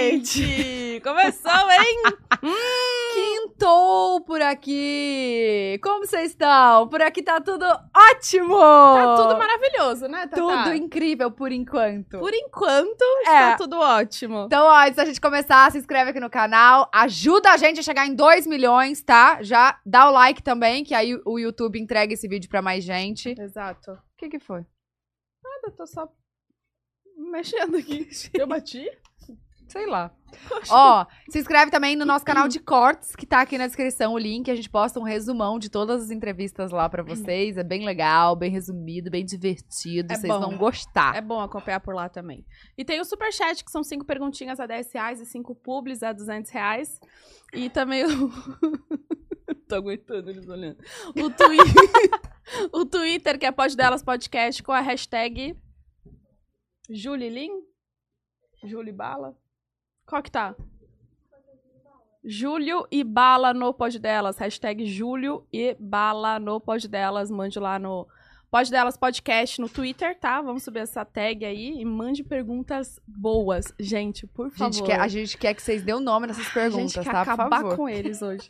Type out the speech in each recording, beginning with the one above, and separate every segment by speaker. Speaker 1: gente! Começou, hein? Hum.
Speaker 2: Quintou por aqui! Como vocês estão? Por aqui tá tudo ótimo!
Speaker 1: Tá tudo maravilhoso, né, Tatá?
Speaker 2: Tudo incrível por enquanto.
Speaker 1: Por enquanto,
Speaker 2: É.
Speaker 1: está tudo ótimo.
Speaker 2: Então, ó, antes da gente começar, se inscreve aqui no canal, ajuda a gente a chegar em 2 milhões, tá? Já dá o like também, que aí o YouTube entrega esse vídeo pra mais gente.
Speaker 1: Exato.
Speaker 2: O que que foi?
Speaker 1: Nada, tô só mexendo aqui. Eu bati?
Speaker 2: Sei lá. Ó, se inscreve também no nosso canal de cortes, que tá aqui na descrição o link. A gente posta um resumão de todas as entrevistas lá pra vocês. É bem legal, bem resumido, bem divertido.
Speaker 1: É
Speaker 2: vocês
Speaker 1: bom.
Speaker 2: vão gostar.
Speaker 1: É bom acompanhar por lá também. E tem o Superchat, que são cinco perguntinhas a 10 reais e cinco publis a 200 reais. E também o... Tô aguentando eles olhando. O, twi... o Twitter, que é Pod Delas Podcast, com a hashtag Julilin? Julibala? Qual que tá? Júlio e Bala no Pod Delas. Hashtag Júlio e Bala no Pod Delas. Mande lá no Pode Delas Podcast no Twitter, tá? Vamos subir essa tag aí e mande perguntas boas. Gente, por
Speaker 2: a, gente
Speaker 1: favor.
Speaker 2: quer, a gente quer que vocês dêem o nome nessas perguntas,
Speaker 1: a gente quer
Speaker 2: tá? Por
Speaker 1: acabar
Speaker 2: favor.
Speaker 1: com eles hoje.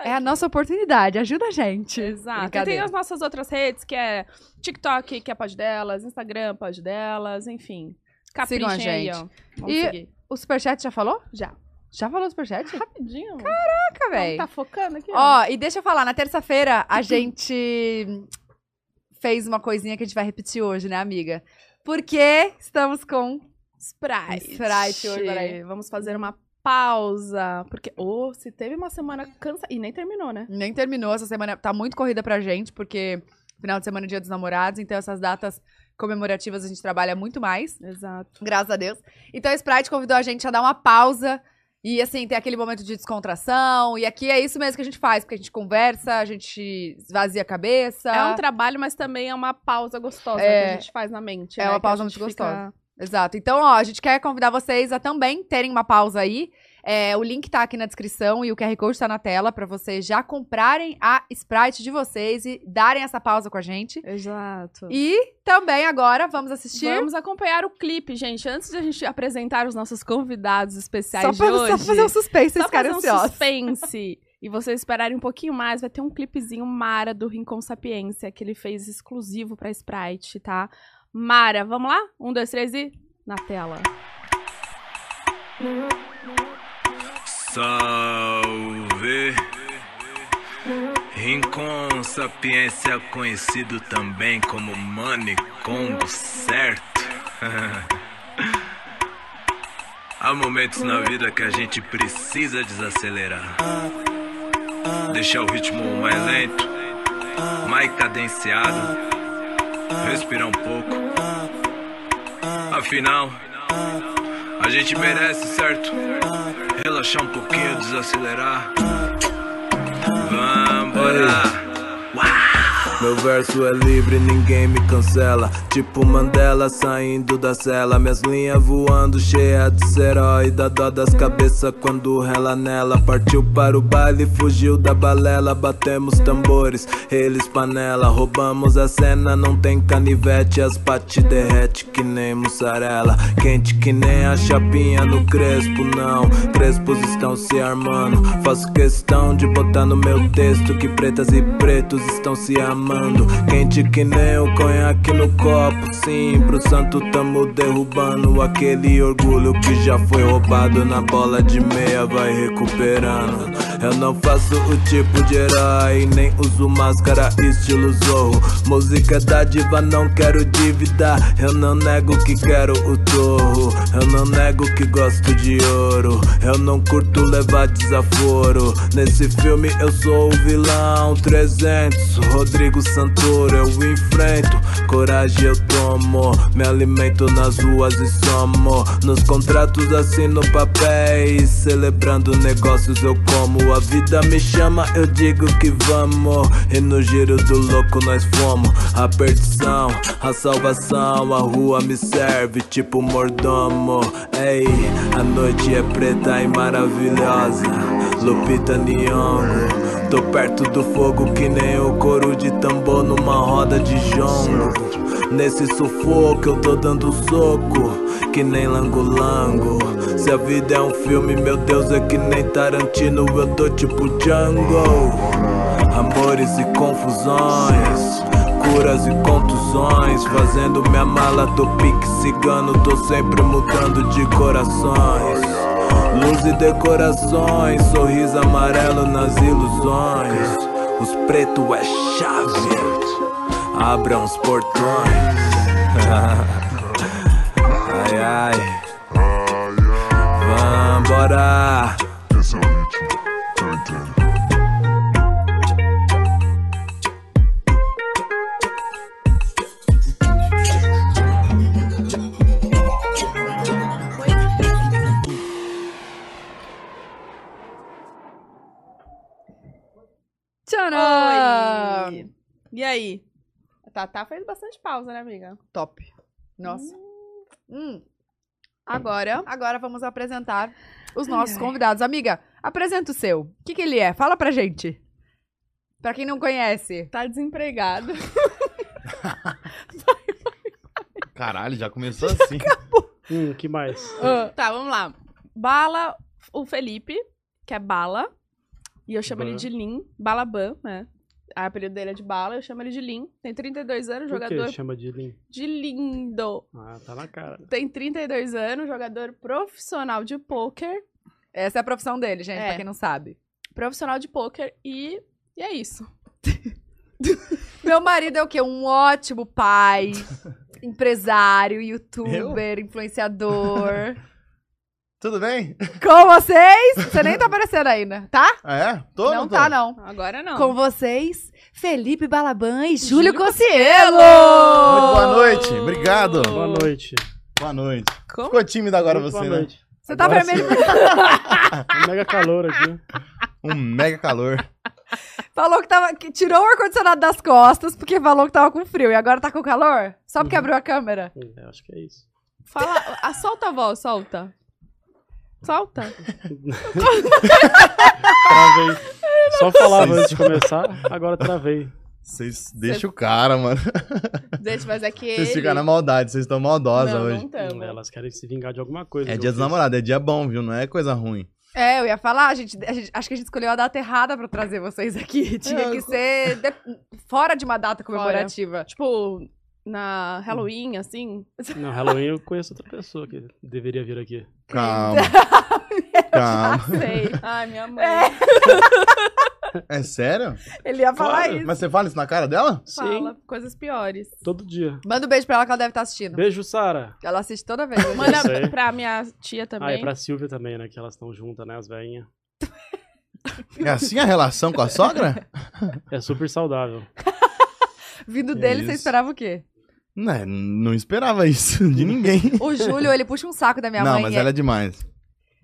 Speaker 2: É a nossa oportunidade, ajuda a
Speaker 1: É.
Speaker 2: gente.
Speaker 1: Exato. E tem
Speaker 2: Brincadeira.
Speaker 1: as nossas outras redes, que é TikTok, que é Pode Delas, Instagram, Pode Delas, enfim.
Speaker 2: Sigam
Speaker 1: Caprichem
Speaker 2: a
Speaker 1: aí,
Speaker 2: gente.
Speaker 1: ó. Vamos
Speaker 2: E-
Speaker 1: seguir.
Speaker 2: O Superchat já falou?
Speaker 1: Já.
Speaker 2: Já falou o Superchat? Então
Speaker 1: Rapidinho.
Speaker 2: Caraca,
Speaker 1: Caraca,
Speaker 2: velho.
Speaker 1: tá focando aqui?
Speaker 2: Ó, e deixa eu falar, na terça-feira a gente fez uma coisinha que a gente vai repetir hoje, né, amiga? Porque estamos com
Speaker 1: Sprite.
Speaker 2: Sprite hoje, peraí.
Speaker 1: Vamos fazer uma pausa. Porque, ô, se teve uma semana cansa... E nem terminou, né?
Speaker 2: Nem terminou essa semana. Tá muito corrida pra gente, porque final de semana é dia dos namorados, então essas datas comemorativas a gente trabalha muito mais,
Speaker 1: Exato.
Speaker 2: graças a Deus. Então a Sprite convidou a gente a dar uma pausa e, assim, ter aquele momento de descontração. E aqui é isso mesmo que a gente faz, porque a gente conversa, a gente esvazia a cabeça.
Speaker 1: É um trabalho, mas também é uma pausa gostosa
Speaker 2: É.
Speaker 1: que a gente faz na mente.
Speaker 2: É uma
Speaker 1: né? Que a
Speaker 2: pausa
Speaker 1: gente
Speaker 2: muito
Speaker 1: fica-
Speaker 2: gostosa. Exato. Então, ó, a gente quer convidar vocês a também terem uma pausa aí. É, o link tá aqui na descrição e o QR Code tá na tela pra vocês já comprarem a Sprite de vocês e darem essa pausa com a gente.
Speaker 1: Exato. E
Speaker 2: E também agora vamos assistir.
Speaker 1: vamos acompanhar o clipe, gente. Antes de a gente apresentar os nossos convidados especiais
Speaker 2: só, pra,
Speaker 1: de
Speaker 2: só
Speaker 1: hoje.
Speaker 2: pra fazer um suspense, vocês
Speaker 1: só fazer
Speaker 2: ficarem
Speaker 1: um
Speaker 2: ansiosos.
Speaker 1: suspense. E vocês esperarem um pouquinho mais, vai ter um clipezinho Mara do Rincon Sapiência, que ele fez exclusivo pra Sprite, tá? Mara, vamos lá? Um, dois, três e... Na tela.
Speaker 3: Salve! Rincon Sapiência, conhecido também como Manicombo, certo? Há momentos na vida que a gente precisa desacelerar. Deixar o ritmo mais lento, mais cadenciado, respirar um pouco. Afinal, a gente merece, certo? Relaxar um pouquinho, desacelerar. Vambora! Meu verso é livre, ninguém me cancela. Tipo Mandela saindo da cela. Minhas linhas voando, cheia de serói. Da dó das cabeças quando rela nela. Partiu para o baile, fugiu da balela. Batemos tambores, eles panela. Roubamos a cena, não tem canivete. As pate derrete que nem mussarela. Quente que nem a chapinha no crespo, não. Crespos estão se armando. Faço questão de botar no meu texto que pretas e pretos estão se amando. Quente que nem o conhaque no copo, sim. Pro santo tamo derrubando aquele orgulho que já foi roubado. Na bola de meia vai recuperando. Eu não faço o tipo de herói, nem uso máscara, estilo zorro. Música é dádiva, não quero dívida. Eu não nego que quero o torro. Eu não nego que gosto de ouro. Eu não curto levar desaforo. Nesse filme eu sou o vilão. 300, Rodrigo Santoro, eu enfrento. Coragem eu tomo. Me alimento nas ruas e somo. Nos contratos assino papéis. Celebrando negócios eu como. A vida me chama, eu digo que vamos. E no giro do louco nós fomos. A perdição, a salvação, a rua me serve tipo mordomo. Ei, a noite é preta e maravilhosa. Lupita Nyong'o, tô perto do fogo que nem o coro de tambor numa roda de jongo. Nesse sufoco eu tô dando soco, que nem lango-lango. Se a vida é um filme, meu Deus, é que nem Tarantino, eu tô tipo Django. Amores e confusões, curas e contusões. Fazendo minha mala do pique cigano, tô sempre mudando de corações. Luz e decorações, sorriso amarelo nas ilusões. Os preto é chave, abram os portões. ai ai, vambora.
Speaker 4: Esse é o ritmo, eu entendo.
Speaker 2: Tcharam!
Speaker 1: Oi! E aí? A Tatá fez bastante pausa, né, amiga?
Speaker 2: Top. Nossa. Hum. Agora, agora vamos apresentar os nossos convidados. Amiga, apresenta o seu. O que, que ele é? Fala pra gente. Pra quem não conhece.
Speaker 1: Tá desempregado.
Speaker 5: Caralho, já começou assim.
Speaker 6: Hum, que mais?
Speaker 1: Tá, vamos lá. Bala, o Felipe, que é Bala. E eu chamo
Speaker 6: Ban.
Speaker 1: ele de Lin, Balaban, né? A apelido dele é de Bala, eu chamo ele de Lin. Tem 32 anos,
Speaker 6: Por que
Speaker 1: jogador
Speaker 6: chama de Lean?
Speaker 1: de lindo.
Speaker 6: Ah, tá na cara.
Speaker 1: Tem 32 anos, jogador profissional de pôquer.
Speaker 2: Essa é a profissão dele, gente,
Speaker 1: É.
Speaker 2: pra quem não sabe.
Speaker 1: Profissional de pôquer e... E é isso.
Speaker 2: Meu marido é o quê? Um ótimo pai, empresário, youtuber, influenciador.
Speaker 5: Tudo bem?
Speaker 2: Com vocês, você nem tá aparecendo ainda, tá?
Speaker 5: Ah, é? Tô ou
Speaker 2: não
Speaker 5: não tô?
Speaker 2: tá, não.
Speaker 1: Agora não.
Speaker 2: Com vocês, Felipe Balaban e
Speaker 1: Júlio
Speaker 2: Júlio Cossielo!
Speaker 5: Muito boa noite, obrigado.
Speaker 6: Boa noite.
Speaker 5: Boa noite.
Speaker 1: Como?
Speaker 5: Ficou tímido agora
Speaker 6: Muito
Speaker 5: você,
Speaker 6: boa
Speaker 5: né?
Speaker 6: noite.
Speaker 2: Você tá
Speaker 6: Agora
Speaker 2: vermelho
Speaker 6: Tá mega calor aqui.
Speaker 5: Um mega calor.
Speaker 2: Falou que tava. Que tirou o ar-condicionado das costas porque falou que tava com frio e agora tá com calor? Só porque
Speaker 6: Uhum.
Speaker 2: abriu a câmera.
Speaker 6: Hum, é, acho que é isso.
Speaker 1: Fala, ah, solta a voz, solta. Solta.
Speaker 6: Travei. Só falava antes de começar, agora travei.
Speaker 5: Vocês deixam o cara, mano.
Speaker 1: Gente, mas é que
Speaker 5: Vocês
Speaker 1: ele...
Speaker 5: ficam na maldade, vocês estão maldosa
Speaker 1: não,
Speaker 5: hoje.
Speaker 1: não tamo.
Speaker 6: Hum, Elas querem se vingar de alguma coisa.
Speaker 5: É
Speaker 6: que
Speaker 5: dia
Speaker 6: eu
Speaker 5: dos
Speaker 6: fiz.
Speaker 5: namorados, é dia bom, viu? Não é coisa ruim.
Speaker 2: É, eu ia falar, a gente, a gente- acho que a gente escolheu a data errada pra trazer vocês aqui.
Speaker 5: É.
Speaker 2: Tinha que ser de- fora de uma data comemorativa.
Speaker 1: Tipo, na Halloween, assim.
Speaker 6: Não, Halloween eu conheço outra pessoa que deveria vir aqui.
Speaker 5: Calma. Calma.
Speaker 1: Sei. Ai, minha mãe.
Speaker 5: É sério?
Speaker 2: Ele ia falar
Speaker 6: Claro.
Speaker 2: isso.
Speaker 5: Mas você fala isso na cara dela?
Speaker 1: Fala coisas piores.
Speaker 6: Todo dia.
Speaker 2: Manda um beijo pra ela que ela deve estar assistindo.
Speaker 6: Beijo, Sara.
Speaker 2: Ela assiste toda vez. né?
Speaker 1: Manda
Speaker 6: sei.
Speaker 1: pra minha tia
Speaker 6: Ah,
Speaker 1: também.
Speaker 6: e pra Silvia também, né? Que elas estão juntas, né? As velhinhas.
Speaker 5: É assim a relação com a sogra?
Speaker 6: É super saudável.
Speaker 2: Vindo
Speaker 5: Que
Speaker 2: dele, você
Speaker 5: isso.
Speaker 2: esperava o quê?
Speaker 5: Não, é, não esperava isso de ninguém.
Speaker 2: O Júlio, ele puxa um saco da minha
Speaker 5: não,
Speaker 2: mãe.
Speaker 5: mas
Speaker 2: e é-
Speaker 5: ela é demais.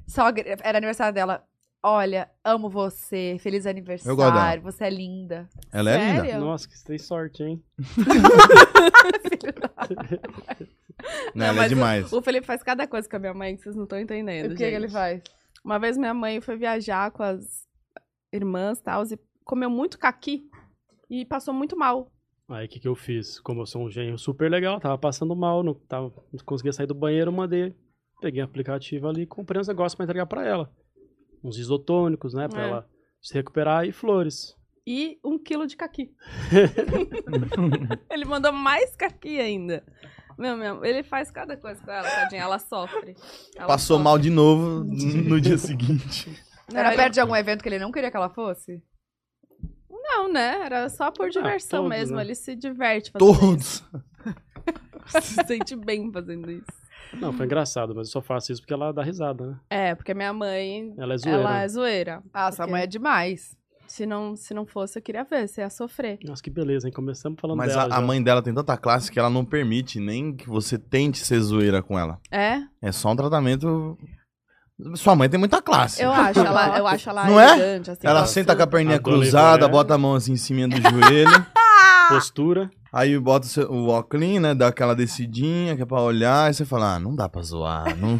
Speaker 2: sogra- era aniversário dela. Olha, amo você. Feliz aniversário.
Speaker 5: dela.
Speaker 2: Você é linda.
Speaker 5: Ela é linda.
Speaker 1: Sério?
Speaker 6: Nossa, que você tem sorte, hein?
Speaker 5: Não,
Speaker 1: Não,
Speaker 5: ela
Speaker 1: mas
Speaker 5: é demais.
Speaker 1: O Felipe faz cada coisa com a minha mãe que vocês não estão entendendo.
Speaker 2: o que, que
Speaker 1: gente.
Speaker 2: ele faz?
Speaker 1: Uma vez minha mãe foi viajar com as irmãs e tal, e comeu muito caqui e passou muito mal.
Speaker 6: Aí o que, que eu fiz? Como eu sou um genro super legal, tava passando mal, não, tava, não conseguia sair do banheiro, mandei. Peguei um aplicativo ali e comprei uns negócios pra entregar pra ela. Uns isotônicos, né? Pra
Speaker 1: É.
Speaker 6: ela se recuperar e flores.
Speaker 1: E um quilo de caqui. ele mandou mais caqui ainda. Meu, meu, ele faz cada coisa com ela, tadinha. Ela sofre. Ela
Speaker 5: Passou
Speaker 1: sofre.
Speaker 5: mal de novo no dia seguinte.
Speaker 1: Não,
Speaker 2: Era
Speaker 1: ele-
Speaker 2: perto de algum evento que ele não queria que ela fosse?
Speaker 1: Não, né? Era só por diversão
Speaker 6: todos,
Speaker 1: mesmo.
Speaker 6: né?
Speaker 1: Ele se diverte fazendo
Speaker 5: Todos.
Speaker 1: isso. se sente bem fazendo isso.
Speaker 6: Não, foi engraçado, mas eu só faço isso porque ela dá risada, né?
Speaker 1: É, porque minha mãe,
Speaker 6: Ela é zoeira.
Speaker 1: ela é zoeira.
Speaker 2: Ah, sua
Speaker 1: Porque-
Speaker 2: mãe é demais.
Speaker 1: Se não, se não fosse, eu queria ver, você ia sofrer.
Speaker 6: Nossa, que beleza, hein? Começamos falando
Speaker 5: Mas
Speaker 6: dela.
Speaker 5: a, a
Speaker 6: já.
Speaker 5: mãe dela tem tanta classe que ela não permite nem que você tente ser zoeira com ela.
Speaker 1: É?
Speaker 5: É só um tratamento. Sua mãe tem muita classe.
Speaker 1: Eu acho ela, eu acho ela
Speaker 5: Não é?
Speaker 1: elegante, assim,
Speaker 5: Ela
Speaker 1: ela
Speaker 5: senta com a perninha
Speaker 6: A dona
Speaker 5: cruzada,
Speaker 6: Ivone.
Speaker 5: bota a mão assim em cima do joelho.
Speaker 6: Postura.
Speaker 5: aí bota o, seu, o óculos, né? Dá aquela descidinha que é pra olhar. E você fala, ah, não dá pra zoar. Não,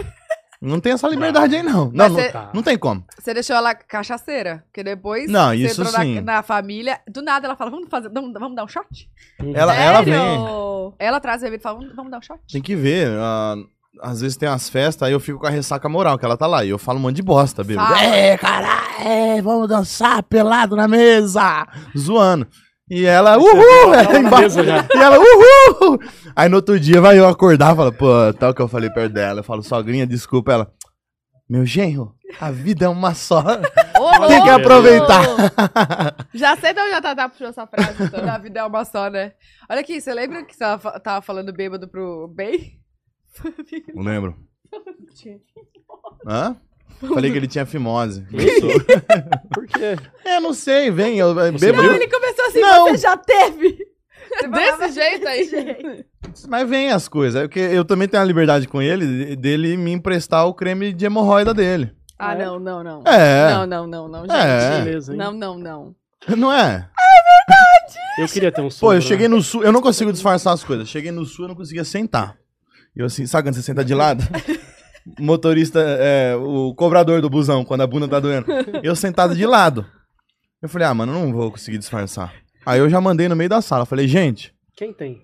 Speaker 5: Não tem essa liberdade aí, não. Não,
Speaker 2: Mas
Speaker 5: não,
Speaker 2: cê-
Speaker 6: Tá.
Speaker 5: não tem como.
Speaker 2: Você deixou ela cachaceira, porque depois
Speaker 5: Não,
Speaker 2: você
Speaker 5: isso
Speaker 2: entrou na-
Speaker 5: sim.
Speaker 2: Na, família, do nada ela fala, vamos fazer, vamos, vamos dar um shot?
Speaker 6: Uhum.
Speaker 5: Ela, ela
Speaker 2: Sério?
Speaker 5: vem.
Speaker 2: Ela traz a bebida e fala, vamos, vamos dar um shot?
Speaker 5: Tem que ver. ah, às vezes tem umas festas, aí eu fico com a ressaca moral, que ela tá lá. E eu falo um monte de bosta, bêbado.
Speaker 2: Fala.
Speaker 5: É, caralho, é, vamos dançar pelado na mesa. Zoando. E ela, uhul!
Speaker 6: Ela
Speaker 5: ela
Speaker 6: na
Speaker 5: embaixo-
Speaker 6: mesa já.
Speaker 5: e ela, uhul! Aí no outro dia vai eu acordar e falo, pô, tal que eu falei perto dela. Eu falo, sogrinha, desculpa. Ela, meu genro, a vida é uma só.
Speaker 2: Ô,
Speaker 5: Tem
Speaker 2: louco!
Speaker 5: que aproveitar.
Speaker 1: Já sei de onde a Tatá puxou essa frase. então.
Speaker 2: Na vida é uma só, né? Olha aqui, você lembra que você tava fa- tava falando bêbado pro bem?
Speaker 5: Não lembro. Hã? Falei que ele tinha fimose.
Speaker 6: Por quê?
Speaker 5: Eu não sei, vem. Eu, eu
Speaker 6: Você
Speaker 5: bebo,
Speaker 6: viu?
Speaker 1: Ele começou assim,
Speaker 5: Não.
Speaker 1: você já teve?
Speaker 2: Você falava-
Speaker 1: Desse jeito aí.
Speaker 5: mas vem as coisas. É porque eu também tenho a liberdade com ele de- dele me emprestar o creme de hemorroida dele.
Speaker 1: Ah, não, não, não.
Speaker 5: É.
Speaker 1: Não, não, não, não,
Speaker 5: É.
Speaker 1: gente.
Speaker 6: Beleza, hein?
Speaker 1: Não, não, não.
Speaker 5: Não é?
Speaker 6: Eu queria ter um sonho.
Speaker 5: Pô, eu cheguei no sul, eu não consigo disfarçar as coisas. Cheguei no sul, eu não conseguia sentar. E Eu assim, sabe quando você senta de lado? O Motorista, é, o cobrador do busão, quando a bunda tá doendo. Eu sentado de lado. Eu falei, ah, mano, eu não vou conseguir disfarçar. Aí eu já mandei no meio da sala. Falei, gente,
Speaker 6: Quem tem?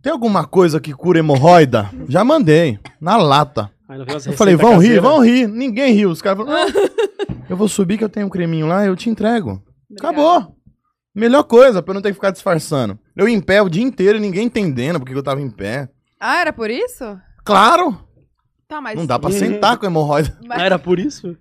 Speaker 5: Tem alguma coisa que cura hemorroida? Já mandei, na lata.
Speaker 6: Aí não veio as
Speaker 5: Eu falei,
Speaker 6: receitas
Speaker 5: vão rir,
Speaker 6: caseiras.
Speaker 5: vão rir. Ninguém riu. Os caras falaram, "Não, eu vou subir que eu tenho um creminho lá, eu te entrego. Acabou. Melhor coisa, pra eu não ter que ficar disfarçando. Eu em pé o dia inteiro e ninguém entendendo porque que eu tava em pé.
Speaker 2: Ah, era por isso?
Speaker 5: Claro,
Speaker 1: Tá, mas...
Speaker 5: não dá pra
Speaker 6: Uhum.
Speaker 5: sentar com hemorroida.
Speaker 6: Ah,
Speaker 2: Mas,
Speaker 6: era por isso?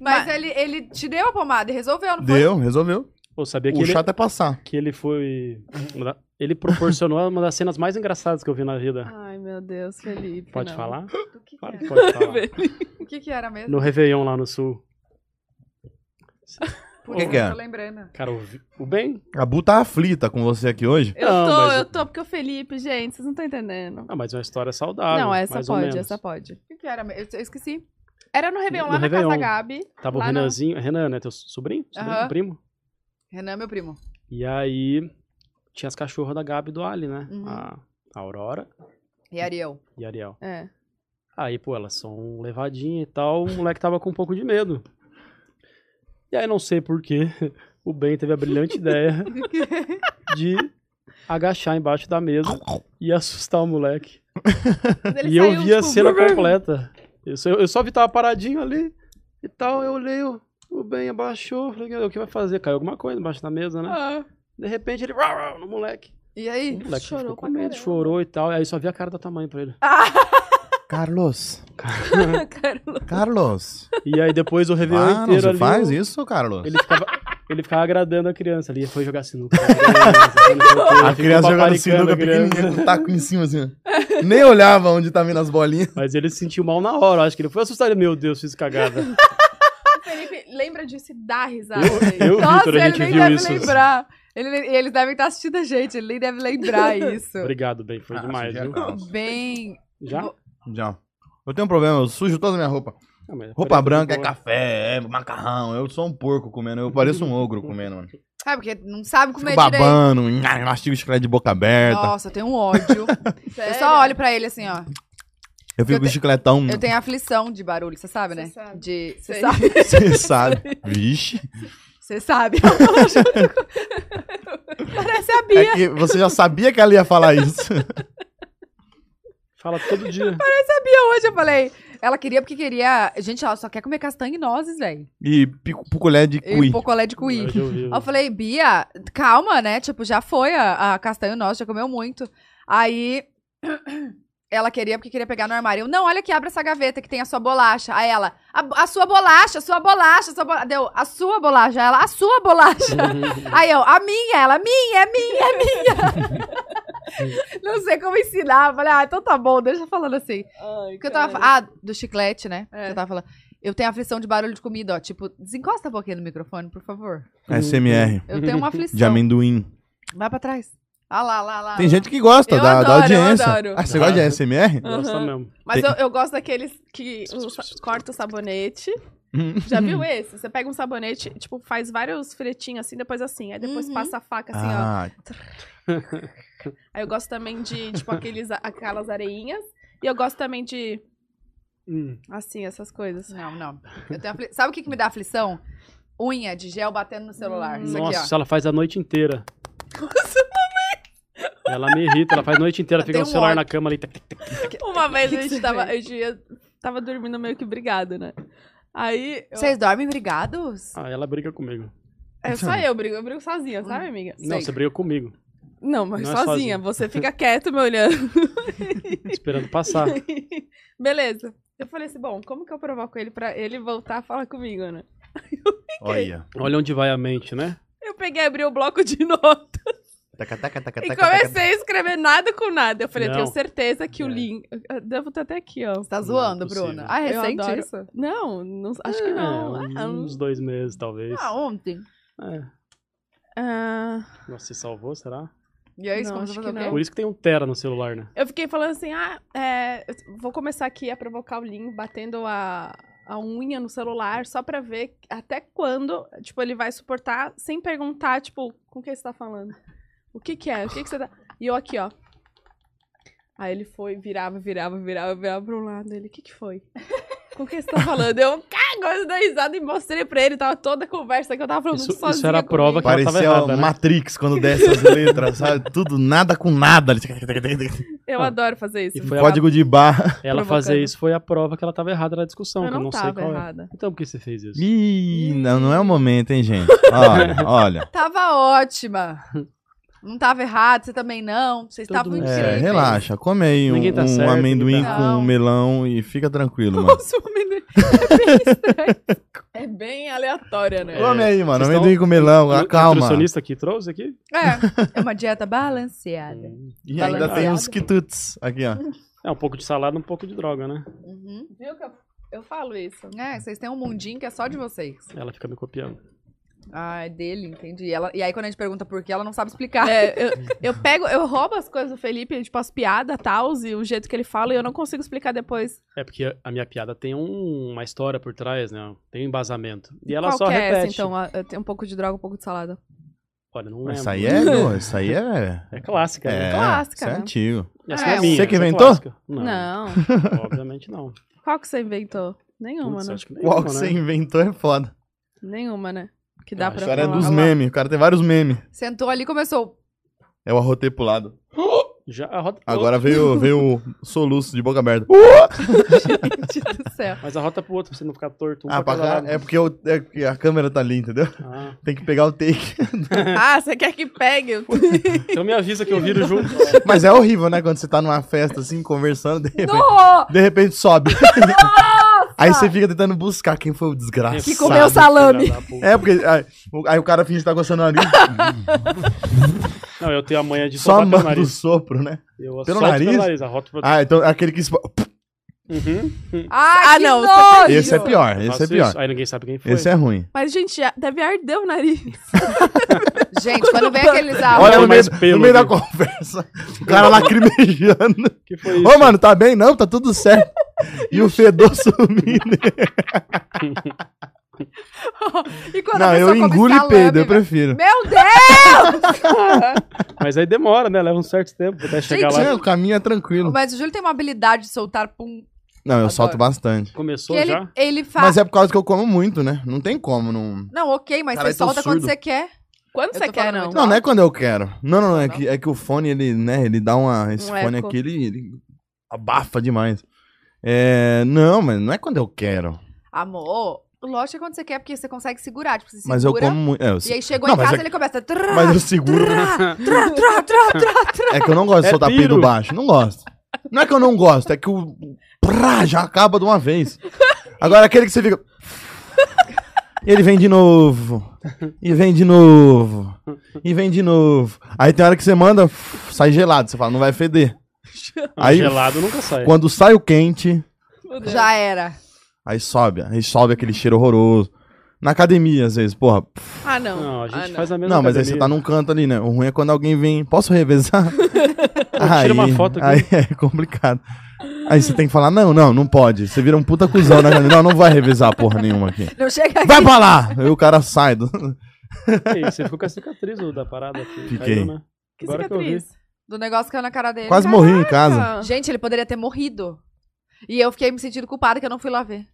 Speaker 2: mas ele, ele te deu a pomada e resolveu, não foi?
Speaker 5: Deu, resolveu.
Speaker 6: Eu sabia que
Speaker 5: O
Speaker 6: ele,
Speaker 5: chato é passar.
Speaker 6: que ele foi... uma da- Ele proporcionou uma das cenas mais engraçadas que eu vi na vida.
Speaker 1: Ai, meu Deus, Felipe. Ah,
Speaker 6: Pode
Speaker 1: não.
Speaker 6: falar?
Speaker 2: O que, que
Speaker 6: Claro
Speaker 2: era?
Speaker 6: que pode falar.
Speaker 2: O que, que era mesmo?
Speaker 6: No Réveillon lá no Sul.
Speaker 2: Por
Speaker 5: que
Speaker 2: isso
Speaker 5: que
Speaker 2: eu
Speaker 5: é?
Speaker 2: tô lembrando.
Speaker 6: Cara, o, Vi- o Ben?
Speaker 5: A Bu tá aflita com você aqui hoje.
Speaker 1: Eu
Speaker 6: Não,
Speaker 1: tô,
Speaker 6: mas-
Speaker 1: eu tô, porque o Felipe, gente, vocês não estão entendendo.
Speaker 6: Ah, mas é uma história saudável.
Speaker 1: não, essa
Speaker 6: mais ou menos.
Speaker 1: pode, essa pode.
Speaker 2: O que, que era mesmo? Eu, eu esqueci.
Speaker 1: Era no Réveillon,
Speaker 6: No
Speaker 1: lá na Casa
Speaker 6: Réveillon.
Speaker 1: Gabi.
Speaker 6: Tava
Speaker 1: lá
Speaker 6: o
Speaker 1: na-
Speaker 6: Renanzinho. Renan, né? Teu sobrinho? Sobrinho?
Speaker 2: Aham.
Speaker 6: Primo?
Speaker 2: Renan, meu primo.
Speaker 6: E aí tinha as cachorras da Gabi e do Ali, né?
Speaker 2: Uhum.
Speaker 6: A a Aurora
Speaker 2: E Ariel.
Speaker 6: e a Ariel.
Speaker 1: É.
Speaker 6: Aí, pô, elas são levadinhas e tal. O moleque tava com um pouco de medo. E aí, não sei porquê, o Ben teve a brilhante ideia de agachar embaixo da mesa e assustar o moleque.
Speaker 1: Mas ele
Speaker 6: e eu
Speaker 1: saiu,
Speaker 6: vi a
Speaker 1: tipo,
Speaker 6: cena
Speaker 1: brrr.
Speaker 6: completa. Eu só, eu só vi tava paradinho ali e tal. Eu olhei, o, o Ben abaixou. Falei, o que vai fazer? Caiu alguma coisa embaixo da mesa, né?
Speaker 1: Ah,
Speaker 6: De repente ele. "Rau, rau", no moleque.
Speaker 2: E
Speaker 6: O
Speaker 2: aí?
Speaker 6: moleque
Speaker 1: Chorou
Speaker 6: ficou com
Speaker 1: pra
Speaker 6: medo,
Speaker 1: caramba.
Speaker 6: chorou e tal. Aí só vi a cara da tamanho pra ele.
Speaker 5: Carlos,
Speaker 6: né?
Speaker 1: Carlos.
Speaker 5: Carlos.
Speaker 6: E aí depois o Réveillon
Speaker 5: Ah, não
Speaker 6: inteiro
Speaker 5: você
Speaker 6: ali.
Speaker 5: faz
Speaker 6: o-
Speaker 5: isso, Carlos?
Speaker 6: Ele ficava, ele ficava agradando a criança ali. Foi jogar sinuca. não sei o quê,
Speaker 5: A
Speaker 6: ficou
Speaker 5: criança jogando
Speaker 6: paparicando
Speaker 5: sinuca
Speaker 6: a criança.
Speaker 5: pequenininha com o taco em cima, assim. ó. Nem olhava onde tá vindo as bolinhas.
Speaker 6: Mas ele se sentiu mal na hora. Acho que ele foi assustado. ele, Meu Deus, fiz cagada.
Speaker 1: O Felipe lembra disso e dá risada.
Speaker 6: Eu, eu
Speaker 2: Ah, Nossa,
Speaker 6: Vitor, a
Speaker 2: ele
Speaker 6: gente
Speaker 2: nem
Speaker 6: viu
Speaker 2: deve
Speaker 6: isso.
Speaker 2: lembrar. Ele, e eles devem estar assistindo a gente, ele nem deve lembrar isso.
Speaker 6: Obrigado, Ben.
Speaker 5: Ah,
Speaker 6: Foi demais, viu?
Speaker 5: tá. é
Speaker 2: Bem.
Speaker 6: Já?
Speaker 2: Vou-
Speaker 5: Já. Eu tenho um problema, eu sujo toda a minha roupa.
Speaker 6: Ah, mas
Speaker 5: Roupa
Speaker 6: peraí,
Speaker 5: branca é
Speaker 6: boa.
Speaker 5: café, é macarrão. Eu sou um porco comendo, eu pareço um ogro comendo, mano. Fico
Speaker 2: É, porque não sabe comer direito.
Speaker 5: babando, nha, mastigo chiclete de boca aberta.
Speaker 2: Nossa, eu tenho um ódio. eu só olho pra ele assim, ó.
Speaker 5: eu fico
Speaker 2: eu
Speaker 5: com
Speaker 2: te-
Speaker 5: chicletão.
Speaker 6: Hum.
Speaker 2: Eu tenho aflição de barulho, você sabe, né?
Speaker 1: Cê sabe.
Speaker 2: De. Você
Speaker 1: Sei.
Speaker 2: sabe.
Speaker 5: Você sabe. Vixe.
Speaker 2: Você sabe. Eu tô junto com- Parece a Bia.
Speaker 5: É que você já sabia que ela ia falar isso.
Speaker 6: Fala todo dia.
Speaker 2: Hoje eu falei. Ela queria porque queria. Gente, ela só quer comer castanha e nozes, velho.
Speaker 5: E pico, picolé de
Speaker 2: E
Speaker 5: cui.
Speaker 2: picolé de cuí.
Speaker 6: Hoje eu vi.
Speaker 2: Aí eu falei, Bia, calma, né? Tipo, já foi a, a castanho nosso, já comeu muito. Aí ela queria, porque queria pegar no armário. Eu, não, olha aqui, abre essa gaveta que tem a sua bolacha. Aí ela, a, a sua bolacha, a sua bolacha, a sua bolacha. Deu, a sua bolacha. Aí Ela, a sua bolacha. Aí eu, a minha, ela, minha, é minha, é minha. não sei como ensinar. Eu Falei, ah, então tá bom, deixa falando assim.
Speaker 1: Ai,
Speaker 2: Porque eu tava.
Speaker 1: cara.
Speaker 2: Ah, do chiclete, né?
Speaker 1: É.
Speaker 2: Que eu tava falando. Eu tenho aflição de barulho de comida, ó. Tipo, desencosta a boquinha no microfone, por favor.
Speaker 5: SMR.
Speaker 2: Eu tenho uma aflição.
Speaker 5: De amendoim.
Speaker 2: Vai pra trás. Ah lá, lá, lá.
Speaker 5: Tem gente que gosta
Speaker 1: Eu
Speaker 5: da, da
Speaker 1: adoro, eu
Speaker 5: audiência.
Speaker 1: adoro.
Speaker 5: Ah, você gosta de SMR?
Speaker 6: Gosta
Speaker 1: Aham.
Speaker 6: mesmo.
Speaker 1: ah, Mas
Speaker 5: Tem-
Speaker 1: eu, eu gosto daqueles que o sa- corta o sabonete. Já viu esse? Você pega um sabonete, tipo, faz vários filetinhos assim, depois assim. Aí depois
Speaker 2: Uhum.
Speaker 1: passa a faca assim, ó.
Speaker 5: Ah,
Speaker 1: Aí eu gosto também de, tipo, aqueles, aquelas areinhas. E eu gosto também de
Speaker 6: Hum.
Speaker 1: Assim, essas coisas.
Speaker 2: Não, não. Eu tenho afli- Sabe o que, que me dá aflição? Unha de gel batendo no celular. Isso
Speaker 6: Nossa,
Speaker 2: aqui,
Speaker 6: se ela faz a noite inteira. Ela me irrita, ela faz a noite inteira,
Speaker 2: Eu
Speaker 6: fica no
Speaker 2: tenho
Speaker 6: celular
Speaker 2: um ódio.
Speaker 6: na cama ali. tac, tac, tac.
Speaker 1: Uma vez
Speaker 2: Que
Speaker 1: a
Speaker 2: que
Speaker 1: gente
Speaker 2: você
Speaker 1: tava, a
Speaker 2: fez?
Speaker 1: gente ia- tava dormindo meio que brigado, né? Aí.
Speaker 2: ó.
Speaker 1: eu-
Speaker 2: Vocês dormem brigados?
Speaker 6: Ah, ela briga comigo.
Speaker 1: é só eu brigo, eu brigo sozinha, sabe, amiga?
Speaker 6: Não,
Speaker 2: Sei.
Speaker 6: você briga comigo,
Speaker 1: Não, mas
Speaker 6: Não é
Speaker 1: sozinha.
Speaker 6: sozinha.
Speaker 1: Você fica quieto me olhando.
Speaker 6: esperando passar.
Speaker 1: Beleza. Eu falei assim, bom, como que eu provoco ele pra ele voltar a falar comigo, né?
Speaker 5: Olha.
Speaker 6: Olha onde vai a mente, né?
Speaker 1: Eu peguei, abri o bloco de notas
Speaker 5: Taca, taca, taca,
Speaker 1: e
Speaker 5: taca,
Speaker 1: comecei a escrever nada com nada. Eu falei, eu
Speaker 6: Não.
Speaker 1: tenho certeza que o
Speaker 6: É.
Speaker 1: Link. eu Devo estar até aqui, ó.
Speaker 2: Você tá
Speaker 6: Não,
Speaker 2: zoando,
Speaker 6: impossível.
Speaker 2: Bruna. Ah, é
Speaker 1: Eu
Speaker 2: recente
Speaker 1: adoro.
Speaker 2: isso?
Speaker 1: Não, não- acho que
Speaker 6: É,
Speaker 1: não. Ah,
Speaker 6: uns dois meses, talvez.
Speaker 2: Ah, ontem.
Speaker 6: É.
Speaker 1: ah,
Speaker 6: Nossa, se salvou, será?
Speaker 2: E é isso,
Speaker 1: Não,
Speaker 2: como você
Speaker 1: acho
Speaker 2: fazer
Speaker 1: que
Speaker 2: o quê?
Speaker 1: não.
Speaker 6: Por isso que tem um tera no celular, né?
Speaker 1: Eu fiquei falando assim, ah, é, eu vou começar aqui a provocar o Lin, batendo a, a unha no celular, só pra ver até quando, tipo, ele vai suportar, sem perguntar, tipo, com quem você tá falando? O que que é? O que que você tá... E eu aqui, ó. Aí ele foi, virava, virava, virava, virava pra um lado. Ele, o que que foi? Com quem você tá falando? Eu, cagou, dei risada e mostrei pra ele. Tava toda a conversa que eu tava falando
Speaker 6: Isso- isso
Speaker 1: sozinha
Speaker 6: era a
Speaker 1: comigo.
Speaker 6: prova que- Ela tava
Speaker 5: Parecia
Speaker 6: errada,
Speaker 5: a
Speaker 6: né?
Speaker 5: Matrix quando desce as letras, sabe? Tudo nada com nada.
Speaker 1: Eu
Speaker 6: Ah.
Speaker 1: adoro fazer isso.
Speaker 6: E foi a-
Speaker 5: Código de barra.
Speaker 6: Ela
Speaker 1: Provocando.
Speaker 6: fazer isso foi a prova que ela tava errada na discussão,
Speaker 1: Eu
Speaker 6: que eu
Speaker 1: não
Speaker 6: não sei
Speaker 1: tava
Speaker 6: qual é.
Speaker 1: errada.
Speaker 6: Então por que você fez isso?
Speaker 5: Ih, não, não é o momento, hein, gente? Olha, olha.
Speaker 2: Tava ótima. Não tava errado, você também não. Vocês
Speaker 6: Todo
Speaker 2: estavam
Speaker 6: mundo-
Speaker 2: incríveis.
Speaker 5: É, relaxa. Come aí um,
Speaker 6: Ninguém tá
Speaker 5: um
Speaker 6: certo,
Speaker 5: amendoim
Speaker 6: ninguém
Speaker 2: tá-
Speaker 5: com
Speaker 2: Não.
Speaker 5: melão e fica tranquilo, mano.
Speaker 1: Nossa, o amendoim é bem estranho. É bem aleatória, né?
Speaker 6: É.
Speaker 5: Come aí, mano.
Speaker 6: Vocês
Speaker 5: Amendoim
Speaker 6: tão-
Speaker 5: com melão, Ah,
Speaker 6: O
Speaker 5: acalma.
Speaker 6: nutricionista que trouxe aqui? Hum.
Speaker 2: É, é uma dieta balanceada.
Speaker 5: E
Speaker 6: Tá
Speaker 5: ainda tem uns quitutes aqui, ó.
Speaker 6: É, um pouco de salada, um pouco de droga, né?
Speaker 2: Uhum.
Speaker 1: Viu que eu, eu falo isso?
Speaker 2: É, vocês têm um mundinho que é só de vocês.
Speaker 6: Ela fica me copiando.
Speaker 2: Ah, é dele, entendi. Ela, e aí quando a gente pergunta por quê, ela não sabe explicar.
Speaker 1: É, eu, eu pego, eu roubo as coisas do Felipe, tipo as piadas, tal, e o jeito que ele fala, e eu não consigo explicar depois.
Speaker 6: É porque a minha piada tem um- uma história por trás, né? Tem um embasamento. E ela
Speaker 1: Qual
Speaker 6: só
Speaker 1: que é
Speaker 6: repete.
Speaker 1: essa, então? A- Tem um pouco de droga, um pouco de salada.
Speaker 6: Olha, não lembro.
Speaker 5: Isso aí é, não, isso aí é.
Speaker 6: É clássica,
Speaker 5: É,
Speaker 6: né?
Speaker 1: clássica,
Speaker 5: isso é
Speaker 1: né?
Speaker 5: antigo.
Speaker 6: Essa
Speaker 2: É,
Speaker 6: não é,
Speaker 2: você
Speaker 6: minha.
Speaker 5: que
Speaker 6: essa é
Speaker 5: inventou?
Speaker 6: clássica. Não,
Speaker 1: Não.
Speaker 6: obviamente não.
Speaker 1: Qual que você inventou? Nenhuma,
Speaker 6: Putz,
Speaker 1: né?
Speaker 6: acho que
Speaker 5: Qual
Speaker 6: nenhuma,
Speaker 5: que
Speaker 6: né?
Speaker 5: você inventou é foda.
Speaker 1: Nenhuma, né? Que dá
Speaker 6: Ah,
Speaker 5: A
Speaker 1: pra
Speaker 5: história é
Speaker 1: falar.
Speaker 5: dos
Speaker 1: Olha lá.
Speaker 5: memes. O cara tem vários memes.
Speaker 2: Sentou ali e começou.
Speaker 5: É o arrotei pro lado.
Speaker 6: Já a rota pro
Speaker 5: Agora veio, veio o soluço de boca aberta.
Speaker 2: Gente do céu.
Speaker 6: outro. Mas a rota é pro outro, pra você não ficar torto. Um
Speaker 5: ah, pra cá,
Speaker 6: cada
Speaker 5: é
Speaker 6: lado.
Speaker 5: porque eu- é que a câmera tá ali, entendeu?
Speaker 6: Ah,
Speaker 5: Tem que pegar o take.
Speaker 1: Ah, você quer que pegue?
Speaker 6: então me avisa que eu viro junto.
Speaker 5: Mas é horrível, né? Quando você tá numa festa assim, conversando, de repente,
Speaker 2: No!
Speaker 5: de repente sobe. Aí você fica tentando buscar quem foi o desgraçado.
Speaker 2: Que comeu salame.
Speaker 6: Filha da puta.
Speaker 5: É, porque aí, o- aí o cara finge que tá gostando ali.
Speaker 6: Não, eu tenho a manha de
Speaker 5: só
Speaker 6: só bater o
Speaker 5: manda o
Speaker 6: nariz.
Speaker 5: sopro, né?
Speaker 6: Eu
Speaker 5: Pelo
Speaker 6: solto
Speaker 5: nariz?
Speaker 6: a rota pro
Speaker 5: Ah, então aquele que. espo-
Speaker 6: Uhum.
Speaker 2: Ah,
Speaker 1: Ah, não,
Speaker 2: não!
Speaker 1: você tá-
Speaker 5: Esse é pior, esse
Speaker 6: Faço
Speaker 5: é pior.
Speaker 6: isso, Aí ninguém sabe quem foi.
Speaker 5: Esse é ruim.
Speaker 1: Mas, gente, já deve arder o nariz.
Speaker 2: Gente, quando vem aqueles arroz.
Speaker 5: Olha
Speaker 6: tem
Speaker 5: no meio,
Speaker 6: Ah, mais
Speaker 5: no
Speaker 6: pelo
Speaker 5: meio da
Speaker 6: aqui.
Speaker 5: conversa. O cara lacrimejando.
Speaker 6: Que foi isso?
Speaker 5: Ô, mano, tá bem? Não, tá tudo certo. E o fedor sumindo.
Speaker 2: E quando a
Speaker 5: Não,
Speaker 2: pessoa
Speaker 5: eu
Speaker 2: come
Speaker 5: engulo e
Speaker 2: salame,
Speaker 5: peido, eu
Speaker 2: velho?
Speaker 5: prefiro.
Speaker 2: Meu Deus!
Speaker 6: Mas aí demora, né? Leva um certo tempo até chegar
Speaker 5: É,
Speaker 6: lá.
Speaker 5: o caminho é tranquilo.
Speaker 2: Mas o Júlio tem uma habilidade de soltar pum.
Speaker 5: Não, eu
Speaker 2: Adoro.
Speaker 5: solto bastante.
Speaker 2: Que
Speaker 6: Começou
Speaker 2: ele,
Speaker 6: já?
Speaker 2: ele faz.
Speaker 5: Mas é por causa que eu como muito, né? Não tem como, não.
Speaker 2: Não, ok, mas
Speaker 5: Caralho,
Speaker 2: você
Speaker 5: tô
Speaker 2: solta quando
Speaker 5: surdo.
Speaker 2: você quer.
Speaker 1: Quando
Speaker 2: Eu
Speaker 1: você
Speaker 2: tô
Speaker 1: quer,
Speaker 2: falando
Speaker 1: não?
Speaker 2: muito
Speaker 5: Não, não é quando eu quero. Não, não, não. É que, é que o fone, ele, né, ele dá uma. Esse
Speaker 1: Um
Speaker 5: fone
Speaker 1: eco.
Speaker 5: aqui, ele, ele abafa demais. É. Não, mas não é quando eu quero.
Speaker 2: Amor, lógico que é quando você quer, porque você consegue segurar. Tipo, você segura.
Speaker 5: Mas eu como muito. É, eu se-
Speaker 2: E aí chegou
Speaker 5: Não,
Speaker 2: em
Speaker 5: mas
Speaker 2: casa
Speaker 5: é-
Speaker 2: ele começa. Trá,
Speaker 5: Mas eu seguro. né?
Speaker 2: trá, trá, trá, trá, trá.
Speaker 5: É que eu não gosto de
Speaker 6: É
Speaker 5: soltar
Speaker 6: tiro.
Speaker 5: peido baixo. Não gosto. Não é que eu não gosto, é que o. Prá, já acaba de uma vez. Agora aquele que você fica. E Ele vem de novo. E vem de novo. E vem de novo. Aí tem hora que você manda, sai gelado. Você fala, não vai feder. Aí,
Speaker 6: Ah, Gelado é. nunca sai.
Speaker 5: quando sai o quente,
Speaker 1: Meu Deus.
Speaker 2: Já era.
Speaker 5: aí sobe. Aí sobe aquele cheiro horroroso. Na academia, às vezes, porra.
Speaker 1: Ah, não.
Speaker 6: Não, a gente
Speaker 1: ah, não.
Speaker 6: faz a mesma
Speaker 5: Não, mas aí
Speaker 6: academia.
Speaker 5: você tá num canto ali, né? O ruim é quando alguém vem. Posso revezar?
Speaker 6: tira uma foto
Speaker 5: Aí
Speaker 6: aqui.
Speaker 5: é complicado. Aí você tem que falar: não, não, não pode. Você vira um puta cuzão, né? Não, não vai revezar porra nenhuma aqui.
Speaker 2: Não chega aqui.
Speaker 5: Vai pra lá! Aí o cara sai. Do...
Speaker 6: Ei, Você ficou com a cicatriz ô, da parada aqui.
Speaker 5: Fiquei.
Speaker 6: Caiu, né?
Speaker 1: Que
Speaker 6: Agora que eu vi.
Speaker 1: cicatriz.
Speaker 2: Do negócio que caiu na é cara dele.
Speaker 5: Quase morri em casa.
Speaker 1: Ah.
Speaker 2: Gente, ele poderia ter morrido. E eu fiquei me sentindo culpada que eu não fui lá ver.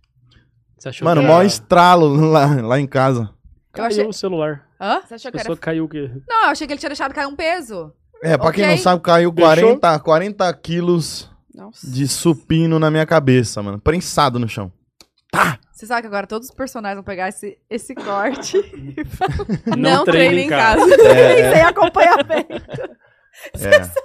Speaker 6: Você achou
Speaker 5: Mano,
Speaker 6: que
Speaker 5: mó
Speaker 6: era-
Speaker 5: estralo lá, lá em casa.
Speaker 2: Eu
Speaker 6: Caiu
Speaker 2: achei-
Speaker 6: o celular.
Speaker 2: Hã? Você achou
Speaker 6: A
Speaker 2: que era.
Speaker 6: pessoa caiu o quê?
Speaker 2: Não, eu achei que ele tinha deixado cair um peso.
Speaker 5: É, pra quem não
Speaker 2: Ok.
Speaker 5: sabe, caiu
Speaker 6: Fechou?
Speaker 5: 40, 40 quilos
Speaker 2: Nossa.
Speaker 5: de supino na minha cabeça, mano. Prensado no chão.
Speaker 2: Você sabe que agora todos os personagens vão pegar esse, esse corte.
Speaker 1: Não treine em casa.
Speaker 5: É,
Speaker 2: Sem acompanhamento.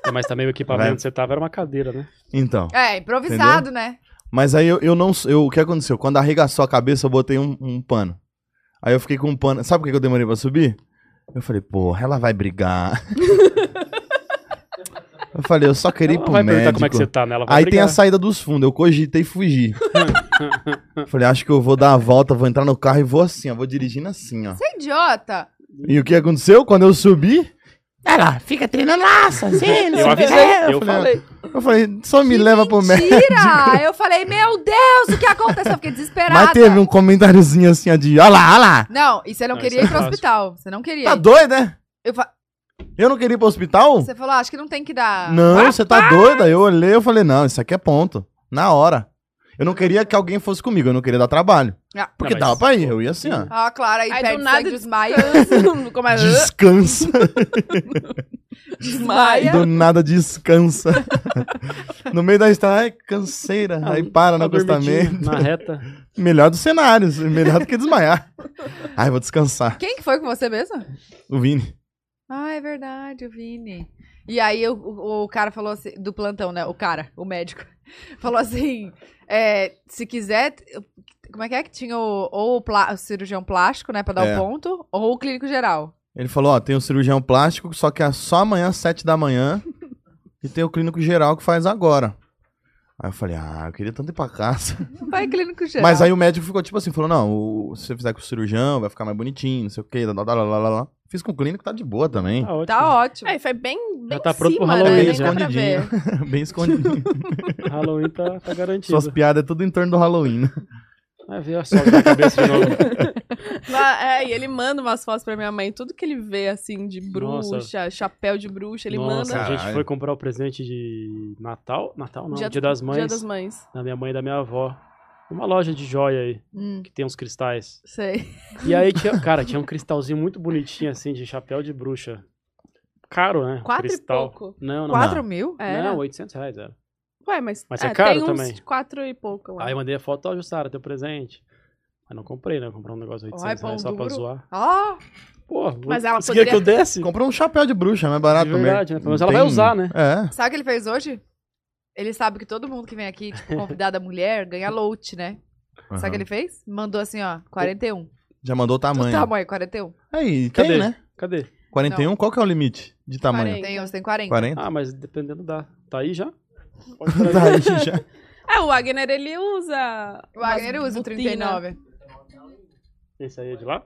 Speaker 5: é.
Speaker 6: Mas também o equipamento que você tava era uma cadeira, né?
Speaker 5: Então.
Speaker 2: É, improvisado, né?
Speaker 5: Mas aí eu, eu não. Eu, o que aconteceu? Quando arregaçou a cabeça, eu botei um, um pano. Aí eu fiquei com um pano. Sabe por que que eu demorei pra subir? Eu falei, porra, ela vai brigar. eu falei, eu só queria ir
Speaker 6: Ela
Speaker 5: pro
Speaker 6: vai perguntar
Speaker 5: médico.
Speaker 6: como é que você tá, né? Ela vai
Speaker 5: Aí tem
Speaker 6: brigar.
Speaker 5: a saída dos fundos. Eu cogitei fugir. falei, acho que eu vou dar a volta, vou entrar no carro e vou assim, ó. Vou dirigindo assim, ó.
Speaker 2: Você é idiota.
Speaker 5: E o que aconteceu? Quando eu subi,
Speaker 6: Eu avisei, eu falei.
Speaker 5: é, eu falei, só me
Speaker 2: Que
Speaker 5: leva pro médico.
Speaker 2: Mentira! eu falei, meu Deus, o que aconteceu? Eu fiquei desesperada.
Speaker 5: Mas teve um comentáriozinho assim, ó, de, ó lá, ó lá.
Speaker 2: Não, e você não,
Speaker 6: Não,
Speaker 2: queria ir
Speaker 6: isso é
Speaker 2: pro
Speaker 6: fácil.
Speaker 2: hospital. Você não queria.
Speaker 5: Tá doido, né?
Speaker 2: Eu fa-
Speaker 5: Eu não queria ir pro hospital?
Speaker 2: Você falou, "Ah, acho que não tem que dar.
Speaker 5: Não, você tá doida? Eu olhei eu falei, não, isso aqui é ponto. Na hora. Eu não queria que alguém fosse comigo, eu não queria dar trabalho.
Speaker 2: Ah.
Speaker 5: Porque
Speaker 6: Não, mas-
Speaker 5: dava pra ir, eu ia assim, ó.
Speaker 2: Ah, claro, aí,
Speaker 1: Aí do
Speaker 2: perde
Speaker 1: nada
Speaker 2: sangue, desmaia.
Speaker 1: Como é?
Speaker 5: Descansa.
Speaker 1: Desmaia.
Speaker 5: Do nada descansa. No meio da estrada, ai, canseira.
Speaker 6: Ah,
Speaker 5: Aí para no
Speaker 6: tá
Speaker 5: acostamento.
Speaker 6: dormidinho, Na reta.
Speaker 5: Melhor dos cenários, melhor do que desmaiar. Ai, vou descansar.
Speaker 2: Quem que foi com você mesmo?
Speaker 5: O Vini.
Speaker 2: Ah, é verdade, o Vini. E aí o, o- o cara falou assim, do plantão, né? O cara, o médico, falou assim: é, se quiser. Como é que é que tinha o, ou o, plá- o cirurgião plástico, né, pra dar
Speaker 5: É.
Speaker 2: o ponto, ou o clínico geral.
Speaker 5: Ele falou, ó, tem o cirurgião plástico, só que é só amanhã, às sete da manhã. E tem o clínico geral que faz agora. Aí eu falei, ah, eu queria tanto ir pra casa.
Speaker 2: Vai clínico geral.
Speaker 5: Mas aí o médico ficou tipo assim, falou, não, o- se você fizer com o cirurgião, vai ficar mais bonitinho, não sei o quê, lá, lá, lá, lá, lá, lá. Fiz com o clínico, tá de boa também.
Speaker 6: Tá ótimo.
Speaker 2: Tá ótimo.
Speaker 1: Aí É, foi bem, bem
Speaker 6: Já tá
Speaker 1: em
Speaker 6: pronto pro
Speaker 1: cima, né?
Speaker 6: Halloween,
Speaker 1: Nem
Speaker 6: já.
Speaker 1: dá pra ver.
Speaker 5: Bem escondido.
Speaker 6: Halloween tá, tá garantido.
Speaker 5: Suas piadas é tudo em torno do Halloween. né?
Speaker 6: Vai ver a sogra na cabeça de novo.
Speaker 1: Lá, É, e ele manda umas fotos pra minha mãe. Tudo que ele vê, assim, de bruxa, chapéu de bruxa, ele
Speaker 6: Nossa,
Speaker 1: manda.
Speaker 6: a gente
Speaker 5: Caralho.
Speaker 6: foi comprar o presente de Natal. Natal não, Dia,
Speaker 1: Dia-
Speaker 6: das Mães.
Speaker 1: Dia das Mães.
Speaker 6: Da minha mãe e da minha avó. Uma loja de joia aí,
Speaker 2: Hum,
Speaker 6: que tem uns cristais.
Speaker 1: Sei.
Speaker 6: E aí, tinha, cara, tinha um cristalzinho muito bonitinho, assim, de chapéu de bruxa. Caro, né?
Speaker 1: Quatro
Speaker 6: Cristal.
Speaker 1: e pouco.
Speaker 6: Não, não.
Speaker 2: 4 mil?
Speaker 1: Era.
Speaker 6: Não, 800 reais era.
Speaker 1: Ué, mas,
Speaker 6: Mas é caro
Speaker 1: tem uns
Speaker 6: também.
Speaker 1: quatro e pouco. lá.
Speaker 6: Aí eu mandei a foto, ó, Jussara, teu presente. Mas não comprei, né? Eu comprei um negócio de 800
Speaker 2: pão
Speaker 6: reais só pra
Speaker 2: duro.
Speaker 6: zoar.
Speaker 2: Ó,
Speaker 6: Pô,
Speaker 1: Mas ela
Speaker 6: conseguia
Speaker 1: poderia-
Speaker 6: que eu desse?
Speaker 5: Comprou um chapéu de bruxa, mais barato
Speaker 6: De
Speaker 5: também.
Speaker 6: verdade, né? Pelo menos
Speaker 5: Não
Speaker 6: ela vai usar, né?
Speaker 5: É.
Speaker 2: sabe o que ele fez hoje? Ele sabe que todo mundo que vem aqui, tipo, convidada mulher, ganha loot, né? Sabe o que
Speaker 5: Aham.
Speaker 2: ele fez? Mandou assim, ó, 41.
Speaker 5: Já mandou o
Speaker 2: Do
Speaker 5: tamanho.
Speaker 2: tamanho, 41.
Speaker 5: Aí,
Speaker 6: Cadê?
Speaker 5: tem, né?
Speaker 6: Cadê?
Speaker 5: 41, qual que é o limite de tamanho?
Speaker 1: 40.
Speaker 2: Tem, uns tem 40.
Speaker 5: 40?
Speaker 6: Ah, mas dependendo da. Tá aí já?
Speaker 5: tá aí já.
Speaker 1: É, o Wagner, ele usa...
Speaker 2: O Wagner
Speaker 1: umas
Speaker 2: usa o
Speaker 1: botina.
Speaker 2: 39.
Speaker 6: Esse aí é de lá?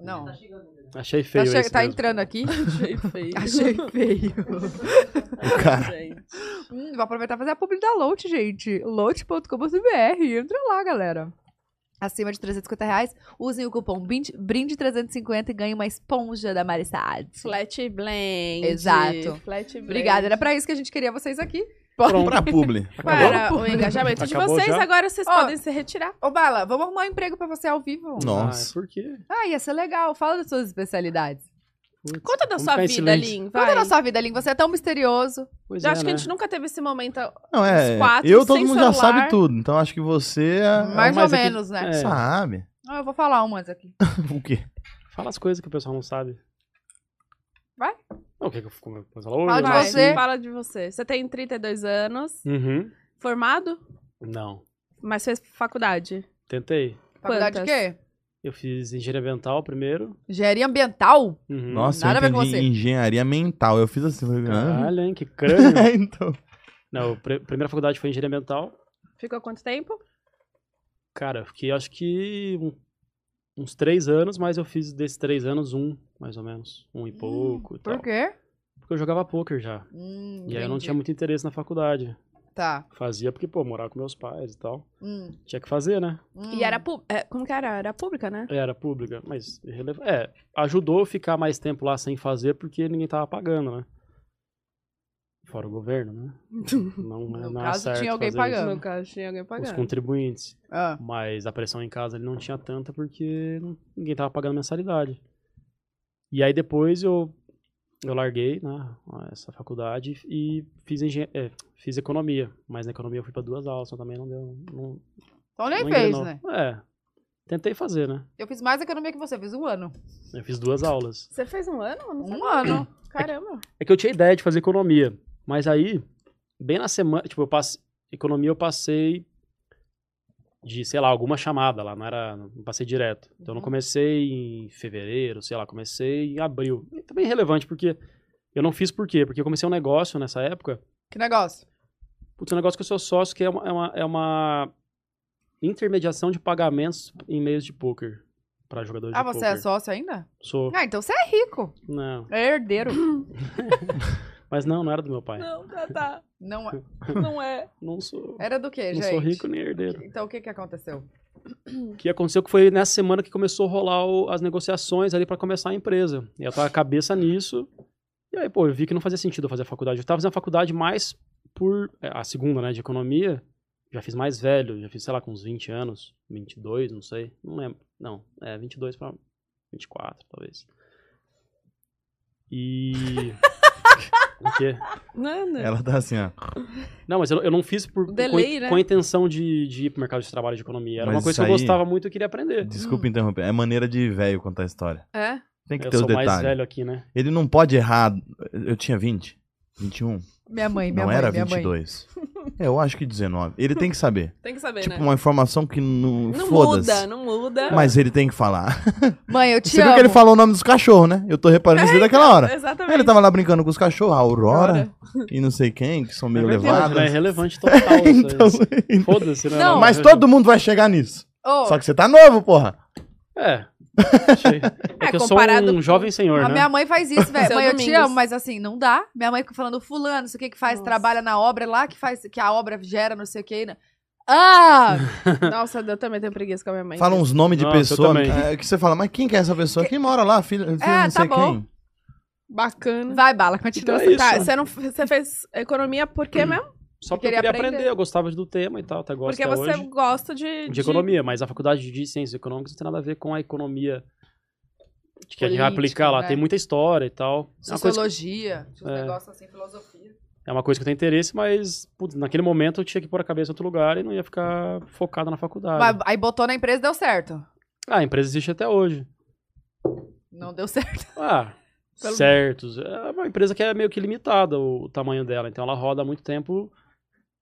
Speaker 2: Não.
Speaker 6: Achei feio
Speaker 2: Tá, che-
Speaker 6: esse
Speaker 2: tá
Speaker 6: mesmo.
Speaker 2: entrando aqui.
Speaker 1: Achei feio.
Speaker 2: Achei feio.
Speaker 5: O cara.
Speaker 1: Gente.
Speaker 2: Hum, vou aproveitar e fazer a publi da Lote, gente. Lote.com.br. Entra lá, galera. Acima de 350 reais, usem o cupom BRINDE- BRINDE350 e ganhem uma esponja da Marissade.
Speaker 1: Flat blend.
Speaker 2: Exato.
Speaker 1: Flat blend.
Speaker 2: Obrigada, era pra isso que a gente queria vocês aqui.
Speaker 6: Pronto.
Speaker 5: Pra publi.
Speaker 6: Tá
Speaker 1: Para o engajamento de
Speaker 6: Acabou
Speaker 1: vocês,
Speaker 6: já?
Speaker 1: agora vocês
Speaker 2: Ó.
Speaker 1: podem se retirar.
Speaker 2: Ô, Bala, vamos arrumar um emprego pra você ao vivo.
Speaker 5: Não. Nossa.
Speaker 6: Ah, por quê?
Speaker 2: Ah, ia ser legal. Fala das suas especialidades.
Speaker 6: Putz,
Speaker 1: Conta da
Speaker 6: vamos
Speaker 1: sua
Speaker 6: ficar em
Speaker 1: vida,
Speaker 6: silêncio.
Speaker 1: Lin, vai.
Speaker 2: Conta na sua vida, Lin. Você é tão misterioso.
Speaker 6: Pois
Speaker 1: Eu
Speaker 6: é,
Speaker 1: acho que
Speaker 6: né?
Speaker 1: a gente nunca teve esse momento.
Speaker 5: Não, é.
Speaker 1: Os quatro,
Speaker 5: eu, todo
Speaker 1: sem
Speaker 5: mundo já
Speaker 1: celular.
Speaker 5: sabe tudo. Então acho que você é-
Speaker 2: mais ou
Speaker 6: mas aqui-
Speaker 2: menos, né?
Speaker 6: É.
Speaker 5: sabe.
Speaker 2: Ah, eu vou falar umas aqui.
Speaker 5: O quê?
Speaker 6: Fala as coisas que o pessoal não sabe.
Speaker 2: Vai.
Speaker 6: Não, o que que eu fico com Mas ela ouve,
Speaker 2: Fala de
Speaker 6: ela
Speaker 1: Vai,
Speaker 2: você.
Speaker 1: Fala de você. Você tem 32 anos,
Speaker 6: Uhum.
Speaker 1: formado,
Speaker 6: Não.
Speaker 1: mas fez faculdade.
Speaker 6: Tentei.
Speaker 2: Faculdade de
Speaker 1: Quantas?
Speaker 2: quê?
Speaker 6: Eu fiz engenharia ambiental primeiro.
Speaker 2: Engenharia ambiental?
Speaker 6: Uhum.
Speaker 5: Nossa,
Speaker 2: Nada a
Speaker 5: eu
Speaker 2: ver com
Speaker 5: entendi
Speaker 2: você.
Speaker 5: engenharia mental. Eu fiz assim. falei, "Hã?"
Speaker 6: Caralho, hein? Que crânio.
Speaker 5: então.
Speaker 6: não, a primeira faculdade foi engenharia ambiental.
Speaker 1: Ficou quanto tempo?
Speaker 6: Cara, eu fiquei acho que um- uns três anos, mas eu fiz desses três anos um, mais ou menos. Um e pouco e
Speaker 2: Hum, Por
Speaker 6: tal.
Speaker 2: quê?
Speaker 6: Porque eu jogava poker já.
Speaker 2: Hum,
Speaker 6: E aí eu não
Speaker 2: entendi.
Speaker 6: tinha muito interesse na faculdade.
Speaker 2: Tá.
Speaker 6: Fazia porque, pô, morava com meus pais e tal.
Speaker 2: Hum,
Speaker 6: Tinha que fazer, né?
Speaker 2: hum.
Speaker 1: E era pública. como que era? Era pública, né?
Speaker 6: Era pública, mas irreleva- É, ajudou eu ficar mais tempo lá sem fazer porque ninguém tava pagando, né? Fora o governo, né? Não, é-
Speaker 2: No
Speaker 6: não é
Speaker 2: caso,
Speaker 6: certo
Speaker 2: tinha alguém
Speaker 6: fazer isso.
Speaker 2: pagando.
Speaker 1: No caso, tinha alguém
Speaker 6: Os
Speaker 1: pagando.
Speaker 6: contribuintes.
Speaker 2: Ah.
Speaker 6: Mas a pressão em casa ele não tinha tanta porque não- ninguém tava pagando mensalidade. E aí depois eu, eu larguei né, essa faculdade e fiz, engen- eh, fiz economia. Mas na economia eu fui para duas aulas, só também não deu. Não,
Speaker 2: Então nem
Speaker 6: não
Speaker 2: fez,
Speaker 6: engrenou.
Speaker 2: né?
Speaker 6: É. Tentei fazer, né?
Speaker 2: Eu fiz mais economia que você, fiz um ano.
Speaker 6: Eu fiz duas aulas.
Speaker 1: Você fez um ano? Eu não
Speaker 2: Um
Speaker 1: sabia.
Speaker 2: ano.
Speaker 1: Caramba.
Speaker 6: É que eu tinha ideia de fazer economia. Mas aí, bem na semana. Tipo, eu passei. Economia eu passei de, sei lá, alguma chamada lá, não era. Não passei direto. Então eu não
Speaker 2: Uhum.
Speaker 6: comecei em fevereiro, sei lá, comecei em abril. E Também é relevante, porque eu não fiz por quê? Porque eu comecei um negócio nessa época.
Speaker 2: Que negócio?
Speaker 6: Putz, um negócio que eu sou sócio, que é uma, é uma, é uma intermediação de pagamentos em meios de poker para jogadores
Speaker 2: Ah,
Speaker 6: de poker.
Speaker 2: você é sócio ainda?
Speaker 6: Sou.
Speaker 2: Ah, então você é rico.
Speaker 6: Não.
Speaker 2: É herdeiro.
Speaker 6: Mas não, não era do meu pai. Não,
Speaker 1: Não, tá, tá.
Speaker 2: Não, é-
Speaker 1: Não é.
Speaker 6: sou.
Speaker 2: era do quê,
Speaker 6: Não
Speaker 2: É, gente?
Speaker 6: sou rico nem herdeiro.
Speaker 2: Então o que que aconteceu?
Speaker 6: O que aconteceu que foi nessa semana que começou a rolar o- as negociações ali pra começar a empresa. E eu tava com a cabeça nisso. E aí, pô, eu vi que não fazia sentido eu fazer a faculdade. Eu tava fazendo a faculdade mais por. é, A segunda, né, de economia. Já fiz mais velho, já fiz, sei lá, com uns 20 anos, 22, não sei. Não lembro. Não, é 22 pra 24, talvez. E. o quê?
Speaker 1: Nana.
Speaker 5: Ela tá assim, ó.
Speaker 6: Não, mas eu, eu não fiz por,
Speaker 1: Um
Speaker 6: com-
Speaker 1: delay, né?
Speaker 6: com, a intenção de, de ir pro mercado de trabalho de economia. Era
Speaker 5: Mas
Speaker 6: uma coisa
Speaker 5: isso
Speaker 6: que eu
Speaker 5: aí-
Speaker 6: gostava muito e queria aprender.
Speaker 5: Desculpa interromper. É maneira de velho contar a história.
Speaker 1: É?
Speaker 5: Tem que
Speaker 6: eu
Speaker 5: ter os
Speaker 6: sou mais
Speaker 5: detalhes.
Speaker 6: velho aqui, né?
Speaker 5: Ele não pode errar. Eu tinha 20, 21.
Speaker 2: Minha mãe, minha
Speaker 5: não
Speaker 2: mãe,
Speaker 5: era
Speaker 2: minha mãe.
Speaker 5: 22. É, eu acho que 19. Ele tem que saber.
Speaker 1: Tem que saber,
Speaker 5: tipo,
Speaker 1: né?
Speaker 5: uma informação que não.
Speaker 1: Não muda,
Speaker 5: Foda-se.
Speaker 1: não muda.
Speaker 5: Mas ele tem que falar.
Speaker 2: Mãe, eu te
Speaker 5: Você
Speaker 2: amo.
Speaker 5: viu que ele falou o nome dos cachorros, né? Eu tô reparando isso desde aquela hora.
Speaker 1: Exatamente.
Speaker 5: Ele tá tava lá brincando com os cachorros, a Aurora e não sei quem, que são meio
Speaker 6: é verdade,
Speaker 5: levadas.
Speaker 6: né? É relevante total. isso
Speaker 5: Então,
Speaker 6: aí. Foda-se, né?
Speaker 2: Não,
Speaker 5: mas todo mundo vai chegar nisso.
Speaker 2: Ô,
Speaker 5: Só que você tá novo, porra.
Speaker 6: É. Achei. É,
Speaker 1: É,
Speaker 6: que eu sou
Speaker 1: comparado com-
Speaker 6: um jovem senhor,
Speaker 2: A
Speaker 6: né?
Speaker 2: minha mãe faz isso, velho.
Speaker 1: Seu
Speaker 2: mãe, eu te
Speaker 1: Domingos.
Speaker 2: amo, mas assim, não dá. Minha mãe fica falando, fulano, não sei o que que faz,
Speaker 1: Nossa.
Speaker 2: trabalha na obra lá, que faz, que a obra gera, não sei o que. né? Ah!
Speaker 1: Nossa, eu também tenho preguiça com a minha
Speaker 2: é
Speaker 1: mãe.
Speaker 5: Fala um uns nomes de
Speaker 6: Nossa, eu
Speaker 5: pessoa
Speaker 6: também.
Speaker 5: é, que você fala, mas quem que é essa pessoa? Quem mora lá? Filho, filho
Speaker 2: É,
Speaker 5: não
Speaker 2: tá
Speaker 5: sei
Speaker 2: bom.
Speaker 5: quem.
Speaker 1: Bacana.
Speaker 2: Vai, bala, continua.
Speaker 6: Então é isso.
Speaker 1: Tá, você, não, você fez economia por quê mesmo?
Speaker 6: Só porque eu
Speaker 2: queria
Speaker 6: queria aprender.
Speaker 2: aprender,
Speaker 6: eu gostava do tema e tal, até gosto
Speaker 1: Porque
Speaker 6: até
Speaker 1: você
Speaker 6: hoje
Speaker 1: gosta de...
Speaker 6: de economia, mas a faculdade de ciências econômicas não tem nada a ver com a economia que a gente vai
Speaker 2: Política,
Speaker 6: aplicar lá.
Speaker 2: né?
Speaker 6: Tem muita história e tal. É uma, coisa que,
Speaker 2: Sociologia, uns
Speaker 6: É.
Speaker 2: negócios assim, filosofia.
Speaker 6: é uma coisa que eu tenho interesse, mas putz, naquele momento eu tinha que pôr a cabeça em outro lugar e não ia ficar focado na faculdade.
Speaker 2: Mas aí botou na empresa e deu certo.
Speaker 6: Ah, a empresa existe até hoje.
Speaker 2: Não deu certo.
Speaker 6: Ah,
Speaker 1: Pelo-
Speaker 6: certos. É uma empresa que é meio que limitada o, o tamanho dela. Então ela roda há muito tempo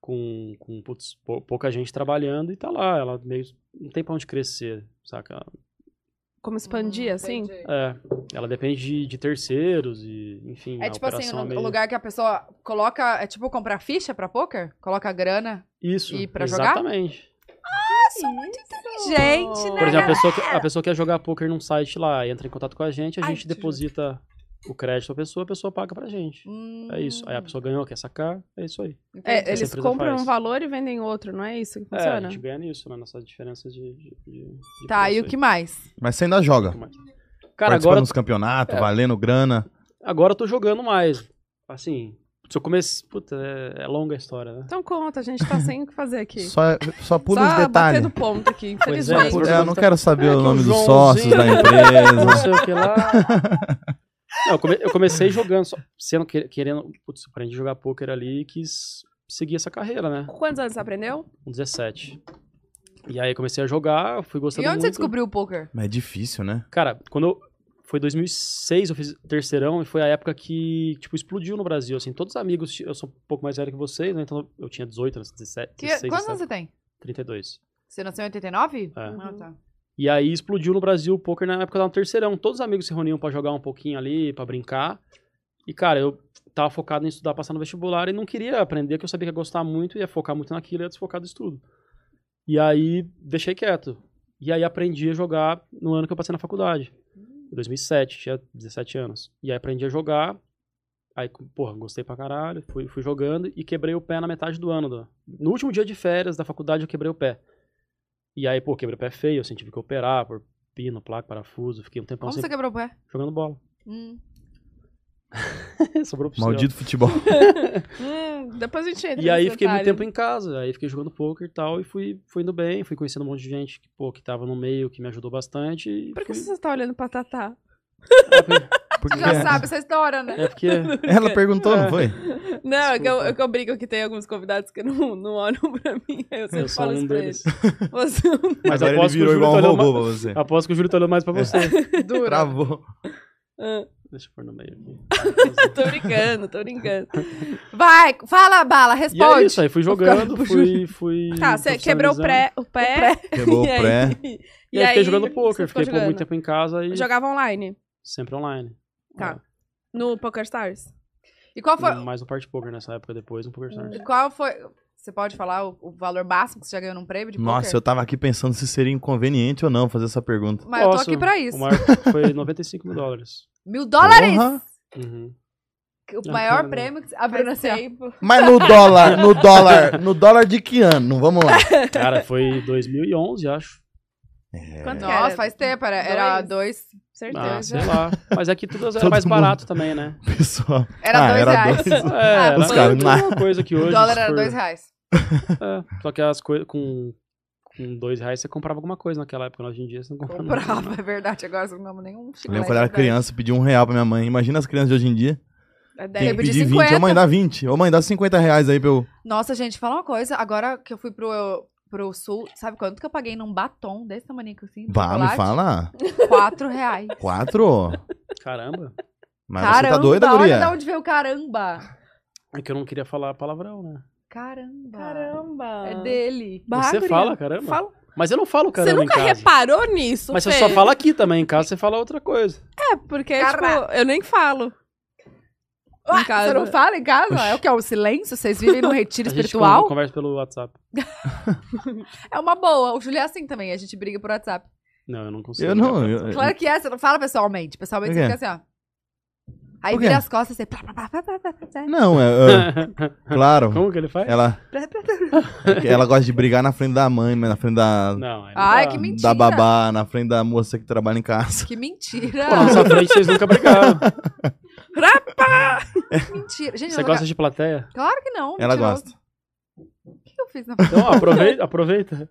Speaker 6: com, com putz, pou- pouca gente trabalhando e tá lá. Ela meio não tem pra onde crescer, saca?
Speaker 1: Como expandir, assim?
Speaker 2: Hum, Entendi.
Speaker 6: É, ela depende de, de terceiros e, enfim.
Speaker 2: É
Speaker 6: a
Speaker 2: tipo assim,
Speaker 6: operação
Speaker 2: o
Speaker 6: é meio-
Speaker 2: lugar que a pessoa coloca. É tipo comprar ficha pra poker? Coloca grana.
Speaker 6: Isso,
Speaker 2: e pra jogar?
Speaker 6: exatamente.
Speaker 1: sou muito
Speaker 2: Gente, né?
Speaker 6: Por exemplo, a pessoa, que- a pessoa quer jogar poker num site lá, entra em contato com a gente, a
Speaker 1: Ai,
Speaker 6: gente
Speaker 1: te juro.
Speaker 6: deposita o crédito à pessoa, a pessoa paga pra gente.
Speaker 2: Hum,
Speaker 6: É isso. Aí a pessoa ganhou, quer sacar, é isso aí.
Speaker 1: É,
Speaker 2: entendi.
Speaker 1: eles
Speaker 6: empresa
Speaker 1: compram
Speaker 6: faz.
Speaker 1: um valor e vendem outro, não é isso que
Speaker 6: É, a
Speaker 1: funciona?
Speaker 6: gente ganha nisso, né? Nessas diferenças de. de- de- de
Speaker 2: Tá, e
Speaker 6: preço
Speaker 2: o
Speaker 6: aí.
Speaker 2: que mais?
Speaker 5: Mas você ainda joga.
Speaker 6: Cara,
Speaker 5: Participa
Speaker 6: agora,
Speaker 5: nos campeonatos,
Speaker 6: É.
Speaker 5: valendo grana.
Speaker 6: agora eu tô jogando mais. Assim, se eu comecei. Puta, é, é longa a história, né?
Speaker 1: Então conta, a gente tá sem o que fazer aqui.
Speaker 5: Só, só pula
Speaker 1: Só
Speaker 5: os detalhes.
Speaker 1: batendo ponto aqui,
Speaker 6: Pois é,
Speaker 1: infelizmente.
Speaker 6: por-
Speaker 5: É, eu não quero saber
Speaker 6: É,
Speaker 5: o
Speaker 6: que
Speaker 5: nome
Speaker 6: o
Speaker 5: dos sócios
Speaker 6: Joãozinho- né?
Speaker 5: da
Speaker 6: Não
Speaker 5: empresa.
Speaker 6: sei o que lá. Não, eu, come- eu comecei jogando, só, sendo que- querendo. Putz, aprendi a jogar poker ali e quis seguir essa carreira, né?
Speaker 1: Quantos anos você aprendeu?
Speaker 6: Com 17. E aí comecei a jogar, fui
Speaker 2: E
Speaker 6: gostando
Speaker 2: onde você
Speaker 6: muito.
Speaker 2: descobriu o poker?
Speaker 5: Mas é difícil, né?
Speaker 6: Cara, quando eu. Foi 2006, eu fiz terceirão, e foi a época que, tipo, explodiu no Brasil, assim, todos os amigos, ti- eu sou um pouco mais velho que vocês, né, então eu tinha 18, anos, 17,
Speaker 2: Que-
Speaker 6: 16,
Speaker 2: quantos anos
Speaker 6: 17,
Speaker 2: você tem?
Speaker 6: 32.
Speaker 2: Você nasceu em 89?
Speaker 6: É.
Speaker 2: Ah, tá.
Speaker 6: E aí explodiu no Brasil o poker na época da terceirão, todos os amigos se reuniam pra jogar um pouquinho ali, pra brincar, e cara, eu tava focado em estudar, passar no vestibular, e não queria aprender, que eu sabia que ia gostar muito, ia focar muito naquilo, ia desfocar do estudo. E aí, deixei quieto. E aí aprendi a jogar no ano que eu passei na faculdade. Em 2007, tinha 17 anos. E aí aprendi a jogar. Aí, co- porra, gostei pra caralho, fui, fui jogando e quebrei o pé na metade do ano. do- No último dia de férias da faculdade, eu quebrei o pé. E aí, pô, quebrei o pé feio, assim, tive que operar por pino, placa, parafuso, fiquei um tempão
Speaker 2: Como
Speaker 6: sem
Speaker 2: você quebrou o pé?
Speaker 6: jogando bola.
Speaker 2: Hum.
Speaker 6: Sobrou pro céu.
Speaker 5: Maldito futebol.
Speaker 1: Hum, depois a gente entra
Speaker 6: E aí
Speaker 1: nesse
Speaker 6: fiquei muito
Speaker 1: detalhe.
Speaker 6: tempo em casa, aí fiquei jogando poker e tal, e fui, fui indo bem, fui conhecendo um monte de gente que, pô, que tava no meio, que me ajudou bastante. e
Speaker 1: Por que
Speaker 6: fui-
Speaker 1: você tá olhando pra Tatá?
Speaker 5: Porque
Speaker 2: Já sabe essa história, né?
Speaker 6: É porque
Speaker 5: ela perguntou,
Speaker 6: É.
Speaker 5: não foi?
Speaker 1: Não, é que eu,
Speaker 6: Desculpa.
Speaker 1: é que eu brinco que tem alguns convidados que não, não olham pra mim. Aí eu sempre
Speaker 6: eu sou
Speaker 1: falo isso
Speaker 6: um
Speaker 1: pra
Speaker 6: deles.
Speaker 1: eles. Você é um
Speaker 6: Mas
Speaker 5: Agora ele
Speaker 6: aposto que o
Speaker 5: virou
Speaker 6: Júlio tá
Speaker 5: igual um
Speaker 6: olhando
Speaker 5: robô
Speaker 6: ma-
Speaker 5: pra você.
Speaker 6: aposto que o Júlio tá olhando mais pra você.
Speaker 1: duro.
Speaker 5: Travou.
Speaker 1: Ah,
Speaker 6: Deixa eu pôr no meio aqui.
Speaker 1: tô brincando, tô brincando.
Speaker 2: Vai, fala, Bala,
Speaker 6: E é
Speaker 2: responde.
Speaker 6: isso, aí fui
Speaker 2: Vou ficar
Speaker 6: jogando,
Speaker 2: pro
Speaker 6: fui, fui.
Speaker 1: Tá, você quebrou o, pré, o pé.
Speaker 5: Quebrou o
Speaker 1: e aí-
Speaker 5: pré.
Speaker 1: E,
Speaker 6: E aí fiquei
Speaker 1: você
Speaker 6: jogando poker,
Speaker 1: ficou
Speaker 6: fiquei por
Speaker 1: jogando.
Speaker 6: muito tempo em casa e
Speaker 1: Jogava online.
Speaker 6: sempre online.
Speaker 1: Tá. No PokerStars?
Speaker 2: E qual
Speaker 6: É,
Speaker 2: foi,
Speaker 6: Mais um parte poker nessa época, depois um poker stars.
Speaker 2: e qual foi... Você pode falar o, o valor máximo que você já ganhou num prêmio de
Speaker 5: Nossa, eu
Speaker 2: poker?
Speaker 5: tava aqui pensando se seria inconveniente ou não fazer essa pergunta.
Speaker 2: Mas eu tô aqui pra isso.
Speaker 6: O maior foi 95 mil dólares.
Speaker 2: Mil dólares!
Speaker 5: Porra.
Speaker 6: Uhum.
Speaker 2: O
Speaker 6: Ah,
Speaker 2: maior
Speaker 6: cara,
Speaker 2: prêmio que a Bruna
Speaker 1: Faz
Speaker 2: assim, ó,
Speaker 1: tempo.
Speaker 5: Mas no dólar, no dólar, no dólar de que ano? Vamos lá.
Speaker 6: Cara, foi 2011, acho. É.
Speaker 1: Quanto que
Speaker 2: Nossa,
Speaker 1: era?
Speaker 2: faz tempo, era, era dois.
Speaker 1: Certeza.
Speaker 6: Ah, sei lá. Mas é que tudo era
Speaker 5: Todo
Speaker 6: mais
Speaker 5: mundo.
Speaker 6: barato também, né?
Speaker 5: Pessoal.
Speaker 2: Era
Speaker 5: Ah,
Speaker 2: dois
Speaker 5: era
Speaker 2: reais.
Speaker 5: dois.
Speaker 6: É,
Speaker 5: Os
Speaker 6: era
Speaker 5: caras,
Speaker 6: tudo
Speaker 5: mas-
Speaker 6: uma coisa que hoje.
Speaker 2: O dólar
Speaker 6: se
Speaker 2: era
Speaker 6: for-
Speaker 2: dois reais.
Speaker 6: É, só que as coisas com. Com dois reais você comprava alguma coisa naquela época, hoje em dia você não compra nada.
Speaker 2: Comprava, é verdade. Agora eu não amo nenhum chiclete.
Speaker 5: Eu lembro quando eu era criança, pedi um real pra minha mãe. Imagina as crianças de hoje em dia.
Speaker 1: É dez.
Speaker 5: Tem que
Speaker 2: Lembro de
Speaker 5: pedir 20.
Speaker 2: 50.
Speaker 5: Ô mãe, dá 20. Ô mãe, dá 50 reais aí pra eu.
Speaker 2: Nossa, gente, fala uma coisa. Agora que eu fui pro, pro sul, sabe quanto que eu paguei num batom desse tamanho assim? de
Speaker 5: Vá, me
Speaker 2: chocolate?
Speaker 5: fala.
Speaker 2: Quatro reais.
Speaker 5: Quatro?
Speaker 6: Caramba.
Speaker 5: Mas
Speaker 2: um
Speaker 5: você tá doida,
Speaker 2: olha
Speaker 5: guria?
Speaker 2: de onde veio o caramba.
Speaker 6: É que eu não queria falar palavrão, né?
Speaker 2: Caramba.
Speaker 1: Caramba.
Speaker 2: É dele.
Speaker 6: você
Speaker 1: Bagulho.
Speaker 6: fala, caramba.
Speaker 1: Fala.
Speaker 6: Mas eu não falo
Speaker 1: Você
Speaker 6: caramba em
Speaker 1: nunca
Speaker 6: casa.
Speaker 1: reparou nisso?
Speaker 6: Mas você
Speaker 1: Fê?
Speaker 6: só fala aqui também, em casa você fala outra coisa.
Speaker 1: É, porque,
Speaker 2: Caralho.
Speaker 1: tipo, eu nem falo.
Speaker 2: Ué,
Speaker 1: Em casa.
Speaker 2: Você não fala em casa? É o que? É o silêncio? Vocês vivem num retiro
Speaker 6: A gente
Speaker 2: espiritual?
Speaker 6: con- conversa pelo WhatsApp.
Speaker 2: É uma boa. O Júlio é assim também. A gente briga por WhatsApp.
Speaker 6: Não, eu não consigo.
Speaker 5: Eu não.
Speaker 6: cara.
Speaker 5: eu-
Speaker 2: Claro que é. Você não fala pessoalmente. Pessoalmente
Speaker 5: Por
Speaker 2: você
Speaker 5: quê?
Speaker 2: fica assim, ó. Aí
Speaker 5: Por quê?
Speaker 2: vira as costas e você... plá, plá, plá, plá, plá, plá, plá, plá.
Speaker 5: Não, é. é, claro.
Speaker 6: Como é? que ele faz?
Speaker 5: Ela, ela gosta de brigar na frente da mãe, mas na frente da,
Speaker 6: Não, tá- aí não
Speaker 2: Ai,
Speaker 6: dá.
Speaker 2: que mentira.
Speaker 5: da babá, na frente da moça que trabalha em casa.
Speaker 2: Que mentira.
Speaker 6: Pô, na sua frente vocês nunca brigaram.
Speaker 2: mentira. Gente,
Speaker 6: Você
Speaker 2: eu não
Speaker 6: gosta de plateia?
Speaker 2: Claro que não.
Speaker 5: Ela
Speaker 2: mentiroso.
Speaker 5: gosta.
Speaker 2: O que eu fiz na
Speaker 6: Então, ó, aproveita, aproveita.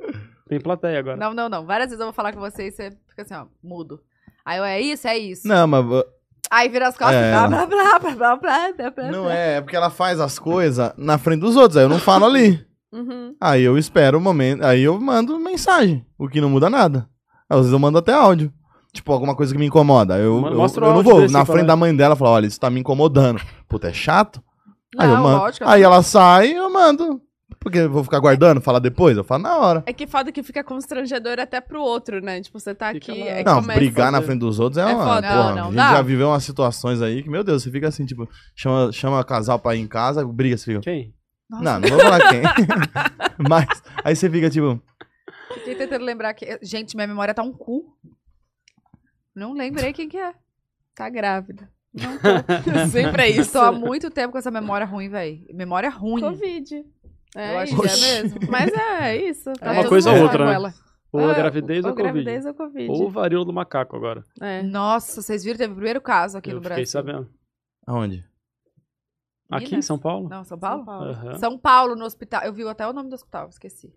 Speaker 6: Tem plateia agora.
Speaker 2: Não, não, não. Várias vezes eu vou falar com você e você fica assim, ó, mudo. Aí eu, é isso, é isso.
Speaker 5: Não, mas
Speaker 6: uh,
Speaker 5: vo-
Speaker 2: Aí vira as costas
Speaker 5: É,
Speaker 2: e blá, blá,
Speaker 5: ela-
Speaker 2: blá, blá, blá, blá, blá, blá.
Speaker 5: não é, é porque ela faz as coisas na frente dos outros, aí eu não falo ali.
Speaker 1: Uhum.
Speaker 5: Aí eu espero o momento, aí eu mando mensagem, o que não muda nada. Às vezes eu mando até áudio. Tipo, alguma coisa que me incomoda. Eu,
Speaker 6: Ma-
Speaker 5: eu,
Speaker 6: mostra o
Speaker 5: eu não
Speaker 6: áudio
Speaker 5: vou
Speaker 6: desse
Speaker 5: na
Speaker 6: e fala.
Speaker 5: frente da mãe dela e falar, olha, isso tá me incomodando. Puta, é chato? Aí Ah, eu
Speaker 2: Não,
Speaker 5: mando.
Speaker 2: lógico.
Speaker 5: Aí ela sai eu mando. Porque eu vou ficar guardando, falar depois? Eu falo na hora.
Speaker 1: É que foda que fica constrangedor até pro outro, né? Tipo, você tá
Speaker 6: Fica
Speaker 1: aqui.
Speaker 6: lá.
Speaker 1: É que
Speaker 5: Não,
Speaker 1: começa.
Speaker 5: brigar na
Speaker 6: fazer.
Speaker 5: frente dos outros é,
Speaker 1: É
Speaker 5: uma.
Speaker 1: foda.
Speaker 5: porra,
Speaker 2: Não, não,
Speaker 5: a gente
Speaker 2: não.
Speaker 5: já viveu umas situações aí que, meu Deus, você fica assim, tipo, chama, chama casal pra ir em casa, briga, você fica.
Speaker 6: Quem?
Speaker 5: Não, não vou falar quem. Mas aí você fica tipo,
Speaker 2: Fiquei tentando lembrar que... Gente, minha memória tá um cu. Não lembrei quem que é.
Speaker 1: Tá grávida.
Speaker 2: Não tô.
Speaker 1: Sempre é isso.
Speaker 2: Tô há muito tempo com essa memória ruim, velho. Memória ruim.
Speaker 1: Covid. É
Speaker 2: eu acho
Speaker 1: isso.
Speaker 2: que
Speaker 5: Oxi.
Speaker 2: é mesmo.
Speaker 1: Mas é, é isso.
Speaker 6: É uma
Speaker 2: eu
Speaker 6: coisa
Speaker 2: não
Speaker 6: ou
Speaker 2: falo
Speaker 6: outra,
Speaker 2: com
Speaker 6: né?
Speaker 2: ela.
Speaker 6: Ou a
Speaker 1: Ah,
Speaker 6: gravidez ou a
Speaker 1: ou
Speaker 6: Covid.
Speaker 1: gravidez ou Covid.
Speaker 6: Ou o varíola do macaco agora.
Speaker 1: É.
Speaker 2: Nossa, vocês viram? Teve o primeiro caso aqui
Speaker 6: eu
Speaker 2: no
Speaker 6: fiquei
Speaker 2: Brasil.
Speaker 6: sabendo.
Speaker 5: aonde?
Speaker 6: Aqui em
Speaker 2: Minas?
Speaker 6: São Paulo? é.
Speaker 2: Não, São Paulo?
Speaker 6: Aham.
Speaker 2: São Paulo, no hospital. Eu vi até o nome do hospital, esqueci.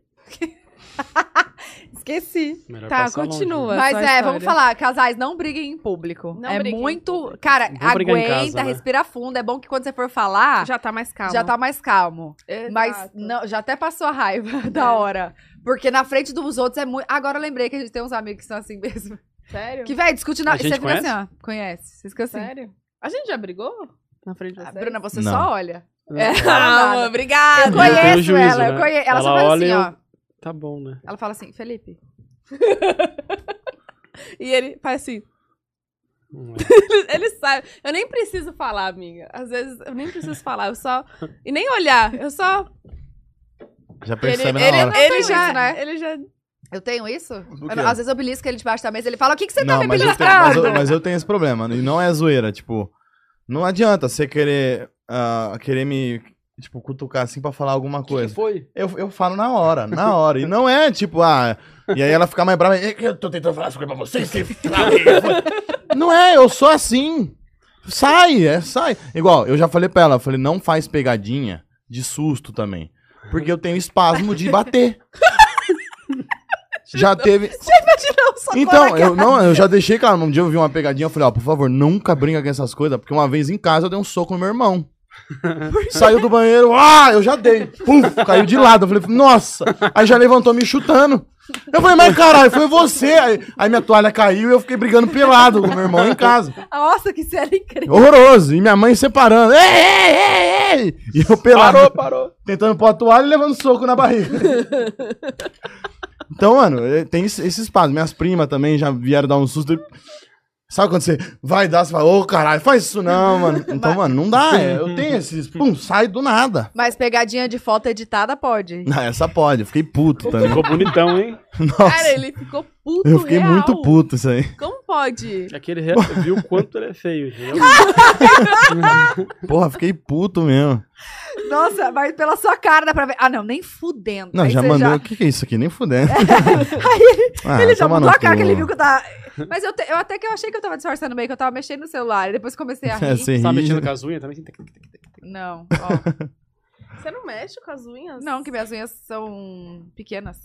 Speaker 2: esqueci.
Speaker 6: Melhor
Speaker 1: Tá,
Speaker 6: passar longe,
Speaker 1: continua.
Speaker 6: né?
Speaker 1: Boa
Speaker 2: Mas
Speaker 1: sua
Speaker 2: é,
Speaker 1: história.
Speaker 2: vamos falar, casais, não briguem em público.
Speaker 1: Não
Speaker 2: é
Speaker 1: briguem em
Speaker 2: muito.
Speaker 1: público.
Speaker 2: Cara,
Speaker 6: Não brigar em
Speaker 2: aguenta,
Speaker 6: casa, né?
Speaker 2: respira fundo. É bom que quando você for falar, já,
Speaker 1: Já tá mais calma.
Speaker 2: tá mais calmo.
Speaker 1: Exato.
Speaker 2: Mas não, já até passou a raiva
Speaker 1: É.
Speaker 2: da hora. Porque na frente dos outros é muito. Agora eu lembrei que a gente tem uns amigos que são assim mesmo.
Speaker 1: Sério?
Speaker 2: Que, velho, discute na.
Speaker 6: A
Speaker 2: e você
Speaker 6: gente
Speaker 2: fica assim, ó. Conhece. Você fica assim.
Speaker 1: Sério? A gente já brigou? Na frente de
Speaker 2: Ah,
Speaker 1: vocês?
Speaker 2: Bruna, você
Speaker 5: Não.
Speaker 2: só olha.
Speaker 6: É.
Speaker 2: Calma,
Speaker 1: obrigada.
Speaker 2: Eu
Speaker 6: tenho
Speaker 2: conheço
Speaker 6: juízo,
Speaker 2: ela, eu
Speaker 6: né?
Speaker 2: conheço. Ela, só
Speaker 6: Ela
Speaker 2: faz
Speaker 6: olha e
Speaker 2: assim,
Speaker 6: eu-
Speaker 2: ó.
Speaker 6: Tá bom, né?
Speaker 2: Ela fala assim, Felipe.
Speaker 1: E ele faz assim.
Speaker 6: Hum,
Speaker 1: Ele, ele sabe. Eu nem preciso falar, amiga. Às vezes eu nem preciso falar. Eu só. E nem olhar. Eu só.
Speaker 5: Já
Speaker 1: Ele,
Speaker 5: percebe na
Speaker 1: ele,
Speaker 5: é hora.
Speaker 1: ele
Speaker 2: tem
Speaker 1: já.
Speaker 2: isso, né?
Speaker 1: Ele já.
Speaker 2: Eu tenho isso?
Speaker 5: Do
Speaker 2: Eu-
Speaker 5: quê?
Speaker 2: às vezes eu belisco ele debaixo da mesa ele fala: O que, que você tá
Speaker 5: não,
Speaker 2: me
Speaker 5: mas eu, tenho, mas, eu,
Speaker 2: beliscando?
Speaker 5: mas eu tenho esse problema. E não é zoeira, tipo, não adianta você querer, ah, querer me, tipo, cutucar assim pra falar alguma
Speaker 6: O que que
Speaker 5: coisa.
Speaker 6: foi?
Speaker 5: Eu, eu falo na hora, na hora. E não é, tipo, ah. E aí ela fica mais brava. "É que Eu tô tentando falar as coisas pra vocês. você fala aí, foi." Não é, eu sou assim. Sai, é, sai. Igual, eu já falei pra ela, eu falei, não faz pegadinha de susto também. Porque eu tenho espasmo de bater. já teve.
Speaker 2: Imagina o soco na
Speaker 5: Então,
Speaker 2: cara.
Speaker 5: eu, não, eu já deixei, claro, um dia eu vi uma pegadinha, eu falei, ó, por favor, nunca brinca com essas coisas, porque uma vez em casa eu dei um soco no meu irmão. Saiu do banheiro, ah, eu já dei. Puf, caiu de lado. Eu falei, nossa. Aí já levantou me chutando. Eu falei, mas caralho, foi você. Aí, aí minha toalha caiu e eu fiquei brigando pelado com meu irmão em casa.
Speaker 2: Nossa, que cena incrível.
Speaker 5: Horroroso. E minha mãe separando. Ei, ei, ei, ei! E eu pelado.
Speaker 6: Parou, parou.
Speaker 5: Tentando pôr a toalha e levando soco na barriga. então, mano, eh, tem esse- esse espaço. Minhas primas também já vieram dar um susto. Sabe quando você vai dar, você fala, ô caralho, faz isso não, mano. Então, mano, não dá. é, Eu tenho esses. Pum, sai do nada.
Speaker 2: Mas pegadinha de foto editada pode.
Speaker 5: Ah, essa pode, eu fiquei puto também.
Speaker 6: Ficou bonitão, hein?
Speaker 2: é
Speaker 1: Cara,
Speaker 5: Nossa,
Speaker 1: ele ficou puto
Speaker 5: eu fiquei
Speaker 1: real.
Speaker 5: muito puto isso aí.
Speaker 1: Como pode?
Speaker 6: Aquele É re... viu o quanto ele é feio. entendeu?
Speaker 5: Porra, fiquei puto mesmo.
Speaker 2: Nossa, mas pela sua cara dá pra ver. Ah, não, nem fudendo.
Speaker 5: Não,
Speaker 2: Aí
Speaker 5: já
Speaker 2: você
Speaker 5: mandei. O que, que é isso aqui? Nem fudendo.
Speaker 2: Aí ele,
Speaker 5: Ah,
Speaker 2: ele já
Speaker 5: toma
Speaker 2: mudou
Speaker 5: no
Speaker 2: a cara que
Speaker 5: cu.
Speaker 2: ele viu que eu tava... Mas eu, te- eu até que eu achei que eu tava disfarçando bem, que eu tava mexendo no celular. E depois comecei a rir.
Speaker 5: É, você
Speaker 6: Você tá
Speaker 5: ri.
Speaker 6: mexendo com as unhas também?
Speaker 2: Não, ó.
Speaker 1: Você não mexe com as unhas?
Speaker 2: Não, que minhas unhas são pequenas.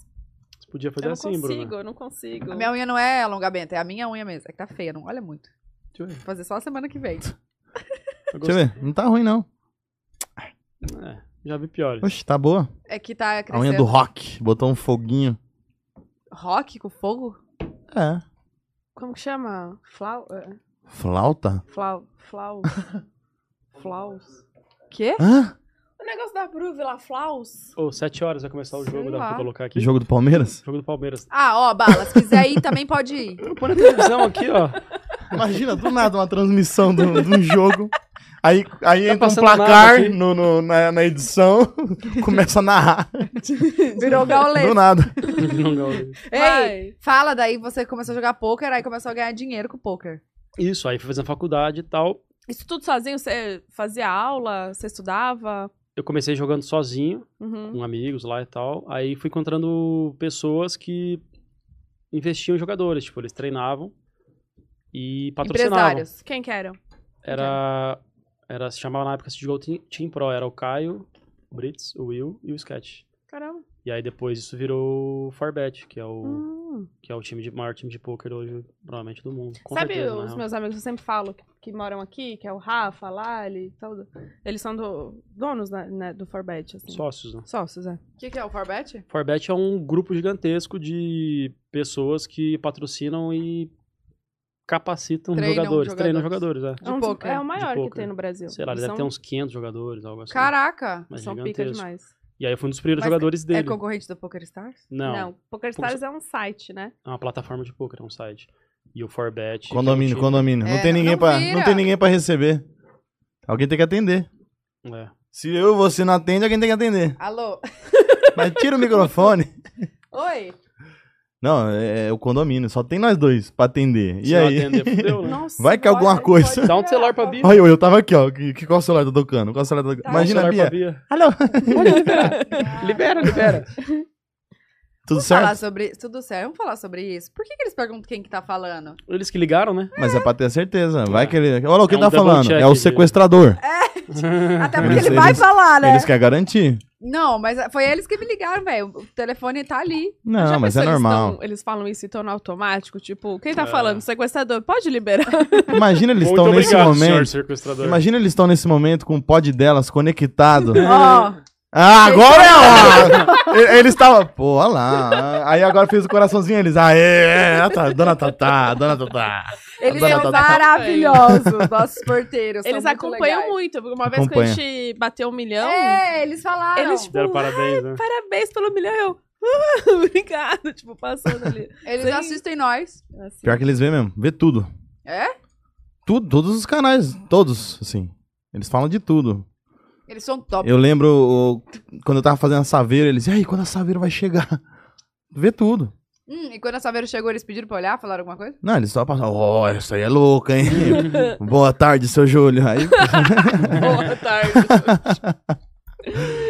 Speaker 6: Você podia fazer
Speaker 5: é
Speaker 1: Eu não
Speaker 6: assim, Bruno.
Speaker 1: consigo, eu não consigo.
Speaker 2: A minha unha não é alongamento, é a minha unha mesmo. É que tá feia, não olha muito.
Speaker 6: Deixa eu ver.
Speaker 2: Vou fazer só a semana que vem.
Speaker 6: Eu
Speaker 5: Deixa eu ver. Não tá ruim, não.
Speaker 6: gosto- É, já vi piores.
Speaker 5: Oxe, tá boa.
Speaker 2: É que tá
Speaker 5: A
Speaker 2: crescendo.
Speaker 5: unha do rock. Botou um foguinho.
Speaker 2: Rock com fogo?
Speaker 5: É.
Speaker 1: Como que chama? Flau... é,
Speaker 5: Flauta?
Speaker 1: Flau... Flau... Flaus?
Speaker 2: Quê?
Speaker 5: Hã?
Speaker 1: O negócio da Bruve lá, Flaus?
Speaker 6: Ô, sete horas vai começar o
Speaker 2: Sei
Speaker 6: jogo, dá
Speaker 2: lá.
Speaker 6: pra colocar
Speaker 5: Que
Speaker 6: aqui.
Speaker 5: jogo do Palmeiras?
Speaker 6: Jogo do Palmeiras.
Speaker 2: Ah, ó, Bala, se quiser ir também pode ir.
Speaker 6: Põe na televisão aqui, ó.
Speaker 5: Imagina, do nada, uma transmissão de um de um jogo. Aí, aí entra um
Speaker 6: Tá passando nada
Speaker 5: placar
Speaker 6: aqui.
Speaker 5: no, no- na, na edição, começa a narrar.
Speaker 2: Virou
Speaker 5: Do
Speaker 2: gaulês.
Speaker 5: nada.
Speaker 2: Ei, fala, daí você começou a jogar pôquer, aí começou a ganhar dinheiro com pôquer.
Speaker 6: Isso, aí fui fazer a faculdade e tal.
Speaker 1: Isso tudo sozinho? Você fazia aula? Você estudava?
Speaker 6: Eu comecei jogando sozinho,
Speaker 1: Uhum.
Speaker 6: com amigos lá e tal. Aí fui encontrando pessoas que investiam em jogadores. Tipo, eles treinavam e patrocinavam.
Speaker 2: Empresários.
Speaker 1: Quem que eram?
Speaker 6: Era, era, se chamava na época se jogou Team, Team Pro. Era o Caio, o Brits, o Will e o Sketch.
Speaker 1: Caramba.
Speaker 6: E aí depois isso virou o Farbet, que é o,
Speaker 1: Hum.
Speaker 6: que é o time de, maior time de pôquer hoje, provavelmente, do mundo. Com
Speaker 1: Sabe
Speaker 6: certeza, né? na
Speaker 1: os
Speaker 6: real.
Speaker 1: meus amigos que eu sempre falo que, que moram aqui, que é o Rafa, a Lali e tudo? Eles são do, donos né, né, do Forbet, assim.
Speaker 6: Sócios, né?
Speaker 1: Sócios, é.
Speaker 2: O que, que é o Forbet?
Speaker 6: Forbet é um grupo gigantesco de pessoas que patrocinam e capacitam
Speaker 2: Treinam
Speaker 6: jogadores,
Speaker 2: jogadores.
Speaker 6: treinam jogadores, é.
Speaker 2: De
Speaker 1: é um,
Speaker 2: poker.
Speaker 1: É o maior
Speaker 6: De
Speaker 1: que
Speaker 6: poker.
Speaker 1: tem no Brasil.
Speaker 6: Sei lá,
Speaker 1: Eles
Speaker 6: deve
Speaker 1: são,
Speaker 6: ter uns 500 jogadores, algo assim.
Speaker 2: Caraca.
Speaker 6: Mas
Speaker 1: são pica
Speaker 6: gigantesco.
Speaker 1: demais.
Speaker 6: E aí eu fui um dos primeiros
Speaker 2: Mas
Speaker 6: jogadores
Speaker 2: É
Speaker 6: dele.
Speaker 2: concorrente do Poker Stars?
Speaker 6: Não,
Speaker 1: Não, PokerStars é um site, né?
Speaker 6: é uma plataforma de poker, é um site. E o Forbet... que é um
Speaker 5: Condomínio,
Speaker 6: time-
Speaker 5: condomínio.
Speaker 2: É,
Speaker 5: não, tem
Speaker 2: não-
Speaker 5: ninguém
Speaker 2: não
Speaker 5: pra,
Speaker 2: vira.
Speaker 5: não tem ninguém pra receber. Alguém tem que atender.
Speaker 6: É.
Speaker 5: Se eu e você não atende, alguém tem que atender.
Speaker 2: Alô?
Speaker 5: Mas tira o microfone.
Speaker 2: Oi?
Speaker 5: Não, é, é o condomínio. Só tem nós dois pra atender.
Speaker 6: Se
Speaker 5: E
Speaker 6: não
Speaker 5: aí?
Speaker 6: atender, fudeu, né?
Speaker 1: Nossa,
Speaker 5: Vai que alguma
Speaker 1: pode-
Speaker 5: coisa.
Speaker 1: pode
Speaker 6: Dá um
Speaker 1: ser.
Speaker 6: celular pra Bia. um
Speaker 5: Olha, eu, eu tava aqui, ó. Que, que- qual celular tá tocando? Qual celular tá tocando?
Speaker 2: Tá.
Speaker 5: Imagina,
Speaker 6: Celular pra
Speaker 5: Bia. Alô.
Speaker 6: Libera, libera.
Speaker 5: Tudo
Speaker 2: Vamos falar
Speaker 5: certo?
Speaker 2: sobre. Tudo certo, vamos falar sobre isso. Por que, que eles perguntam quem que tá falando?
Speaker 6: Eles que ligaram, né?
Speaker 5: Mas é pra ter certeza. Vai
Speaker 6: É.
Speaker 5: que ele. Olha o que
Speaker 6: É um
Speaker 5: tá
Speaker 6: double
Speaker 5: falando.
Speaker 6: check
Speaker 5: É o
Speaker 6: de-
Speaker 5: sequestrador.
Speaker 2: Até porque
Speaker 5: Eles-
Speaker 2: ele vai
Speaker 5: eles-
Speaker 2: falar,
Speaker 6: é.
Speaker 2: né?
Speaker 5: Eles querem garantir.
Speaker 2: Não, mas foi eles que me ligaram, velho. O telefone tá ali.
Speaker 5: Não,
Speaker 1: Já
Speaker 5: mas
Speaker 1: pensou,
Speaker 5: é
Speaker 1: eles
Speaker 5: normal.
Speaker 1: tão- eles falam isso então no automático, tipo, quem tá
Speaker 6: É.
Speaker 1: falando? Sequestrador, pode liberar.
Speaker 5: Imagina eles
Speaker 6: Muito
Speaker 5: estão nesse
Speaker 6: obrigado, senhor
Speaker 5: momento.
Speaker 6: sequestrador.
Speaker 5: Imagina eles estão nesse momento com o pod delas conectado.
Speaker 2: Ó.
Speaker 5: ah, agora é a hora! E- Eles estavam. Pô, olha lá. Aí agora fez o coraçãozinho eles. Aê, é, é, tá, dona Tatá, dona Tatá.
Speaker 2: Eles
Speaker 5: Adoro,
Speaker 2: são
Speaker 5: adoro, adoro.
Speaker 2: maravilhosos, nossos porteiros.
Speaker 1: Eles acompanham muito. Uma vez que a
Speaker 5: Acompanha.
Speaker 1: gente bateu um milhão,
Speaker 2: É, eles falaram.
Speaker 1: eles,
Speaker 2: Eles,
Speaker 1: tipo,
Speaker 6: Deram parabéns, né?
Speaker 1: parabéns pelo milhão. Eu, "Ah, obrigado, tipo, passando ali. Sim.
Speaker 2: assistem nós.
Speaker 1: Assim.
Speaker 5: Pior que eles vê mesmo, vê tudo.
Speaker 2: É?
Speaker 5: Tudo, todos os canais, todos, assim. Eles falam de tudo.
Speaker 2: Eles são top.
Speaker 5: Eu lembro o- quando eu tava fazendo a Saveira, eles. E aí, quando a Saveira vai chegar? Vê tudo.
Speaker 2: Hum, e quando a Saveiro chegou, eles pediram pra olhar, falaram alguma coisa?
Speaker 5: Não, eles só passam. Ó, essa aí é louca, hein? Boa tarde, seu Júlio. Aí
Speaker 1: Boa tarde.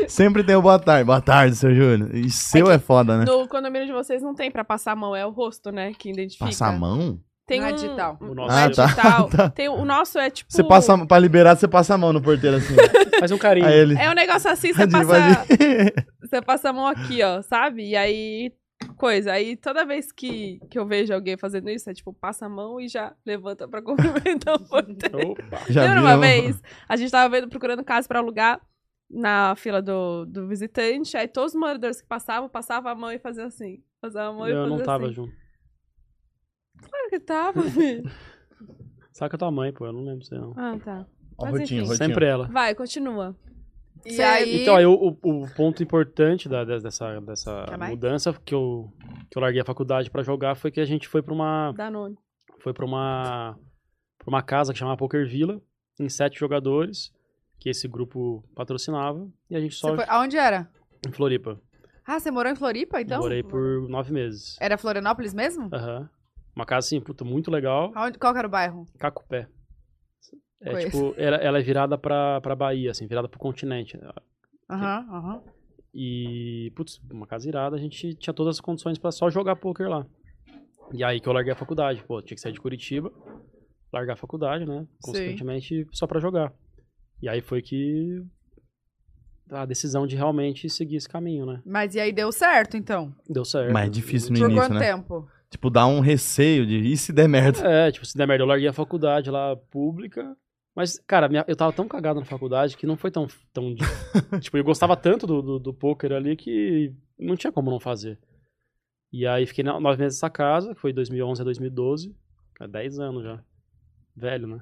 Speaker 5: sempre tem o boa tarde. Boa tarde, seu Júlio. E seu é, foda, né?
Speaker 1: No condomínio de vocês não tem pra passar a mão, é o rosto, né, que identifica.
Speaker 5: Passar a mão?
Speaker 1: Tem
Speaker 2: Não é
Speaker 1: um-
Speaker 2: digital.
Speaker 1: um-
Speaker 6: O
Speaker 1: não
Speaker 6: nosso
Speaker 1: é
Speaker 6: é digital.
Speaker 1: digital.
Speaker 5: Tá.
Speaker 1: Tem, o nosso é tipo.
Speaker 5: Você passa, a- pra liberar, você passa a mão no porteiro assim.
Speaker 6: Faz um carinho.
Speaker 5: Aí ele.
Speaker 1: É um negócio assim, você
Speaker 5: Pode ir,
Speaker 1: passa,
Speaker 5: pode ir.
Speaker 1: você passa a mão aqui, ó, sabe? E aí. Coisa. Aí toda vez que, que eu vejo alguém fazendo isso, é tipo, passa a mão e já levanta pra cumprimentar o porteiro.
Speaker 6: Opa.
Speaker 5: Já
Speaker 1: Lembra
Speaker 5: viu?
Speaker 1: uma vez? A gente tava vendo, procurando casa pra alugar na fila do, do visitante. Aí todos os moradores que passavam, passavam a mão e faziam assim. Passavam a mão e
Speaker 6: Eu
Speaker 1: faziam
Speaker 6: não tava
Speaker 1: assim.
Speaker 6: junto.
Speaker 1: Claro que tava, filho.
Speaker 6: Saca tua mãe, pô. Eu não lembro se não.
Speaker 1: Ah, tá.
Speaker 5: Ó,
Speaker 1: Mas
Speaker 5: rotinho,
Speaker 1: enfim.
Speaker 5: rotinho.
Speaker 6: Sempre é. ela.
Speaker 1: Vai, continua.
Speaker 2: E
Speaker 1: Cê-
Speaker 2: aí...
Speaker 6: Então, aí, o, o ponto importante da- des- dessa, dessa
Speaker 2: Quer mais?
Speaker 6: mudança que eu, que eu larguei a faculdade pra jogar foi que a gente foi pra uma,
Speaker 1: Danone.
Speaker 6: foi pra uma, pra uma casa que chamava Poker Villa, em sete jogadores, que esse grupo patrocinava, e a gente
Speaker 2: Você
Speaker 6: só
Speaker 2: foi... Aonde era?
Speaker 6: em Floripa.
Speaker 2: Ah, você morou em Floripa, então? É.
Speaker 6: Morei por Ah. nove meses.
Speaker 2: Era Florianópolis mesmo?
Speaker 6: Aham. Uma casa, assim, puta, muito legal.
Speaker 2: Aonde... Qual que era o bairro?
Speaker 6: Cacupé. É,
Speaker 2: Conheço.
Speaker 6: tipo, ela, ela é virada pra, pra Bahia, assim, virada pro continente.
Speaker 2: Aham, aham.
Speaker 6: E, putz, uma casa irada, a gente tinha todas as condições pra só jogar poker lá. E aí que eu larguei a faculdade, pô, tinha que sair de Curitiba, largar a faculdade, né? Consequentemente, só pra jogar. E aí foi que a decisão de realmente seguir esse caminho, né?
Speaker 2: Mas e aí deu certo, então?
Speaker 6: Deu certo.
Speaker 5: Mas é difícil
Speaker 2: por
Speaker 5: no início,
Speaker 2: quanto
Speaker 5: né?
Speaker 2: tempo?
Speaker 5: Tipo, dá um receio de. E se der merda?
Speaker 6: É, tipo, se der merda, eu larguei a faculdade lá pública. Mas, cara, minha- eu tava tão cagado na faculdade que não foi tão. tão di- tipo, eu gostava tanto do, do, do poker ali que não tinha como não fazer. E aí fiquei no- nove meses nessa casa, que foi 2011 a 2012. Cara, dez anos já. Velho, né?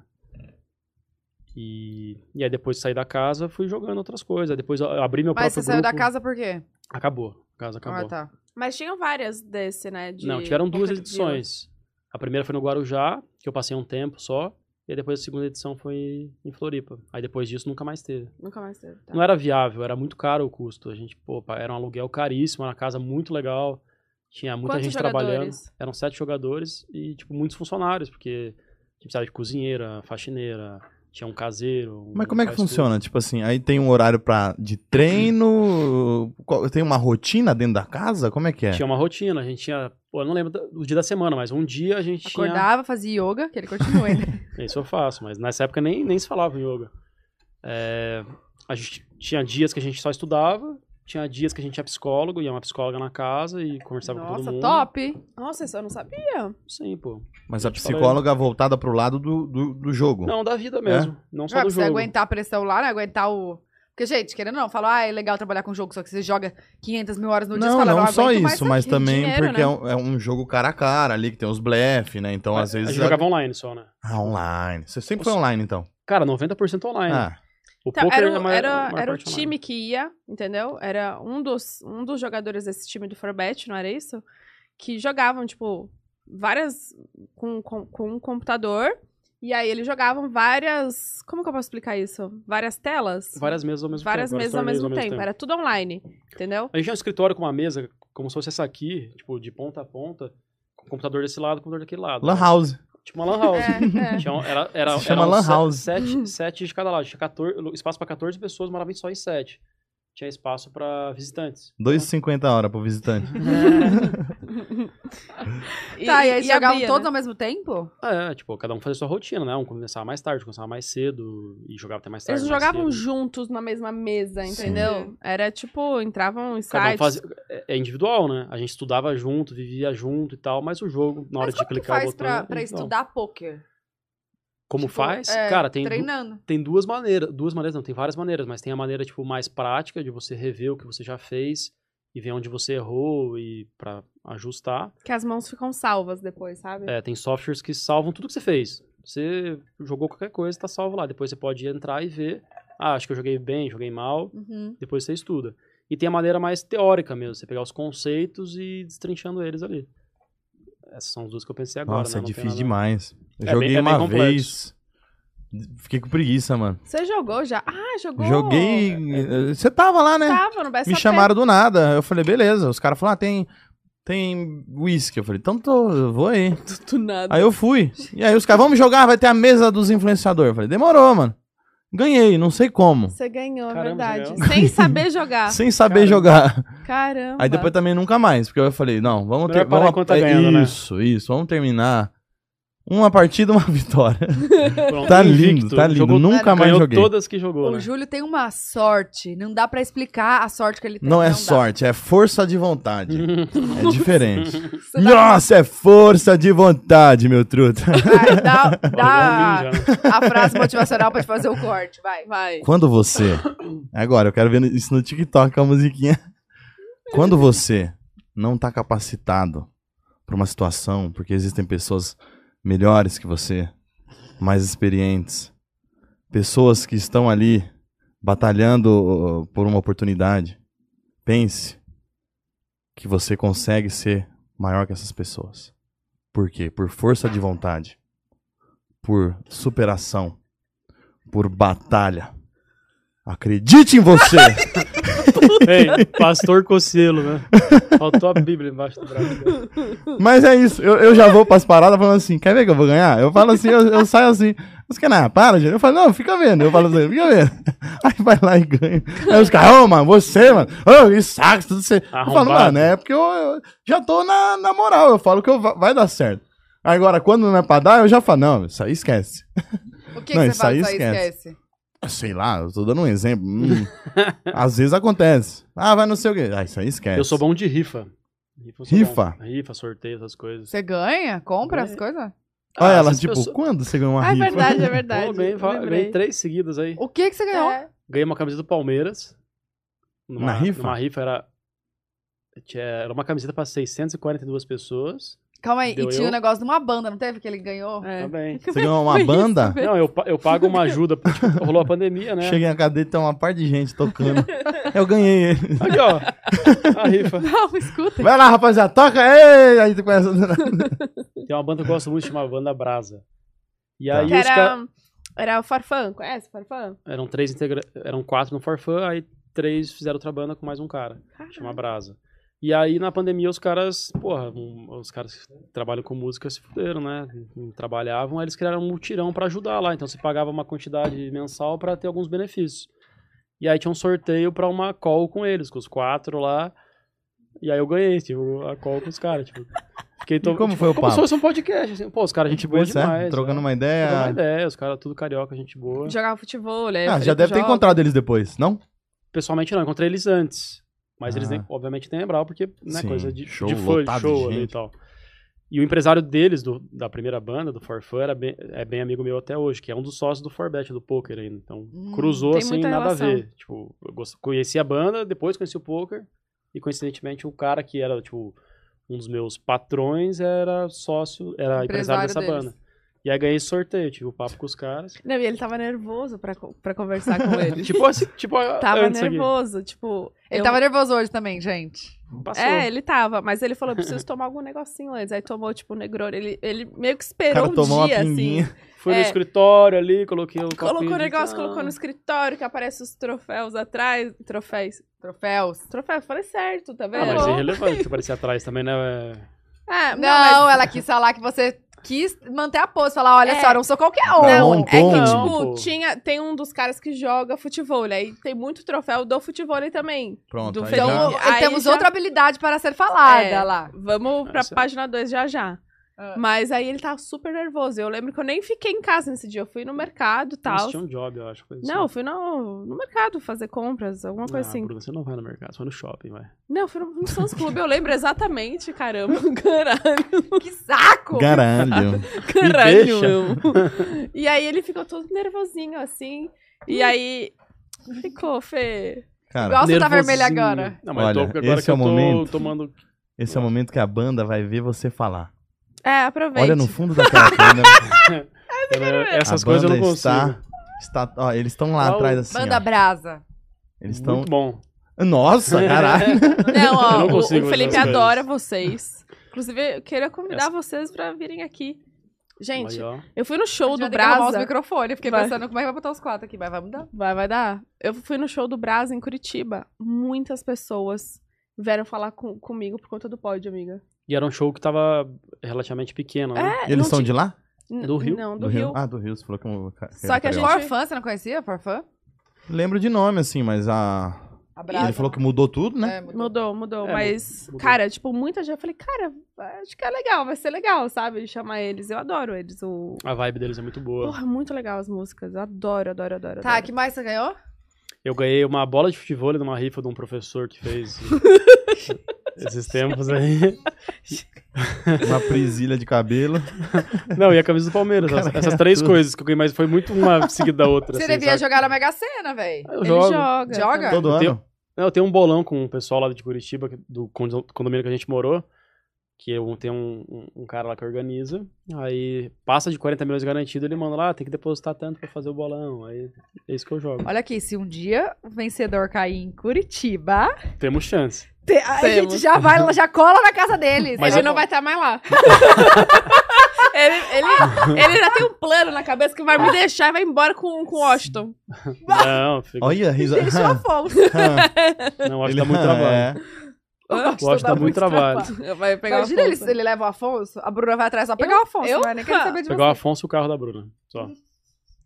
Speaker 6: E, e aí depois de sair da casa, fui jogando outras coisas. Aí depois eu abri meu
Speaker 2: Mas
Speaker 6: próprio
Speaker 2: você saiu da
Speaker 6: grupo.
Speaker 2: casa por quê?
Speaker 6: Acabou. A casa acabou.
Speaker 2: Ah, tá.
Speaker 1: Mas tinham várias desse, né? de
Speaker 6: Não, tiveram duas
Speaker 1: Pocket View.
Speaker 6: edições. A primeira foi no Guarujá, que eu passei um tempo só. E aí depois a segunda edição foi em Floripa. Aí depois disso nunca mais teve.
Speaker 1: Nunca mais teve. tá.
Speaker 6: Não é era viável, era muito caro o custo. A gente, pô, pá, era um aluguel caríssimo, era uma casa muito legal. Tinha muita
Speaker 1: Quantos
Speaker 6: gente trabalhando.
Speaker 1: jogadores?
Speaker 6: Eram sete jogadores e, tipo, muitos funcionários, porque a gente precisava de cozinheira, faxineira, tinha um caseiro. um
Speaker 5: Mas como é que
Speaker 6: faz tudo.
Speaker 5: funciona? Tipo assim, aí tem um horário pra, de treino? qual- Tem uma rotina dentro da casa? Como é que é?
Speaker 6: Tinha uma rotina, a gente tinha. Pô, eu não lembro da- do dia da semana, mas um dia a gente tinha.
Speaker 2: Acordava, fazia yoga, que ele continua ainda.
Speaker 6: Isso eu faço, mas nessa época nem, nem se falava em yoga. É, a gente tinha dias que a gente só estudava, tinha dias que a gente tinha psicólogo, ia uma psicóloga na casa e conversava com todo
Speaker 2: Nossa,
Speaker 6: mundo.
Speaker 2: top!
Speaker 1: Nossa, isso eu não sabia.
Speaker 6: Sim, pô.
Speaker 5: Mas a
Speaker 6: Deixa eu falar
Speaker 5: psicóloga voltada pro lado do, do, do jogo.
Speaker 6: Não, da
Speaker 5: É?
Speaker 6: vida mesmo, não só
Speaker 2: Ah,
Speaker 6: do
Speaker 2: pra você
Speaker 6: jogo.
Speaker 2: aguentar a pressão lá, né? Aguentar o... Porque, gente, querendo ou não, fala, ah, é legal trabalhar com jogo, só que você joga 500 mil horas no dia, você
Speaker 5: Não,
Speaker 2: fala,
Speaker 5: não
Speaker 6: "Ah,
Speaker 2: não
Speaker 5: só
Speaker 2: aguento mais
Speaker 5: isso, mas
Speaker 2: aqui,
Speaker 5: também
Speaker 2: dinheiro,
Speaker 5: porque
Speaker 2: né?
Speaker 5: é, um, é um jogo cara a cara ali, que tem os blefs, né? Então, às
Speaker 6: a gente
Speaker 5: vezes...
Speaker 6: jogava online só, né?
Speaker 5: Ah, online. Você sempre foi online, então?
Speaker 6: Cara, 90% online.
Speaker 5: Ah,
Speaker 6: O
Speaker 1: Então,
Speaker 6: poker
Speaker 1: era,
Speaker 6: é
Speaker 1: o-
Speaker 6: mais,
Speaker 1: era,
Speaker 6: maior
Speaker 1: era o
Speaker 6: parte online.
Speaker 1: time que ia, entendeu? Era um dos, um dos jogadores desse time do Forbet, não era isso? Que jogavam, tipo, várias. Com, com, com um computador. E aí eles jogavam várias. Como que eu posso explicar isso? Várias telas?
Speaker 6: Várias mesas ao mesmo
Speaker 1: Várias
Speaker 6: tempo.
Speaker 1: mesas ao mesmo tempo. Era tudo online, entendeu?
Speaker 6: A gente tinha um escritório com uma mesa, como se fosse essa aqui, tipo, de ponta a ponta, com o computador desse lado, com o computador daquele lado.
Speaker 5: Lan House.
Speaker 6: Tipo uma lan house.
Speaker 2: É, é.
Speaker 6: Tinha um- era, era,
Speaker 5: Se chama
Speaker 6: eram
Speaker 5: lan
Speaker 6: se-
Speaker 5: house.
Speaker 6: Sete, sete de cada lado. Tinha 14, espaço pra 14 pessoas, morava só em sete. Tinha espaço pra visitantes.
Speaker 5: 2,50 a hora pro visitante.
Speaker 2: Tá, e aí jogavam
Speaker 1: abria,
Speaker 2: todos
Speaker 1: né?
Speaker 2: ao mesmo tempo?
Speaker 6: É, tipo, cada um fazia sua rotina, né? Um começava mais tarde, começava mais cedo e jogava até mais tarde.
Speaker 1: Eles
Speaker 6: mais
Speaker 1: jogavam
Speaker 6: cedo.
Speaker 1: juntos na mesma mesa,
Speaker 5: Sim.
Speaker 1: entendeu? Era tipo, entravam em
Speaker 6: Cada um
Speaker 1: sites.
Speaker 6: fazia, é- é individual, né? A gente estudava junto, vivia junto e tal, mas o jogo, na hora
Speaker 2: mas
Speaker 6: de
Speaker 2: como que
Speaker 6: clicar
Speaker 2: faz
Speaker 6: o botão...
Speaker 2: pra,
Speaker 6: é
Speaker 2: pra
Speaker 6: individual.
Speaker 2: estudar pôquer?
Speaker 6: Como
Speaker 2: Tipo,
Speaker 6: faz?
Speaker 2: é,
Speaker 6: Cara, tem, du-
Speaker 2: Treinando.
Speaker 6: tem duas maneiras. Duas maneiras, não, tem várias maneiras, mas tem a maneira, tipo, mais prática, de você rever o que você já fez e ver onde você errou e pra ajustar.
Speaker 1: Que as mãos ficam salvas depois, sabe?
Speaker 6: É, tem softwares que salvam tudo que você fez. Você jogou qualquer coisa, tá salvo lá. Depois você pode entrar e ver. Ah, acho que eu joguei bem, joguei mal.
Speaker 2: Uhum.
Speaker 6: Depois você estuda. E tem a maneira mais teórica mesmo, você pegar os conceitos e ir destrinchando eles ali. Essas são as duas que eu pensei agora.
Speaker 5: Nossa,
Speaker 6: né?
Speaker 5: é
Speaker 6: Não tem
Speaker 5: difícil
Speaker 6: nada-
Speaker 5: demais. Eu
Speaker 6: É bem-
Speaker 5: joguei
Speaker 6: é bem
Speaker 5: uma
Speaker 6: complexo.
Speaker 5: vez. Fiquei com preguiça, mano.
Speaker 1: Você jogou já? Ah, jogou!
Speaker 5: Joguei. Você é tava lá, né?
Speaker 1: Tava no BSAP.
Speaker 5: Me chamaram do nada. Eu falei, beleza. Os caras falaram, ah, tem. Tem uísque. Eu falei, então tô, eu vou aí.
Speaker 1: do nada.
Speaker 5: Aí eu fui. E aí os caras, vamos jogar, vai ter a mesa dos influenciadores. Eu falei, demorou, mano. Ganhei, não sei como.
Speaker 1: Você ganhou, é
Speaker 6: Caramba,
Speaker 1: verdade.
Speaker 6: você ganhou.
Speaker 1: Sem saber
Speaker 2: Ah,
Speaker 1: jogar.
Speaker 5: Sem saber
Speaker 6: Caramba.
Speaker 5: jogar.
Speaker 1: Caramba.
Speaker 5: Aí depois também nunca mais, porque eu falei, não, vamos
Speaker 6: Melhor
Speaker 5: ter.
Speaker 6: parar
Speaker 5: Vamos,
Speaker 6: enquanto tá
Speaker 5: é,
Speaker 6: ganhando, né?
Speaker 5: isso, isso, vamos terminar. Uma partida, uma vitória.
Speaker 6: Pronto,
Speaker 5: Tá lindo, tá lindo. Nunca mais
Speaker 6: ganhou
Speaker 5: joguei.
Speaker 6: todas que jogou, né?
Speaker 2: O Júlio tem uma sorte. Não dá pra explicar a sorte que ele tem.
Speaker 5: Não é
Speaker 2: dá.
Speaker 5: sorte, é força de vontade. É diferente.
Speaker 2: Você dá-
Speaker 5: Nossa, é força de vontade, meu truta.
Speaker 2: Vai, dá dá
Speaker 6: Olha, o homem um já.
Speaker 2: a frase motivacional pra te fazer o corte. Vai.
Speaker 1: Vai.
Speaker 5: Quando você. Agora, eu quero ver isso no TikTok com a musiquinha. Quando você não tá capacitado pra uma situação, porque existem pessoas melhores que você, mais experientes, pessoas que estão ali batalhando uh, por uma oportunidade, pense que você consegue ser maior que essas pessoas. Por quê? Por força de vontade, por superação, por batalha. Acredite em você!
Speaker 6: Ei, pastor Cocelo, né? Faltou a Bíblia embaixo do braço. né?
Speaker 5: Mas é isso, eu, eu já vou pras paradas falando assim, quer ver que eu vou ganhar? Eu falo assim, eu, eu saio assim, os caras, "Ah, para, gente. Eu falo, não, fica vendo, eu falo assim, fica vendo. Aí vai lá e ganha. Aí os caras, ô, mano, você, mano, ô, que saco, tudo você. Eu falo,
Speaker 6: Arrombado.
Speaker 5: mano, é porque eu, eu já tô na, na moral, eu falo que eu, va- vai dar certo. Agora, quando não é pra dar, eu já falo, não, isso aí esquece.
Speaker 2: O que,
Speaker 5: Não,
Speaker 2: que você
Speaker 5: isso
Speaker 2: fala
Speaker 5: aí
Speaker 2: isso aí? Esquece.
Speaker 5: esquece. Sei lá, eu tô dando um exemplo. hum. Às vezes acontece. Ah, vai não sei o quê. Ah, isso aí esquece.
Speaker 6: Eu sou bom de rifa. eu sou
Speaker 5: Rifa?
Speaker 6: bom. Rifa, sorteio, essas coisas.
Speaker 2: Você ganha? Compra as
Speaker 6: É.
Speaker 2: coisas?
Speaker 5: Olha
Speaker 6: Ah,
Speaker 5: ela,
Speaker 6: essas
Speaker 5: tipo,
Speaker 6: pessoas-
Speaker 5: quando você ganhou uma
Speaker 1: Ah, é
Speaker 5: rifa?
Speaker 1: verdade, é
Speaker 6: Pô,
Speaker 1: verdade.
Speaker 6: ganhei, va-
Speaker 1: Lembrei.
Speaker 6: ganhei três seguidas aí.
Speaker 2: O que, que você ganhou?
Speaker 1: É.
Speaker 6: Ganhei uma camiseta do Palmeiras. Numa,
Speaker 5: Na rifa?
Speaker 6: Numa rifa era. tinha- Era uma camiseta pra 642 pessoas.
Speaker 2: Calma aí.
Speaker 6: Deu
Speaker 2: e tinha o
Speaker 6: eu.
Speaker 2: um negócio de uma banda, não teve? Que ele ganhou?
Speaker 5: Tá
Speaker 1: É.
Speaker 6: Também.
Speaker 5: Você ganhou uma banda?
Speaker 6: Não, eu, pa- eu pago uma ajuda. porque, tipo, rolou a pandemia, né?
Speaker 5: Cheguei na cadeia e tem uma par de gente tocando. Eu ganhei.
Speaker 6: Aqui, ó. A rifa.
Speaker 1: Não, escuta.
Speaker 5: Vai lá, rapaziada, toca! Ei! Aí tu começa.
Speaker 6: Tem uma banda que eu gosto muito, chama Banda Brasa. E
Speaker 5: Tá.
Speaker 6: aí
Speaker 1: Que
Speaker 6: os caras.
Speaker 1: era, era o Farfã, conhece o Farfã?
Speaker 6: Eram três integra... Eram quatro no Forfã, aí três fizeram outra banda com mais um cara. Chama Brasa. E aí, na pandemia, os caras, porra, um- os caras que trabalham com música se fuderam, né? Não Trabalhavam, aí eles criaram um mutirão pra ajudar lá. Então, você pagava uma quantidade mensal pra ter alguns benefícios. E aí, tinha um sorteio pra uma call com eles, com os quatro lá. E aí, eu ganhei, tipo, a call com os caras, tipo. Fiquei to-
Speaker 5: E como foi o
Speaker 6: Como se
Speaker 5: papo?
Speaker 6: fosse um podcast, assim. Pô, os caras, gente boa
Speaker 5: Pois é,
Speaker 6: demais.
Speaker 5: trocando
Speaker 6: né?
Speaker 5: uma ideia.
Speaker 6: Trocando uma ideia, os caras tudo carioca, gente boa.
Speaker 1: Jogava futebol, né?
Speaker 5: Ah, já deve ter
Speaker 1: Joga.
Speaker 5: encontrado eles depois, não?
Speaker 6: Pessoalmente não, encontrei eles antes. Mas eles,
Speaker 5: Ah.
Speaker 6: nem, obviamente, nem lembravam, porque não é
Speaker 5: Sim,
Speaker 6: coisa de
Speaker 5: show
Speaker 6: show, de fã,
Speaker 5: lotado de
Speaker 6: show ali e
Speaker 5: gente.
Speaker 6: tal. E o empresário deles, do- da primeira banda, do Forfã, era bem, é bem amigo meu até hoje, que é um dos sócios do Forbet, do poker ainda. Então,
Speaker 2: Hum,
Speaker 6: cruzou
Speaker 1: tem
Speaker 6: assim,
Speaker 1: muita
Speaker 6: nada a ver.
Speaker 1: relação.
Speaker 6: Tipo, eu gost- conheci a banda, depois conheci o poker. E, coincidentemente, o cara que era, tipo, um dos meus patrões era sócio, era empresário,
Speaker 2: Empresário
Speaker 6: dessa
Speaker 2: deles.
Speaker 6: banda. E aí ganhei sorteio, tive o papo com os caras.
Speaker 1: Não, e ele tava nervoso pra, co- pra conversar com ele.
Speaker 6: Tipo, assim, tipo
Speaker 1: tava
Speaker 6: antes aqui.
Speaker 1: nervoso, tipo...
Speaker 2: Ele
Speaker 1: eu-
Speaker 2: tava nervoso hoje também, gente.
Speaker 6: Passou.
Speaker 1: É, ele tava, mas ele falou, preciso tomar algum negocinho antes. Aí tomou, tipo, um Negroni. Ele, ele meio que
Speaker 5: O
Speaker 1: esperou
Speaker 5: cara tomou
Speaker 1: um
Speaker 5: uma
Speaker 1: dia,
Speaker 5: pinguinha.
Speaker 1: assim.
Speaker 6: Fui
Speaker 1: É.
Speaker 6: no escritório ali, coloquei o
Speaker 1: Colocou
Speaker 6: copinho
Speaker 1: o
Speaker 6: de-
Speaker 1: negócio,
Speaker 6: Ah.
Speaker 1: colocou no escritório, que aparece os troféus atrás. Troféus.
Speaker 2: Troféus.
Speaker 1: Troféu, falei certo, tá vendo?
Speaker 6: Ah, mas isso é
Speaker 1: Bom.
Speaker 6: irrelevante, aparecer atrás também, né? É-
Speaker 1: Ah,
Speaker 2: Não,
Speaker 1: não, mas-
Speaker 2: ela quis falar que você quis manter a pose. Falar, olha
Speaker 1: É.
Speaker 2: só, eu não sou qualquer um.
Speaker 5: Não,
Speaker 1: é que,
Speaker 5: Não,
Speaker 1: tipo,
Speaker 6: pô.
Speaker 1: tinha, tem um dos caras que joga futebol, aí tem muito troféu do futebol também.
Speaker 5: Pronto,
Speaker 1: Do
Speaker 5: aí
Speaker 1: Fernando.
Speaker 5: já-
Speaker 2: Então,
Speaker 1: Aí
Speaker 2: temos
Speaker 1: já-
Speaker 2: outra habilidade para ser falada
Speaker 1: É.
Speaker 2: lá.
Speaker 1: Vamos pra
Speaker 6: Nossa.
Speaker 1: página 2 já já.
Speaker 2: Ah.
Speaker 1: Mas aí ele tava super nervoso. Eu lembro que eu nem fiquei em casa nesse dia. Eu fui no mercado e
Speaker 6: Nossa,
Speaker 1: tal.
Speaker 6: tinha um job, eu acho. coisa assim.
Speaker 1: Não, eu fui no, no mercado fazer compras, alguma coisa
Speaker 6: Ah,
Speaker 1: assim.
Speaker 6: Bruna, você não vai no mercado, você vai no shopping, vai.
Speaker 1: Não, eu fui no, no Sons Clube, eu lembro exatamente, caramba. Caralho,
Speaker 2: Que saco!
Speaker 5: Caralho.
Speaker 1: caralho.
Speaker 6: deixa.
Speaker 1: meu. E aí ele ficou todo nervosinho, assim.
Speaker 6: Hum.
Speaker 1: E aí ficou, Fê.
Speaker 5: Cara,
Speaker 2: Igual- Nossa, tá
Speaker 6: Nervosinho.
Speaker 2: vermelha agora.
Speaker 6: Não, mas eu
Speaker 5: Olha,
Speaker 6: tô, agora
Speaker 5: esse
Speaker 6: que
Speaker 5: é
Speaker 6: eu
Speaker 5: o
Speaker 6: tô
Speaker 5: momento.
Speaker 6: tomando...
Speaker 5: esse é o momento que a banda vai ver você falar.
Speaker 1: É, aproveite.
Speaker 5: Olha no fundo daquela câmera.
Speaker 1: é
Speaker 6: Ela- essas
Speaker 5: a
Speaker 6: coisas eu
Speaker 5: banda
Speaker 6: não consigo.
Speaker 5: está, está, ó, Eles estão lá
Speaker 6: Ó,
Speaker 5: atrás assim.
Speaker 2: Banda
Speaker 5: ó.
Speaker 2: brasa.
Speaker 5: Eles estão.
Speaker 6: Muito bom.
Speaker 5: Nossa, caralho.
Speaker 1: Não, ó,
Speaker 6: Eu não
Speaker 1: o-
Speaker 6: consigo
Speaker 1: o, Felipe
Speaker 6: essas coisas.
Speaker 1: adora vocês. Inclusive, eu queria convidar vocês pra virem aqui. Gente,
Speaker 6: Aí, ó.
Speaker 1: eu fui no show do
Speaker 2: os
Speaker 1: Brasa.
Speaker 2: microfones. Fiquei
Speaker 1: Vai.
Speaker 2: pensando como é que vai botar os quatro aqui, mas vai mudar.
Speaker 1: Vai, vai dar. Eu fui no show do Brasa em Curitiba. Muitas pessoas vieram falar com- comigo por conta do pódio, amiga.
Speaker 6: E era um show que tava relativamente pequeno, né?
Speaker 1: É,
Speaker 5: Eles
Speaker 1: não
Speaker 5: são
Speaker 1: ti-
Speaker 5: de lá?
Speaker 1: n-
Speaker 6: do Rio?
Speaker 1: Não, do, Rio.
Speaker 5: Ah, do Rio. Você falou que é um.
Speaker 1: Só que a
Speaker 5: carioca.
Speaker 1: gente-
Speaker 2: Forfã, você não conhecia? Forfã?
Speaker 5: Lembro de nome, assim, mas a.
Speaker 2: A Abraço.
Speaker 5: Ele falou que mudou tudo, né?
Speaker 2: É, mudou.
Speaker 1: Mudou, mudou.
Speaker 6: É,
Speaker 1: mas,
Speaker 6: mudou.
Speaker 1: cara, tipo, muita gente. Eu falei, cara, acho que é legal, vai ser legal, sabe? Chamar eles. Eu adoro eles. O...
Speaker 6: A vibe deles é muito boa.
Speaker 1: Porra, muito legal as músicas. Eu adoro, adoro, adoro.
Speaker 2: Tá,
Speaker 1: adoro.
Speaker 2: que mais você ganhou?
Speaker 6: Eu ganhei uma bola de futebol numa rifa de um professor que fez esses tempos aí.
Speaker 2: É.
Speaker 5: Uma prisilha de cabelo.
Speaker 6: Não, e a camisa do Palmeiras. essas-
Speaker 5: Cara,
Speaker 6: essas
Speaker 5: é
Speaker 6: três
Speaker 5: tudo.
Speaker 6: coisas que eu ganhei, mas foi muito uma seguida da outra.
Speaker 2: Você
Speaker 6: assim,
Speaker 2: devia
Speaker 6: sabe?
Speaker 2: jogar na Mega Sena, velho.
Speaker 6: Eu
Speaker 1: Ele
Speaker 6: jogo.
Speaker 1: joga. tá
Speaker 2: Joga?
Speaker 1: também.
Speaker 5: Todo
Speaker 6: Eu tenho-
Speaker 5: ano.
Speaker 6: Não, eu tenho um bolão com o pessoal lá de Curitiba, que- do condo- condomínio que a gente morou, que eu tenho um, um- um cara lá que organiza, aí passa de 40 milhões garantido, ele manda lá, "Ah, tem que depositar tanto pra fazer o bolão, aí é isso que eu jogo.
Speaker 2: Olha aqui, se um dia o vencedor cair em Curitiba,
Speaker 6: Temos chance.
Speaker 2: te- a
Speaker 1: Temos.
Speaker 2: gente já vai, já cola na casa deles.
Speaker 6: Mas
Speaker 1: ele
Speaker 6: eu-
Speaker 1: não vai estar
Speaker 2: tá
Speaker 1: mais lá. ele, ele, ele já tem um plano na cabeça que vai
Speaker 6: Ah.
Speaker 1: me deixar e vai embora com, com o Washington.
Speaker 6: Não, fica,
Speaker 5: Olha, riso.
Speaker 2: Ele já fomos.
Speaker 5: tá
Speaker 6: não, acho que
Speaker 5: é.
Speaker 6: dá muito trabalho. É.
Speaker 1: Washington tá
Speaker 6: acho que dá muito trabalho.
Speaker 1: Vai pegar
Speaker 2: Imagina
Speaker 1: o
Speaker 2: ele,
Speaker 1: Afonso.
Speaker 2: ele leva o Afonso, a Bruna vai atrás só pegar o Afonso,
Speaker 1: eu-
Speaker 2: né? Nem quero saber de
Speaker 6: Pegar o
Speaker 2: você.
Speaker 6: Afonso e o carro da Bruna, só.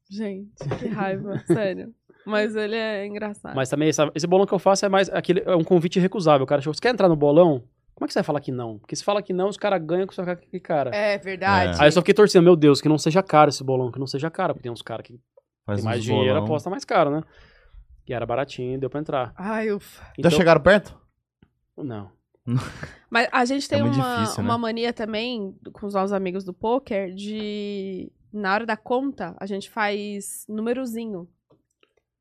Speaker 1: Gente, que raiva, sério. Mas ele é engraçado.
Speaker 6: Mas também essa- esse bolão que eu faço é mais aquele, é um convite irrecusável. O cara chegou, você quer entrar no bolão? Como é que você vai falar que não? Porque se fala que não, os caras ganham com sua cara. que cara.
Speaker 2: É verdade.
Speaker 6: Aí eu só fiquei torcendo, meu Deus, que não seja caro esse bolão, que não seja caro, porque tem uns caras que
Speaker 5: Faz
Speaker 6: Tem
Speaker 5: uns
Speaker 6: mais dinheiro,
Speaker 5: bolão.
Speaker 6: aposta mais caro, né? E era baratinho, deu pra entrar.
Speaker 2: Ai, ufa.
Speaker 5: Já
Speaker 6: Então-
Speaker 5: chegaram perto?
Speaker 6: Não.
Speaker 1: Mas a
Speaker 6: É
Speaker 1: gente tem
Speaker 5: muito
Speaker 1: uma,
Speaker 5: difícil, né?
Speaker 1: uma mania também com os nossos amigos do poker de na hora da conta a gente faz númerozinho.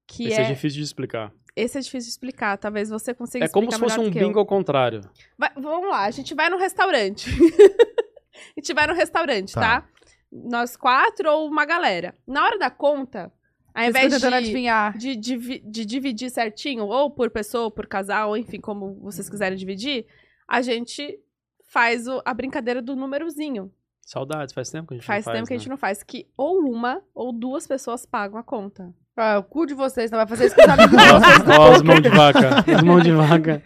Speaker 1: Que
Speaker 6: Isso
Speaker 1: é,
Speaker 6: é... difícil de explicar.
Speaker 1: esse é difícil de explicar, talvez você consiga
Speaker 6: é como se
Speaker 1: explicar
Speaker 6: fosse
Speaker 1: melhor
Speaker 6: um
Speaker 1: do que eu.
Speaker 6: bingo ao contrário.
Speaker 1: Vai- vamos lá, a gente vai num restaurante. a gente vai num restaurante, tá.
Speaker 5: Tá.
Speaker 1: Nós quatro ou uma galera. Na hora da conta, ao
Speaker 2: Estou
Speaker 1: invés de,
Speaker 2: tentando adivinhar.
Speaker 1: de, divi- de dividir certinho, ou por pessoa, ou por casal, ou enfim, como
Speaker 6: Uhum.
Speaker 1: vocês quiserem dividir, a gente faz o- a brincadeira do númerozinho.
Speaker 6: Saudades, faz tempo que a gente
Speaker 1: Faz,
Speaker 6: não faz. né?
Speaker 1: tempo que a gente não faz, que ou uma ou duas pessoas pagam a conta.
Speaker 2: Ah, o cu de vocês não vai fazer isso com os amigos.
Speaker 6: não. Ó, as mãos de vaca. As mãos de vaca.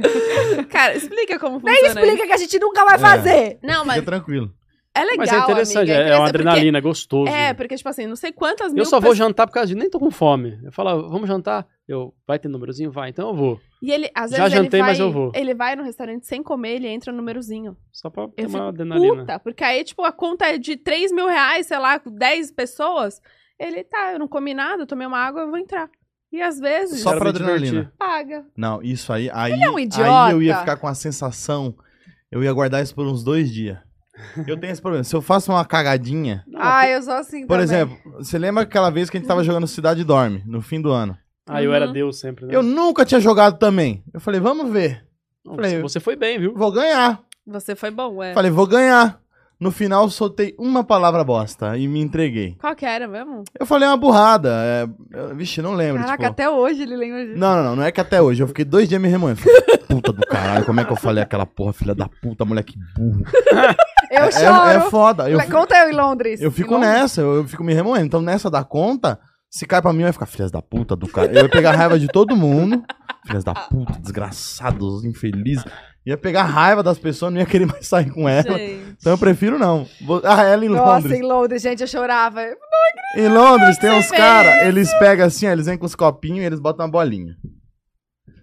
Speaker 1: Cara, explica como
Speaker 2: Nem
Speaker 1: funciona.
Speaker 2: explica que a gente nunca vai
Speaker 5: É.
Speaker 2: fazer.
Speaker 1: isso. Não, mas
Speaker 5: Fica tranquilo.
Speaker 1: é legal,
Speaker 6: Mas é interessante,
Speaker 1: amiga,
Speaker 6: é, uma
Speaker 1: interessante, porque-
Speaker 6: adrenalina, é gostoso.
Speaker 1: É, porque, tipo assim, não sei quantas mil
Speaker 6: eu só vou
Speaker 1: pessoas-
Speaker 6: jantar por causa disso, nem tô com fome. Eu falo, "Ah, vamos jantar? Eu, vai ter númerozinho? Vai, então eu vou.
Speaker 1: E ele, às
Speaker 6: Já
Speaker 1: vezes,
Speaker 6: jantei,
Speaker 1: ele vai,
Speaker 6: mas eu vou.
Speaker 1: Ele vai no restaurante sem comer, ele entra no númerozinho.
Speaker 6: Só pra ter
Speaker 1: Eu
Speaker 6: uma
Speaker 1: fico
Speaker 6: adrenalina.
Speaker 1: puta, porque aí, tipo, a conta é de 3 mil reais, sei lá, com 10 pessoas. Ele, tá, eu não comi nada, eu tomei uma água, eu vou entrar. E às vezes,
Speaker 5: Só
Speaker 6: Quero
Speaker 5: pra
Speaker 6: me divertir.
Speaker 5: adrenalina.
Speaker 1: paga.
Speaker 5: Não, isso aí. Aí,
Speaker 2: é um idiota.
Speaker 5: aí eu ia ficar com a sensação. Eu ia guardar isso por uns dois dias. Eu tenho esse problema. Se eu faço uma cagadinha.
Speaker 6: Não,
Speaker 2: Ah, eu sou assim
Speaker 5: Por
Speaker 2: também.
Speaker 5: exemplo, você lembra aquela vez que a gente tava jogando Cidade Dorme, no fim do ano?
Speaker 6: Ah, eu era
Speaker 1: Uhum.
Speaker 6: Deus sempre, né?
Speaker 5: Eu nunca tinha jogado também. Eu falei, vamos ver.
Speaker 6: Não,
Speaker 5: falei-
Speaker 6: você foi bem, viu?
Speaker 5: Vou ganhar.
Speaker 1: Você foi bom, é.
Speaker 5: Falei, vou ganhar. No final, soltei uma palavra bosta e me entreguei.
Speaker 1: Qual que era mesmo?
Speaker 5: Eu falei uma burrada. É... eu- Vixe, não lembro.
Speaker 2: Caraca,
Speaker 5: tipo...
Speaker 2: até hoje ele lembra disso.
Speaker 5: Não, não, não. Não é que até hoje. Eu fiquei dois dias me remoendo. Falei, Puta do caralho, como é que eu falei aquela porra, filha da puta, moleque burro.
Speaker 2: Eu
Speaker 5: É, é
Speaker 2: choro.
Speaker 5: foda. Eu,
Speaker 2: Le- Conta eu em Londres.
Speaker 5: eu
Speaker 2: Em
Speaker 5: fico
Speaker 2: Londres.
Speaker 5: nessa, eu, eu fico me remoendo. Então nessa da conta, se cai pra mim, eu ia ficar filhas da puta do cara. Eu ia pegar raiva de todo mundo. Filhas da puta, desgraçados, infelizes. Ia pegar raiva das pessoas, não ia querer mais sair com ela.
Speaker 1: Gente.
Speaker 5: Então eu prefiro não. Vou- Ah, ela em
Speaker 2: Nossa,
Speaker 5: Londres.
Speaker 2: em Londres, gente, eu chorava.
Speaker 5: Em Londres tem uns
Speaker 2: você
Speaker 5: caras, eles pegam assim, ó, eles vêm com os copinhos e eles botam uma bolinha.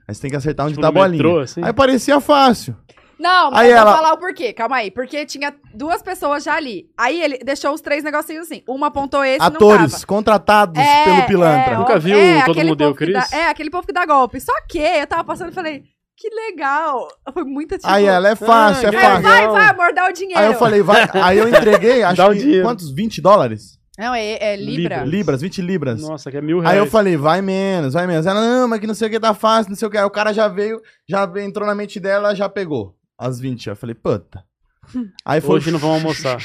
Speaker 5: Aí você tem que acertar onde
Speaker 6: Tipo,
Speaker 5: tá a
Speaker 6: no
Speaker 5: bolinha.
Speaker 6: metrô, assim.
Speaker 5: Aí parecia fácil.
Speaker 2: Não, mas
Speaker 5: Aí
Speaker 2: eu vou
Speaker 5: ela-
Speaker 2: falar o porquê, calma aí. Porque tinha duas pessoas já ali. Aí ele deixou os três negocinhos assim. Uma apontou esse e não
Speaker 5: Atores
Speaker 2: tava.
Speaker 5: contratados
Speaker 2: É,
Speaker 5: pelo pilantra.
Speaker 2: é,
Speaker 6: Nunca
Speaker 2: ó,
Speaker 6: viu Todo
Speaker 2: aquele
Speaker 6: Mundo Odeia o
Speaker 2: povo que dá-
Speaker 6: Chris?
Speaker 2: É, aquele povo que dá golpe. Só que eu tava passando e falei, que legal. Foi muita tipo...
Speaker 5: Aí ela é fácil,
Speaker 6: Ah,
Speaker 5: é
Speaker 6: que
Speaker 2: Aí eu,
Speaker 5: fácil.
Speaker 2: vai, vai, amor, dá o dinheiro.
Speaker 5: Aí eu falei, vai. Aí eu entreguei, acho
Speaker 6: Dá o
Speaker 5: que
Speaker 6: dinheiro.
Speaker 5: quantos? 20 dólares?
Speaker 2: Não, é, é Libra.
Speaker 6: Libra.
Speaker 5: Libras, 20 libras.
Speaker 6: Nossa, que é mil reais.
Speaker 5: Aí eu falei, vai menos, vai menos. Ela, não, mas que não sei o que tá fácil, não sei o que. Aí o cara já veio, já entrou na mente dela, já pegou as 20. Aí eu falei, puta. Aí foi.
Speaker 6: Hoje não vamos almoçar.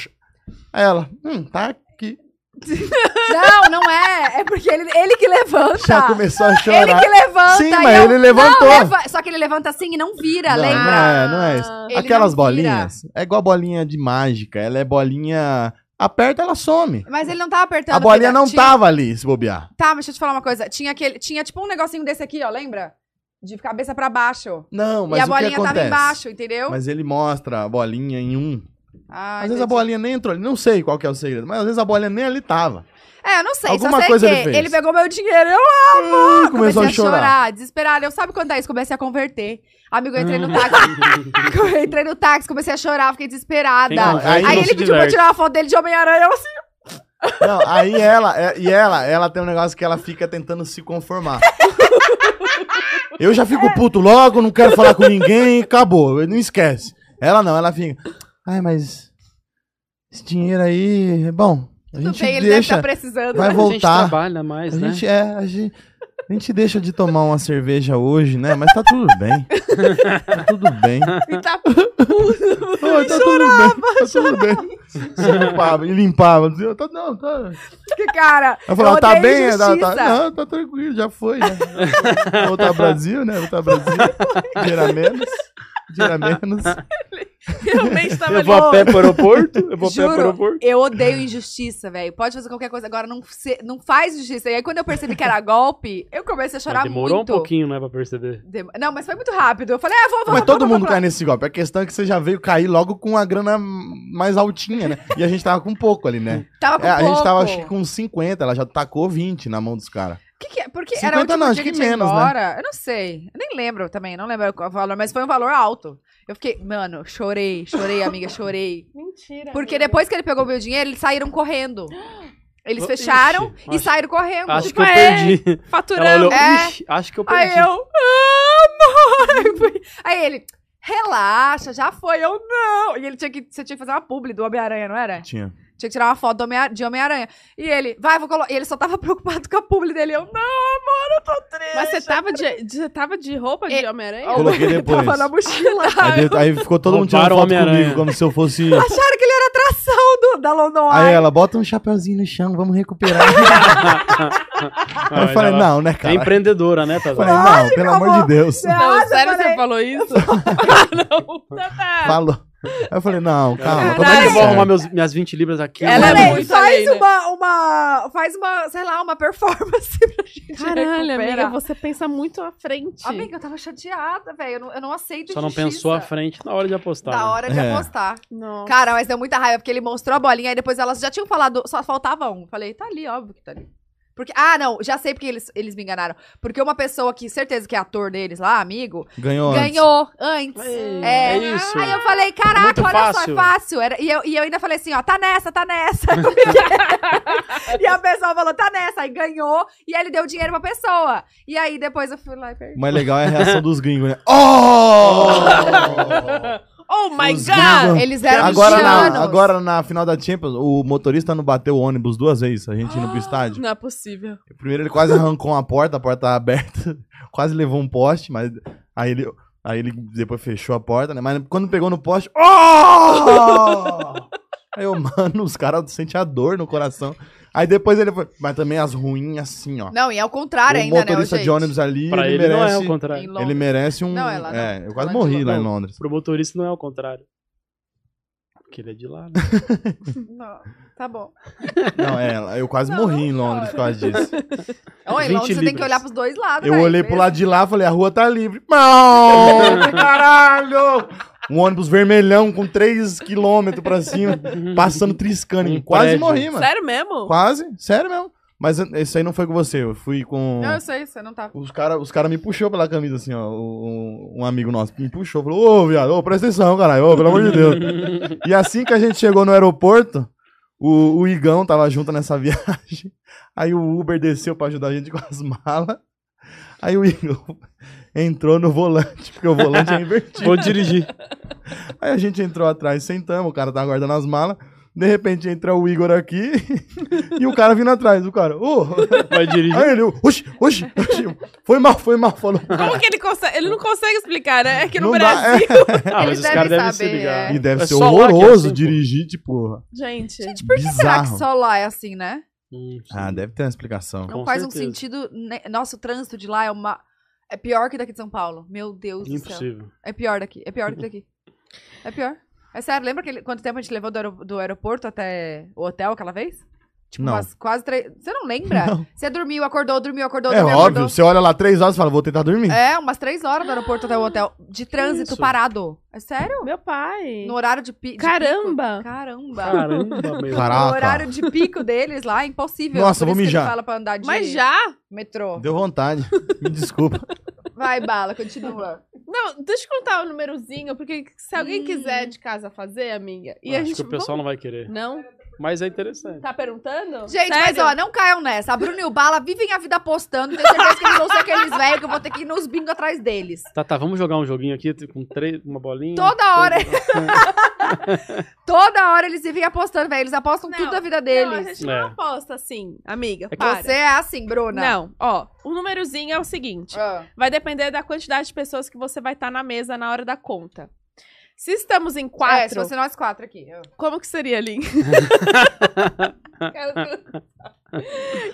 Speaker 5: Aí ela, hum, tá aqui.
Speaker 2: Não, não é. É porque ele, ele que levanta.
Speaker 5: Já começou a chorar.
Speaker 2: Tá. Ele que levanta.
Speaker 5: Sim,
Speaker 2: e
Speaker 5: mas
Speaker 2: eu-
Speaker 5: ele levantou.
Speaker 2: Não, é leva- Só que ele levanta assim e não vira,
Speaker 5: não,
Speaker 2: lembra?
Speaker 5: não é, não é isso.
Speaker 2: Ele
Speaker 5: Aquelas
Speaker 2: não vira.
Speaker 5: bolinhas, é igual a bolinha de mágica. Ela é bolinha. Aperta, ela some.
Speaker 2: Mas ele não tava apertando.
Speaker 5: a bolinha
Speaker 2: filha.
Speaker 5: não
Speaker 2: Tinha-
Speaker 5: tava ali, se bobear.
Speaker 2: Tá, mas deixa eu te falar uma coisa. Tinha, aquele, tinha tipo um negocinho desse aqui, ó, lembra? De cabeça pra baixo.
Speaker 5: Não, mas
Speaker 2: e a
Speaker 5: o que
Speaker 2: bolinha
Speaker 5: acontece?
Speaker 2: tava embaixo, entendeu?
Speaker 5: Mas ele mostra a bolinha em um.
Speaker 2: Ah,
Speaker 5: Às vezes a bolinha nem entrou ali. Não sei qual que é o segredo, mas às vezes a bolinha nem ali tava.
Speaker 2: É, eu não sei.
Speaker 5: Alguma
Speaker 2: só sei
Speaker 5: coisa
Speaker 2: que
Speaker 5: ele
Speaker 2: ele,
Speaker 5: fez.
Speaker 2: pegou meu dinheiro. Eu amo!
Speaker 5: começou
Speaker 2: Tá comecei
Speaker 5: a
Speaker 2: a chorar,
Speaker 5: chorar,
Speaker 2: desesperada. Eu sabe quando é isso? Comecei a converter. Amigo, eu entrei
Speaker 6: Hum.
Speaker 2: no táxi. eu entrei no táxi, comecei a chorar, fiquei desesperada.
Speaker 6: Quem converte
Speaker 2: Aí,
Speaker 5: não
Speaker 2: ele
Speaker 6: se
Speaker 2: pediu pra eu
Speaker 6: diverte.
Speaker 2: tirar uma foto dele de Homem-Aranha. Eu assim,
Speaker 5: Não, aí ela, é- e ela, ela tem um negócio que ela fica tentando se conformar. Eu já fico puto logo, não quero falar com ninguém, acabou, não esquece. Ela não, ela fica. Ai, mas. Esse dinheiro aí, é bom, a
Speaker 2: tudo
Speaker 5: gente
Speaker 2: bem, ele deve tá
Speaker 5: deixa.
Speaker 2: estar precisando.
Speaker 5: vai
Speaker 6: A gente
Speaker 5: voltar.
Speaker 6: trabalha mais,
Speaker 5: A
Speaker 6: né?
Speaker 5: gente é, a gente, a gente deixa de tomar uma cerveja hoje, né? Mas tá tudo bem. Tá tudo bem.
Speaker 2: E tá-
Speaker 5: Ô, tá chorava, tudo bem. Tá tudo bem. Você limpava, e limpava. não sei, Tá, não, tá.
Speaker 2: que cara.
Speaker 5: Ela falava,
Speaker 2: eu
Speaker 5: tá
Speaker 2: odeio
Speaker 5: bem? Ela, tá,
Speaker 2: injustiça.
Speaker 5: não, tá tranquilo, já foi. Já. foi. Voltar ao Brasil, né? Voltar ao Brasil. Dinheiro a menos. Dinheiro a menos.
Speaker 1: Realmente tava
Speaker 6: Eu
Speaker 1: ali.
Speaker 6: vou a pé pro aeroporto? Eu vou a pé pro
Speaker 2: Juro,
Speaker 6: aeroporto?
Speaker 2: eu odeio injustiça, velho. Pode fazer qualquer coisa. Agora, não, se- não faz justiça. E aí, quando eu percebi que era golpe, eu comecei a chorar
Speaker 6: Mas Demorou
Speaker 2: muito.
Speaker 6: um pouquinho, né, pra perceber.
Speaker 2: Dem- Não, mas foi muito rápido. Eu falei, ah, vou, vou.
Speaker 5: Mas
Speaker 2: vou,
Speaker 5: todo
Speaker 2: vou,
Speaker 5: mundo
Speaker 2: vou.
Speaker 5: cai nesse golpe. A questão é que você já veio cair logo com a grana mais altinha, né? E a gente tava com pouco ali, né?
Speaker 2: Tava com
Speaker 5: É, a gente tava
Speaker 2: pouco.
Speaker 5: acho que com 50, ela já tacou 20 na mão dos caras.
Speaker 2: Que que é? Porque era o
Speaker 5: 50
Speaker 2: último
Speaker 5: não, acho
Speaker 2: dia que,
Speaker 5: que
Speaker 2: tinha
Speaker 5: menos,
Speaker 2: menos,
Speaker 5: né?
Speaker 2: embora. Eu não sei. Eu nem lembro também, não lembro qual o valor, mas foi um valor alto. Eu fiquei, mano, chorei, chorei, amiga, chorei.
Speaker 1: Mentira.
Speaker 2: Porque
Speaker 1: amiga.
Speaker 2: depois que ele pegou meu dinheiro, eles saíram correndo. Eles
Speaker 6: Ixi,
Speaker 2: fecharam e
Speaker 6: acho-
Speaker 2: saíram correndo.
Speaker 6: Acho
Speaker 2: Tipo,
Speaker 6: que eu
Speaker 2: é,
Speaker 6: perdi. Ela
Speaker 1: Faturando.
Speaker 6: olhou,
Speaker 2: É.
Speaker 6: ixi, acho que eu perdi.
Speaker 2: Aí eu, amor! Aí ele, relaxa, já foi, eu não. E ele tinha que, você tinha que fazer uma publi do Homem-Aranha, não era?
Speaker 5: Tinha.
Speaker 2: Tinha que tirar uma foto do Homem- de Homem-Aranha. E ele, vai, vou colocar. E ele só tava preocupado com a publi dele. Eu, não, amor, eu tô triste.
Speaker 1: Mas você tava de, de- você tava de roupa de
Speaker 2: É.
Speaker 1: Homem-Aranha?
Speaker 5: Coloquei depois.
Speaker 2: Tava na mochila.
Speaker 5: Aí, de- aí ficou todo mundo tirando
Speaker 6: Roubaram o
Speaker 5: foto comigo,
Speaker 6: Homem-Aranha.
Speaker 5: como se eu fosse.
Speaker 2: Acharam que ele era atração do, da London
Speaker 5: Aí
Speaker 2: Eye.
Speaker 5: ela, bota um chapeuzinho no chão, vamos recuperar. Aí eu falei, não, né,
Speaker 6: É
Speaker 5: cara? Eu
Speaker 6: empreendedora, né,
Speaker 5: falei,
Speaker 6: Tazar?
Speaker 5: não, pelo amor de Deus.
Speaker 1: Não,
Speaker 2: Nossa,
Speaker 1: sério
Speaker 2: peraí.
Speaker 1: "Ah, você falou isso? "Ah, não, tá-" Tatá.
Speaker 5: Falou. Aí eu falei, não, calma.
Speaker 6: Como é que eu vou
Speaker 5: Caralho.
Speaker 6: arrumar meus- minhas 20 libras aqui?
Speaker 1: Ela é
Speaker 2: Peraí,
Speaker 1: muito
Speaker 2: faz
Speaker 1: além, né?
Speaker 2: uma, uma. Faz uma, sei lá, uma performance pra gente.
Speaker 1: Caralho,
Speaker 2: recuperar.
Speaker 1: amiga, você pensa muito à frente.
Speaker 2: Amiga, eu tava chateada, velho. Eu, não- eu não aceito
Speaker 6: Só não
Speaker 2: injustiça.
Speaker 6: pensou à frente na hora de apostar.
Speaker 2: Da
Speaker 6: né?
Speaker 2: hora de
Speaker 5: É.
Speaker 2: apostar.
Speaker 1: Não.
Speaker 2: Cara, mas deu muita raiva, porque ele mostrou a bolinha, aí depois elas já tinham falado, só faltava um. Falei, tá ali, óbvio que tá ali. Porque, ah, não, já sei porque eles, eles me enganaram. Porque uma pessoa que, certeza que é ator deles lá, amigo,
Speaker 5: Ganhou. antes.
Speaker 2: ganhou antes.
Speaker 6: Ei,
Speaker 2: É.
Speaker 6: É, isso.
Speaker 2: Aí eu falei, caraca,
Speaker 6: Muito
Speaker 2: olha só, é
Speaker 6: fácil.
Speaker 2: fácil. Era- e, eu, e eu ainda falei assim, ó, tá nessa, tá nessa. Porque- e a pessoa falou, tá nessa. Aí ganhou, e aí ele deu dinheiro pra pessoa. E aí depois eu fui lá e
Speaker 5: O
Speaker 2: perdi.
Speaker 5: mais legal é a reação dos gringos, né? Oh!
Speaker 1: Oh my
Speaker 5: Os
Speaker 1: god!
Speaker 5: gringos-
Speaker 2: Eles eram
Speaker 5: agora
Speaker 2: indianos.
Speaker 5: na, agora na final da Champions, o motorista não bateu o ônibus duas vezes, a gente indo pro estádio.
Speaker 1: Não é possível.
Speaker 5: Primeiro ele quase arrancou uma porta, a porta tava aberta, quase levou um poste, mas aí ele, aí ele depois fechou a porta, né? Mas quando pegou no poste, oh! aí eu, mano, os caras sentem a dor no coração. Aí depois ele foi, mas também as ruins assim, ó.
Speaker 2: Não, e é o contrário
Speaker 5: o
Speaker 2: ainda, né?
Speaker 5: motorista
Speaker 2: gente?
Speaker 5: de ônibus ali,
Speaker 6: Pra
Speaker 5: ele,
Speaker 6: ele não é
Speaker 5: merece,
Speaker 6: o contrário.
Speaker 2: Em Londres.
Speaker 5: ele merece um,
Speaker 2: Não, é lá, não.
Speaker 5: é, eu quase
Speaker 2: Lá de
Speaker 5: morri lá em
Speaker 6: Londres.
Speaker 5: Londres.
Speaker 6: Pro motorista não é o contrário. Porque ele é de lá, né?
Speaker 2: Não, tá bom.
Speaker 5: Não, é, eu quase
Speaker 2: Não,
Speaker 5: morri em
Speaker 2: não
Speaker 5: Londres por causa disso.
Speaker 2: Ô, em
Speaker 6: 20
Speaker 2: Londres você tem que
Speaker 6: libras.
Speaker 2: olhar pros dois lados.
Speaker 5: Eu
Speaker 2: velho.
Speaker 5: olhei pro lado de lá, falei, a rua tá livre. Não, caralho! Um ônibus vermelhão com 3 km pra cima,
Speaker 6: Uhum.
Speaker 5: passando triscando.
Speaker 6: Um
Speaker 5: Quase
Speaker 6: prédio.
Speaker 5: morri, mano.
Speaker 1: Sério mesmo?
Speaker 5: Quase, sério mesmo. Mas eh, isso aí não foi com você, eu fui com...
Speaker 2: Não, eu sei, você não tá.
Speaker 5: Os caras os cara me puxou pela camisa, assim, ó. Um, um amigo nosso me puxou, falou, ô, viado, ô, presta atenção, caralho, ô, pelo amor de Deus. E assim que a gente chegou no aeroporto, o, o Igão tava junto nessa viagem. Aí o Uber desceu pra ajudar a gente com as malas. Aí o Igão entrou no volante, porque o volante é invertido.
Speaker 6: Vou dirigir.
Speaker 5: Aí a gente entrou atrás, sentamos, o cara tava guardando as malas. De repente entra o Igor aqui e o cara vindo atrás. O cara, ô!
Speaker 6: Vai dirigir.
Speaker 5: Aí ele, oxi, oxi, oxi, foi mal, foi mal, falou.
Speaker 1: Como que ele consegue? Ele não consegue explicar, né? É que no
Speaker 5: Não dá,
Speaker 1: Brasil.
Speaker 6: Ah, mas
Speaker 2: Eles
Speaker 6: os caras
Speaker 2: devem
Speaker 6: devem se
Speaker 2: saber,
Speaker 6: ligar.
Speaker 2: é.
Speaker 5: E deve
Speaker 6: É
Speaker 5: ser
Speaker 6: só lá que é
Speaker 5: horroroso
Speaker 6: assim, pô.
Speaker 5: dirigir, tipo.
Speaker 1: Gente.
Speaker 2: Gente, por que será que só lá é assim, né?
Speaker 6: Hum, sim.
Speaker 5: Ah, deve ter uma explicação.
Speaker 2: Não
Speaker 6: Com
Speaker 2: faz um
Speaker 6: certeza.
Speaker 2: sentido. né? Nossa, o trânsito de lá é uma. É pior que daqui de São Paulo. Meu Deus do céu.
Speaker 6: Impossível.
Speaker 2: É pior daqui. É pior que daqui. É pior. É sério, lembra aquele- quanto tempo a gente levou do, aero- do aeroporto até o hotel aquela vez? Tipo,
Speaker 5: Não.
Speaker 2: umas quase três. Você não lembra?
Speaker 5: Não.
Speaker 2: Você dormiu, acordou, dormiu, acordou,
Speaker 5: É
Speaker 2: dormiu,
Speaker 5: óbvio,
Speaker 2: acordou.
Speaker 5: você olha lá três horas e fala, vou tentar dormir.
Speaker 2: então. É, umas três horas do aeroporto até o hotel. De trânsito
Speaker 6: isso?
Speaker 2: parado. É sério?
Speaker 1: Meu pai.
Speaker 2: No horário de, pi de
Speaker 1: Caramba.
Speaker 2: pico. Caramba!
Speaker 6: Caramba, meu.
Speaker 5: Caraca.
Speaker 2: No horário de pico deles lá, é impossível.
Speaker 5: Nossa,
Speaker 2: Por
Speaker 5: vou
Speaker 2: isso que ele
Speaker 5: mijar.
Speaker 2: fala pra andar de
Speaker 1: Mas já?
Speaker 2: metrô.
Speaker 5: Deu vontade. Me desculpa.
Speaker 2: Vai, bala, continua.
Speaker 1: Não, deixa eu contar o númerozinho, porque se alguém
Speaker 2: Hum.
Speaker 1: quiser de casa fazer, amiga. E a
Speaker 6: Ah, Acho
Speaker 1: gente.
Speaker 6: que o pessoal não vai querer.
Speaker 1: vamos- Não?
Speaker 6: Mas é interessante.
Speaker 1: Tá perguntando?
Speaker 2: Gente, mas
Speaker 1: Sério?
Speaker 2: ó, não caiam nessa. A Bruno e o Bala vivem a vida postando. Tenho certeza que eles vão ser aqueles velhos que eu vou ter que ir nos bingos atrás deles.
Speaker 6: Tá, tá, vamos jogar um joguinho aqui com três, uma bolinha.
Speaker 2: Toda hora.
Speaker 6: Três-
Speaker 2: Toda hora eles vivem apostando, velho. Eles apostam
Speaker 1: Não,
Speaker 2: tudo da vida
Speaker 1: Não, a
Speaker 2: deles.
Speaker 1: gente não
Speaker 6: É.
Speaker 1: aposta assim, amiga.
Speaker 6: É que
Speaker 1: para.
Speaker 2: Você é assim, Bruna.
Speaker 1: Não, ó, o númerozinho é o seguinte:
Speaker 2: Ah.
Speaker 1: vai depender da quantidade de pessoas que você vai estar na mesa na hora da conta. Se estamos em quatro,
Speaker 2: É, se fosse nós quatro aqui. Ah.
Speaker 1: como que seria, Lin? Quero perguntar.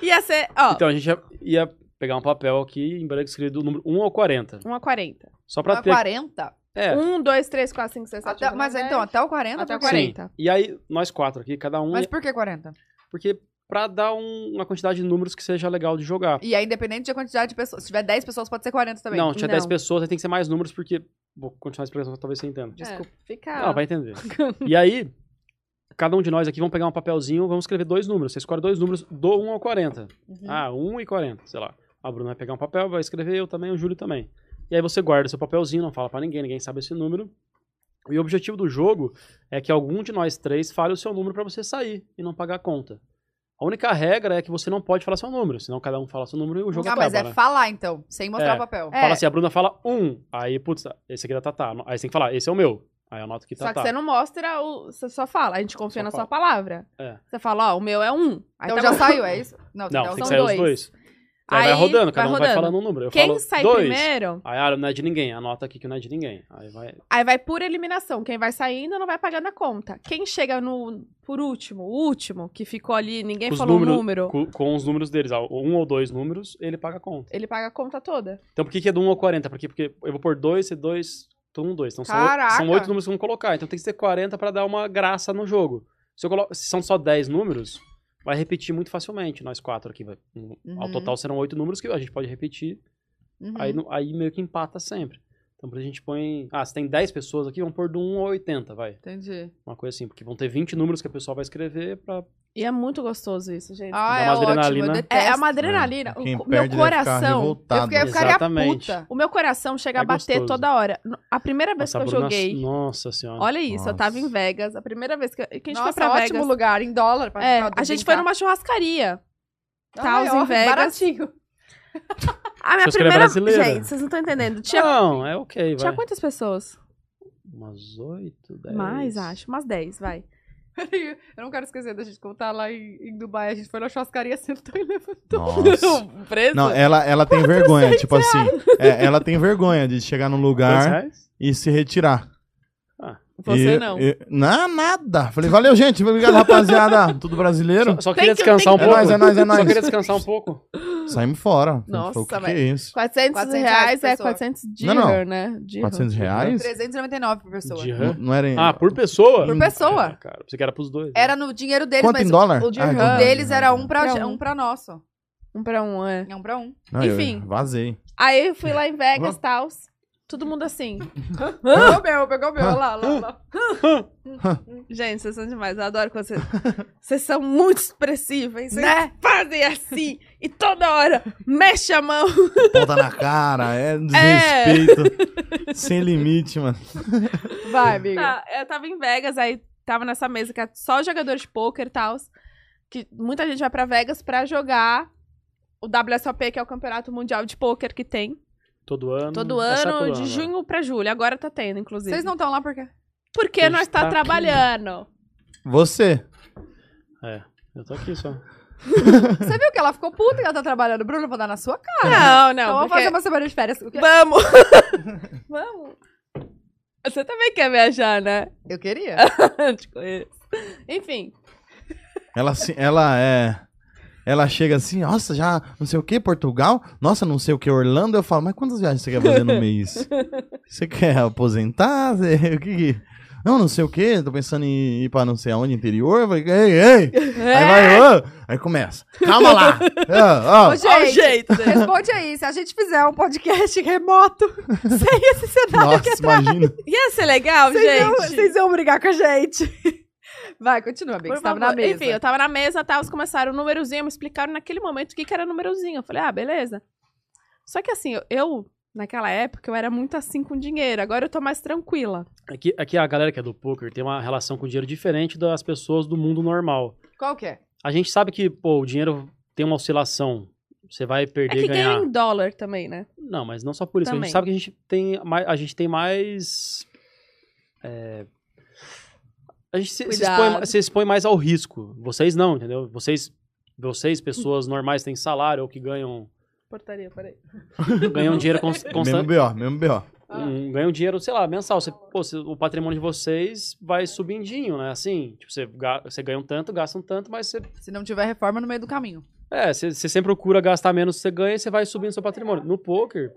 Speaker 1: Ia ser, ó,
Speaker 6: Então a gente ia, ia pegar um papel aqui em branco escrito do número 1 ao 40.
Speaker 1: 1 a 40.
Speaker 6: Só pra
Speaker 2: Pra
Speaker 6: ter.
Speaker 2: 40?
Speaker 6: É.
Speaker 1: 1, 2, 3, 4, 5, 6, 7,
Speaker 2: Até- mas então,
Speaker 1: É.
Speaker 2: até o 40?
Speaker 1: Até
Speaker 2: por
Speaker 1: o
Speaker 2: quê?
Speaker 1: 40.
Speaker 6: Sim. E aí, nós quatro aqui, cada um.
Speaker 2: Mas por que 40?
Speaker 6: Porque pra dar um- uma quantidade de números que seja legal de jogar.
Speaker 2: E aí, independente da quantidade de pessoas. Se tiver 10 pessoas, pode ser 40 também.
Speaker 6: Não, tinha
Speaker 1: Não.
Speaker 6: 10 pessoas, aí tem que ser mais números, porque. Vou continuar a explicação, talvez você entenda.
Speaker 2: Desculpa.
Speaker 1: Fica.
Speaker 6: Não, vai entender. e aí, cada um de nós aqui vamos pegar um papelzinho, vamos escrever dois números. Você escolhe dois números do 1 ao 40.
Speaker 2: Uhum.
Speaker 6: Ah, 1 e 40, sei lá. A Bruna vai pegar um papel, vai escrever, eu também, o Júlio também. E aí você guarda seu papelzinho, não fala pra ninguém, ninguém sabe esse número. E o objetivo do jogo é que algum de nós três fale o seu número pra você sair e não pagar a conta. A única regra é que você não pode falar seu número, senão cada um fala seu número e o jogo
Speaker 2: ah,
Speaker 6: acaba,
Speaker 2: mas é
Speaker 6: né?
Speaker 2: falar então, sem mostrar
Speaker 6: É.
Speaker 2: o papel.
Speaker 1: É.
Speaker 6: Fala assim, a Bruna fala um, aí, putz, esse aqui é da Tatá. Aí você tem que falar, esse é o meu. Aí eu anoto que
Speaker 1: Só
Speaker 6: Tatá.
Speaker 1: que você não mostra, o... você só fala. A gente confia
Speaker 6: então tá. Só
Speaker 1: na sua
Speaker 6: fala.
Speaker 1: palavra.
Speaker 6: É.
Speaker 1: Você fala, ó, o meu é um. Aí
Speaker 2: Então
Speaker 1: tá
Speaker 2: já
Speaker 1: bom.
Speaker 2: saiu, é isso? Não,
Speaker 6: Não,
Speaker 2: então
Speaker 6: tem
Speaker 2: são
Speaker 6: que sair
Speaker 1: dois.
Speaker 6: os dois. Aí, vai
Speaker 1: Aí
Speaker 6: rodando, cada
Speaker 1: vai
Speaker 6: um vai
Speaker 1: rodando.
Speaker 6: falando um número. Eu
Speaker 1: Quem
Speaker 6: falo
Speaker 1: sai
Speaker 6: dois.
Speaker 1: primeiro,
Speaker 6: Aí, ah, não é de ninguém. Anota aqui que não é de ninguém. Aí vai.
Speaker 1: aí vai por eliminação. Quem vai saindo não vai pagando a conta. Quem chega no por último, o último, que ficou ali, ninguém
Speaker 6: com os
Speaker 1: falou o
Speaker 6: números-
Speaker 1: número,
Speaker 6: Com, com os números deles. ah, Um ou dois números, ele paga a conta.
Speaker 1: ele paga a conta toda.
Speaker 6: Então por que, que é do 1 ao 40? Porque, porque eu vou pôr dois e dois, todo um dois. Então são,
Speaker 2: Caraca!
Speaker 6: são oito números que vão colocar. Então tem que ser 40 pra dar uma graça no jogo. Se, eu colo- se são só 10 números, vai repetir muito facilmente. Nós quatro aqui. vai- Ao
Speaker 2: Uhum.
Speaker 6: total serão oito números que a gente pode repetir.
Speaker 2: Uhum.
Speaker 6: Aí, não- aí meio que empata sempre. Então por exemplo, a gente põe. Ah, se tem 10 pessoas aqui, vamos pôr do 1 ao 80, vai.
Speaker 2: Entendi.
Speaker 6: Uma coisa assim, porque vão ter 20 números que a pessoa vai escrever pra.
Speaker 1: E é muito gostoso isso, gente.
Speaker 2: Ah,
Speaker 6: Dá
Speaker 2: é ótimo,
Speaker 6: uma
Speaker 2: eu
Speaker 6: adrenalina.
Speaker 2: detesto.
Speaker 1: é, é uma adrenalina. O
Speaker 5: Quem
Speaker 1: co- meu
Speaker 5: perde deve ficar
Speaker 1: coração.
Speaker 2: Eu,
Speaker 5: revoltado.
Speaker 2: fiquei, eu ficaria
Speaker 6: Tá, Exatamente.
Speaker 2: puta.
Speaker 1: O meu coração chega
Speaker 6: É
Speaker 1: a bater
Speaker 6: gostoso.
Speaker 1: toda hora. No- A primeira vez que
Speaker 6: Nossa,
Speaker 1: eu
Speaker 6: Bruna-
Speaker 1: joguei.
Speaker 6: Nossa senhora.
Speaker 1: Olha isso, eu tava em
Speaker 5: Nossa.
Speaker 1: Vegas. A primeira vez que, que a gente
Speaker 2: Nossa,
Speaker 1: foi pra
Speaker 2: ótimo
Speaker 1: Vegas.
Speaker 2: lugar, em dólar. Pra
Speaker 1: É,
Speaker 2: pra
Speaker 1: a gente
Speaker 2: brincar.
Speaker 1: foi numa churrascaria.
Speaker 2: Ah,
Speaker 1: Taos
Speaker 2: é
Speaker 1: em
Speaker 2: ótimo,
Speaker 1: Vegas.
Speaker 2: Baratinho.
Speaker 1: A minha
Speaker 6: Churrascaria
Speaker 1: primeira.
Speaker 6: brasileira.
Speaker 1: Gente, vocês não estão entendendo. Tinha,
Speaker 6: Não, é ok,
Speaker 1: tinha
Speaker 6: vai.
Speaker 1: quantas pessoas?
Speaker 6: Umas 8, 10.
Speaker 1: Mais, acho. Umas 10, vai.
Speaker 2: Eu não quero esquecer da gente contar lá em, em Dubai. A gente foi na churrascaria, sentou e levantou.
Speaker 5: Nossa.
Speaker 1: Preso?
Speaker 5: Não, é, ela, ela tem vergonha, tipo assim. é, ela tem vergonha de chegar num
Speaker 6: Dois
Speaker 5: lugar
Speaker 6: reais?
Speaker 5: e se retirar.
Speaker 1: Você
Speaker 5: E-
Speaker 1: não.
Speaker 5: e- não, nada. Falei, valeu, gente. Obrigado, rapaziada. Tudo brasileiro.
Speaker 6: Só, só
Speaker 1: Tem
Speaker 6: queria
Speaker 1: que-
Speaker 6: descansar um
Speaker 1: tem
Speaker 5: É
Speaker 1: que-
Speaker 6: pouco.
Speaker 5: nóis, é nóis, é
Speaker 6: Só
Speaker 5: nóis.
Speaker 6: queria descansar um pouco.
Speaker 5: Saímos fora.
Speaker 1: Nossa,
Speaker 5: Falei, o que, que é
Speaker 1: velho.
Speaker 5: isso?
Speaker 1: 400,
Speaker 2: 400
Speaker 1: reais
Speaker 2: reais
Speaker 1: é
Speaker 2: pessoa.
Speaker 1: 400
Speaker 5: Não, não.
Speaker 1: dirham, né? Dirham.
Speaker 5: 400 reais?
Speaker 2: 399 por pessoa.
Speaker 6: De
Speaker 5: Não,
Speaker 6: rã.
Speaker 5: não era em...
Speaker 6: Ah, por pessoa?
Speaker 2: Por pessoa.
Speaker 6: Ah, cara, pensei que era pros dois.
Speaker 2: Era no dinheiro deles,
Speaker 5: Quanto
Speaker 2: mas
Speaker 5: em dólar?
Speaker 2: o
Speaker 6: então
Speaker 2: dinheiro
Speaker 6: tá.
Speaker 5: Ah, é
Speaker 2: deles
Speaker 5: dólar,
Speaker 2: era
Speaker 5: é.
Speaker 2: um pra,
Speaker 1: Pra um.
Speaker 2: um pra nosso.
Speaker 1: Um pra um, é.
Speaker 2: É um pra um.
Speaker 5: Não, eu-
Speaker 1: Enfim.
Speaker 5: vazei.
Speaker 1: Aí eu fui lá em Vegas e
Speaker 5: Hã?
Speaker 1: tal. Todo mundo assim.
Speaker 2: Pegou meu, pegou meu. Lá, lá, lá.
Speaker 1: Gente, vocês são demais. Eu adoro quando vocês. Vocês são muito expressíveis. Vocês
Speaker 2: Né?
Speaker 1: fazem assim. E toda hora mexe a mão.
Speaker 5: Ponta na cara, é desrespeito. Sem limite, mano.
Speaker 2: Vai, amiga.
Speaker 1: Tá, eu tava em Vegas, aí tava nessa mesa que é só jogadores de pôquer e tal. Que muita gente vai pra Vegas pra jogar o WSOP, que é o campeonato mundial de pôquer que tem.
Speaker 6: né? Todo ano.
Speaker 1: Todo
Speaker 6: É só
Speaker 1: ano,
Speaker 6: todo
Speaker 1: de
Speaker 6: né?
Speaker 1: junho pra julho. Agora tá tendo, inclusive.
Speaker 2: Vocês não estão lá por quê?
Speaker 1: Porque
Speaker 6: Vocês
Speaker 1: nós tá
Speaker 6: tá-
Speaker 1: trabalhando.
Speaker 5: Você.
Speaker 6: É. Eu tô aqui só.
Speaker 2: Você viu que ela ficou puta que ela tá trabalhando. Bruno, eu vou dar na sua cara.
Speaker 1: Não,
Speaker 2: Então
Speaker 1: não.
Speaker 2: vamos
Speaker 1: porque-
Speaker 2: fazer uma semana de férias. O quê?
Speaker 1: Vamos! Vamos! Você também quer viajar, né?
Speaker 2: Eu queria.
Speaker 1: Eu te conheço. Enfim.
Speaker 5: Ela, se- ela é. Ela chega assim, nossa, já não sei o que, Portugal, nossa, não sei o que, Orlando. Eu falo, mas quantas viagens você quer fazer no mês? Você quer aposentar? Você- o que que-
Speaker 1: É.
Speaker 5: Não, não sei o que, tô pensando em ir pra não sei aonde, interior. Eu falei, ei, ei! Aí vai, ô! Aí começa. Calma lá. Ah, ah.
Speaker 2: Ô,
Speaker 1: Olha o
Speaker 2: gente,
Speaker 1: jeito. né?
Speaker 2: responde aí. Se a gente fizer um podcast remoto, sem esse cenário
Speaker 5: Nossa,
Speaker 2: aqui atrás,
Speaker 5: imagina.
Speaker 1: Ia ser legal,
Speaker 2: vocês iam,
Speaker 1: gente.
Speaker 2: vocês iam brigar com a gente. Vai, continua, bem,
Speaker 1: Por
Speaker 2: que estava
Speaker 1: favor.
Speaker 2: na mesa.
Speaker 1: Enfim, eu tava na mesa, tá, eles começaram o númerozinho, me explicaram naquele momento o que, que era númerozinho. Eu falei, ah, beleza. Só que assim, eu- eu, naquela época, eu era muito assim com dinheiro. Agora eu tô mais tranquila.
Speaker 6: Aqui, aqui a galera que é do poker tem uma relação com o dinheiro diferente das pessoas do mundo normal.
Speaker 2: Qual que é?
Speaker 6: A gente sabe que, pô, o dinheiro tem uma oscilação. Você vai
Speaker 1: É
Speaker 6: perder e
Speaker 1: que
Speaker 6: ganhar.
Speaker 1: ganha em dólar também, né?
Speaker 6: Não, mas não só por isso. A
Speaker 1: Também.
Speaker 6: gente sabe que a gente tem mais. A gente tem mais. é, a gente se, se expõe,
Speaker 2: Cuidado.
Speaker 6: se expõe mais ao risco. Vocês não, entendeu? Vocês, vocês pessoas normais, têm salário ou que ganham,
Speaker 1: Portaria, peraí.
Speaker 6: ganham dinheiro cons,
Speaker 5: Mesmo
Speaker 6: constante.
Speaker 5: B.O., mesmo B.O.
Speaker 1: Ah.
Speaker 6: Um, ganham dinheiro, sei lá, mensal. Você- pô, você- o patrimônio de vocês vai subindinho, né? Assim, tipo, você, ga- você ganha um tanto, gasta um tanto, mas você
Speaker 2: Se não tiver reforma no meio do caminho.
Speaker 6: É, você sempre procura gastar menos que você ganha e você vai subindo seu patrimônio. No poker,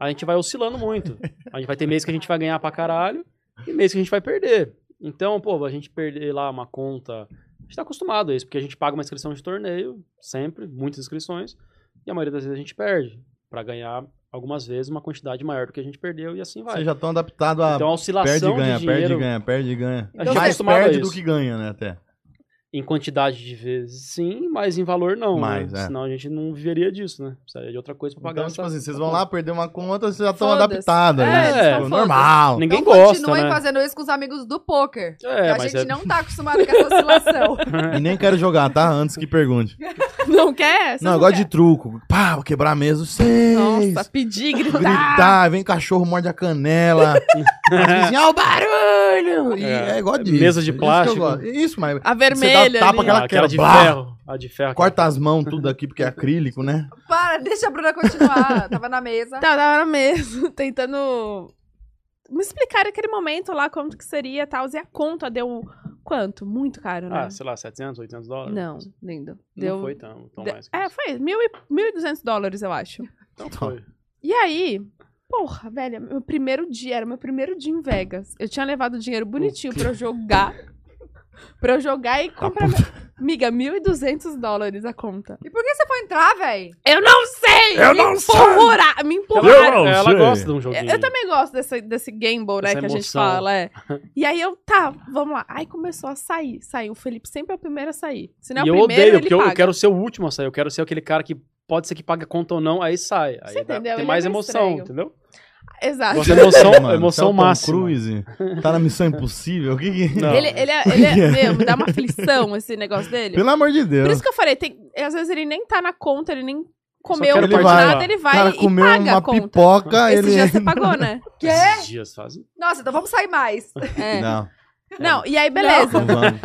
Speaker 6: a gente vai oscilando muito. A gente vai ter mês que a gente vai ganhar pra caralho e mês que a gente vai perder. Então, pô, a gente perder lá uma conta. A gente tá acostumado a isso, porque a gente paga uma inscrição de torneio, sempre, muitas inscrições, e a maioria das vezes a gente perde, pra ganhar algumas vezes uma quantidade maior do que a gente perdeu e assim vai.
Speaker 5: Vocês já estão adaptados a
Speaker 6: então a
Speaker 5: perde
Speaker 6: oscilação
Speaker 5: e ganha,
Speaker 6: de
Speaker 5: perde
Speaker 6: dinheiro
Speaker 5: e ganha, perde e ganha.
Speaker 6: A gente tá
Speaker 5: Mais
Speaker 6: acostumado a
Speaker 5: perde do
Speaker 6: isso.
Speaker 5: que ganha, né, até.
Speaker 6: em quantidade de vezes sim, mas em valor não,
Speaker 5: Mais,
Speaker 6: né?
Speaker 5: é.
Speaker 6: Senão a gente não viveria disso, né? Precisaria de outra coisa pra pagar.
Speaker 5: Então,
Speaker 6: essa-
Speaker 5: tipo assim, vocês
Speaker 6: essa
Speaker 5: vão
Speaker 6: conta.
Speaker 5: lá perder uma conta, vocês já estão
Speaker 1: Foda-se.
Speaker 5: adaptados.
Speaker 6: É,
Speaker 5: né?
Speaker 6: eles
Speaker 5: Tipo,
Speaker 1: são
Speaker 5: normal.
Speaker 6: Ninguém
Speaker 2: então
Speaker 6: gosta,
Speaker 2: continuem
Speaker 6: né?
Speaker 2: fazendo isso com os amigos do poker.
Speaker 6: É,
Speaker 2: que a
Speaker 6: mas
Speaker 2: gente
Speaker 6: é-
Speaker 2: não tá acostumado com essa oscilação.
Speaker 5: E nem quero jogar, tá? Antes que pergunte.
Speaker 1: Não quer? Vocês
Speaker 5: não, eu gosto
Speaker 1: quer?
Speaker 5: de truco. Pá, vou quebrar a mesa. Seis.
Speaker 1: Nossa, pedir, gritar.
Speaker 5: Gritar, vem cachorro, morde a canela. Vizinha, olha o barulho! E
Speaker 6: É,
Speaker 5: é, igual disso.
Speaker 6: mesa de
Speaker 5: Isso que eu
Speaker 6: plástico.
Speaker 5: gosto. Isso, mas
Speaker 1: A
Speaker 5: Você
Speaker 1: vermelha.
Speaker 5: dá tapa
Speaker 1: ali.
Speaker 5: aquela
Speaker 6: Ah, aquela de
Speaker 5: quebra.
Speaker 6: ferro. A de ferro.
Speaker 5: corta as mãos tudo aqui porque é acrílico, né?
Speaker 2: Para, deixa a Bruna continuar. Tava na mesa.
Speaker 1: Tá, eu tava na mesa, tentando me explicar aquele momento lá, como que seria e tal. E a conta deu quanto? Muito caro, né?
Speaker 6: Ah, sei lá, 700, 800 dólares?
Speaker 1: não, lindo.
Speaker 6: Não
Speaker 1: Deu...
Speaker 6: foi tão, tão
Speaker 1: de-
Speaker 6: mais. que
Speaker 1: É,
Speaker 6: isso.
Speaker 1: foi mil e- 1.200 dólares, eu acho.
Speaker 6: Então foi.
Speaker 1: E aí, porra, velho, meu primeiro dia, era meu primeiro dia em Vegas. Eu tinha levado dinheiro bonitinho pra eu jogar. pra eu jogar e
Speaker 5: Tá
Speaker 1: comprar. Miga, 1.200 dólares a conta.
Speaker 2: E por que você foi entrar, véi?
Speaker 1: Eu não sei!
Speaker 5: Eu
Speaker 1: me
Speaker 5: não sei!
Speaker 1: empurraram- Me empurraram.
Speaker 5: não
Speaker 6: Ela
Speaker 5: sei.
Speaker 6: gosta de um
Speaker 1: Eu-
Speaker 6: joguinho.
Speaker 1: É, Eu também gosto desse, desse gamble, né?
Speaker 6: Essa
Speaker 1: que a gente
Speaker 6: emoção.
Speaker 1: fala, é. E aí eu, tá, vamos lá. Aí começou a sair, saiu. O Felipe sempre é o primeiro a sair. Se não é
Speaker 6: E
Speaker 1: o
Speaker 6: eu
Speaker 1: primeiro,
Speaker 6: odeio,
Speaker 1: ele
Speaker 6: porque eu,
Speaker 1: paga.
Speaker 6: eu quero ser o último a sair. Eu quero ser aquele cara que pode ser que pague a conta ou não, aí sai. Aí
Speaker 1: Você
Speaker 6: dá-
Speaker 1: entendeu? Ele
Speaker 6: tem
Speaker 1: é
Speaker 6: mais
Speaker 1: meio
Speaker 6: emoção,
Speaker 1: estranho.
Speaker 6: entendeu?
Speaker 1: Exato.
Speaker 6: Gosto de emoção,
Speaker 5: Mano, é
Speaker 6: emoção
Speaker 5: Tom
Speaker 6: máxima.
Speaker 5: Cruise, tá na missão impossível? O que que...
Speaker 6: Não.
Speaker 1: Ele, ele é, ele é- meu, me dá uma aflição esse negócio dele.
Speaker 5: Pelo amor de
Speaker 1: Por
Speaker 5: Deus.
Speaker 1: isso que eu falei, tem, às vezes ele nem tá na conta, ele nem comeu
Speaker 6: quero
Speaker 1: ele
Speaker 5: participar.
Speaker 1: nada, ele
Speaker 5: O
Speaker 1: vai
Speaker 5: cara
Speaker 1: e
Speaker 5: comeu
Speaker 1: paga a
Speaker 5: uma
Speaker 1: conta.
Speaker 5: pipoca,
Speaker 1: Esse
Speaker 5: ele...
Speaker 1: dia você pagou, né?
Speaker 2: Quê?
Speaker 6: Esses dias fazem.
Speaker 2: Nossa, então vamos sair mais.
Speaker 1: É. Não.
Speaker 5: Não,
Speaker 1: e aí beleza.
Speaker 5: não vamos.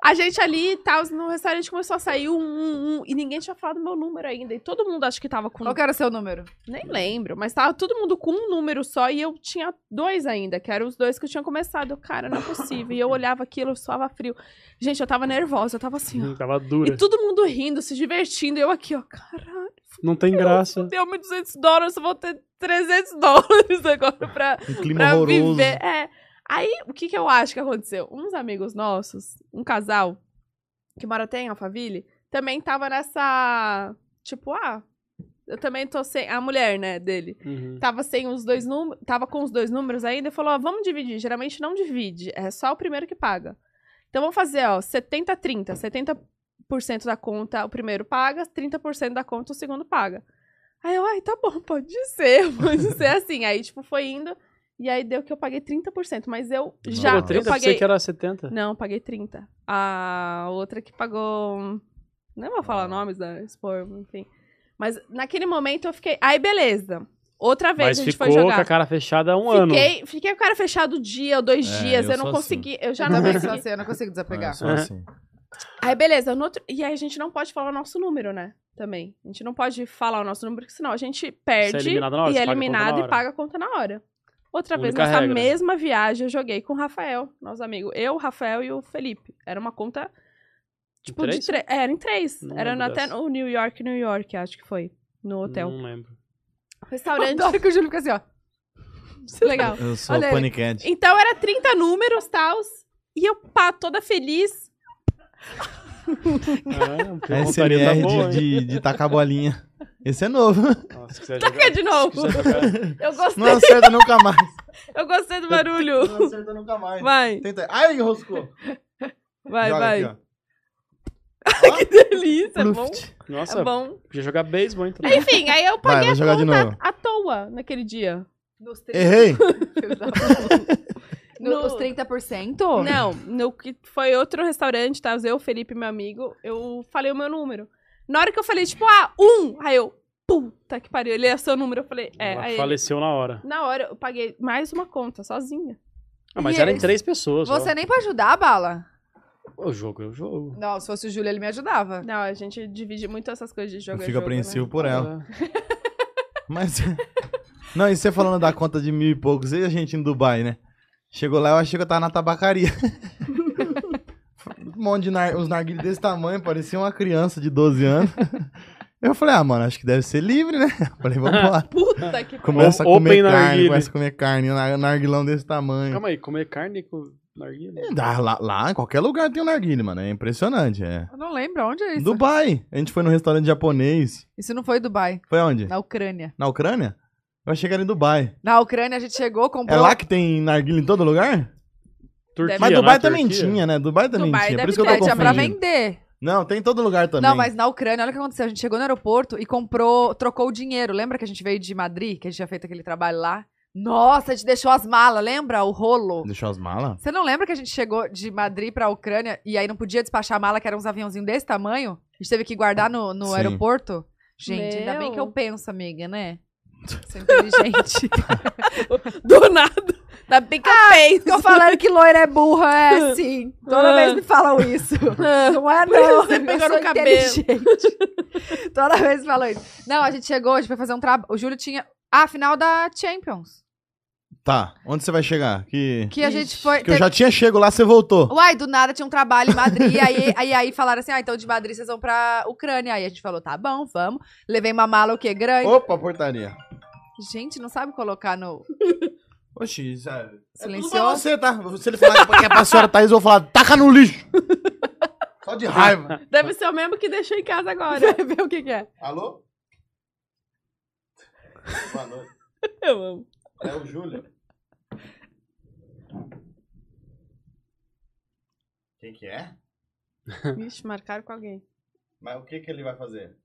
Speaker 1: A gente ali e tal, no restaurante começou a sair um, um, um, e ninguém tinha falado meu número ainda. E todo mundo acho que tava com.
Speaker 2: Qual que era o seu número?
Speaker 1: Nem lembro, mas tava todo mundo com um número só e eu tinha dois ainda, que eram os dois que eu tinha começado. Eu, Cara, não é possível. E eu olhava aquilo, eu suava frio. Gente, eu tava nervosa, eu tava assim, ó.
Speaker 6: Tava
Speaker 1: E
Speaker 6: dura.
Speaker 1: todo mundo rindo, se divertindo, e eu aqui, ó. Caralho,
Speaker 6: Não tem graça.
Speaker 1: deu 1.200 dólares, eu vou ter 300 dólares agora pra,
Speaker 5: Um clima
Speaker 1: pra
Speaker 5: horroroso.
Speaker 1: viver. É. Aí, o que que eu acho que aconteceu? Uns amigos nossos, um casal, que mora até em Alphaville, também tava nessa. Tipo, ah, eu também tô sem. A mulher, né, dele
Speaker 6: Uhum.
Speaker 1: tava sem os dois números, tava com os dois números ainda e falou, ó, vamos dividir. Geralmente não divide, é só o primeiro que paga. Então vamos fazer, ó, 70 30, 70% da conta o primeiro paga, 30% da conta o segundo paga. Aí eu, ai, tá bom, pode ser, pode ser assim. Aí tipo foi indo e aí deu que eu paguei 30%, mas eu já
Speaker 6: Pô,
Speaker 5: eu
Speaker 6: 30,
Speaker 1: paguei
Speaker 6: eu pensei que era 70.
Speaker 1: Não, paguei 30. A outra que pagou não vou
Speaker 6: Ah.
Speaker 1: falar nomes da expor, enfim. Mas naquele momento eu fiquei, aí beleza. Outra vez
Speaker 6: Mas
Speaker 1: a gente
Speaker 6: ficou
Speaker 1: foi
Speaker 6: com
Speaker 1: jogar
Speaker 6: a cara fechada há um ano.
Speaker 1: fiquei, Fiquei com o cara fechado o dia ou dois
Speaker 5: É,
Speaker 1: dias.
Speaker 5: eu
Speaker 1: Eu,
Speaker 5: sou
Speaker 1: não
Speaker 5: assim.
Speaker 1: consegui. Eu já
Speaker 2: Já
Speaker 1: não
Speaker 2: não penso
Speaker 1: consegui.
Speaker 2: assim, eu não consigo
Speaker 6: Ah,
Speaker 5: É,
Speaker 2: desapegar.
Speaker 5: só assim.
Speaker 1: Aí, beleza. no outro- E aí, a gente não pode falar o nosso número, né? Também. A gente não pode falar o nosso número, porque senão a gente perde.
Speaker 6: eliminado na hora,
Speaker 1: e
Speaker 6: você
Speaker 1: é
Speaker 6: paga a conta
Speaker 1: eliminado
Speaker 6: na
Speaker 1: e
Speaker 6: hora.
Speaker 1: paga a conta na hora. Outra vez,
Speaker 6: Única
Speaker 1: nessa
Speaker 6: regra.
Speaker 1: mesma viagem, eu joguei com o Rafael, nosso amigo. Eu, o Rafael e o Felipe. Era uma conta. Tipo,
Speaker 6: três?
Speaker 1: de três. Era em três.
Speaker 6: Não
Speaker 1: Era
Speaker 6: lembro
Speaker 1: até
Speaker 6: dessa. Hum.
Speaker 1: no New York, New York, acho que foi. No hotel.
Speaker 6: Não lembro.
Speaker 1: Restaurante.
Speaker 2: Adoro que o Júlio fica assim, ó.
Speaker 1: legal.
Speaker 5: Eu sou
Speaker 2: Olha ele.
Speaker 5: paniquete.
Speaker 1: Então era 30 números, tals. E eu, pá, toda feliz.
Speaker 6: Caralho, tem uma montaria da
Speaker 5: SMR
Speaker 6: boa,
Speaker 5: É de,
Speaker 6: hein?
Speaker 5: de, de tacar a bolinha. Esse é novo.
Speaker 6: Nossa, se quiser
Speaker 1: Taca
Speaker 6: jogar-
Speaker 1: de
Speaker 6: se
Speaker 1: novo.
Speaker 6: quiser jogar-
Speaker 1: Eu gostei,
Speaker 5: Não acerta nunca mais.
Speaker 1: eu gostei do barulho.
Speaker 5: Não acerta nunca mais.
Speaker 1: Vai,
Speaker 5: Tenta. Ai, roscou.
Speaker 1: vai,
Speaker 5: Joga
Speaker 1: vai.
Speaker 5: aqui, ó.
Speaker 1: que delícia, é bom.
Speaker 5: Pluft.
Speaker 6: Nossa,
Speaker 1: É bom.
Speaker 6: podia jogar beisebol, então.
Speaker 1: Enfim, aí eu
Speaker 5: Vai,
Speaker 1: paguei
Speaker 5: vai jogar
Speaker 1: a
Speaker 5: de
Speaker 1: conta
Speaker 5: novo.
Speaker 1: à toa naquele dia.
Speaker 2: Nos 30%.
Speaker 5: Errei.
Speaker 2: No-
Speaker 1: No-
Speaker 2: Os 30%?
Speaker 1: Não, no que foi outro restaurante, tá? Eu, Felipe, meu amigo, eu falei o meu número. Na hora que eu falei, tipo, ah, um, aí eu, puta que pariu, ele é seu número, eu falei, é,
Speaker 6: Ela
Speaker 1: aí ele-
Speaker 6: faleceu na hora.
Speaker 1: na hora eu paguei mais uma conta, sozinha.
Speaker 6: Ah, mas
Speaker 2: E
Speaker 6: era em
Speaker 2: eles-
Speaker 6: três pessoas. ó.
Speaker 2: Você nem pra ajudar, Bala?
Speaker 6: O jogo é o jogo.
Speaker 2: Não, se fosse o Júlio, ele me ajudava.
Speaker 1: Não, a gente divide muito essas coisas de
Speaker 5: Eu
Speaker 1: jogo. é
Speaker 5: fico
Speaker 1: jogo, né?
Speaker 5: apreensivo por ela. Mas. Não, e você falando da conta de mil e poucos, e a gente em Dubai, né? Chegou lá, eu achei que eu tava na tabacaria. um monte de nar uns narguilhos desse tamanho, parecia uma criança de 12 anos. Eu falei, ah, mano, acho que deve ser livre, né? Eu falei, vamos lá. Ah.
Speaker 1: Puta que pariu.
Speaker 5: Começa a
Speaker 6: Open
Speaker 5: comer carne,
Speaker 6: narguilé.
Speaker 5: começa a comer carne, um narguilão desse tamanho.
Speaker 6: É. Calma aí, comer carne com narguilha?
Speaker 5: Ah, Lá, lá, em qualquer lugar tem um narguilé, mano. É impressionante, é.
Speaker 2: Eu não lembro onde é isso.
Speaker 5: Dubai. A gente foi num restaurante japonês.
Speaker 2: Isso não foi Dubai,
Speaker 5: Foi onde?
Speaker 2: na Ucrânia.
Speaker 5: Na Ucrânia? Eu achei que era em Dubai.
Speaker 2: Na Ucrânia a gente chegou,
Speaker 5: É
Speaker 2: comprou.
Speaker 5: lá que tem narguilé em todo lugar?
Speaker 2: É
Speaker 6: Turquia,
Speaker 5: Mas
Speaker 1: Tinha,
Speaker 5: Dubai
Speaker 6: né?
Speaker 5: também
Speaker 6: Turquia?
Speaker 5: tinha, né? Dubai também
Speaker 1: Dubai
Speaker 5: tinha. Por
Speaker 1: deve
Speaker 5: isso que eu
Speaker 1: ter,
Speaker 5: tô
Speaker 2: tinha pra
Speaker 5: confundindo.
Speaker 2: vender.
Speaker 5: Não, tem em todo lugar também.
Speaker 2: Não, mas na Ucrânia, olha o que aconteceu. A gente chegou no aeroporto e comprou, trocou o dinheiro. Lembra que a gente veio de Madrid, que a gente tinha feito aquele trabalho lá? Nossa, a gente deixou as malas, lembra? O rolo.
Speaker 5: Deixou as malas?
Speaker 2: Você não lembra que a gente chegou de Madrid pra Ucrânia e aí não podia despachar a mala, que era uns aviãozinhos desse tamanho? A gente teve que guardar no, no
Speaker 5: Sim.
Speaker 2: aeroporto? Gente, ainda bem
Speaker 1: Meu.
Speaker 2: que eu penso, amiga, né? Sou inteligente.
Speaker 1: Do nada.
Speaker 2: Tá
Speaker 1: Ah, Da pica fez.
Speaker 2: Ficam falando que loira é burra, é sim. Toda
Speaker 1: Ah.
Speaker 2: vez me falam isso. Não é não,
Speaker 1: Você
Speaker 2: eu
Speaker 1: pegou
Speaker 2: sou
Speaker 1: no cabelo.
Speaker 2: inteligente. Toda vez me falam isso. Não, a gente chegou, a gente foi fazer um trabalho. O Júlio tinha a final da Champions.
Speaker 5: Tá. Onde você vai chegar? Que,
Speaker 2: Que a
Speaker 1: Ixi.
Speaker 2: gente foi...
Speaker 5: que eu já tinha chego lá, você voltou.
Speaker 2: Uai, do nada tinha um trabalho em Madrid, aí, aí, aí falaram assim, ah, então de Madrid vocês vão pra Ucrânia. Aí a gente falou, tá bom, vamos. Levei uma mala, o quê? Grande.
Speaker 5: Opa, portaria.
Speaker 2: Gente, não sabe colocar no
Speaker 5: Oxi, é- sabe?
Speaker 2: silencioso.
Speaker 5: você, tá? Se ele falar que é pra senhora Thaís, eu vou falar, taca no lixo. Só de raiva.
Speaker 1: Deve ser o mesmo que deixou em casa agora.
Speaker 2: Vai ver o que que é.
Speaker 5: Alô? Boa noite.
Speaker 1: Eu amo.
Speaker 5: É o Júlio. Quem que é?
Speaker 1: Vixe, marcaram com alguém.
Speaker 5: Mas o que que ele vai fazer?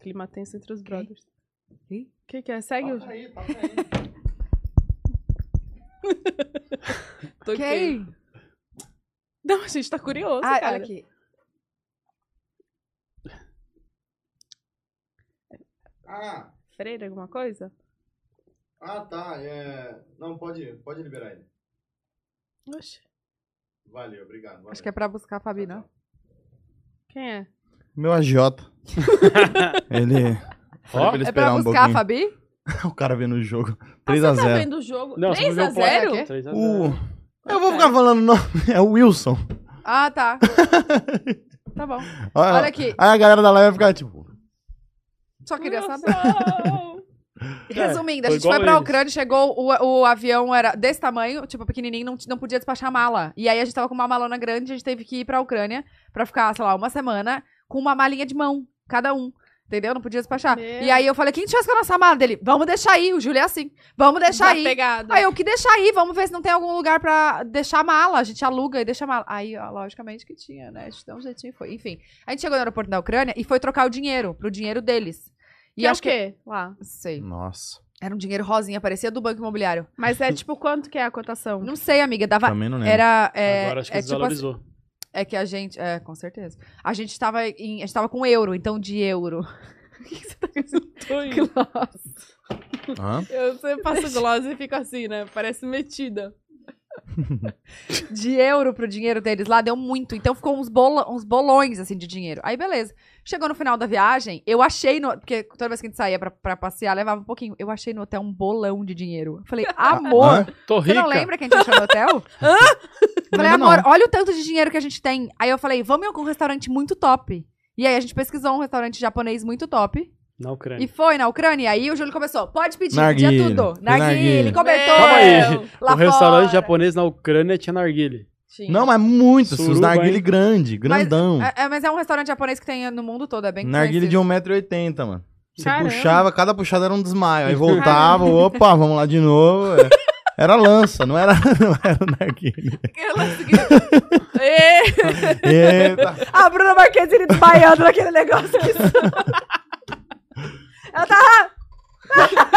Speaker 1: Clima tenso entre os brothers.
Speaker 2: Quem?
Speaker 1: O que, que é? Segue o.
Speaker 5: aí, toca aí.
Speaker 1: Toquei.
Speaker 2: Quem?
Speaker 1: Não, a gente tá curioso,
Speaker 2: Ah,
Speaker 1: cara.
Speaker 2: olha aqui.
Speaker 5: Ah,
Speaker 1: Freire, alguma coisa?
Speaker 5: ah tá. É... Não, pode, pode liberar ele.
Speaker 1: Oxi.
Speaker 5: Valeu, obrigado. valeu.
Speaker 2: Acho que é pra buscar a Fabi, não?
Speaker 1: Quem é?
Speaker 5: Meu agiota. ele. Falei
Speaker 6: Ó,
Speaker 5: pra ele
Speaker 2: É pra
Speaker 5: esperar um
Speaker 2: buscar a
Speaker 5: pouquinho.
Speaker 2: Fabi?
Speaker 5: O cara vendo o jogo.
Speaker 1: ah, você tá
Speaker 5: 3x0.
Speaker 1: vendo o jogo?
Speaker 6: Não, você não viu o placar.
Speaker 1: 3x0?
Speaker 2: Quê?
Speaker 6: Três a
Speaker 5: O.
Speaker 6: zero.
Speaker 5: Eu
Speaker 2: Tá
Speaker 5: vou ficar falando o nome. É o Wilson.
Speaker 2: Ah, tá. tá bom.
Speaker 5: Olha,
Speaker 2: Olha aqui.
Speaker 5: Aí a galera da live vai ficar tipo.
Speaker 2: Só queria
Speaker 1: Nossa.
Speaker 2: saber. Resumindo, a
Speaker 6: É. foi
Speaker 2: gente foi
Speaker 6: igual
Speaker 2: pra
Speaker 6: eles.
Speaker 2: Ucrânia, chegou, o, o avião era desse tamanho, tipo, pequenininho, não, t- não podia despachar mala. E aí a gente tava com uma malona grande, a gente teve que ir pra Ucrânia pra ficar, sei lá, uma semana com uma malinha de mão, cada um. Entendeu? Não podia despachar.
Speaker 1: Meu.
Speaker 2: E aí eu falei, quem tivesse com a nossa mala dele? Vamos deixar aí, o Júlio é assim. Vamos deixar aí.
Speaker 1: Tá Pegado.
Speaker 2: Aí eu, que deixar aí? Vamos ver se não tem algum lugar pra deixar a mala. A gente aluga e deixa a mala. Aí, ó, logicamente que tinha, né? A gente deu um jeitinho e foi. Enfim, a gente chegou no aeroporto da Ucrânia e foi trocar o dinheiro, pro dinheiro deles. E
Speaker 1: que é o
Speaker 2: acho que...
Speaker 1: quê? Lá.
Speaker 2: Sei.
Speaker 5: Nossa.
Speaker 2: Era um dinheiro rosinha, parecia do banco imobiliário.
Speaker 1: Mas é tipo, quanto que é a cotação?
Speaker 2: Não sei, amiga, dava...
Speaker 5: Também não lembro.
Speaker 2: Era... É,
Speaker 6: Agora acho que
Speaker 2: é, tipo assim,
Speaker 6: desvalorizou.
Speaker 2: é que a gente... É, com certeza. A gente tava, em, a gente tava com euro, então de euro. O que, que você tá pensando? Gloss.
Speaker 5: Hã?
Speaker 1: Eu sempre passo gloss e fico assim, né? Parece metida.
Speaker 2: de euro pro dinheiro deles lá, deu muito. Então ficou uns, bola, uns bolões, assim, de dinheiro. Aí, beleza. Chegou no final da viagem, eu achei no... Porque toda vez que a gente saía pra, pra passear, levava um pouquinho. Eu achei no hotel um bolão de dinheiro. Eu Falei, amor...
Speaker 5: Ah, Hã?
Speaker 6: Tô
Speaker 2: Você
Speaker 6: rica.
Speaker 2: não lembra que a gente achou no hotel? Falei,
Speaker 5: Lembro
Speaker 2: amor,
Speaker 5: não.
Speaker 2: olha o tanto de dinheiro que a gente tem. Aí eu falei, vamos em algum restaurante muito top. E aí a gente pesquisou um restaurante japonês muito top.
Speaker 6: Na
Speaker 2: E
Speaker 6: Ucrânia.
Speaker 2: foi na Ucrânia. Aí o Júlio começou, pode pedir,
Speaker 5: Narguilé.
Speaker 2: pedia tudo.
Speaker 5: Narguilé.
Speaker 2: Narguile, cobertor.
Speaker 6: Calma aí.
Speaker 2: lá
Speaker 6: o restaurante
Speaker 2: fora.
Speaker 6: japonês na Ucrânia tinha narguile.
Speaker 1: Sim.
Speaker 5: Não, mas muito. Assim, os
Speaker 6: Suruba,
Speaker 5: narguile
Speaker 6: hein?
Speaker 5: grande, grandão.
Speaker 2: É, é, mas é um restaurante japonês que tem no mundo todo, é bem
Speaker 5: narguile de
Speaker 2: conhecido.
Speaker 5: 1,80m, mano. Você
Speaker 1: Caramba.
Speaker 5: puxava, cada puxada era um desmaio. Aí voltava, opa, vamos lá de novo. é. Era lança, não era, não era narguile.
Speaker 1: Ela seguiu-
Speaker 2: É.
Speaker 1: Ê,
Speaker 5: Eita.
Speaker 2: A Bruna Marquezine desmaiando naquele negócio. que Ela tá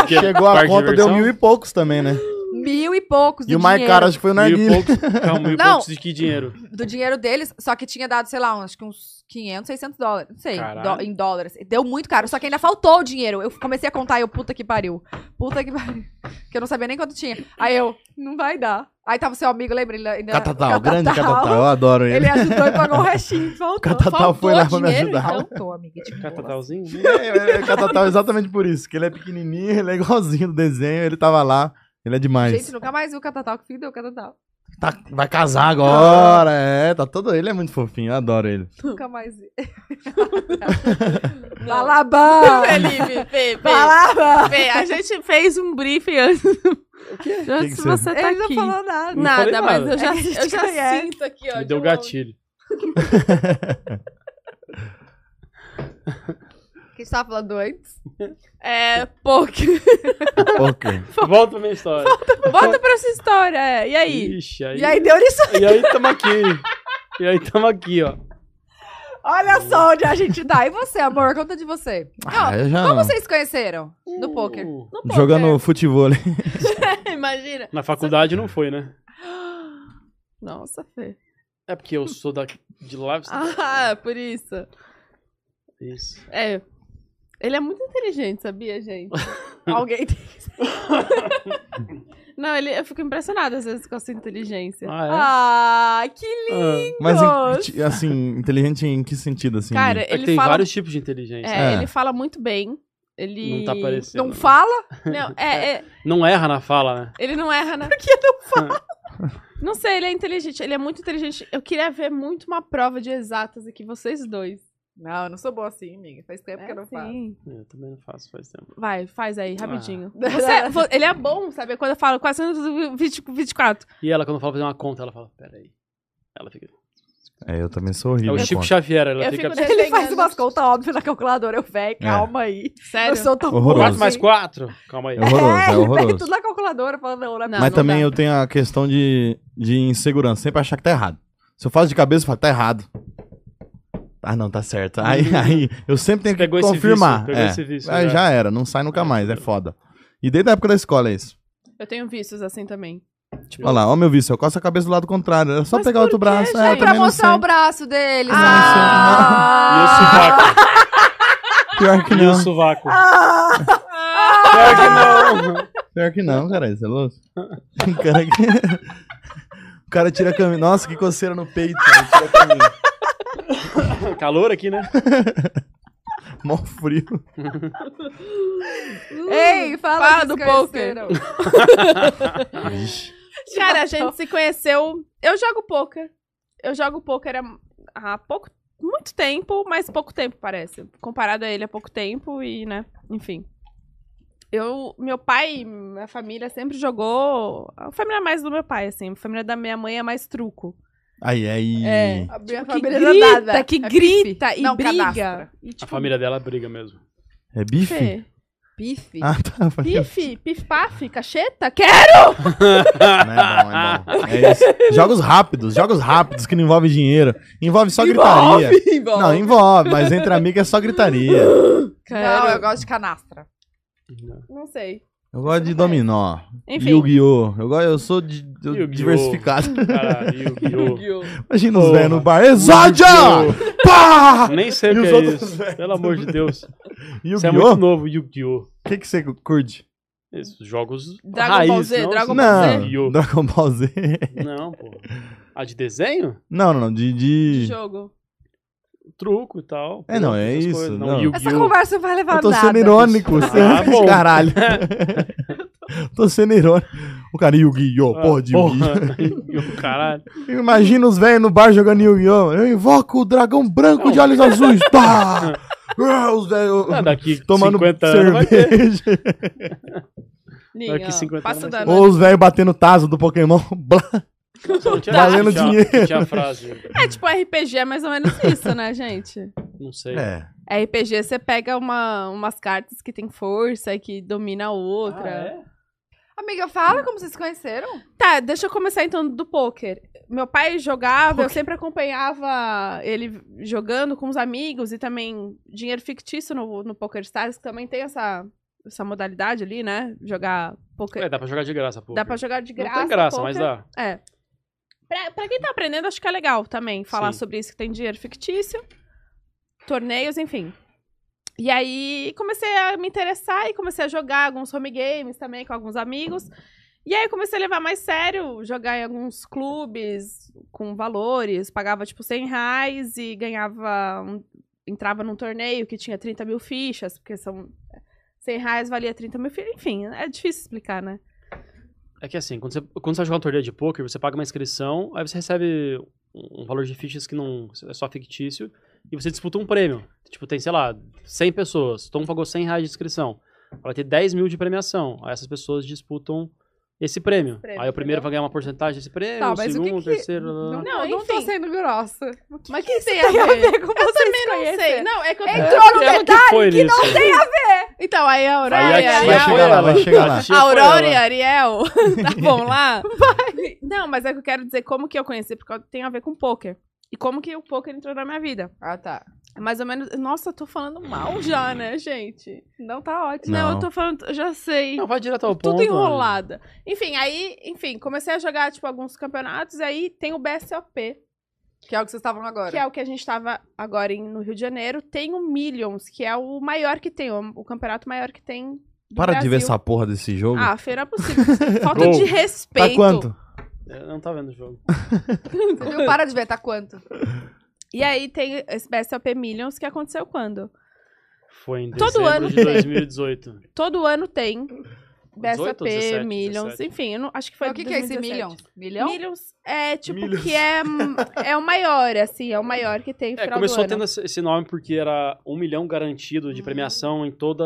Speaker 5: Chegou a
Speaker 6: Parque de
Speaker 5: conta, deu
Speaker 6: diversão?
Speaker 5: mil e poucos também, né?
Speaker 2: mil e poucos do
Speaker 5: E o mais
Speaker 2: dinheiro,
Speaker 5: caro acho que foi o
Speaker 6: Mil e
Speaker 5: narguile.
Speaker 6: poucos, calma, mil e
Speaker 2: Não.
Speaker 6: poucos de que dinheiro?
Speaker 2: do dinheiro deles, só que tinha dado, sei lá, uns, acho que uns 500, 600 dólares, não sei,
Speaker 6: Caralho.
Speaker 2: dó- em dólares. Deu muito caro, só que ainda faltou o dinheiro. Eu comecei a contar e eu, puta que pariu, puta que pariu, que eu não sabia nem quanto tinha. Aí eu, não vai dar. Aí tava seu amigo, lembra? Ele ainda,
Speaker 5: Catatal, grande Catatal, eu adoro ele.
Speaker 2: Ele ajudou e pagou o restinho, faltou.
Speaker 5: Catatal foi lá pra me
Speaker 7: dinheiro,
Speaker 5: ajudar.
Speaker 7: Então, tô, amiga. de boa.
Speaker 6: Catatalzinho?
Speaker 5: É, é, Catatal é exatamente por isso, que ele é pequenininho, ele é igualzinho do desenho, ele tava lá, ele é demais.
Speaker 2: Gente, nunca mais viu o Catatal, que filho deu o Catatal.
Speaker 5: Tá- vai casar agora, é, tá todo, ele é muito fofinho, eu adoro ele.
Speaker 2: Nunca mais vi.
Speaker 1: Não.
Speaker 2: Balabá!
Speaker 1: Felipe, Fê, Fê,
Speaker 2: Balabá!
Speaker 1: Fê, a gente fez um briefing antes.
Speaker 5: Que
Speaker 1: Antes
Speaker 5: que
Speaker 1: de
Speaker 5: você-
Speaker 1: você tá
Speaker 2: Ele
Speaker 1: aqui.
Speaker 2: não falou nada.
Speaker 6: Não falei
Speaker 1: Nada, mas
Speaker 6: nada.
Speaker 1: eu
Speaker 2: É
Speaker 1: já,
Speaker 2: que a gente
Speaker 1: eu já
Speaker 2: conhece.
Speaker 1: sinto aqui, ó.
Speaker 6: Me
Speaker 1: de
Speaker 6: deu
Speaker 1: longe.
Speaker 6: gatilho.
Speaker 2: O que você tava falando antes?
Speaker 1: É, pouco.
Speaker 5: Ok.
Speaker 6: Volta pra minha história.
Speaker 1: Volta pra essa história. é. E aí?
Speaker 6: Ixi, aí,
Speaker 2: E aí deu nisso.
Speaker 6: e aí tamo aqui. E aí tamo aqui, ó.
Speaker 2: Olha só onde a gente tá. E você, amor? Conta de você. Não,
Speaker 5: Ah, eu já
Speaker 2: Como
Speaker 5: não.
Speaker 2: vocês se conheceram? No poker.
Speaker 6: Uh,
Speaker 1: No poker.
Speaker 5: Jogando futebol.
Speaker 1: Imagina.
Speaker 6: Na faculdade não foi, né?
Speaker 1: Nossa, Fê.
Speaker 6: É porque eu sou da, de lá. você-
Speaker 1: Ah, por isso.
Speaker 6: Isso.
Speaker 1: É. Ele é muito inteligente, sabia, gente?
Speaker 2: Alguém tem.
Speaker 1: Não, ele, eu fico impressionada às vezes com a sua inteligência.
Speaker 6: Ah,
Speaker 2: Ah, que
Speaker 6: é? Ah.
Speaker 5: Mas,
Speaker 1: Nossa.
Speaker 5: em- ti- assim, inteligente em que sentido, assim?
Speaker 1: Cara,
Speaker 6: É que
Speaker 1: ele
Speaker 6: tem
Speaker 1: fala.
Speaker 6: vários tipos de inteligência.
Speaker 1: É,
Speaker 5: É.
Speaker 1: ele fala muito bem. Ele.
Speaker 6: Não tá aparecendo.
Speaker 2: Não fala?
Speaker 1: Não, é, é,
Speaker 6: né? Não erra na fala, né?
Speaker 1: ele não erra, né? Não sei, ele é inteligente. Ele é muito inteligente. Eu queria ver muito uma prova de exatas aqui, vocês dois.
Speaker 2: Não, eu não sou boa assim, amiga. Faz tempo que eu não falo.
Speaker 1: É Sim.
Speaker 6: Eu também não faço faz tempo.
Speaker 1: Vai, faz aí,
Speaker 6: Ah.
Speaker 1: rapidinho. Você- vo- ele é bom, sabe? Quando eu falo 424.
Speaker 6: E ela, quando fala fazer uma conta, ela fala, peraí. Ela fica.
Speaker 5: É, eu também sou horrível.
Speaker 6: É o
Speaker 5: com
Speaker 6: Chico
Speaker 5: conta.
Speaker 6: Xavier, ela
Speaker 1: Eu
Speaker 6: fica.
Speaker 1: fico desse-
Speaker 2: Ele faz
Speaker 1: Desenhando.
Speaker 2: umas contas óbvias na calculadora. Eu, véi, calma aí.
Speaker 1: Sério?
Speaker 2: Eu sou tão
Speaker 5: É. Horroroso.
Speaker 2: boa
Speaker 6: 4
Speaker 2: assim.
Speaker 6: mais 4? Calma aí.
Speaker 5: É horroroso, é
Speaker 2: ele pega
Speaker 5: horroroso.
Speaker 2: tudo na calculadora. Fala, não, não é
Speaker 1: Não,
Speaker 5: Mas também
Speaker 1: dá.
Speaker 5: eu tenho a questão de, de insegurança, sempre achar que tá errado. Se eu faço de cabeça, eu falo, tá errado. Ah, não, tá certo. Aí, aí eu sempre tenho que
Speaker 6: Uhum. Pegou esse
Speaker 5: confirmar.
Speaker 6: vício, pegou
Speaker 5: é.
Speaker 6: esse vício,
Speaker 5: aí
Speaker 6: já.
Speaker 5: já era, não sai nunca mais, é foda. E desde a época da escola é isso. Tipo,
Speaker 1: Eu tenho vícios assim também.
Speaker 5: Olha lá, ó meu vício, eu coço a cabeça do lado contrário. Era só
Speaker 1: Mas
Speaker 5: pegar
Speaker 1: por
Speaker 5: outro
Speaker 1: que,
Speaker 5: braço.
Speaker 1: gente?
Speaker 5: É,
Speaker 2: É
Speaker 5: eu
Speaker 2: pra
Speaker 5: também não
Speaker 2: mostrar o
Speaker 5: sei. Ah,
Speaker 2: braço ah. dele.
Speaker 6: E o sovaco?
Speaker 5: Pior que
Speaker 6: E o
Speaker 5: não.
Speaker 6: sovaco?
Speaker 2: Ah,
Speaker 6: Pior que não!
Speaker 5: Pior que não, cara, isso é louco. O cara, que- o cara tira a camisa. Nossa, que coceira no peito. Cara, tira a camisa.
Speaker 6: Calor aqui, né?
Speaker 5: Mó frio. é um
Speaker 2: Ei, fala,
Speaker 1: Fala
Speaker 2: que
Speaker 1: do
Speaker 2: vocês
Speaker 1: poker.
Speaker 2: conheceram.
Speaker 5: Vixe.
Speaker 1: Cara, a gente se conheceu. Eu jogo poker. Eu jogo poker há, há pouco. Muito tempo, mas pouco tempo parece. Comparado a ele há pouco tempo e, né, enfim. Eu, meu pai, minha família sempre jogou. A família mais do meu pai, assim. A família da minha mãe é mais truco.
Speaker 5: Aí, aí.
Speaker 1: É.
Speaker 2: A minha
Speaker 1: Tipo, que
Speaker 2: família
Speaker 1: grita,
Speaker 2: danada.
Speaker 1: que
Speaker 2: É
Speaker 1: grita e
Speaker 2: Não,
Speaker 1: briga.
Speaker 2: cadastra.
Speaker 1: E,
Speaker 6: A
Speaker 1: tipo,
Speaker 6: família dela briga mesmo.
Speaker 5: É bife?
Speaker 1: Fê,
Speaker 2: Pife.
Speaker 5: Ah, tá. Falei,
Speaker 1: Pife, pif-paf, cacheta, quero!
Speaker 5: Não é bom, é bom. É isso. Jogos rápidos, jogos rápidos que não envolvem dinheiro. Envolve só gritaria. Não, envolve, mas entre amigos é só gritaria.
Speaker 2: Não, eu gosto de canastra.
Speaker 1: Não sei.
Speaker 5: Eu gosto de dominó.
Speaker 1: Enfim.
Speaker 5: Yu-Gi-Oh! Eu, gosto- eu sou di- eu
Speaker 6: Yu-Gi-Oh!
Speaker 5: diversificado.
Speaker 6: Caralho, Yu-Gi-Oh!
Speaker 5: Imagina os
Speaker 6: Porra.
Speaker 5: velhos no bar. Exódia!
Speaker 6: Yu-Gi-Oh!
Speaker 5: Pá!
Speaker 6: Nem
Speaker 5: E
Speaker 6: sei o que
Speaker 5: os
Speaker 6: é
Speaker 5: outros,
Speaker 6: isso.
Speaker 5: velho?
Speaker 6: Pelo amor de Deus. Isso é muito
Speaker 5: Yu-Gi-Oh!
Speaker 6: novo, Yu-Gi-Oh!
Speaker 5: O que, que você curte?
Speaker 6: Esses jogos
Speaker 1: Dragon
Speaker 6: raiz,
Speaker 1: Ball Z,
Speaker 6: não,
Speaker 1: Dragon
Speaker 5: Não,
Speaker 6: Yu-Gi-Oh!
Speaker 5: Dragon Ball Z.
Speaker 6: Não, pô. A de desenho?
Speaker 5: Não, não, não. De.
Speaker 1: Que
Speaker 5: de...
Speaker 1: jogo.
Speaker 6: Truco e tal.
Speaker 5: É, não, é
Speaker 6: essas
Speaker 5: isso,
Speaker 6: coisas.
Speaker 5: não.
Speaker 6: Não,
Speaker 2: Essa
Speaker 6: Yu-Gi-Oh!
Speaker 2: conversa não vai levar
Speaker 5: Eu tô
Speaker 2: nada.
Speaker 5: sendo irônico. é
Speaker 6: Ah, bom.
Speaker 5: Caralho. tô sendo irônico. O cara, Yu-Gi-Oh!
Speaker 6: Ah,
Speaker 5: Porra de Yu-Gi-Oh!
Speaker 6: Yu-Gi-Oh! Caralho. Ah,
Speaker 5: Imagina os velhos no bar jogando Yu-Gi-Oh! Eu invoco o dragão branco de olhos azuis. Pá! Ah, os velhos
Speaker 6: Ah, daqui
Speaker 5: tomando
Speaker 6: 50 anos vai ter.
Speaker 5: cerveja.
Speaker 1: Linha,
Speaker 6: Daqui
Speaker 1: ó,
Speaker 6: 50
Speaker 1: passa
Speaker 6: anos
Speaker 1: da
Speaker 6: vai
Speaker 1: Tá
Speaker 5: Ou os velhos batendo taso do Pokémon. Blá.
Speaker 6: Nossa, não tinha-
Speaker 5: Valendo
Speaker 6: não tinha-
Speaker 5: dinheiro.
Speaker 6: não Tinha a frase.
Speaker 1: É tipo RPG, é mais ou menos isso, né, gente?
Speaker 6: Não sei.
Speaker 5: É.
Speaker 1: RPG, você pega uma, umas cartas que tem força e que domina a outra.
Speaker 6: Ah, é?
Speaker 2: Amiga, fala como vocês se conheceram.
Speaker 1: Tá, deixa eu começar então do poker. Meu pai jogava, eu sempre acompanhava ele jogando com os amigos e também dinheiro fictício no, no Poker Stars, que também tem essa, essa modalidade ali, né? Jogar poker.
Speaker 6: É, dá pra jogar de graça, pô.
Speaker 1: dá pra jogar de graça.
Speaker 6: Não tem graça, mas
Speaker 1: poker.
Speaker 6: dá.
Speaker 1: É. Pra, pra quem tá aprendendo, acho que é legal também falar
Speaker 6: Sim.
Speaker 1: sobre isso, que tem dinheiro fictício, torneios, enfim. E aí comecei a me interessar e comecei a jogar alguns home games também com alguns amigos. E aí eu comecei a levar mais sério, jogar em alguns clubes com valores, pagava tipo 100 reais e ganhava, um- entrava num torneio que tinha 30 mil fichas, porque são 100 reais valia 30 mil fichas, enfim, é difícil explicar, né?
Speaker 6: É que assim, quando você, quando você vai jogar um torneio de pôquer, você paga uma inscrição, aí você recebe um um valor de fichas que não é só fictício, e você disputa um prêmio. Tipo, tem, sei lá, 100 pessoas, todo mundo pagou 100 reais de inscrição. Vai ter 10 mil de premiação. Aí essas pessoas disputam esse prêmio.
Speaker 1: prêmio,
Speaker 6: aí o primeiro
Speaker 1: entendeu?
Speaker 6: vai ganhar uma porcentagem desse prêmio,
Speaker 2: Tá,
Speaker 6: o
Speaker 2: mas o que
Speaker 6: segundo, o
Speaker 2: que-
Speaker 6: terceiro... lá, lá, lá.
Speaker 2: Não,
Speaker 1: Não,
Speaker 2: não tô
Speaker 1: enfim.
Speaker 2: sendo grossa. Mas que, que
Speaker 1: isso tem a ver
Speaker 2: com vocês
Speaker 1: Também não sei. Não, é que eu tô-
Speaker 2: Entrou no
Speaker 6: Ela que
Speaker 2: detalhe
Speaker 6: foi
Speaker 2: que
Speaker 6: nisso.
Speaker 2: não tem a
Speaker 1: Então, aí a Aurora
Speaker 6: Aí
Speaker 1: e
Speaker 6: a
Speaker 1: a
Speaker 6: tia
Speaker 5: Vai
Speaker 1: Ariel.
Speaker 5: chegar
Speaker 6: foi
Speaker 5: lá,
Speaker 6: ela.
Speaker 5: vai chegar lá.
Speaker 6: A tia foi
Speaker 1: Aurora e
Speaker 6: ela.
Speaker 1: Ariel estavam lá? Vai. Não, mas é que eu quero dizer como que eu conheci, porque tem a ver com pôquer. E como que o pôquer entrou na minha vida.
Speaker 2: Ah, tá.
Speaker 1: É Mais ou menos. Nossa, eu tô falando mal já, né, gente?
Speaker 2: Não tá ótimo.
Speaker 1: Não, eu
Speaker 5: Não.
Speaker 1: tô falando. eu Já sei.
Speaker 6: Não, vai direto ao ponto.
Speaker 1: Tudo
Speaker 5: né?
Speaker 6: Ana.
Speaker 1: enrolada. Enfim, aí, enfim, comecei a jogar, tipo, alguns campeonatos, e aí tem o BSOP,
Speaker 2: Que é o que vocês estavam agora.
Speaker 1: que é o que a gente tava agora em- no Rio de Janeiro, tem o Millions, que é o maior que tem, o, o campeonato maior que tem do
Speaker 5: Para de ver
Speaker 1: Brasil.
Speaker 5: essa porra desse jogo.
Speaker 1: Ah, feira é possível. Falta
Speaker 6: Gol.
Speaker 1: de
Speaker 5: tá
Speaker 1: respeito.
Speaker 5: quanto?
Speaker 6: É, Não tá vendo o jogo.
Speaker 2: Você viu? Para de ver, tá quanto?
Speaker 1: E aí tem esse BSOP Millions que aconteceu quando?
Speaker 6: Foi em dezembro
Speaker 1: Todo ano
Speaker 6: de
Speaker 1: tem.
Speaker 6: 2018.
Speaker 1: Todo ano tem
Speaker 6: 18,
Speaker 1: BSOP,
Speaker 6: 17,
Speaker 1: Millions,
Speaker 6: 17.
Speaker 1: enfim, eu não- acho que foi
Speaker 2: Mas o que, que é esse
Speaker 1: 2017.
Speaker 2: milhão? Milhão?
Speaker 1: Millions é tipo
Speaker 5: Millions.
Speaker 1: que é, hum, é o maior, assim, é o maior que tem.
Speaker 6: É,
Speaker 1: final do
Speaker 6: começou
Speaker 1: ano. Uhum.
Speaker 6: tendo esse esse nome porque era um milhão garantido de premiação em toda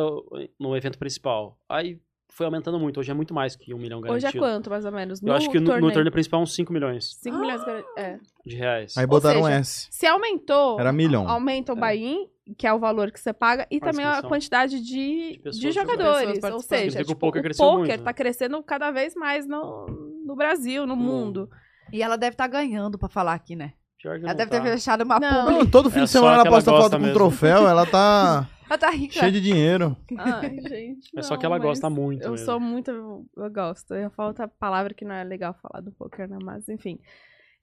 Speaker 6: no evento principal. Aí foi aumentando muito. Hoje é muito mais que um milhão
Speaker 1: Hoje
Speaker 6: garantido.
Speaker 1: é quanto, mais ou menos?
Speaker 6: Eu acho que no no torneio, principal é uns 5 milhões
Speaker 1: 5 milhões. gar- É.
Speaker 6: de reais.
Speaker 5: Aí botaram
Speaker 1: seja,
Speaker 5: um S.
Speaker 1: Se aumentou,
Speaker 5: Era milhão.
Speaker 1: aumenta o buy-in, que é o valor que você paga, e
Speaker 6: A
Speaker 1: também a
Speaker 6: inscrição.
Speaker 1: quantidade de,
Speaker 6: De pessoas
Speaker 1: de
Speaker 2: jogando.
Speaker 1: jogadores.
Speaker 2: Pessoas
Speaker 1: Ou
Speaker 2: participando.
Speaker 1: seja,
Speaker 6: Significa que
Speaker 1: tipo,
Speaker 6: o
Speaker 1: o
Speaker 6: poker
Speaker 1: poker,
Speaker 6: cresceu muito, né?
Speaker 1: tá crescendo cada vez mais no, no Brasil, no
Speaker 6: No
Speaker 1: mundo.
Speaker 2: E ela deve estar ganhando pra falar aqui, né?
Speaker 6: Pior que
Speaker 2: Ela
Speaker 1: Ah,
Speaker 6: não
Speaker 2: deve
Speaker 6: tá.
Speaker 2: ter fechado uma
Speaker 1: Não.
Speaker 2: publi.
Speaker 5: Todo fim
Speaker 6: É
Speaker 5: de
Speaker 6: só
Speaker 5: semana
Speaker 6: que
Speaker 5: ela
Speaker 6: ela
Speaker 5: posta
Speaker 6: gosta
Speaker 5: foto com
Speaker 6: mesmo.
Speaker 5: troféu, ela tá
Speaker 2: Ela tá rica.
Speaker 5: cheia de dinheiro.
Speaker 1: Ai, gente.
Speaker 6: É só
Speaker 1: não,
Speaker 6: que ela
Speaker 1: mas
Speaker 6: gosta muito. né?
Speaker 1: Eu
Speaker 6: mesmo.
Speaker 1: sou muito. Eu gosto. Eu falo outra palavra que não é legal falar do poker, né? Mas enfim.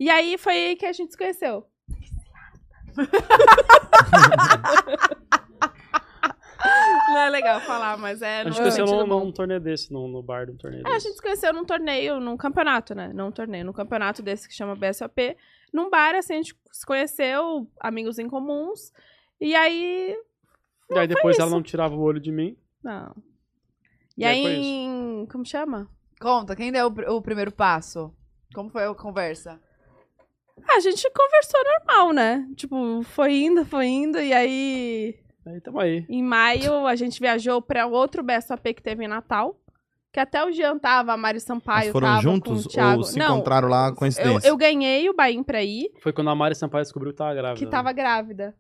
Speaker 1: E aí foi aí que a gente se conheceu. né? não é legal falar, mas é.
Speaker 6: A gente
Speaker 1: no
Speaker 6: conheceu
Speaker 1: sentido
Speaker 6: num,
Speaker 1: bom.
Speaker 6: num torneio desse, num, no bar de um torneio
Speaker 1: É, a
Speaker 6: desse.
Speaker 1: gente se conheceu num torneio, num campeonato, né? Não um torneio, num campeonato desse que chama BSOP. Num bar, assim, a gente se conheceu, amigos em comuns. E aí.
Speaker 6: E aí depois
Speaker 1: foi
Speaker 6: ela não tirava o olho de mim.
Speaker 1: Não. E,
Speaker 6: E aí
Speaker 1: aí.
Speaker 6: foi
Speaker 1: em- Como chama?
Speaker 2: Conta, quem deu o pr- o primeiro passo? Como foi a conversa?
Speaker 1: Ah, a gente conversou normal, né? Tipo, foi indo, foi indo. E aí.
Speaker 6: Aí tamo aí.
Speaker 1: Em maio, a gente viajou pra outro BSOP que teve em Natal. Que até o Jean tava, a Mário Sampaio
Speaker 5: Mas foram
Speaker 1: Tá, tava
Speaker 5: juntos
Speaker 1: com o Thiago.
Speaker 5: ou se
Speaker 1: não,
Speaker 5: encontraram lá com
Speaker 1: eu,
Speaker 5: coincidência?
Speaker 1: eu ganhei o Bahia pra ir.
Speaker 6: Foi quando a Mari Sampaio descobriu que tava grávida. né?
Speaker 1: que tava grávida.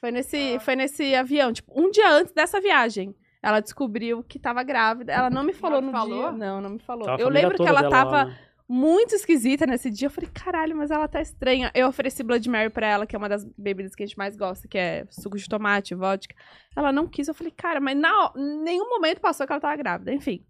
Speaker 1: Foi nesse, foi nesse avião, tipo, um dia antes dessa viagem. Ela descobriu que tava grávida. Ela não me falou
Speaker 2: te
Speaker 1: no
Speaker 2: falou?
Speaker 1: dia. Não, não me falou.
Speaker 6: Tava a
Speaker 1: eu
Speaker 6: família
Speaker 1: lembro que
Speaker 6: toda
Speaker 1: ela
Speaker 6: dela
Speaker 1: tava
Speaker 6: lá, né?
Speaker 1: muito esquisita nesse dia. Eu falei, caralho, mas ela tá estranha. Eu ofereci Blood Mary pra ela, que é uma das bebidas que a gente mais gosta, que é suco de tomate, vodka. Ela não quis. Eu falei, cara, mas na, nenhum momento passou que ela tava grávida. Enfim,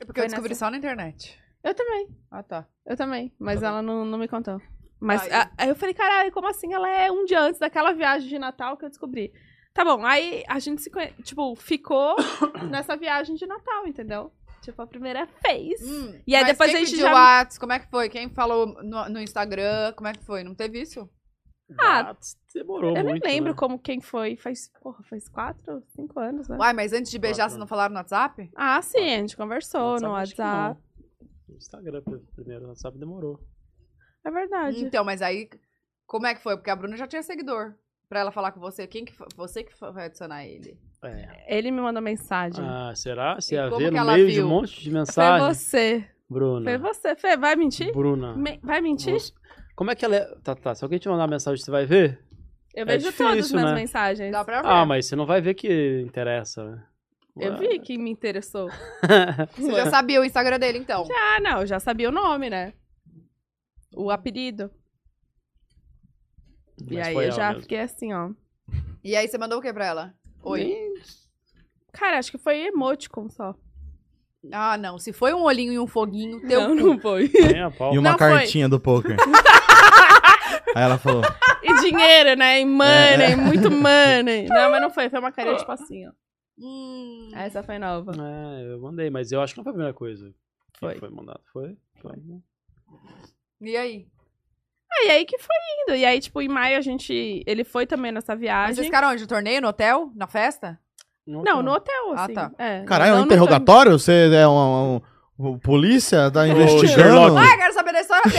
Speaker 2: É Porque
Speaker 1: Foi
Speaker 2: eu descobri
Speaker 1: nessa-
Speaker 2: só na internet.
Speaker 1: eu também.
Speaker 2: Ah, tá.
Speaker 1: Eu também,
Speaker 2: Tá
Speaker 1: mas
Speaker 2: bom.
Speaker 1: ela não, não me contou. Mas
Speaker 6: Tá,
Speaker 2: Aí-
Speaker 1: a- aí eu falei, caralho, como assim? Ela é um dia antes daquela viagem de Natal que eu descobri. Tá bom, aí a gente se conhe... tipo, ficou nessa viagem de Natal, entendeu? Tipo, a primeira vez.
Speaker 6: Hum,
Speaker 1: E aí
Speaker 2: Hum, mas
Speaker 1: depois
Speaker 2: quem
Speaker 1: a gente
Speaker 2: pediu
Speaker 1: já-
Speaker 2: Whats, como é que foi? Quem falou no, no Instagram, como é que foi? Não teve isso?
Speaker 1: Ah,
Speaker 6: Ah, demorou
Speaker 1: eu
Speaker 6: muito,
Speaker 1: nem lembro
Speaker 6: né?
Speaker 1: como quem foi. Faz, porra, faz quatro, cinco anos, né?
Speaker 2: Uai, mas antes de beijar,
Speaker 6: Claro,
Speaker 2: vocês
Speaker 6: não.
Speaker 2: não falaram no WhatsApp?
Speaker 1: Ah, sim, a gente conversou no
Speaker 6: acho que não.
Speaker 1: WhatsApp.
Speaker 6: No Instagram primeiro, o WhatsApp demorou.
Speaker 1: É
Speaker 6: Hum.
Speaker 1: verdade.
Speaker 2: Então, mas aí, como é que foi? Porque a Bruna já tinha seguidor. Pra ela falar com você, quem que foi? Você que foi- vai adicionar ele.
Speaker 6: É.
Speaker 1: Ele me mandou mensagem.
Speaker 6: Ah, será? Você
Speaker 2: E
Speaker 6: ia
Speaker 2: como
Speaker 6: ver
Speaker 2: que
Speaker 6: no
Speaker 2: ela
Speaker 6: meio de
Speaker 2: viu?
Speaker 6: um monte de
Speaker 1: Foi
Speaker 6: mensagem?
Speaker 1: você.
Speaker 6: Bruna.
Speaker 1: Foi você, Fê. Vai mentir?
Speaker 6: Bruna.
Speaker 1: Me- Vai mentir?
Speaker 6: você- Como é que ela é. Tá, tá. Se alguém te mandar uma mensagem, você vai ver?
Speaker 1: Eu vejo
Speaker 6: difícil,
Speaker 1: todas as minhas
Speaker 6: né?
Speaker 1: mensagens.
Speaker 2: Dá pra ver.
Speaker 6: Ah, mas você não vai ver que interessa, né?
Speaker 1: é. Eu vi que me interessou.
Speaker 2: Você já sabia o Instagram dele, então.
Speaker 1: Ah, não, eu já sabia o nome, né? O apelido. e
Speaker 6: Mas
Speaker 1: aí
Speaker 6: foi
Speaker 1: eu
Speaker 6: ela
Speaker 1: já
Speaker 6: mesmo.
Speaker 1: fiquei assim, ó.
Speaker 2: E aí você mandou o que pra ela? Oi.
Speaker 1: Cara, acho que foi emoticon só.
Speaker 2: Ah, não. Se foi um olhinho e um foguinho, teu
Speaker 1: não, não foi.
Speaker 6: Nem a pau.
Speaker 5: E uma
Speaker 1: Não, foi.
Speaker 5: cartinha do poker. Aí ela falou:
Speaker 1: E dinheiro, né? E money, muito money. Não, mas não foi. Foi uma carinha tipo assim, ó.
Speaker 2: Hum.
Speaker 1: Ah, Essa foi nova.
Speaker 6: É, eu mandei, mas eu acho que não foi a primeira coisa que
Speaker 1: Foi.
Speaker 6: foi, mandado. Foi? Foi.
Speaker 2: E aí?
Speaker 1: Ah, e aí que foi indo. E aí, tipo, em maio a gente... Ele foi também nessa
Speaker 2: Mas vocês
Speaker 1: viagem.
Speaker 2: ficaram onde? No torneio? No hotel? Na festa?
Speaker 1: Não, no hotel,
Speaker 2: Ah,
Speaker 1: assim.
Speaker 2: tá.
Speaker 1: É,
Speaker 5: Caralho, é
Speaker 1: não
Speaker 5: um
Speaker 1: no
Speaker 5: interrogatório? Você é um. um- um- polícia? Tá investigando?
Speaker 6: Sherlock.
Speaker 2: Ah, eu quero saber da história dele.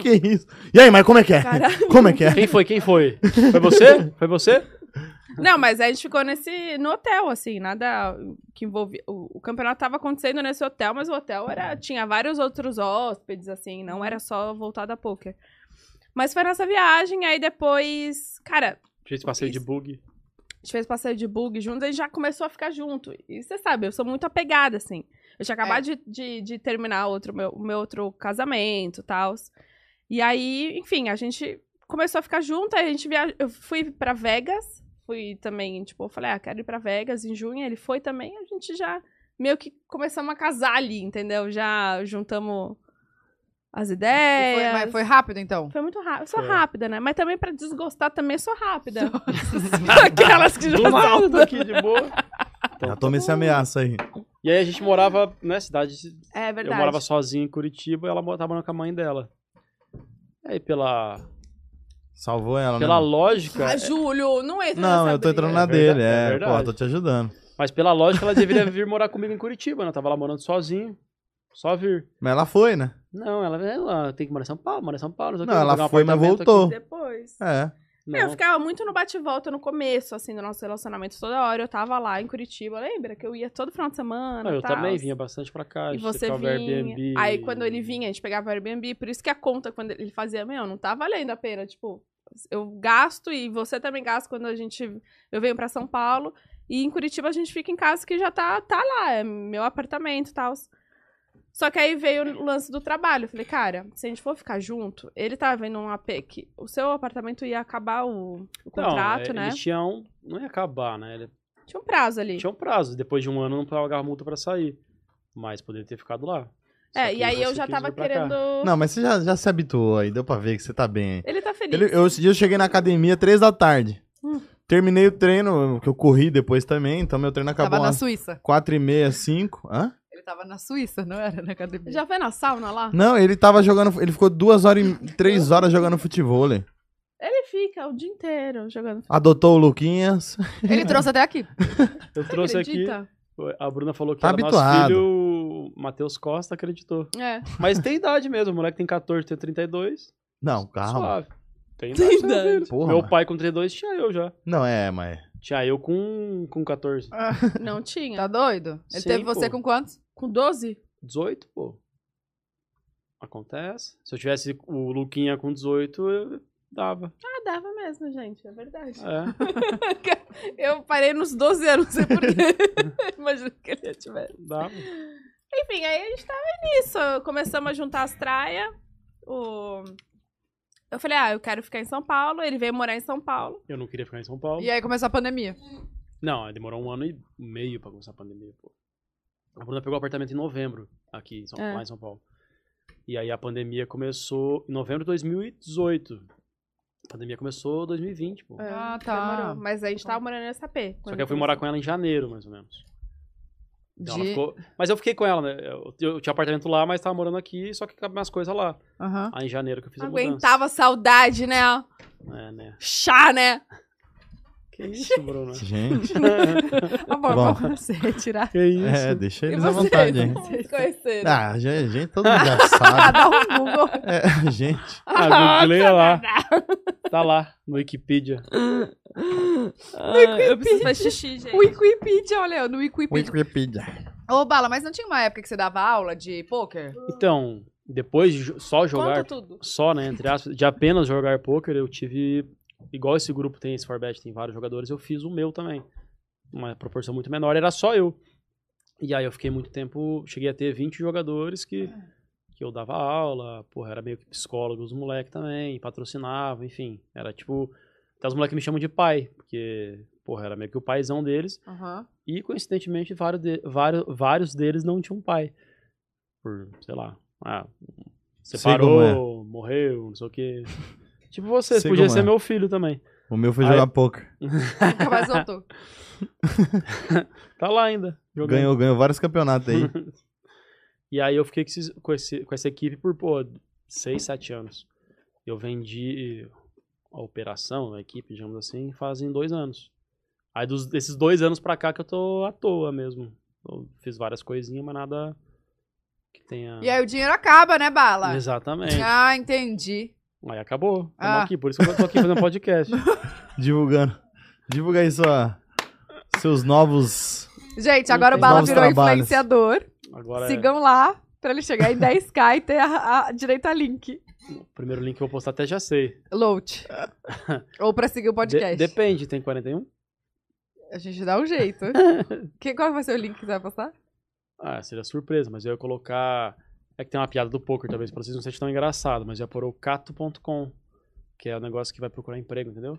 Speaker 5: que que é isso? E aí, mas como é que é?
Speaker 1: Caralho.
Speaker 5: Como é que é?
Speaker 6: Quem foi? Quem foi? Foi você? Foi você?
Speaker 1: Não, mas a gente ficou nesse, no hotel, assim, nada que envolvia. O, o campeonato tava acontecendo nesse hotel, mas o hotel era, tinha vários outros hóspedes, assim, não era só voltado a poker. Mas foi nessa viagem, aí depois, cara,
Speaker 6: Fiz passeio de
Speaker 1: Isso.
Speaker 6: bug.
Speaker 1: a gente fez passeio de bug juntos, a gente já começou a ficar junto. E você sabe, eu sou muito apegada, assim. Eu tinha acabado
Speaker 2: É.
Speaker 1: de, de, de terminar outro, meu, o meu outro casamento e tal. E aí, enfim, a gente começou a ficar junto, aí a gente via... eu fui pra Vegas, fui também, tipo, eu falei, ah, quero ir pra Vegas em junho, ele foi também, a gente já meio que começamos a casar ali, entendeu? Já juntamos as
Speaker 2: E
Speaker 1: ideias.
Speaker 2: Foi, É, mas foi rápido, então.
Speaker 1: Foi muito rápido. Eu sou
Speaker 6: Foi.
Speaker 1: rápida, né? Mas também pra desgostar também sou rápida. Aquelas que já
Speaker 6: Do nada
Speaker 1: são.
Speaker 6: aqui, de boa.
Speaker 5: Já toma essa ameaça aí.
Speaker 6: E aí a gente morava na cidade.
Speaker 1: É
Speaker 6: Eu
Speaker 1: verdade.
Speaker 6: morava sozinho em Curitiba e ela mo- tava morando com a mãe dela. E aí, pela,
Speaker 5: Salvou ela,
Speaker 6: pela
Speaker 5: né?
Speaker 6: lógica.
Speaker 1: Ah, Júlio, não entra
Speaker 5: Não,
Speaker 1: nessa
Speaker 5: eu tô
Speaker 1: briga.
Speaker 5: entrando na
Speaker 6: É
Speaker 5: dele.
Speaker 6: verdade, é
Speaker 5: É, pô,
Speaker 6: verdade.
Speaker 5: tô te ajudando.
Speaker 6: Mas pela lógica, ela deveria vir morar comigo em Curitiba. Ela tava lá morando sozinho. Só vir.
Speaker 5: Mas ela foi, né?
Speaker 6: Não, ela, ela tem que morar em São Paulo, morar em São Paulo. sei o
Speaker 5: Não,
Speaker 6: quê, vou
Speaker 5: ela
Speaker 6: pegar um
Speaker 5: foi, mas
Speaker 6: apartamento aqui.
Speaker 5: voltou.
Speaker 1: Depois.
Speaker 5: É.
Speaker 1: Não, Eu
Speaker 6: Não.
Speaker 1: ficava muito no bate-volta no começo, assim, do nosso relacionamento. Toda hora eu tava lá em Curitiba. Lembra que eu ia todo final de semana?
Speaker 6: Não, eu
Speaker 1: tals.
Speaker 6: também vinha bastante pra cá. a
Speaker 1: tá. E
Speaker 6: gente
Speaker 1: você
Speaker 6: ficava
Speaker 1: vinha.
Speaker 6: é um Airbnb.
Speaker 1: Aí quando ele vinha, a gente pegava o Airbnb. Por isso que a conta, quando ele fazia, meu, não tá valendo a pena. Tipo, eu gasto e você também gasta quando a gente. Eu venho pra São Paulo. E em Curitiba a gente fica em casa que já tá, tá lá, é meu apartamento e tal. Só que aí veio o lance do trabalho. Eu falei, cara, se a gente for ficar junto, ele tava vendo um AP que o seu apartamento ia acabar o, o
Speaker 6: Não,
Speaker 1: contrato,
Speaker 6: é,
Speaker 1: né?
Speaker 6: Eles tinham. Não ia acabar, né? Ele
Speaker 1: Tinha um prazo ali.
Speaker 6: tinha um prazo. Depois de um ano não pagava multa pra sair. Mas poderia ter ficado lá. Só
Speaker 1: É,
Speaker 6: que
Speaker 1: e aí eu
Speaker 6: um você
Speaker 1: já
Speaker 6: quis
Speaker 1: tava
Speaker 6: vir pra cá.
Speaker 1: querendo.
Speaker 5: Não, mas você já, já se habituou aí, deu pra ver que você tá bem.
Speaker 1: Ele tá feliz.
Speaker 5: Ele, eu, esse dia eu cheguei na academia três da tarde.
Speaker 1: Hum.
Speaker 5: Terminei o treino, que eu corri depois também, então meu treino acabou
Speaker 2: Tava na
Speaker 5: umas
Speaker 2: Suíça.
Speaker 5: quatro e meia, cinco. Hã?
Speaker 2: Ele tava na Suíça, não era na academia.
Speaker 1: Já foi na sauna lá?
Speaker 5: Não, ele tava jogando. Ele ficou duas horas e três horas jogando futebol. Ele.
Speaker 1: Ele fica o dia inteiro jogando.
Speaker 5: Adotou o Luquinhas.
Speaker 2: Ele trouxe até aqui.
Speaker 6: Eu trouxe aqui.
Speaker 1: Acredita?
Speaker 6: A Bruna falou que
Speaker 5: Tá
Speaker 6: era nosso
Speaker 5: habituado.
Speaker 6: filho. o Matheus Costa acreditou.
Speaker 1: É.
Speaker 6: Mas tem idade mesmo. O moleque tem 14, tem 32.
Speaker 5: Não, calma.
Speaker 6: Suave. Tem idade.
Speaker 1: Tem
Speaker 6: pra
Speaker 1: idade.
Speaker 6: ver.
Speaker 5: Porra,
Speaker 6: Meu
Speaker 5: mas-
Speaker 6: pai com 32 tinha eu já.
Speaker 5: Não, é, mas.
Speaker 6: Tinha eu com, com 14.
Speaker 1: Ah. Não tinha.
Speaker 2: Tá doido? Ele
Speaker 6: Sim,
Speaker 2: teve você
Speaker 6: pô.
Speaker 2: com quantos?
Speaker 1: Com 12?
Speaker 6: 18, pô. Acontece. Se eu tivesse o Luquinha com 18, eu dava.
Speaker 1: Ah, dava mesmo, gente. É verdade.
Speaker 6: É,
Speaker 1: Eu parei nos 12 anos, não sei porquê. Imagina que ele tivesse.
Speaker 6: dava.
Speaker 1: Enfim, aí a gente tava nisso. Começamos a juntar as traias. O... Eu falei, ah, eu quero ficar em São Paulo. Ele veio morar em São Paulo.
Speaker 6: Eu não queria ficar em São Paulo.
Speaker 2: E aí começou a pandemia.
Speaker 6: Não, demorou um ano e meio pra começar a pandemia, pô. A Bruna pegou apartamento em novembro, aqui em São,
Speaker 1: É.
Speaker 6: lá em São Paulo. E aí a pandemia começou em novembro de 2018. A pandemia começou em 2020, pô.
Speaker 1: É,
Speaker 2: Ah, tá.
Speaker 1: demorou. Mas a gente tava morando nessa AP.
Speaker 6: Só que eu fui morar com ela em janeiro, mais ou menos. Então ela
Speaker 2: De-
Speaker 6: ficou... Mas eu fiquei com ela, né? Eu, eu tinha apartamento lá, mas tava morando aqui, só que cabem as coisas lá.
Speaker 2: Aham.
Speaker 6: Aí em janeiro que eu fiz a é mudança.
Speaker 1: Aguentava saudade, né?
Speaker 6: É, né?
Speaker 1: Chá, né?
Speaker 6: Que isso, Bruna?
Speaker 5: Gente.
Speaker 1: Tá
Speaker 2: Amor,
Speaker 5: Tá Bom.
Speaker 2: vamos você retirar.
Speaker 6: que isso?
Speaker 5: É, deixa
Speaker 1: E
Speaker 5: eles à
Speaker 1: vocês?
Speaker 5: vontade, hein?
Speaker 1: Como se conheceram?
Speaker 5: Ah, gente, gente todo mundo já sabe.
Speaker 2: Dá um Google.
Speaker 5: É, gente.
Speaker 6: Ah, Google lá. Tá lá, no Wikipedia.
Speaker 1: Ah, eu preciso fazer xixi, gente.
Speaker 2: O Wikipedia, olha, no Wikipedia.
Speaker 5: Wikipedia.
Speaker 2: Ô, Bala, mas não tinha uma época que você dava aula de pôquer?
Speaker 6: Então, depois de jo- só jogar,
Speaker 1: Conta tudo.
Speaker 6: só, né, entre aspas, de apenas jogar poker, eu tive, igual esse grupo tem, esse Forbet tem vários jogadores, eu fiz o meu também. Uma proporção muito menor, era só eu. E aí eu fiquei muito tempo, cheguei a ter 20 jogadores que, que eu dava aula, porra, era meio que psicólogo os moleques também, patrocinava, enfim. Era tipo, até os moleques me chamam de pai, porque, porra, era meio que o paizão deles.
Speaker 2: Aham.
Speaker 6: E, coincidentemente, vários, de- vários, vários deles não tinham pai. Por, sei lá, ah,
Speaker 5: como
Speaker 6: separou, morreu, não sei o quê. Tipo você,
Speaker 5: Sei
Speaker 6: podia
Speaker 5: como
Speaker 6: ser
Speaker 5: é.
Speaker 6: meu filho também.
Speaker 5: O meu foi
Speaker 6: Aí-
Speaker 5: jogar poker.
Speaker 2: Nunca mais voltou.
Speaker 6: Tá lá ainda, jogando.
Speaker 5: Ganhou, ganhou vários campeonatos aí.
Speaker 6: E aí eu fiquei com, esses- com esse- com essa equipe por, pô, 6, 7 anos. Eu vendi a operação, a equipe, digamos assim, fazem dois anos. Aí dos, desses dois anos pra cá que eu tô à toa mesmo. Eu fiz várias coisinhas, mas nada que tenha...
Speaker 2: E aí o dinheiro acaba, né, Bala?
Speaker 6: Exatamente.
Speaker 2: Ah, entendi.
Speaker 6: Aí acabou. Tamo
Speaker 2: Ah.
Speaker 6: aqui, por isso que eu tô aqui fazendo podcast.
Speaker 5: Divulgando. Divulga aí sua, seus novos.
Speaker 2: Gente, agora o
Speaker 6: Os
Speaker 2: Bala
Speaker 5: novos
Speaker 2: virou
Speaker 5: trabalhos.
Speaker 2: influenciador.
Speaker 6: Agora é
Speaker 2: Sigam lá pra ele chegar em 10k e ter a, a direito a link.
Speaker 6: o primeiro link que eu vou postar até já sei.
Speaker 2: Load. Ou pra seguir o podcast.
Speaker 6: De- depende, tem 41?
Speaker 2: A gente dá um jeito. que, qual vai ser o link que você vai passar?
Speaker 6: Ah, seria surpresa, mas eu ia colocar. É que tem uma piada do poker, talvez pra vocês não sejam tão engraçado, mas eu ia pôr o cato.com, que é o negócio que vai procurar emprego, entendeu?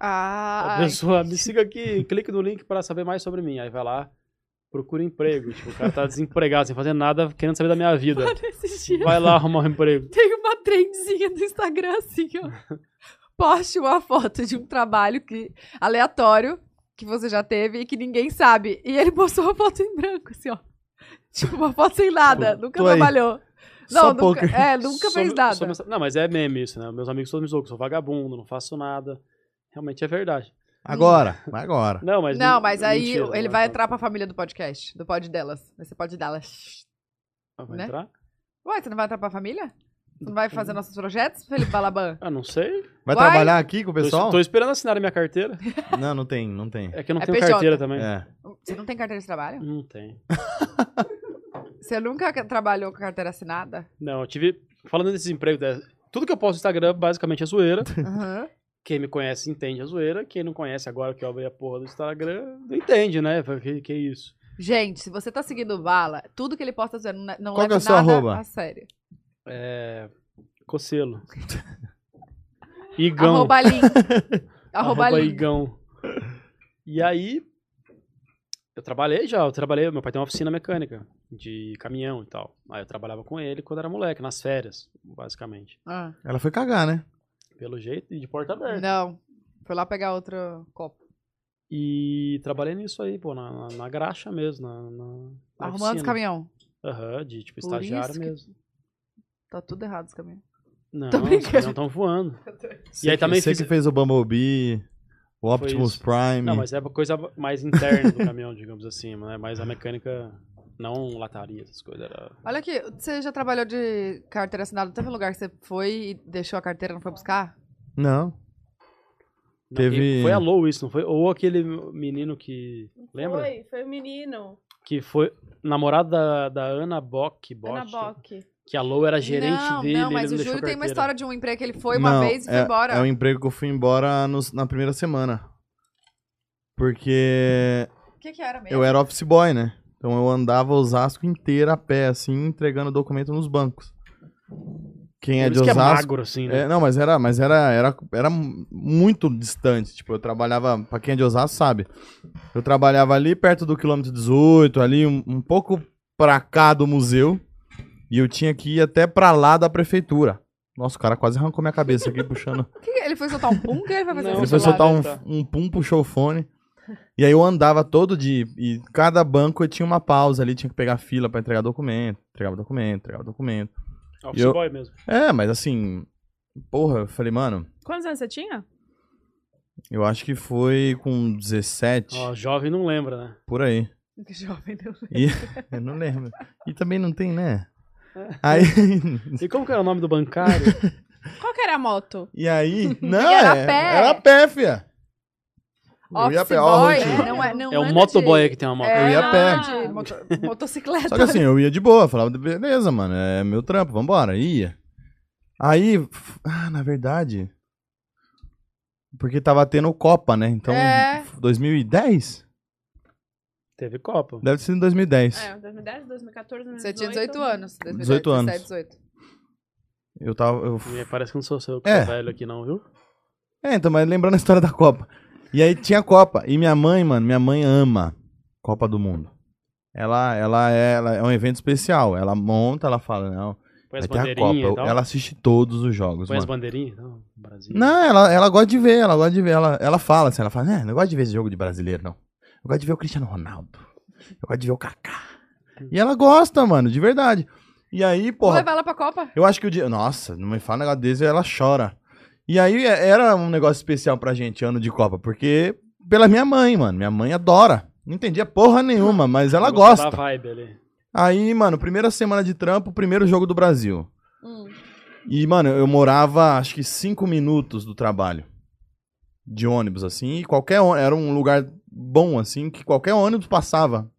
Speaker 2: Ah,
Speaker 6: A pessoa me siga aqui, clique no link pra saber mais sobre mim. Aí vai lá, procura emprego. Tipo, o cara tá desempregado, sem fazer nada, querendo saber da minha vida.
Speaker 2: esses dias
Speaker 6: Vai lá arrumar um emprego.
Speaker 2: tem uma trendzinha do Instagram assim, ó. Poste uma foto de um trabalho que, aleatório que você já teve e que ninguém sabe. E ele postou uma foto em branco, assim, ó. Tipo, uma foto sem nada. Nunca
Speaker 5: Tô aí.
Speaker 2: trabalhou.
Speaker 5: Só
Speaker 2: Não, nunca,
Speaker 5: poker.
Speaker 2: é, nunca
Speaker 6: Sou
Speaker 2: fez
Speaker 6: me-
Speaker 2: nada.
Speaker 6: sou mensa- Não, mas é meme isso, né? Meus amigos todos me zoam, que eu sou vagabundo, não faço nada. Realmente é verdade.
Speaker 5: Agora, vai agora.
Speaker 6: Não, mas.
Speaker 2: Não, mas aí
Speaker 6: mentira, não
Speaker 5: né,
Speaker 2: ele vai
Speaker 5: tá.
Speaker 6: entrar.
Speaker 2: entrar pra família do podcast, do pod delas. Você pode delas.
Speaker 6: Ah, Vai
Speaker 2: né?
Speaker 6: entrar?
Speaker 2: Ué, você não vai entrar pra família? Você não vai fazer nossos projetos, Felipe Balaban?
Speaker 6: Ah, não sei.
Speaker 5: Vai
Speaker 2: Vai.
Speaker 5: trabalhar aqui com o
Speaker 6: Tô-
Speaker 5: pessoal?
Speaker 6: Tô esperando assinar a minha carteira.
Speaker 5: Não, não tem, não tem.
Speaker 6: É que eu não
Speaker 2: É
Speaker 6: tenho
Speaker 2: PJ.
Speaker 6: carteira também.
Speaker 5: É.
Speaker 2: Você não tem carteira de trabalho?
Speaker 6: Não tem.
Speaker 2: Você nunca ca- trabalhou com carteira assinada?
Speaker 6: Não, eu tive. Falando desses empregos, né, tudo que eu posto no Instagram basicamente é zoeira.
Speaker 2: Aham.
Speaker 6: Quem me conhece entende a zoeira. Quem não conhece agora que eu abri a porra do Instagram, não entende, né? Fala, Que, que isso?
Speaker 2: Gente, se você tá seguindo o Bala, tudo que ele posta zero, não, não
Speaker 5: Qual
Speaker 2: leva
Speaker 5: que é o seu
Speaker 2: nada
Speaker 5: arroba?
Speaker 2: a sério.
Speaker 6: É. Cocelo. Igão.
Speaker 2: Arroba Lin. Arroba Lin.
Speaker 6: Igão. E aí, eu trabalhei já, eu trabalhei, meu pai tem uma oficina mecânica de caminhão e tal. Aí eu trabalhava com ele quando era moleque, nas férias, basicamente.
Speaker 2: Ah,
Speaker 5: Ela foi cagar, né?
Speaker 6: Pelo jeito e de porta aberta.
Speaker 2: não. Foi lá pegar outro copo.
Speaker 6: E trabalhei nisso aí, pô, na, na, na graxa mesmo, na, na,
Speaker 5: Tá
Speaker 6: na
Speaker 2: Arrumando os
Speaker 6: oficina.
Speaker 2: caminhão.
Speaker 6: Aham, de tipo
Speaker 2: Por
Speaker 6: estagiário
Speaker 2: isso que-
Speaker 6: mesmo.
Speaker 2: Tá tudo errado os caminhões.
Speaker 6: Não,
Speaker 2: Tô
Speaker 6: os
Speaker 2: brincando.
Speaker 6: caminhões estão voando.
Speaker 5: Você
Speaker 6: aí
Speaker 5: que-
Speaker 6: também
Speaker 5: Você
Speaker 6: fiz-
Speaker 5: que fez o Bumblebee, o
Speaker 6: Foi
Speaker 5: Optimus
Speaker 6: isso.
Speaker 5: Prime.
Speaker 6: Não, mas é uma coisa mais interna do caminhão, digamos assim, né? Mas a mecânica não lataria, essas coisas. Era...
Speaker 2: Olha aqui, você já trabalhou de carteira assinada? Teve um lugar que você foi e deixou a carteira e não foi buscar?
Speaker 5: Não.
Speaker 6: Não,
Speaker 5: Teve-
Speaker 6: quem- Foi a Lou isso, não foi? Ou aquele menino que. Lembra?
Speaker 1: Foi, foi o menino.
Speaker 6: Que foi namorado da, da Ana Bock, Bock,
Speaker 1: Ana Bock.
Speaker 6: que a Lou era gerente
Speaker 2: não,
Speaker 6: dele.
Speaker 2: não, mas
Speaker 6: ele
Speaker 2: o
Speaker 6: não deixou
Speaker 2: Júlio tem uma
Speaker 6: carteira.
Speaker 2: história de um emprego que ele foi uma
Speaker 5: Não,
Speaker 2: vez e foi
Speaker 5: é-
Speaker 2: embora.
Speaker 5: É um emprego que eu fui embora nos- na primeira semana. Porque
Speaker 2: O que que era mesmo?
Speaker 5: eu era office boy, né? Então eu andava Osasco inteiro a pé, assim, entregando documento nos bancos. Quem é
Speaker 6: Por
Speaker 5: de
Speaker 6: isso que é
Speaker 5: Osasco.
Speaker 6: magro, assim, né?
Speaker 5: É, não, mas era, mas era, era, era muito distante. Tipo, eu trabalhava, pra quem é de Osasco sabe, eu trabalhava ali perto do quilômetro 18, ali um, um pouco pra cá do museu, e eu tinha que ir até pra lá da prefeitura. Nossa, o cara quase arrancou minha cabeça aqui puxando.
Speaker 2: O que que- ele foi soltar um pum? O que ele foi fazer?
Speaker 6: Não,
Speaker 2: com
Speaker 5: Ele
Speaker 2: o
Speaker 5: foi
Speaker 2: celular?
Speaker 5: soltar um,
Speaker 6: tá.
Speaker 5: um pum, puxou o fone. E aí eu andava todo dia, e cada banco eu tinha uma pausa ali, tinha que pegar fila pra entregar documento, entregava documento, entregava documento.
Speaker 6: Office
Speaker 5: eu-
Speaker 6: boy mesmo.
Speaker 5: É, mas assim, porra, eu falei, mano,
Speaker 1: Quantos anos você tinha?
Speaker 5: Eu acho que foi com 17,
Speaker 6: Ó, jovem não lembra, né?
Speaker 5: por aí.
Speaker 2: Que jovem, Deus.
Speaker 5: E, eu não lembro. E também não tem, né?
Speaker 6: É.
Speaker 5: Aí,
Speaker 6: E como que era o nome do bancário?
Speaker 1: Qual que era a moto?
Speaker 5: e aí, não,
Speaker 2: Era a
Speaker 5: é-
Speaker 2: pé.
Speaker 5: era a pé, fia. Eu ia a
Speaker 2: Office
Speaker 5: pé, ó,
Speaker 2: boy,
Speaker 5: Rodinho.
Speaker 2: né? não é, não
Speaker 6: É o
Speaker 2: anda
Speaker 6: motoboy
Speaker 2: de-
Speaker 6: que tem uma moto.
Speaker 2: É,
Speaker 5: Eu ia a pé.
Speaker 2: não anda de moto- motocicleta.
Speaker 5: Só que assim, eu ia de boa, falava, beleza, mano, é meu trampo, vambora, ia. Aí, f- ah, na verdade, porque tava tendo Copa, né? Então,
Speaker 2: É.
Speaker 5: f- 2010?
Speaker 6: Teve Copa.
Speaker 5: Deve ser em 2010.
Speaker 1: É, 2010, 2014, 2018.
Speaker 2: Você tinha 18 anos.
Speaker 5: 18 anos.
Speaker 2: 17, 18.
Speaker 5: Eu tava, eu
Speaker 6: E parece que não sou seu
Speaker 5: É.
Speaker 6: velho aqui, não, viu?
Speaker 5: É, então, mas lembrando a história da Copa. E aí tinha a Copa. E minha mãe, mano, minha mãe ama Copa do Mundo. Ela, ela, é, ela é um evento especial. Ela monta, ela fala, não,
Speaker 6: Põe as
Speaker 5: vai ter a Copa.
Speaker 6: bandeirinhas e
Speaker 5: Eu-
Speaker 6: tal.
Speaker 5: Ela assiste todos os jogos,
Speaker 6: Põe as
Speaker 5: mano.
Speaker 6: bandeirinhas e tal. Brasil.
Speaker 5: Não, ela, ela gosta de ver, ela gosta de ver. Ela, ela fala assim, ela fala, né, não gosto de ver esse jogo de brasileiro, não. Eu gosto de ver o Cristiano Ronaldo. Eu gosto de ver o Kaká. E ela gosta, mano, de verdade. E aí,
Speaker 2: Vou
Speaker 5: porra,
Speaker 2: levar ela pra Copa?
Speaker 5: eu acho que o dia. Nossa, não me fala um negócio desse, ela chora. E aí é- era um negócio especial pra gente, ano de Copa, porque pela minha mãe, mano. Minha mãe adora. Não entendia porra nenhuma, mas ela
Speaker 6: Eu gosto Da
Speaker 5: gosta.
Speaker 6: vibe ali.
Speaker 5: Aí, mano, primeira semana de trampo, primeiro jogo do Brasil.
Speaker 1: Hum.
Speaker 5: E, mano, eu morava acho que cinco minutos do trabalho. De ônibus, assim, e qualquer ônibus. Era um lugar bom, assim, que qualquer ônibus passava.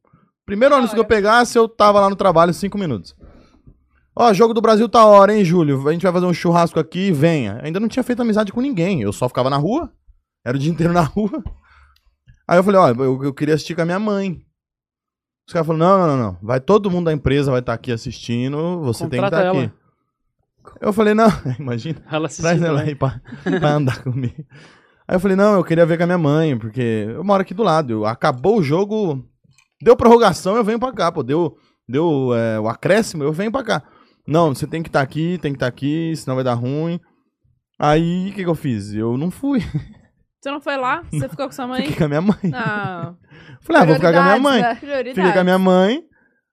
Speaker 5: Primeiro ônibus que eu pegasse, eu tava lá no trabalho cinco minutos. Ó, jogo do Brasil tá hora, hein, Júlio? A gente vai fazer um churrasco aqui, venha. Ainda não tinha feito amizade com ninguém. Eu só ficava na rua. Era o dia inteiro na rua. Aí eu falei, ó, eu, eu queria assistir com a minha mãe. Os caras falaram, não, não, não, não. Vai todo mundo da empresa, vai estar aqui assistindo, você tem
Speaker 6: Contrata
Speaker 5: que estar
Speaker 6: ela.
Speaker 5: aqui. Eu falei, não, imagina.
Speaker 6: Ela assiste. né?
Speaker 5: Traz ela aí pra, pra andar comigo. Aí eu falei, não, eu queria ver com a minha mãe, porque eu moro aqui do lado. eu- acabou o jogo, deu prorrogação, eu venho pra cá, pô. Deu, deu é, o acréscimo, eu venho pra cá. Não, você tem que estar aqui, tem que estar aqui, senão vai dar ruim. Aí, o que, que eu fiz? Eu não fui,
Speaker 1: Você não foi lá? Você ficou com sua mãe?
Speaker 5: fiquei com a minha mãe.
Speaker 1: Ah, né?
Speaker 5: Falei, ah, vou ficar com a minha mãe. Fiquei com a
Speaker 2: Prioridade.
Speaker 5: minha mãe.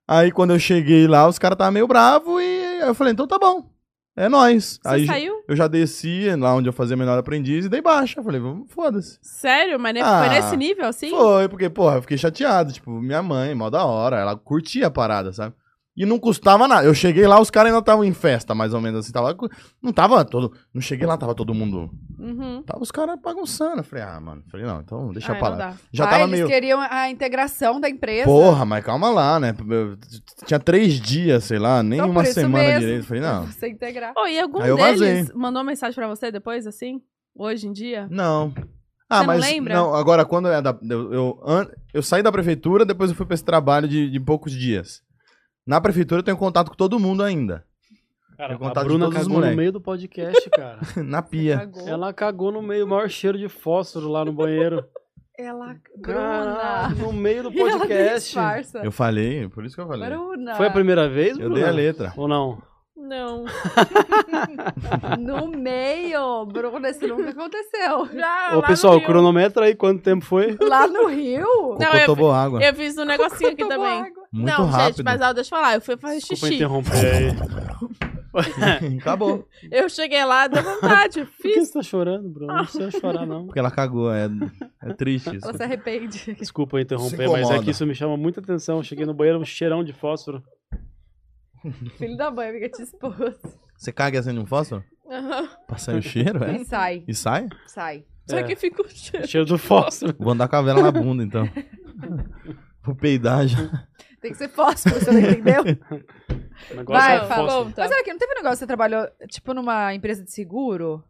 Speaker 5: Aí, quando eu cheguei lá, os caras estavam meio bravos e aí eu falei, então tá bom, é nóis.
Speaker 1: você
Speaker 5: aí,
Speaker 1: saiu?
Speaker 5: Eu já desci lá onde eu fazia menor aprendiz e dei baixa. Eu Falei, vamos, foda-se.
Speaker 1: Sério? Mas ne-
Speaker 5: Ah,
Speaker 1: foi nesse nível, assim?
Speaker 5: Foi, porque, porra, eu fiquei chateado. Tipo, minha mãe, mó da hora, ela curtia a parada, sabe? E não custava nada. Eu cheguei lá, os caras ainda estavam em festa, mais ou menos assim. Tava, cu- não tava todo. Não cheguei lá, tava todo mundo.
Speaker 1: Uhum.
Speaker 5: Tava os caras bagunçando. Eu falei, ah, mano. Falei, não, então deixa
Speaker 1: Ai,
Speaker 5: pra
Speaker 1: não
Speaker 5: lá.
Speaker 1: dá.
Speaker 5: Já
Speaker 2: ah,
Speaker 5: tava
Speaker 2: eles
Speaker 5: meio.
Speaker 2: queriam a integração da empresa.
Speaker 5: Porra, mas calma lá, né? Eu tinha três dias, sei lá, nem
Speaker 2: Então,
Speaker 5: uma
Speaker 2: por isso
Speaker 5: semana
Speaker 2: mesmo.
Speaker 5: direito. Falei, não.
Speaker 2: Você integrar.
Speaker 1: Pô, e algum
Speaker 5: Aí eu
Speaker 1: deles mandou mensagem pra você depois, assim? Hoje em dia?
Speaker 5: Não. Ah,
Speaker 1: não
Speaker 5: mas.
Speaker 1: lembra?
Speaker 5: Não, agora quando é da. Eu, eu, an- eu saí da prefeitura, depois eu fui pra esse trabalho de, de poucos dias. Na prefeitura eu tenho contato com todo mundo ainda.
Speaker 6: Cara,
Speaker 5: Eu
Speaker 6: a
Speaker 5: contato de
Speaker 6: Bruna
Speaker 5: todos os
Speaker 6: cagou no
Speaker 5: moleque.
Speaker 6: meio do podcast, cara.
Speaker 5: Na pia.
Speaker 2: Cagou.
Speaker 6: Ela cagou no meio, o maior cheiro de fósforo lá no banheiro.
Speaker 2: Ela.
Speaker 6: Caralho,
Speaker 2: Bruna.
Speaker 6: no meio do
Speaker 2: E ela
Speaker 6: podcast.
Speaker 2: disfarça.
Speaker 5: Eu falei, por isso que eu falei.
Speaker 2: Bruna.
Speaker 6: Foi a primeira vez,
Speaker 5: Eu
Speaker 6: Bruna?
Speaker 5: dei a letra.
Speaker 6: Ou não?
Speaker 1: Não.
Speaker 2: No meio. Bruna, isso nunca aconteceu.
Speaker 1: Já,
Speaker 6: Ô,
Speaker 1: Ah, lá
Speaker 6: pessoal,
Speaker 1: no Rio.
Speaker 6: cronometra aí quanto tempo foi.
Speaker 2: Lá no Rio?
Speaker 1: Não,
Speaker 5: Cocô
Speaker 1: eu-
Speaker 5: tomou água.
Speaker 1: Eu fiz um negocinho aqui
Speaker 2: Tomou
Speaker 1: também.
Speaker 2: água.
Speaker 5: Muito
Speaker 1: não,
Speaker 5: rápido.
Speaker 1: gente, mas ó, deixa eu falar. Eu fui fazer
Speaker 6: Desculpa
Speaker 1: xixi.
Speaker 6: interromper aí.
Speaker 5: Acabou.
Speaker 1: Eu cheguei lá, deu vontade.
Speaker 6: Por que
Speaker 1: Fiz.
Speaker 6: você tá chorando, Bruno? Não precisa chorar, não.
Speaker 5: Porque ela cagou, é, é triste isso.
Speaker 2: Ela se arrepende.
Speaker 6: Desculpa interromper,
Speaker 5: Se
Speaker 6: mas é
Speaker 5: incomoda.
Speaker 6: que isso me chama muita atenção. Cheguei no banheiro, um cheirão de fósforo.
Speaker 2: Filho da mãe, amiga, te expôs.
Speaker 5: Você caga e acende um fósforo?
Speaker 1: Aham.
Speaker 5: Pra sair o cheiro, é?
Speaker 2: E sai.
Speaker 5: E sai?
Speaker 2: Sai.
Speaker 1: Só
Speaker 6: É.
Speaker 1: que fica o cheiro.
Speaker 6: Cheiro do fósforo.
Speaker 5: Vou andar com a vela na bunda, então. Vou peidar já.
Speaker 2: Tem que ser fósforo, você não entendeu?
Speaker 6: O negócio
Speaker 2: Vai,
Speaker 6: é
Speaker 2: fala.
Speaker 6: fósforo.
Speaker 1: Conta.
Speaker 2: Mas olha aqui, não teve um negócio que você trabalhou, tipo, numa empresa de seguro?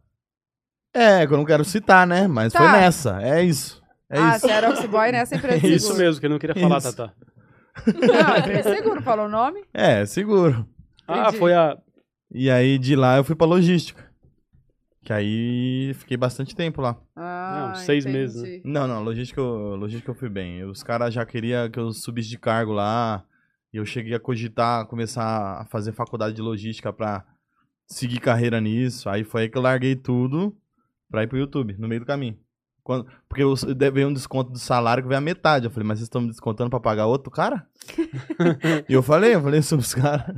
Speaker 5: É, que eu não quero citar, né? Mas
Speaker 2: Tá.
Speaker 5: foi nessa. É isso. É
Speaker 2: ah,
Speaker 5: isso. É
Speaker 2: você era office boy nessa empresa de
Speaker 6: Isso
Speaker 2: seguro.
Speaker 6: mesmo, que ele não queria falar,
Speaker 5: Isso.
Speaker 6: Tata.
Speaker 2: Não, empresa de seguro, falou o nome?
Speaker 5: É, seguro.
Speaker 6: Ah,
Speaker 2: Entendi.
Speaker 6: foi a.
Speaker 5: E aí de lá eu fui pra logística. Que aí fiquei bastante tempo lá.
Speaker 2: Ah,
Speaker 6: Não, seis meses, né?
Speaker 5: Não, não, logística eu, logística eu fui bem. Os caras já queriam que eu subisse de cargo lá. E eu cheguei a cogitar, começar a fazer faculdade de logística pra seguir carreira nisso. Aí foi aí que eu larguei tudo pra ir pro YouTube, no meio do caminho. Quando- porque eu, veio um desconto do salário que veio a metade. Eu falei, mas vocês estão me descontando pra pagar outro cara? e eu falei, eu falei isso pros caras.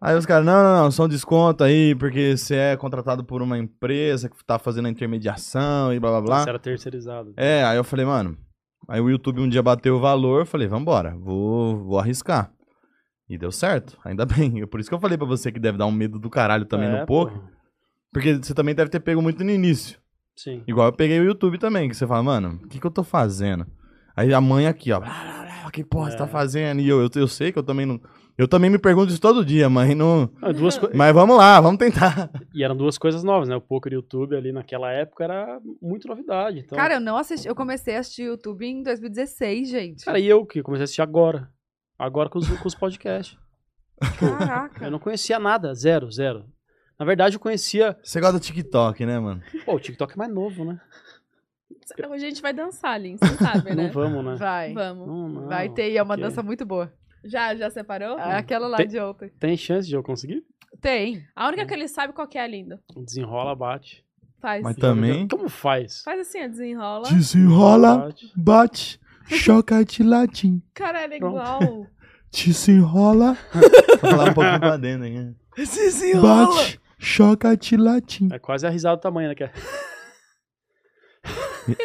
Speaker 5: Aí os caras, não, não, não, só um desconto aí, porque você é contratado por uma empresa que tá fazendo a intermediação e blá blá blá.
Speaker 6: Você era terceirizado.
Speaker 5: É, aí eu falei, mano. Aí o YouTube um dia bateu o valor, eu falei, vambora, vou, vou arriscar. E deu certo, ainda bem. Eu- Por isso que eu falei pra você que deve dar um medo do caralho também
Speaker 6: É,
Speaker 5: no pouco.
Speaker 6: pô.
Speaker 5: Porque você também deve ter pego muito no início.
Speaker 6: Sim.
Speaker 5: Igual eu peguei o YouTube também, que você fala, mano, o que, que eu tô fazendo? Aí a mãe aqui, ó, blá, blá, blá, que porra você tá
Speaker 6: É.
Speaker 5: fazendo? E eu, eu, eu sei que eu também não. Eu também me pergunto isso todo dia, mas não.
Speaker 6: Ah, duas co-
Speaker 5: Mas vamos lá, vamos tentar.
Speaker 6: E eram duas coisas novas, né? O poker e o YouTube ali naquela época era muito novidade. Então...
Speaker 2: Cara, eu não assisti. Eu comecei a assistir YouTube em 2016, gente.
Speaker 6: Cara, e eu que comecei a assistir agora. Agora com os, com os podcasts.
Speaker 2: Caraca.
Speaker 6: Eu não conhecia nada, zero, zero. Na verdade, eu conhecia.
Speaker 5: Você gosta do TikTok, né, mano?
Speaker 6: Pô, o TikTok é mais novo, né?
Speaker 1: Então, A gente vai dançar, Lin, você sabe,
Speaker 6: Não
Speaker 1: né?
Speaker 6: vamos, né?
Speaker 2: Vai.
Speaker 1: Vamos.
Speaker 6: Não, não.
Speaker 2: Vai ter, e é uma
Speaker 6: Ok. Ah.
Speaker 2: dança muito boa.
Speaker 1: Já, já separou?
Speaker 2: É Aquela lá
Speaker 6: Tem-
Speaker 2: de ontem.
Speaker 6: Tem chance de eu conseguir?
Speaker 2: Tem.
Speaker 1: A única que ele sabe qual que é a linda.
Speaker 6: Desenrola, bate.
Speaker 1: Faz.
Speaker 5: Mas também.
Speaker 6: Como faz?
Speaker 1: Faz assim, ó, desenrola.
Speaker 5: Desenrola,
Speaker 6: Bate.
Speaker 5: bate, choca de latim.
Speaker 1: Cara, ela é
Speaker 6: Pronto.
Speaker 1: igual.
Speaker 5: Desenrola. Falar um pouquinho pra dentro, né? Bate, choca de latim.
Speaker 6: É quase a risada do tamanho, né? que é-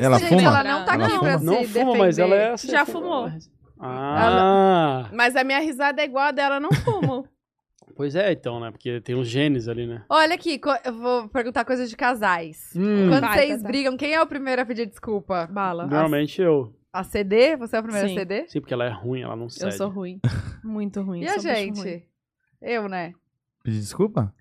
Speaker 5: Ela
Speaker 2: Gente,
Speaker 5: fuma?
Speaker 2: ela não tá
Speaker 1: Ela
Speaker 2: aqui
Speaker 1: fuma?
Speaker 2: pra se
Speaker 6: Não
Speaker 2: defender.
Speaker 6: fuma, mas ela é assim.
Speaker 1: Já fumou.
Speaker 6: Ah!
Speaker 1: Mas a minha risada é igual a dela, eu não fumo.
Speaker 6: Pois é, então, né? Porque tem os genes ali, né?
Speaker 2: Olha aqui, co- eu vou perguntar coisas de casais.
Speaker 6: Hum.
Speaker 2: Quando
Speaker 1: Vai,
Speaker 2: vocês
Speaker 1: Tata.
Speaker 2: brigam, quem é o primeiro a pedir desculpa? Bala.
Speaker 6: Normalmente eu.
Speaker 2: A, a CD? Você é o primeiro
Speaker 1: Sim.
Speaker 2: a CD?
Speaker 6: Sim, um porque ela é ruim, ela não
Speaker 1: Eu
Speaker 6: cede.
Speaker 1: sou ruim. Muito ruim.
Speaker 2: E a
Speaker 1: sou bicho ruim.
Speaker 2: gente? Eu, né?
Speaker 5: Pedir desculpa?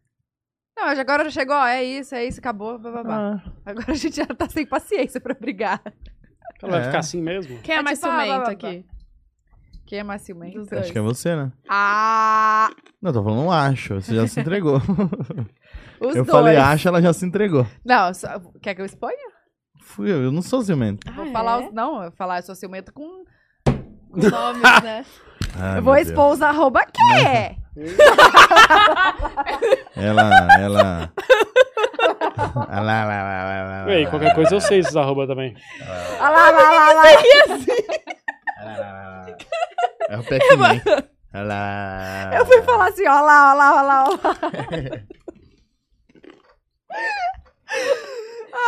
Speaker 2: Não, mas agora chegou, ó, é isso, é isso, acabou, blá, blá, blá.
Speaker 5: Ah.
Speaker 2: Agora a gente já tá sem paciência pra brigar.
Speaker 6: Ela vai
Speaker 5: É.
Speaker 6: ficar assim mesmo?
Speaker 1: Quem é,
Speaker 2: É
Speaker 1: mais
Speaker 2: tipo, ah,
Speaker 1: ciumento
Speaker 2: blá, blá,
Speaker 1: aqui?
Speaker 2: Quem é mais ciumento?
Speaker 1: Dos
Speaker 5: Acho
Speaker 1: dois.
Speaker 5: que é você, né?
Speaker 2: Ah!
Speaker 5: Não, tô falando, não acho. Você já se entregou.
Speaker 2: Os
Speaker 5: eu
Speaker 2: dois.
Speaker 5: falei, acho, ela já se entregou.
Speaker 2: Não, só- quer que eu exponha?
Speaker 5: Fui eu, eu não sou ciumento.
Speaker 1: Ah,
Speaker 2: Vou
Speaker 1: é?
Speaker 2: falar os... Não, eu vou falar, eu sou ciumento com...
Speaker 1: Com nomes, né?
Speaker 5: Ah,
Speaker 2: eu vou
Speaker 5: meu Deus.
Speaker 2: expor os arroba quê?
Speaker 5: Ela, ela. Ah, lá, lá, lá, lá, lá, lá,
Speaker 6: Ei,
Speaker 5: lá,
Speaker 6: qualquer coisa eu sei esses arroba também.
Speaker 2: Olha lá, lá, lá, lá.
Speaker 5: lá, lá, lá, lá. É o Pac-Man. Ah, lá, lá, lá,
Speaker 2: Eu fui falar assim, ó lá, ó lá, ó lá, ó lá.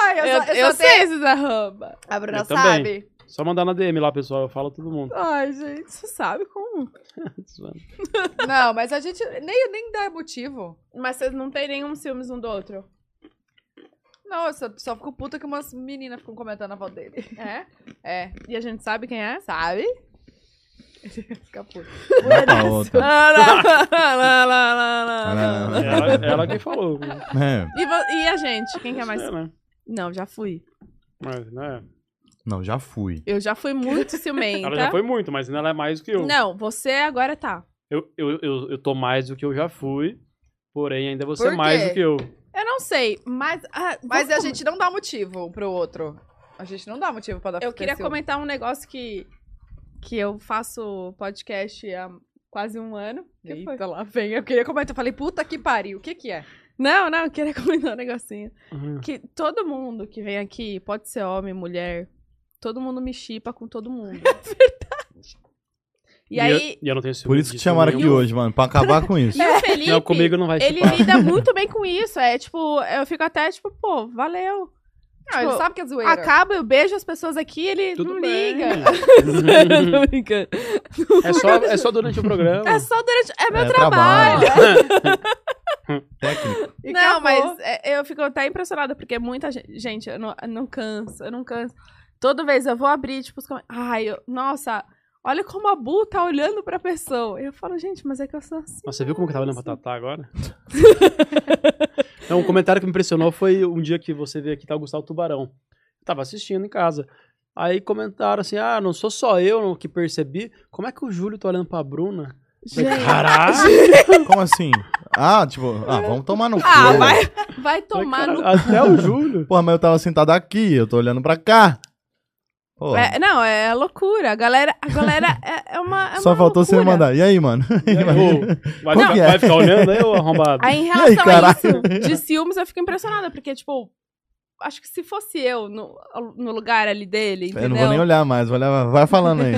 Speaker 2: Ai, eu,
Speaker 1: Eu,
Speaker 2: só, eu
Speaker 1: eu
Speaker 2: só tenho-
Speaker 1: sei esses arroba.
Speaker 2: A Bruna
Speaker 6: Eu também.
Speaker 2: sabe.
Speaker 6: Só mandar na DM lá, pessoal. Eu falo todo mundo.
Speaker 2: Ai, gente.
Speaker 1: Você sabe como?
Speaker 2: Não, mas a gente nem, nem dá motivo.
Speaker 1: Mas vocês não têm nenhum ciúmes um do outro?
Speaker 2: Não, eu só, só fico puta que umas meninas ficam comentando a foto dele.
Speaker 1: É?
Speaker 2: É,
Speaker 1: E a gente sabe quem é?
Speaker 2: sabe? Fica puta.
Speaker 5: Vai pra outra.
Speaker 1: Lá, lá, lá, lá, lá,
Speaker 5: Ah,
Speaker 1: lá,
Speaker 5: lá,
Speaker 1: lá.
Speaker 5: lá, lá.
Speaker 6: Ela, ela que falou.
Speaker 5: É,
Speaker 1: E, vo- e a gente? Quem que é mais?
Speaker 6: É, né?
Speaker 1: Não, já fui.
Speaker 6: Mas, né?
Speaker 5: Não, já fui.
Speaker 1: Eu já fui muito ciumenta.
Speaker 6: Ela já foi muito, mas ainda ela é mais do que eu.
Speaker 1: Então? Não, você agora tá.
Speaker 6: Eu, eu, eu, eu tô mais do que eu já fui, porém ainda você
Speaker 2: Por
Speaker 6: é mais
Speaker 2: quê?
Speaker 6: do que eu.
Speaker 1: Eu não sei, mas. ah,
Speaker 2: Mas
Speaker 1: vamos
Speaker 2: a gente não dá motivo um pro outro. A gente não dá motivo pra dar
Speaker 1: Eu queria
Speaker 2: ciúme.
Speaker 1: comentar um negócio que, que eu faço podcast há quase um ano. Que foi?
Speaker 2: Eita, lá vem. Eu queria comentar. Eu falei, puta que pariu. O que que é?
Speaker 1: Não, não, eu queria comentar um negocinho.
Speaker 6: Uhum.
Speaker 1: Que todo mundo que vem aqui, pode ser homem, mulher, todo mundo me chipa com todo mundo. é verdade. E, aí,
Speaker 6: eu, e eu não tenho ciúme
Speaker 5: Por isso que te
Speaker 6: disso
Speaker 5: chamaram aqui
Speaker 6: nenhum.
Speaker 5: hoje, mano, pra acabar com isso.
Speaker 1: e o Felipe,
Speaker 6: Não, comigo não vai
Speaker 1: ele
Speaker 6: chipar.
Speaker 1: lida muito bem com isso. É tipo, eu fico até tipo, pô, valeu.
Speaker 2: Não, ele
Speaker 1: Tipo,
Speaker 2: sabe que é zoeira.
Speaker 1: Acaba, eu beijo as pessoas aqui, ele
Speaker 6: Tudo
Speaker 1: não
Speaker 6: bem.
Speaker 1: liga.
Speaker 6: Uhum.
Speaker 1: Tô brincando.
Speaker 6: é, só, é só durante o programa.
Speaker 1: É só durante. É meu
Speaker 5: É
Speaker 1: trabalho.
Speaker 5: Técnico.
Speaker 1: E
Speaker 2: Não,
Speaker 1: não, mas é, eu fico até impressionada, porque muita gente. Gente, eu não, eu não canso, eu não canso. Toda vez eu vou abrir, tipo, os comentários. Ai, eu- nossa, olha como a Bu tá olhando pra pessoa. Eu falo, gente, mas é que eu sou assim.
Speaker 6: Nossa, você viu como que eu tava olhando pra Tatá agora? Não, um comentário que me impressionou foi um dia que você veio aqui, tá o Gustavo Tubarão. Eu tava assistindo em casa. Aí comentaram assim: ah, não sou só eu que percebi. Como é que o Júlio tá olhando pra Bruna? Eu falei,
Speaker 1: Gente.
Speaker 6: Caralho!
Speaker 5: Como assim? Ah, tipo, ah, vamos tomar no cu.
Speaker 1: Ah, vai, vai tomar
Speaker 6: Falei,
Speaker 1: no.
Speaker 6: "Cara, Até o Júlio.
Speaker 5: Porra, mas eu tava sentado aqui, eu tô olhando pra cá. Pô,
Speaker 1: É, não, é loucura. A galera, a galera é, é uma. é
Speaker 5: só
Speaker 1: uma
Speaker 5: faltou
Speaker 1: loucura.
Speaker 5: você me mandar. E aí, mano?
Speaker 6: E aí, ô, vai,
Speaker 5: Como
Speaker 6: ficar,
Speaker 5: que é?
Speaker 6: vai ficar olhando aí, ô arrombado?
Speaker 1: Aí, em
Speaker 5: aí,
Speaker 1: relação a
Speaker 5: caralho?
Speaker 1: isso, de ciúmes, eu fico impressionada, porque, tipo, acho que se fosse eu no, no lugar ali dele, entendeu?
Speaker 5: Eu não vou nem olhar mais, vou olhar- vai falando aí.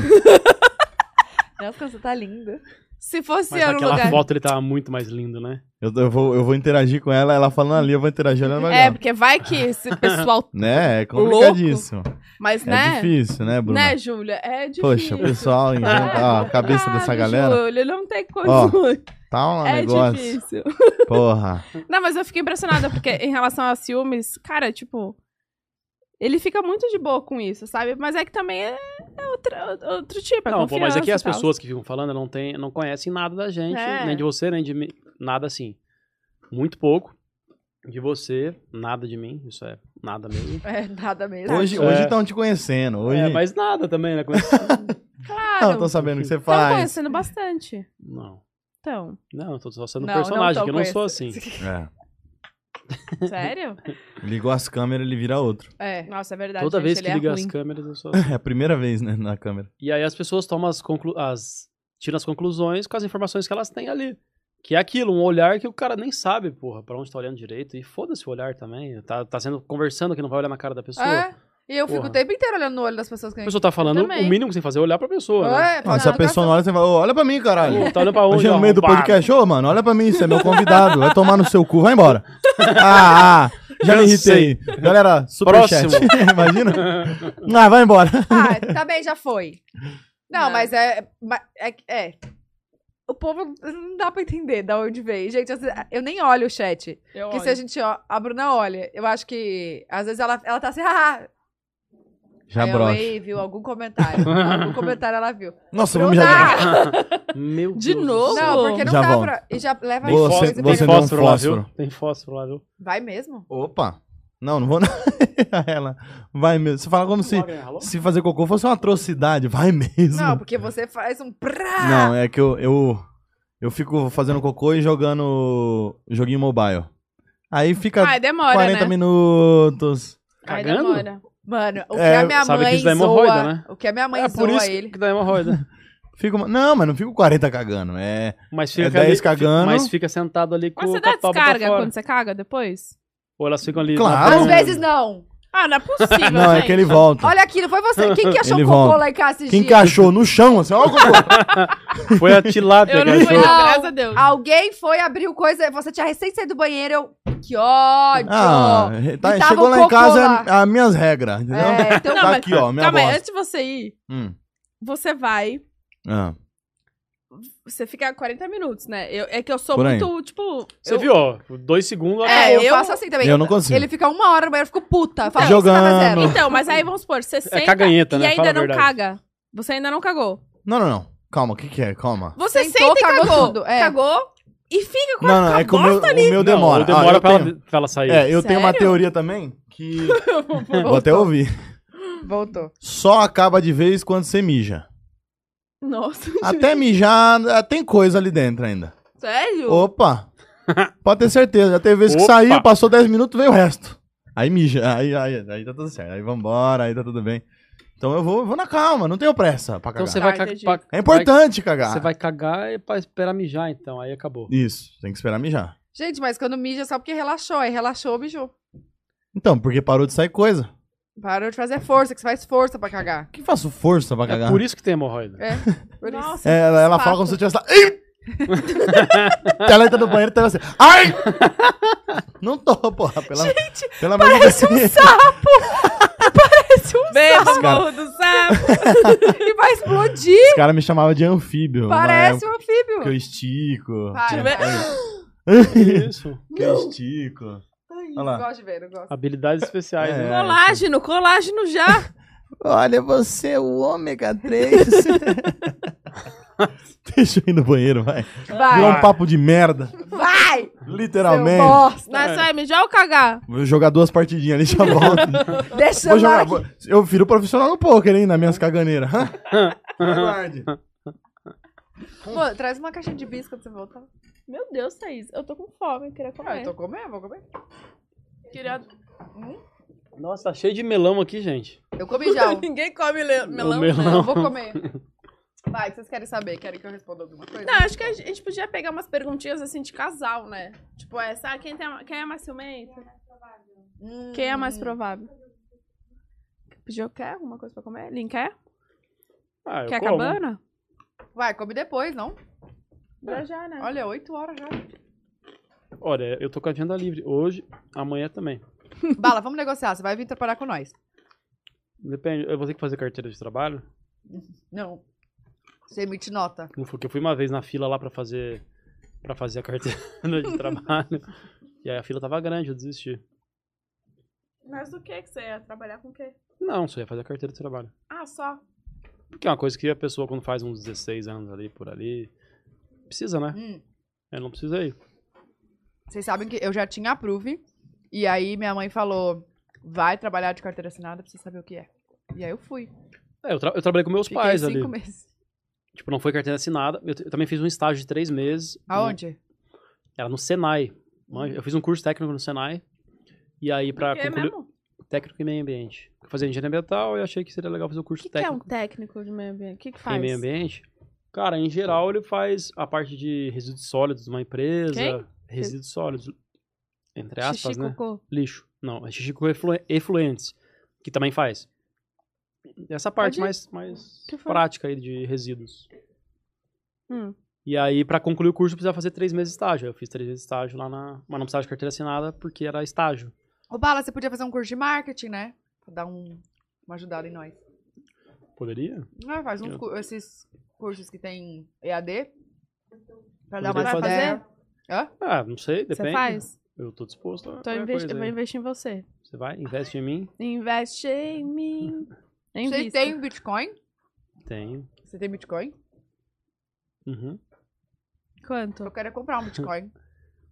Speaker 2: Nossa, você tá linda.
Speaker 1: Se fosse
Speaker 6: Mas
Speaker 1: eu no
Speaker 6: naquela
Speaker 1: é lugar.
Speaker 6: foto ele tava muito mais lindo, né?
Speaker 5: Eu, eu vou, eu vou interagir com ela, ela falando ali, eu vou interagir olhando pra
Speaker 1: É,
Speaker 5: cá.
Speaker 1: porque vai que esse pessoal.
Speaker 5: Né? É complicadíssimo.
Speaker 1: Mas,
Speaker 5: É
Speaker 1: né?
Speaker 5: difícil, né, Bruno?
Speaker 1: Né, Júlia? É difícil.
Speaker 5: Poxa, o pessoal, inventa- ó, a cabeça dessa
Speaker 1: Sabe,
Speaker 5: galera
Speaker 1: Júlia, não tem
Speaker 5: Ó,
Speaker 1: condições.
Speaker 5: tá um
Speaker 1: é
Speaker 5: negócio.
Speaker 1: difícil.
Speaker 5: Porra.
Speaker 1: Não, mas eu fiquei impressionada, porque em relação a ciúmes, cara, tipo, Ele fica muito de boa com isso, sabe? Mas é que também é, é outra- outro, tipo, é
Speaker 6: não, pô, mas
Speaker 1: confiança
Speaker 6: aqui
Speaker 1: e
Speaker 6: as
Speaker 1: tal.
Speaker 6: pessoas que ficam falando não, tem, não conhecem nada da gente,
Speaker 1: É.
Speaker 6: nem de você, nem de mim, nada assim. Muito pouco de você, nada de mim, isso é nada mesmo.
Speaker 2: É, nada mesmo.
Speaker 5: Hoje
Speaker 6: É.
Speaker 5: estão te conhecendo. Hoje
Speaker 6: É, mas nada também, né? Conheci-
Speaker 1: Claro,
Speaker 5: não estão sabendo o que você
Speaker 1: tão
Speaker 5: faz.
Speaker 1: conhecendo bastante.
Speaker 6: não,
Speaker 1: Então,
Speaker 6: não, eu tô só sendo
Speaker 2: Não,
Speaker 6: um personagem,
Speaker 2: não tô
Speaker 6: que eu não sou assim.
Speaker 2: conhecendo.
Speaker 5: É.
Speaker 1: sério?
Speaker 6: É.
Speaker 5: Ligou as câmeras, ele vira outro.
Speaker 2: É.
Speaker 1: Nossa, é verdade.
Speaker 6: Toda
Speaker 1: gente,
Speaker 6: vez
Speaker 1: ele
Speaker 6: que
Speaker 1: é
Speaker 6: liga
Speaker 1: ruim.
Speaker 6: as câmeras, eu sou assim.
Speaker 5: É a primeira vez, né, na câmera.
Speaker 6: E aí as pessoas tomam as conclu... as tiram as conclusões com as informações que elas têm ali. Que é aquilo, um olhar que o cara nem sabe, porra, pra onde tá olhando direito. E foda-se o olhar também. Tá, tá sendo conversando que não vai olhar na cara da pessoa.
Speaker 2: É. E eu fico
Speaker 6: Porra.
Speaker 2: o tempo inteiro olhando no olho das pessoas que
Speaker 6: A
Speaker 2: a gente.
Speaker 6: pessoa tá falando o
Speaker 1: também.
Speaker 6: mínimo que você fazer é olhar pra pessoa, né?
Speaker 2: É,
Speaker 5: Ah,
Speaker 2: faz
Speaker 5: se a
Speaker 2: educação.
Speaker 1: tá
Speaker 5: pessoa não olha, você fala, "Ô, olha pra mim, caralho.
Speaker 6: Pô, Tá olhando pra onde?
Speaker 5: Hoje é no
Speaker 6: ó,
Speaker 5: meio do
Speaker 6: arrombado.
Speaker 5: podcast, ô, mano, olha pra mim, você é meu convidado. Vai tomar no seu cu, vai embora. Ah, ah já me irritei. Galera, superchat.
Speaker 6: Próximo.
Speaker 5: Imagina. Ah, vai embora.
Speaker 2: Ah, tá bem, já foi. Não,
Speaker 1: Não.
Speaker 2: mas é, ma- é. é. O povo não dá pra entender da onde veio. Gente, às vezes, eu nem olho o chat.
Speaker 1: Eu
Speaker 2: Porque se
Speaker 1: olho.
Speaker 2: a gente. ó- A Bruna olha. Eu acho que. Às vezes ela, ela tá assim. Ah, é,
Speaker 5: Já
Speaker 2: Aí ela
Speaker 5: brocha.
Speaker 2: aí viu algum comentário. algum comentário ela viu.
Speaker 5: Nossa, vamos
Speaker 2: Bruna!
Speaker 5: já.
Speaker 6: Meu
Speaker 1: De
Speaker 6: Deus do
Speaker 1: novo?
Speaker 6: céu.
Speaker 2: Não, porque não
Speaker 5: Já
Speaker 2: dá
Speaker 5: volto.
Speaker 2: pra. E já leva
Speaker 6: Tem
Speaker 5: Vou
Speaker 2: coisa
Speaker 5: acen-
Speaker 2: e pega-
Speaker 5: vou acender
Speaker 6: Tem
Speaker 5: um
Speaker 6: fósforo lá,
Speaker 5: fósforo.
Speaker 6: viu? Tem fósforo lá, viu?
Speaker 2: Vai mesmo?
Speaker 5: Opa. Não, não vou não. Ela vai mesmo. Você fala como se se fazer cocô fosse uma atrocidade, vai mesmo.
Speaker 2: Não, porque você faz um. Prá!
Speaker 5: Não, é que eu, eu, eu fico fazendo cocô e jogando joguinho mobile. Aí fica
Speaker 1: Ai, demora,
Speaker 5: 40
Speaker 1: né?
Speaker 5: minutos.
Speaker 1: Ai,
Speaker 6: Cagando?
Speaker 1: demora.
Speaker 2: Mano, o que
Speaker 5: É,
Speaker 2: a minha
Speaker 6: sabe que
Speaker 2: mãe
Speaker 6: isso dá
Speaker 2: zoa,
Speaker 6: hemorroida, né?
Speaker 2: o que a minha mãe
Speaker 6: É por
Speaker 2: zoa
Speaker 6: isso
Speaker 2: ele.
Speaker 6: que dá hemorroida.
Speaker 5: Fico, não, mas não fico 40 cagando. É,
Speaker 6: Mas
Speaker 5: é
Speaker 6: fica,
Speaker 5: 10
Speaker 6: ali,
Speaker 5: cagando.
Speaker 6: mas fica sentado ali com
Speaker 1: Mas você
Speaker 6: com a
Speaker 1: dá
Speaker 6: toba pra
Speaker 1: descarga
Speaker 6: fora.
Speaker 1: quando você caga depois?
Speaker 6: Ou elas ficam ali.
Speaker 5: Claro.
Speaker 6: na
Speaker 2: Às
Speaker 5: Não.
Speaker 6: perna.
Speaker 2: vezes não.
Speaker 1: Ah, não é possível,
Speaker 5: Não, é
Speaker 1: gente.
Speaker 5: que ele volta.
Speaker 2: Olha aqui, não foi você. Quem que achou
Speaker 5: Ele
Speaker 2: o cocô
Speaker 5: volta.
Speaker 2: lá em casa esses
Speaker 5: Quem
Speaker 2: dias?
Speaker 5: cachou no chão, assim, ó, o cocô.
Speaker 6: Foi a tilápia
Speaker 1: Eu
Speaker 6: que
Speaker 1: não fui, não,
Speaker 6: achou.
Speaker 1: graças a Deus.
Speaker 6: Ah,
Speaker 2: Alguém foi, abriu coisa, você tinha recém saído do banheiro, eu... Que ódio!
Speaker 5: Ah, tá,
Speaker 2: E tava
Speaker 5: chegou
Speaker 2: um
Speaker 5: lá em
Speaker 2: cocô
Speaker 5: casa as minhas regras, entendeu?
Speaker 2: é, então...
Speaker 1: Não,
Speaker 5: tá
Speaker 1: mas-
Speaker 5: aqui, ó, minha
Speaker 1: Calma aí,
Speaker 5: bosta.
Speaker 1: antes de você ir,
Speaker 5: Hum,
Speaker 1: você vai.
Speaker 5: ah.
Speaker 1: Você fica 40 minutos, né? Eu- é que eu sou
Speaker 5: Por aí.
Speaker 1: muito, tipo.
Speaker 6: Você
Speaker 1: eu-
Speaker 6: viu, ó, dois segundos.
Speaker 1: É,
Speaker 2: É, eu,
Speaker 1: eu-
Speaker 2: faço assim também.
Speaker 5: Eu não consigo.
Speaker 2: Ele fica uma hora no banheiro, eu fico puta. Fala,
Speaker 5: Então,
Speaker 2: o que você tá
Speaker 5: jogando.
Speaker 2: fazendo?
Speaker 1: Então, mas aí vamos supor, você senta
Speaker 6: caganheta,
Speaker 1: e
Speaker 6: né? Fala
Speaker 1: ainda
Speaker 6: a
Speaker 1: não
Speaker 6: verdade.
Speaker 1: caga. Você ainda não cagou.
Speaker 5: Não, não, não. Calma, o que, que é? Calma.
Speaker 1: Você
Speaker 2: Sentou,
Speaker 1: senta e
Speaker 2: cagou
Speaker 1: cagou.
Speaker 2: tudo, é.
Speaker 1: Cagou e fica com a,
Speaker 5: Não, não,
Speaker 1: com a
Speaker 5: é que o meu,
Speaker 1: bosta.
Speaker 5: o meu demora.
Speaker 6: Demora, demora
Speaker 5: Ah, eu
Speaker 6: pra,
Speaker 5: tenho-
Speaker 6: ela, pra ela sair.
Speaker 5: É, eu tenho uma
Speaker 1: Sério?
Speaker 5: teoria também que. Vou até
Speaker 2: Voltou.
Speaker 5: ouvir.
Speaker 2: Voltou.
Speaker 5: Só acaba de vez quando você mija.
Speaker 1: Nossa,
Speaker 5: Até mijar, ah, tem coisa ali dentro ainda.
Speaker 1: sério?
Speaker 5: Opa! Pode ter certeza. Já teve vezes que
Speaker 6: Opa!
Speaker 5: saiu, passou 10 minutos, veio o resto. Aí mija, aí, aí, aí tá tudo certo. Aí vambora, aí tá tudo bem. Então eu vou, vou na calma, não tenho pressa pra
Speaker 6: Então
Speaker 5: cagar.
Speaker 6: você
Speaker 1: Tá,
Speaker 6: vai cagar.
Speaker 1: entendi.
Speaker 5: É importante cagar.
Speaker 6: Você vai cagar e pra esperar mijar, então. Aí acabou.
Speaker 5: Isso, tem que esperar mijar.
Speaker 2: Gente, mas quando mija é só porque relaxou. Aí relaxou, mijou.
Speaker 5: Então, porque parou de sair coisa.
Speaker 2: Parou de fazer força, que você faz força pra cagar.
Speaker 5: Por que faço força pra
Speaker 6: É
Speaker 5: cagar?
Speaker 6: por isso que tem hemorroida.
Speaker 2: É. Por isso.
Speaker 1: Nossa,
Speaker 5: É, ela, ela
Speaker 1: espaço.
Speaker 5: fala como se eu tivesse lá. "Ei!" ela entra no banheiro e tá assim. Ai! Não tô, porra. Pela, Gente, pela parece um
Speaker 1: Beba,
Speaker 5: cara.
Speaker 1: morro do sapo.
Speaker 2: E vai explodir.
Speaker 5: Os caras me chamavam de anfíbio. uma
Speaker 2: Parece
Speaker 5: época
Speaker 2: um anfíbio.
Speaker 5: é Que eu estico.
Speaker 2: Para.
Speaker 5: Tinha-
Speaker 6: Isso.
Speaker 5: Que eu estico. Olha
Speaker 2: Não
Speaker 5: lá.
Speaker 2: gosto de ver, não gosto.
Speaker 6: Habilidades especiais.
Speaker 5: É.
Speaker 6: Né?
Speaker 1: Colágeno, colágeno já.
Speaker 5: Olha, você é o ômega 3. Deixa eu ir no banheiro, vai. Virou
Speaker 2: Vai,
Speaker 5: um papo de merda.
Speaker 2: vai! Seu
Speaker 5: Literalmente.
Speaker 2: bosta!
Speaker 1: Mas vai mijar ou cagar?
Speaker 5: Vou jogar duas partidinhas ali, já volto.
Speaker 2: Deixa
Speaker 5: Vou
Speaker 2: eu
Speaker 5: jogar.
Speaker 2: lá.
Speaker 5: vou- Eu viro profissional no poker, hein, nas minhas caganeiras. Aguarde.
Speaker 2: Pô, traz uma caixinha de bis quando você voltar.
Speaker 1: Meu Deus, Thaís, eu tô com fome, eu queria comer.
Speaker 2: Ah, eu tô comendo, vou comer.
Speaker 1: Queria-
Speaker 6: Nossa, tá cheio de melão aqui, gente.
Speaker 2: Eu comi já.
Speaker 1: Ninguém come le- melão.
Speaker 6: O
Speaker 1: né?
Speaker 2: Eu
Speaker 6: melão.
Speaker 2: vou comer. Vai, que vocês querem saber? Querem que eu responda alguma coisa?
Speaker 1: Não, acho que a gente podia pegar umas perguntinhas assim de casal, né? Tipo, essa, ah, quem, tem, quem é mais ciumento?
Speaker 2: Hum.
Speaker 1: Quem é mais provável? Pediu, quer alguma coisa pra comer? Lin quer?
Speaker 6: Ah, eu
Speaker 1: quer
Speaker 6: como.
Speaker 1: cabana?
Speaker 2: Vai, come depois, não?
Speaker 1: Já, já, né?
Speaker 2: Olha, 8 horas já.
Speaker 6: Olha, eu tô com a agenda livre. Hoje, amanhã também.
Speaker 2: Bala, vamos negociar. Você vai vir trabalhar com nós.
Speaker 6: Depende. Eu vou ter que fazer carteira de trabalho.
Speaker 2: Não. Você emite nota.
Speaker 6: Não foi, Porque eu fui uma vez na fila lá pra fazer para fazer a carteira de trabalho. E aí a fila tava grande, eu desisti.
Speaker 1: Mas do que que você ia trabalhar com o quê?
Speaker 6: Não, só ia fazer a carteira de trabalho.
Speaker 1: Ah, só.
Speaker 6: Porque é uma coisa que a pessoa, quando faz uns 16 anos ali, por ali, precisa, né?
Speaker 2: Hum.
Speaker 6: Eu não precisei.
Speaker 2: Vocês sabem que eu já tinha a Prove. E aí minha mãe falou: vai trabalhar de carteira assinada pra você saber o que é. E aí eu fui.
Speaker 6: É, eu, tra- eu trabalhei com meus
Speaker 2: Fiquei
Speaker 6: pais ali.
Speaker 2: cinco meses.
Speaker 6: Tipo, não foi carteira assinada. Eu, t- eu também fiz um estágio de três meses. no-
Speaker 2: Aonde?
Speaker 6: Era no Senai. Manja, Eu fiz um curso técnico no Senai. E aí, pra
Speaker 1: Hum. Porque é
Speaker 6: concluir.
Speaker 1: mesmo?
Speaker 6: Técnico em meio ambiente. Eu fazia engenharia ambiental e achei que seria legal fazer o
Speaker 1: O
Speaker 6: curso
Speaker 1: que, que é um
Speaker 6: técnico
Speaker 1: técnico de meio ambiente? O que, que faz?
Speaker 6: em meio ambiente. Cara, em geral, ele faz a parte de resíduos sólidos de uma empresa.
Speaker 1: Quem?
Speaker 6: Resíduos sólidos. Entre
Speaker 1: Xixi,
Speaker 6: aspas, né?
Speaker 1: cocô.
Speaker 6: lixo. Não, é xixi com eflu- efluentes, que também faz. Essa parte
Speaker 1: Pode ir.
Speaker 6: mais, mais
Speaker 1: Que foi?
Speaker 6: prática aí de resíduos.
Speaker 1: Hum.
Speaker 6: E aí, pra concluir o curso, eu precisava fazer três meses de estágio. Eu fiz três meses de estágio lá na. Mas não precisava de carteira assinada porque era estágio.
Speaker 2: Ô, Bala, você podia fazer um curso de marketing, né? Pra dar um- uma ajudada em nós.
Speaker 6: Poderia?
Speaker 2: Ah, faz uns
Speaker 6: Eu-
Speaker 2: cu- esses cursos que tem EAD. Pra dar uma
Speaker 6: Poderia
Speaker 1: Vai
Speaker 2: fazer.
Speaker 1: fazer?
Speaker 6: Ah, não sei, depende.
Speaker 1: Você faz?
Speaker 6: Eu tô disposto a.
Speaker 2: Então
Speaker 1: Tô
Speaker 6: qualquer
Speaker 1: investi-
Speaker 6: coisa
Speaker 1: eu vou
Speaker 6: aí.
Speaker 1: investir em você.
Speaker 6: Você vai? Investe em mim?
Speaker 1: Investe em mim.
Speaker 2: Você
Speaker 1: Invista.
Speaker 2: tem Bitcoin?
Speaker 6: Tenho.
Speaker 2: Você tem Bitcoin?
Speaker 6: Uhum.
Speaker 1: Quanto?
Speaker 2: Eu quero é comprar um Bitcoin.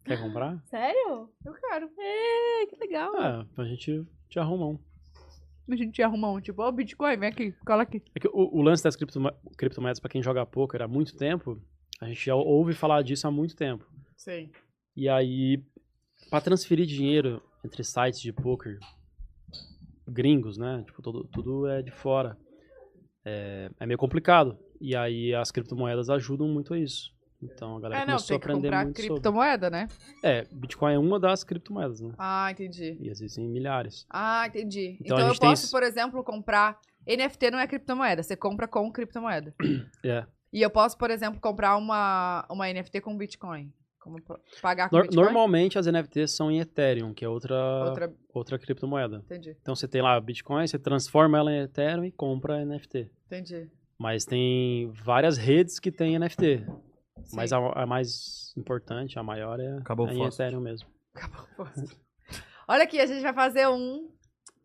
Speaker 6: Quer comprar?
Speaker 1: Sério?
Speaker 2: Eu quero.
Speaker 1: É, que legal.
Speaker 6: Ah, a gente te arruma um.
Speaker 2: A gente arruma um, tipo, ô Bitcoin, vem aqui, cola aqui.
Speaker 6: É que o, o lance das criptoma- criptomoedas, pra quem joga poker há muito tempo, a gente já ouve falar disso há muito tempo.
Speaker 2: Sim.
Speaker 6: E aí, pra transferir dinheiro entre sites de poker gringos, né? Tipo, todo, tudo é de fora. É, é meio complicado. E aí as criptomoedas ajudam muito a isso. Então a
Speaker 2: É,
Speaker 6: galera
Speaker 2: não,
Speaker 6: começou
Speaker 2: tem
Speaker 6: a
Speaker 2: que
Speaker 6: aprender
Speaker 2: comprar
Speaker 6: muito sobre.
Speaker 2: criptomoeda, né?
Speaker 6: É, Bitcoin é uma das criptomoedas, né?
Speaker 2: Ah, entendi.
Speaker 6: E existem milhares.
Speaker 2: Ah, entendi. Então,
Speaker 6: Então, a
Speaker 2: eu
Speaker 6: gente tem
Speaker 2: posso,
Speaker 6: isso.
Speaker 2: por exemplo, comprar. NFT não é criptomoeda, você compra com criptomoeda.
Speaker 6: É.
Speaker 2: E eu posso, por exemplo, comprar uma, uma NFT com Bitcoin. Como pa- pagar com
Speaker 6: Nor-
Speaker 2: Bitcoin?
Speaker 6: normalmente as NFTs são em Ethereum, que é outra, outra...
Speaker 2: Outra,
Speaker 6: criptomoeda.
Speaker 2: entendi,
Speaker 6: Então você tem lá Bitcoin, você transforma ela em Ethereum e compra NFT.
Speaker 2: entendi.
Speaker 6: Mas tem várias redes que tem NFT.
Speaker 2: Sim.
Speaker 6: Mas a, a mais importante, a maior é
Speaker 5: Acabou
Speaker 6: é
Speaker 5: o
Speaker 6: em
Speaker 5: fósforo.
Speaker 6: Ethereum mesmo.
Speaker 2: Acabou o fósforo. Olha aqui, a gente vai fazer um.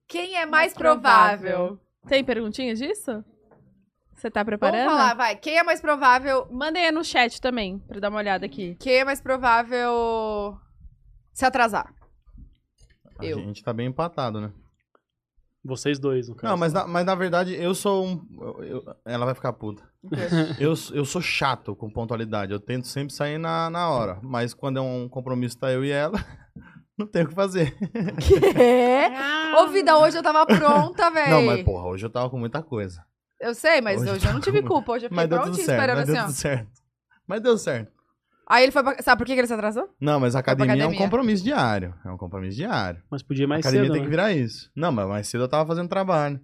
Speaker 2: Quem é mais provável?
Speaker 1: Tá Tem perguntinhas disso? Você tá
Speaker 2: Vamos
Speaker 1: preparando?
Speaker 2: falar, vai. Quem é mais provável?
Speaker 1: Mandei aí no chat também, pra dar uma olhada aqui.
Speaker 2: Quem é mais provável se atrasar?
Speaker 5: A
Speaker 2: Eu.
Speaker 5: gente tá bem empatado, né?
Speaker 6: Vocês dois, no caso.
Speaker 5: Não, mas na, mas na verdade eu sou um. eu- eu- ela vai ficar puta.
Speaker 2: O quê?
Speaker 5: Eu, eu sou chato com pontualidade. Eu tento sempre sair na, na hora. Mas quando é um compromisso, tá eu e ela, não tem o que fazer.
Speaker 2: Quê? Ô, vida, hoje eu tava pronta, velho.
Speaker 5: Não, mas porra, hoje eu tava com muita coisa.
Speaker 2: Eu sei, mas
Speaker 5: Hoje
Speaker 2: hoje, eu não tive culpa. Hoje eu fiquei
Speaker 5: Mas deu tudo
Speaker 2: prontinha
Speaker 5: certo.
Speaker 2: esperando
Speaker 5: Mas
Speaker 2: assim,
Speaker 5: deu
Speaker 2: ó.
Speaker 5: tudo certo. Mas deu certo.
Speaker 2: Aí ele foi pra... Sabe por que que ele se atrasou?
Speaker 5: Não, mas a
Speaker 2: pra
Speaker 5: academia, é um
Speaker 2: academia.
Speaker 5: compromisso diário. É um compromisso diário.
Speaker 6: Mas podia ir
Speaker 5: a
Speaker 6: mais
Speaker 5: academia
Speaker 6: cedo,
Speaker 5: tem
Speaker 6: né?
Speaker 5: que virar isso. Não, mas mais cedo eu tava fazendo trabalho.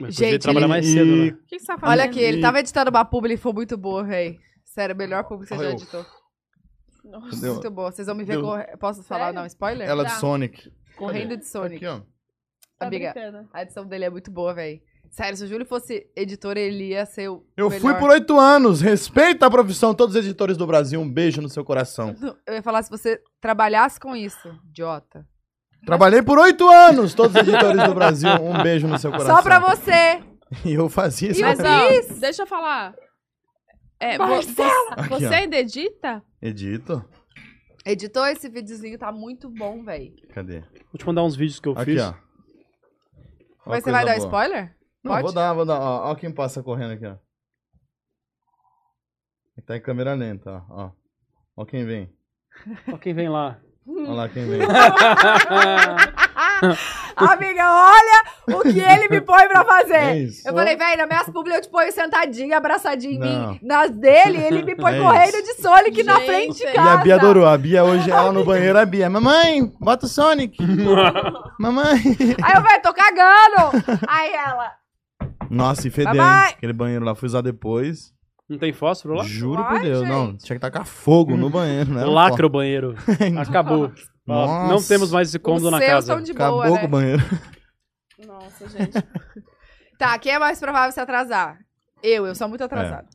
Speaker 6: Mas podia
Speaker 2: Gente,
Speaker 6: trabalhar
Speaker 2: ele-
Speaker 6: mais
Speaker 5: E-
Speaker 6: cedo, né?
Speaker 1: O que que você tá fazendo?
Speaker 2: Olha aqui, ele tava editando uma publi e foi muito boa, velho. Sério, melhor publi que você já
Speaker 5: Olha eu.
Speaker 2: editou.
Speaker 1: Nossa.
Speaker 5: Deu-
Speaker 2: Muito boa. Vocês vão me ver
Speaker 5: Deu.
Speaker 2: correndo... Posso falar,
Speaker 1: Sério?
Speaker 2: não, spoiler?
Speaker 5: Ela de
Speaker 1: Tá.
Speaker 5: Sonic.
Speaker 2: Correndo de
Speaker 5: Tá
Speaker 2: Sonic.
Speaker 5: Aqui, ó.
Speaker 1: Tá
Speaker 2: Amiga,
Speaker 1: brincando.
Speaker 2: a edição dele é muito boa, velho. Sério, se o Júlio fosse editor, ele ia ser o
Speaker 5: Eu
Speaker 2: melhor.
Speaker 5: fui por oito anos. Respeita a profissão. Todos os editores do Brasil, um beijo no seu coração.
Speaker 2: Eu ia falar se você trabalhasse com isso, idiota.
Speaker 5: Trabalhei por oito anos. Todos os editores do Brasil, um beijo no seu coração.
Speaker 2: Só pra você!
Speaker 5: E eu fazia isso.
Speaker 1: Mas,
Speaker 5: Mas...
Speaker 1: ó, deixa eu falar. É, vo-
Speaker 2: Marcela!
Speaker 1: você
Speaker 5: Aqui, ó.
Speaker 1: ainda edita?
Speaker 5: Edito?
Speaker 2: Editou esse videozinho, tá muito bom, velho.
Speaker 5: Cadê?
Speaker 6: Vou te mandar uns vídeos que eu
Speaker 5: Aqui,
Speaker 6: fiz.
Speaker 5: ó. Ó
Speaker 2: Mas você
Speaker 5: coisa
Speaker 2: vai dar
Speaker 5: boa.
Speaker 2: spoiler?
Speaker 5: Não,
Speaker 2: Pode?
Speaker 5: vou dar, vou dar. Ó, ó quem passa correndo aqui, ó. Tá em câmera lenta, ó. Ó, Ó quem vem.
Speaker 6: Ó quem vem lá.
Speaker 5: Olha lá quem vem.
Speaker 2: Amiga, olha o que ele me põe pra
Speaker 5: É
Speaker 2: fazer.
Speaker 5: isso.
Speaker 2: Eu falei, velho, na minha publi eu te ponho sentadinho, abraçadinho em
Speaker 5: Não.
Speaker 2: mim. Nas dele, ele me põe
Speaker 5: É
Speaker 2: correndo
Speaker 5: isso.
Speaker 2: de Sonic na
Speaker 1: Gente.
Speaker 2: frente de
Speaker 6: é
Speaker 1: E a
Speaker 5: E
Speaker 2: casa.
Speaker 5: a Bia adorou. A Bia hoje, ela no banheiro, a Bia. Mamãe, bota o Sonic. Mamãe.
Speaker 2: Aí eu, velho, tô cagando. Aí ela,
Speaker 5: Nossa, e fedeu,
Speaker 2: Mamãe.
Speaker 5: hein? Aquele banheiro lá, fui usar depois.
Speaker 6: Não tem fósforo lá?
Speaker 5: Juro
Speaker 2: Ai,
Speaker 5: por Deus,
Speaker 2: gente.
Speaker 5: não. Tinha que tacar fogo no banheiro, né?
Speaker 6: Lacra o banheiro. Acabou. Fala, Não
Speaker 5: Nossa.
Speaker 6: temos mais esse cômodo
Speaker 2: os
Speaker 6: na
Speaker 2: seus
Speaker 6: casa.
Speaker 2: são de
Speaker 5: Acabou
Speaker 2: boa,
Speaker 5: com o
Speaker 2: né?
Speaker 5: banheiro.
Speaker 1: Nossa, gente.
Speaker 2: é Tá, quem é mais provável se atrasar? Eu, eu sou muito atrasada.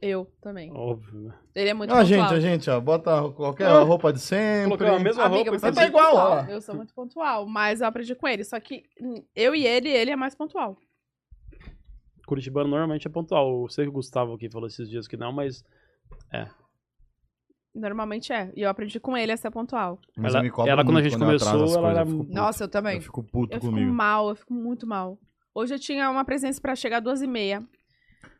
Speaker 1: Eu também.
Speaker 6: Óbvio, né?
Speaker 1: Ele é muito
Speaker 5: Ó, a
Speaker 1: pontual.
Speaker 5: gente, a gente, ó, bota qualquer
Speaker 6: Ah.
Speaker 5: roupa de sempre.
Speaker 6: Colocar a mesma
Speaker 1: Amiga,
Speaker 6: roupa
Speaker 1: você
Speaker 5: e
Speaker 1: é
Speaker 5: tá
Speaker 1: muito
Speaker 5: igual,
Speaker 1: pontual.
Speaker 5: ó lá.
Speaker 1: Eu sou muito pontual, mas eu aprendi com ele. Só que hum, eu e ele, ele é mais pontual.
Speaker 6: Curitibano normalmente é pontual. Eu sei que o Gustavo aqui falou esses dias que não, mas
Speaker 1: Normalmente é. E eu aprendi com ele a ser pontual.
Speaker 5: Mas
Speaker 6: ela-
Speaker 5: eu me cobro
Speaker 6: ela, quando a
Speaker 5: muito
Speaker 6: gente
Speaker 5: eu
Speaker 6: começou,
Speaker 5: atraso as
Speaker 6: ela
Speaker 5: coisas,
Speaker 6: era-
Speaker 5: eu fico puto.
Speaker 2: Nossa, eu também.
Speaker 5: Eu fico puto
Speaker 1: Eu fico
Speaker 5: comigo.
Speaker 1: mal, eu fico muito mal. Hoje eu tinha uma presença pra chegar às duas e meia.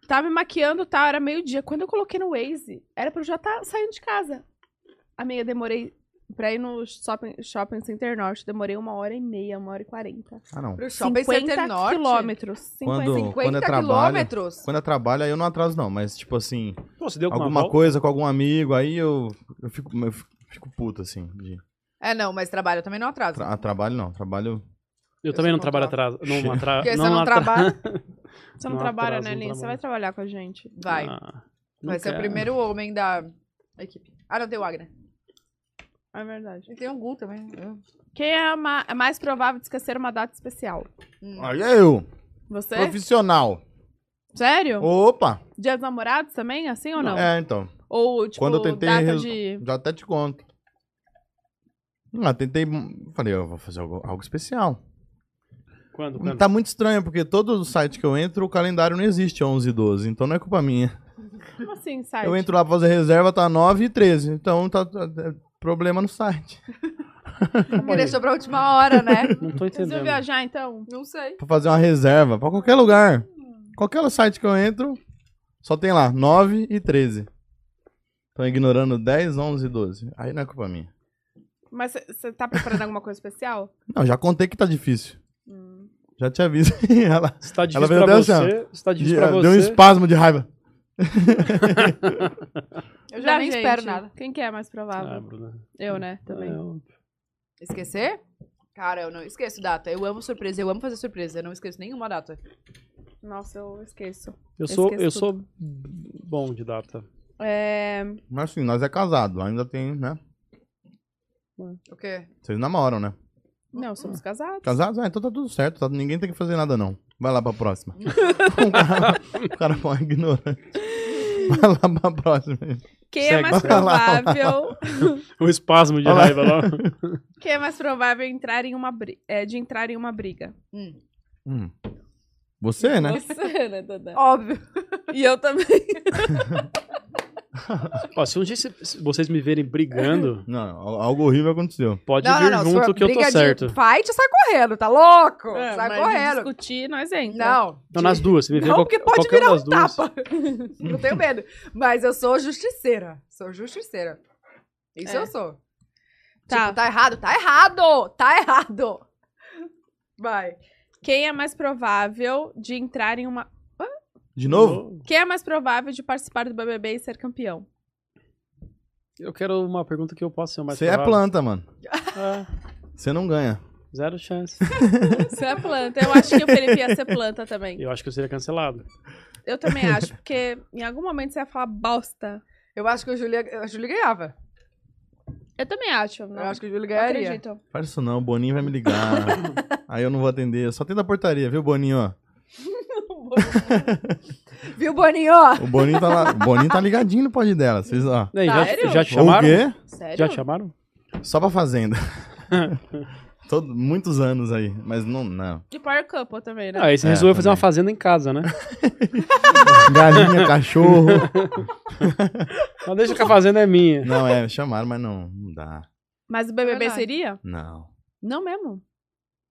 Speaker 1: Tava me maquiando, tá? Era meio-dia. Quando eu coloquei no Waze, era pra eu já estar saindo de casa. Amiga, demorei pra ir no shopping, shopping Center Norte. Demorei uma hora e meia, uma hora e quarenta.
Speaker 5: Ah, não.
Speaker 2: Pro shopping
Speaker 1: 50
Speaker 2: center norte.
Speaker 1: quilômetros. 50,
Speaker 5: Quando-
Speaker 1: 50.
Speaker 5: é
Speaker 2: 50
Speaker 5: trabalho-
Speaker 2: quilômetros.
Speaker 5: Quando eu trabalho, aí eu não atraso, não. Mas, tipo assim,
Speaker 6: Pô, você deu com
Speaker 5: alguma
Speaker 6: uma volta?
Speaker 5: coisa com algum amigo, aí eu, eu, fico, eu fico puto, assim. De
Speaker 2: É, não, mas trabalho eu também não atraso.
Speaker 5: tra- ah, trabalho não, trabalho.
Speaker 6: Eu também não
Speaker 2: Você tá.
Speaker 6: trabalho atrás. Não, atra...
Speaker 2: Porque você não
Speaker 6: atra-
Speaker 2: trabalha,
Speaker 5: é
Speaker 1: Você não,
Speaker 6: Não
Speaker 1: trabalha,
Speaker 6: atrasa,
Speaker 1: né,
Speaker 6: não
Speaker 1: Lin? Você
Speaker 6: trabalha.
Speaker 1: vai trabalhar com a gente.
Speaker 2: vai.
Speaker 6: Ah, não
Speaker 2: vai ser o
Speaker 6: quero.
Speaker 2: primeiro homem da equipe. Ah, não, tem o Agner.
Speaker 1: É verdade.
Speaker 2: E tem o Gu também.
Speaker 1: Quem é a ma- a mais provável de esquecer uma data especial?
Speaker 2: Hum.
Speaker 5: Aí é eu,
Speaker 1: Você?
Speaker 5: profissional.
Speaker 1: Sério?
Speaker 5: Opa!
Speaker 1: Dia dos namorados também, assim Então, ou não?
Speaker 5: É, então.
Speaker 1: Ou, tipo,
Speaker 5: Quando eu tentei
Speaker 1: data
Speaker 5: res-
Speaker 1: de...
Speaker 5: Já até te conto. Ah, tentei. Falei, eu vou fazer algo, algo especial.
Speaker 6: Quando? quando?
Speaker 5: Tá muito estranho, porque todo site que eu entro, o calendário não existe 11 e 12, então não é culpa minha.
Speaker 1: Como assim, site?
Speaker 5: Eu entro lá pra fazer reserva, tá 9 e 13, então tá, tá- é problema no site.
Speaker 2: Me deixou pra última hora, né?
Speaker 6: Não
Speaker 1: Vocês
Speaker 6: tô
Speaker 1: vão
Speaker 6: entendendo.
Speaker 1: viajar, então?
Speaker 2: não sei.
Speaker 5: Pra fazer uma reserva, pra qualquer lugar. Qualquer site que eu entro, só tem lá 9 e 13. Estão ignorando 10, 11 e 12. Aí não é culpa minha.
Speaker 1: Mas você tá preparando alguma coisa especial?
Speaker 5: Não, já contei que tá difícil. Já te aviso. Olha lá.
Speaker 6: Se tá
Speaker 5: Ela
Speaker 6: difícil
Speaker 5: veio
Speaker 6: pra
Speaker 5: até assim,
Speaker 6: você, se tá difícil pra
Speaker 5: Deu um
Speaker 6: você...
Speaker 5: espasmo de raiva.
Speaker 2: Eu já
Speaker 1: Dá,
Speaker 2: nem
Speaker 1: gente.
Speaker 2: espero nada.
Speaker 1: Quem que é mais
Speaker 6: Ah,
Speaker 1: provável?
Speaker 6: Bruna.
Speaker 1: Eu, né? Também.
Speaker 6: Ah, eu-
Speaker 2: Esquecer? Cara, eu não esqueço data. Eu amo surpresa, eu amo fazer surpresa. Eu não esqueço nenhuma data.
Speaker 5: é.
Speaker 1: Nossa, eu esqueço.
Speaker 6: Eu sou,
Speaker 1: Esqueço
Speaker 6: eu sou bom de data.
Speaker 1: É...
Speaker 5: Mas assim, nós é casado, ainda tem, né?
Speaker 2: O quê?
Speaker 5: Vocês namoram, né?
Speaker 1: Não, somos casados.
Speaker 5: Casados? Ah, então tá tudo certo. tá- ninguém tem que fazer nada, não. Vai lá pra próxima. o cara, o cara é mó ignorante. Vai lá pra próxima.
Speaker 1: Quem é
Speaker 6: Segue.
Speaker 1: mais provável...
Speaker 6: Um espasmo de
Speaker 5: Olha lá.
Speaker 6: raiva lá.
Speaker 1: Quem é mais provável entrar em uma bri- é, de entrar em uma briga?
Speaker 5: Hum. Você, né?
Speaker 1: Você, né, Dada?
Speaker 2: Óbvio.
Speaker 1: E eu também.
Speaker 6: Ó, se um dia se- se vocês me verem brigando,
Speaker 5: Não, al- algo horrível aconteceu.
Speaker 6: pode
Speaker 2: não, não,
Speaker 6: vir
Speaker 2: não. se
Speaker 6: junto
Speaker 2: for
Speaker 6: que eu tô
Speaker 2: briga de
Speaker 6: certo.
Speaker 2: Fight, sai correndo, tá louco?
Speaker 1: É,
Speaker 2: sai
Speaker 1: mas de
Speaker 2: correndo.
Speaker 1: discutir, nós entra.
Speaker 2: Não.
Speaker 6: Não, nas duas. Se me ver
Speaker 2: Não,
Speaker 6: qual-
Speaker 2: porque pode
Speaker 6: qualquer
Speaker 2: virar
Speaker 6: das
Speaker 2: um
Speaker 6: duas.
Speaker 2: tapa. eu tenho medo. Mas eu sou justiceira. Sou justiceira. Isso
Speaker 1: É.
Speaker 2: eu sou.
Speaker 1: Tá.
Speaker 2: Tipo, tá errado, tá errado! Tá errado! Vai.
Speaker 1: Quem é mais provável de entrar em uma...
Speaker 5: De novo?
Speaker 1: Quem é mais provável de participar do BBB e ser campeão?
Speaker 6: Eu quero uma pergunta que eu possa ser o mais
Speaker 5: Você é
Speaker 6: provável.
Speaker 5: planta, mano.
Speaker 6: É,
Speaker 5: Você não ganha.
Speaker 6: zero chance.
Speaker 1: Você é planta. Eu acho que o Felipe ia ser planta também.
Speaker 6: Eu acho que eu seria cancelado.
Speaker 1: Eu também acho, porque em algum momento você ia falar bosta.
Speaker 2: Eu acho que o Júlio, a Júlia ganhava.
Speaker 1: Eu também acho. Não,
Speaker 2: Eu acho que o Júlio
Speaker 1: não
Speaker 2: ganharia.
Speaker 1: acredito. então.
Speaker 5: Faz isso não, o Boninho vai me ligar. Aí eu não vou atender. Só tem da portaria, viu, Boninho? ó?
Speaker 2: Viu, Boninho? ó?
Speaker 5: O Boninho tá lá. O Boninho tá ligadinho no pod dela. Vocês, ó.
Speaker 6: E aí, já-
Speaker 1: Sério?
Speaker 6: já, te
Speaker 5: O
Speaker 6: chamaram?
Speaker 5: quê?
Speaker 1: Sério?
Speaker 6: Já te chamaram?
Speaker 5: Só pra fazenda. Todo, muitos anos aí. Mas não, não.
Speaker 1: De Power Couple também, né?
Speaker 6: Ah, aí você
Speaker 5: É,
Speaker 6: resolveu fazer
Speaker 5: também.
Speaker 6: uma fazenda em casa, né?
Speaker 5: Galinha, cachorro.
Speaker 6: Não, deixa que a fazenda é minha.
Speaker 5: Não, é, chamaram, mas não, não dá.
Speaker 1: Mas o BBB
Speaker 2: Verdade.
Speaker 1: seria?
Speaker 5: Não.
Speaker 1: Não mesmo.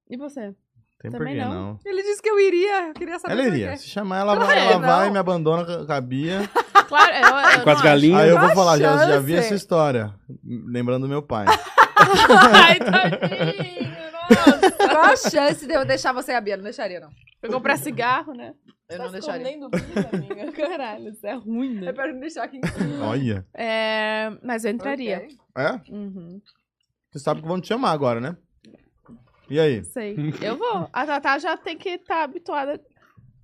Speaker 1: E você?
Speaker 5: Tem
Speaker 1: Também
Speaker 5: porquê,
Speaker 1: não.
Speaker 5: não.
Speaker 2: Ele disse que eu iria. Eu queria saber
Speaker 5: Ela
Speaker 2: por
Speaker 5: iria.
Speaker 2: quê.
Speaker 5: Se chamar, ela
Speaker 2: Não
Speaker 5: vai,
Speaker 2: é,
Speaker 5: ela vai
Speaker 2: não.
Speaker 5: me abandona com a- com a Bia.
Speaker 1: Claro, eu, eu
Speaker 6: Com as
Speaker 1: não acho.
Speaker 6: galinhas.
Speaker 5: Aí eu
Speaker 2: Qual
Speaker 5: vou
Speaker 2: a
Speaker 5: falar, já, já vi
Speaker 2: chance?
Speaker 5: essa história. Lembrando do meu pai.
Speaker 1: Ai, tadinho, nossa.
Speaker 2: Qual a chance de eu deixar você e a Bia? Não deixaria, não.
Speaker 1: Foi comprar cigarro, né?
Speaker 2: Eu
Speaker 1: Tá
Speaker 2: não deixaria.
Speaker 1: escondendo vida, amiga. Caralho, isso é ruim,
Speaker 2: Eu
Speaker 1: né?
Speaker 2: quero deixar aqui em cima.
Speaker 5: Olha.
Speaker 1: É, mas eu entraria.
Speaker 2: Ok.
Speaker 5: É?
Speaker 1: Uhum,
Speaker 5: Você sabe que vão te chamar agora, né? E aí?
Speaker 1: sei. Eu vou. A Tatá já tem que estar habituada.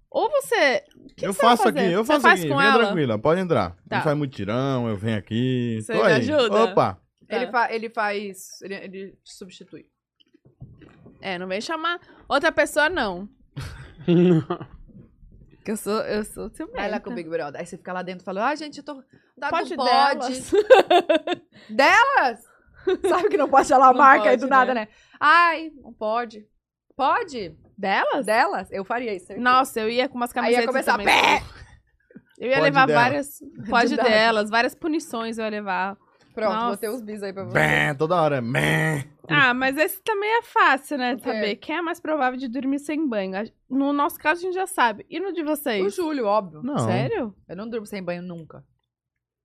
Speaker 1: Ou você. o que
Speaker 5: eu
Speaker 1: você vai
Speaker 5: faço aqui,
Speaker 1: fazer?
Speaker 5: eu
Speaker 1: Você
Speaker 5: faço
Speaker 1: faz
Speaker 5: aqui.
Speaker 1: com
Speaker 5: Fica
Speaker 1: ela?
Speaker 5: tranquila, pode entrar.
Speaker 1: Tá.
Speaker 5: Não faz mutirão, eu venho aqui.
Speaker 1: Você
Speaker 5: tô
Speaker 1: me
Speaker 5: aí.
Speaker 1: ajuda?
Speaker 5: Opa!
Speaker 2: Ele,
Speaker 1: Ele
Speaker 2: fa ele faz. Ele, ele substitui.
Speaker 1: É, não vem chamar outra pessoa, não. Que eu sou, eu sou ciumenta.
Speaker 2: Vai lá com o Big Brother. Aí você fica lá dentro e fala, ah, gente, eu tô... Dá
Speaker 1: Pode
Speaker 2: pode
Speaker 1: pode.
Speaker 2: pode. Delas? Sabe que não pode falar a
Speaker 1: Não
Speaker 2: marca aí
Speaker 1: pode,
Speaker 2: do nada, né? Ai, não pode. Pode?
Speaker 1: Delas?
Speaker 2: Delas? Eu faria isso. certeza.
Speaker 1: Nossa, eu ia com umas
Speaker 2: Aí
Speaker 1: camisetas
Speaker 2: ia começar...
Speaker 1: também.
Speaker 2: Pé!
Speaker 1: Eu ia
Speaker 5: Pode
Speaker 1: levar
Speaker 5: dela.
Speaker 1: várias... Pode
Speaker 2: nada.
Speaker 1: delas, várias punições eu ia levar.
Speaker 2: Pronto,
Speaker 1: Nossa.
Speaker 2: botei os bis aí pra você.
Speaker 5: Bem, toda hora. Bem.
Speaker 1: Ah, mas esse também é fácil, né?
Speaker 2: O quê?
Speaker 1: Saber quem é mais provável de dormir sem banho. A- No nosso caso, a gente já sabe. E no de
Speaker 2: O
Speaker 1: vocês?
Speaker 2: Júlio, óbvio.
Speaker 5: Não.
Speaker 1: Sério?
Speaker 2: Eu não durmo sem banho nunca.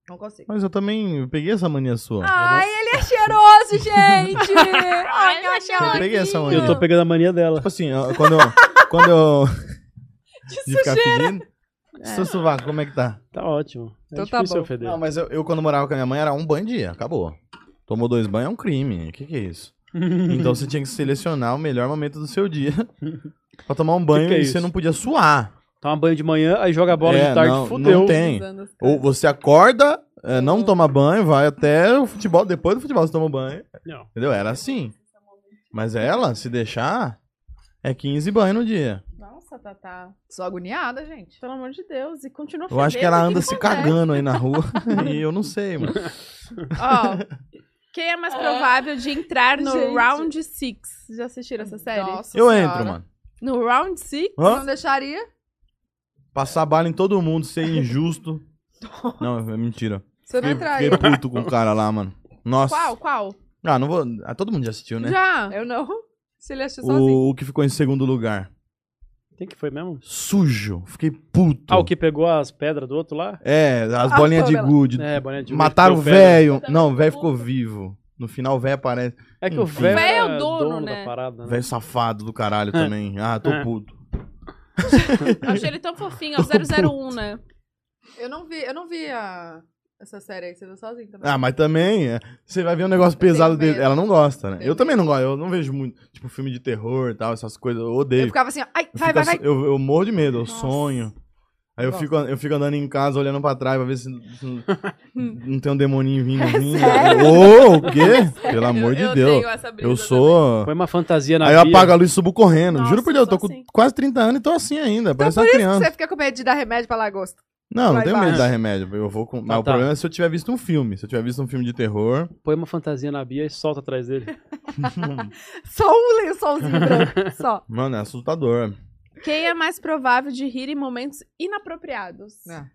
Speaker 2: Não consigo.
Speaker 5: Mas eu também eu peguei essa mania sua.
Speaker 2: Ai, ele é cheiroso, gente!
Speaker 1: Ai,
Speaker 2: Ai,
Speaker 1: ele é
Speaker 2: meu
Speaker 5: Eu peguei essa mania.
Speaker 6: Eu tô pegando a mania dela.
Speaker 5: Tipo assim, eu- quando eu. quando eu. De ficar fedindo. Seu sovaco, como é que tá?
Speaker 6: Tá ótimo. É
Speaker 2: Então tá
Speaker 6: difícil
Speaker 2: bom.
Speaker 6: eu feder.
Speaker 5: Não, mas eu, eu, quando morava com a minha mãe era um banho dia, acabou. Tomou dois banhos é um crime. O que, que é isso? Então você tinha que selecionar o melhor momento do seu dia pra tomar um banho
Speaker 6: que é
Speaker 5: e
Speaker 6: isso?
Speaker 5: você não podia suar.
Speaker 6: Toma banho de manhã, aí joga bola
Speaker 5: É,
Speaker 6: de tarde,
Speaker 5: não,
Speaker 6: fudeu.
Speaker 5: não tem.
Speaker 2: Usando os
Speaker 5: Ou você acorda, é, não toma banho, vai até o futebol, depois do futebol você toma banho.
Speaker 6: Não.
Speaker 5: Entendeu? Era assim. Mas ela, se deixar, é 15 banhos no dia.
Speaker 1: Nossa, Tatá.
Speaker 2: Sou agoniada, gente.
Speaker 1: Pelo amor de Deus. E continua
Speaker 5: Eu acho que ela anda se cagando aí na rua. e eu não sei, mano.
Speaker 1: Ó, quem é mais provável de entrar no
Speaker 2: Gente.
Speaker 1: Round 6? Já assistiram essa série?
Speaker 2: Nossa
Speaker 5: Eu
Speaker 2: Senhora.
Speaker 5: entro, mano.
Speaker 1: No Round 6?
Speaker 2: Você
Speaker 5: Hã?
Speaker 2: Não deixaria?
Speaker 5: Passar bala em todo mundo, ser injusto. Não, é mentira.
Speaker 2: Você não
Speaker 5: Fiquei,
Speaker 2: entraria.
Speaker 5: fiquei puto com o cara lá, mano. Nossa.
Speaker 1: Qual? Qual?
Speaker 5: Ah, não vou. Ah, todo mundo já assistiu, né?
Speaker 1: Já.
Speaker 2: Eu não. Se ele achou sozinho.
Speaker 5: O, o que ficou em segundo lugar.
Speaker 6: Tem que foi mesmo?
Speaker 5: Sujo. Fiquei puto.
Speaker 6: Ah, o que pegou as pedras do outro lá?
Speaker 5: É, as
Speaker 2: Ah,
Speaker 5: bolinhas de
Speaker 2: Pamela.
Speaker 5: gude.
Speaker 6: É, bolinha de
Speaker 5: Mataram o
Speaker 6: pegou pedra.
Speaker 5: velho.
Speaker 1: Também
Speaker 5: Não, o
Speaker 1: tô
Speaker 5: velho
Speaker 1: puta.
Speaker 5: ficou vivo. No final, o velho aparece.
Speaker 6: É que o
Speaker 5: Enfim.
Speaker 6: velho
Speaker 1: O velho é o
Speaker 6: é
Speaker 1: dono,
Speaker 6: dono,
Speaker 1: né?
Speaker 6: da parada, né?
Speaker 5: Velho safado do caralho também. Ah, tô
Speaker 6: É.
Speaker 5: puto.
Speaker 1: Eu achei ele tão fofinho. É o 001, né?
Speaker 2: Eu não vi, eu não vi a... essa série aí. Você viu sozinho também.
Speaker 5: Ah, mas também, é, você vai ver um negócio pesado
Speaker 2: tenho
Speaker 5: dele.
Speaker 2: medo.
Speaker 5: Ela não gosta, né?
Speaker 2: Tenho
Speaker 5: Eu também não gosto. Eu não vejo muito, tipo, filme de terror e tal, essas coisas. Eu odeio.
Speaker 2: eu ficava assim, ó, ai,
Speaker 5: Eu
Speaker 2: vai,
Speaker 5: fico
Speaker 2: vai,
Speaker 5: ass-
Speaker 2: vai.
Speaker 5: Eu, eu morro de medo, eu
Speaker 1: Nossa.
Speaker 5: sonho. Aí eu
Speaker 2: Bom.
Speaker 5: fico, eu fico andando em casa, olhando pra trás, pra ver se se não, não tem um demoninho vindo. vindo.
Speaker 2: É sério? É
Speaker 5: Ô, o quê? Pelo amor de
Speaker 1: eu
Speaker 5: Deus.
Speaker 1: tenho essa brisa
Speaker 5: Eu sou.
Speaker 6: Foi uma fantasia na
Speaker 5: Aí eu
Speaker 6: pia.
Speaker 5: apago a luz e subo correndo.
Speaker 1: Nossa,
Speaker 5: Juro por Deus, eu
Speaker 1: eu
Speaker 5: tô
Speaker 1: sou
Speaker 5: com
Speaker 1: assim.
Speaker 5: quase 30 anos e tô assim ainda. parece uma
Speaker 6: "Ah."
Speaker 2: Por isso
Speaker 5: criança.
Speaker 2: que você fica com medo de dar remédio pra lagosta.
Speaker 5: Não, não
Speaker 2: vai
Speaker 5: tenho
Speaker 2: lá.
Speaker 5: medo de dar remédio. Eu vou com... Mas
Speaker 6: Tá,
Speaker 5: o
Speaker 6: tá.
Speaker 5: problema é se eu tiver visto um filme. Se eu tiver visto um filme de terror.
Speaker 6: Põe uma fantasia na Bia e solta atrás dele.
Speaker 2: Só um lençolzinho branco, só.
Speaker 5: Mano, é assustador.
Speaker 1: Quem é mais provável de rir em momentos inapropriados?
Speaker 2: Não.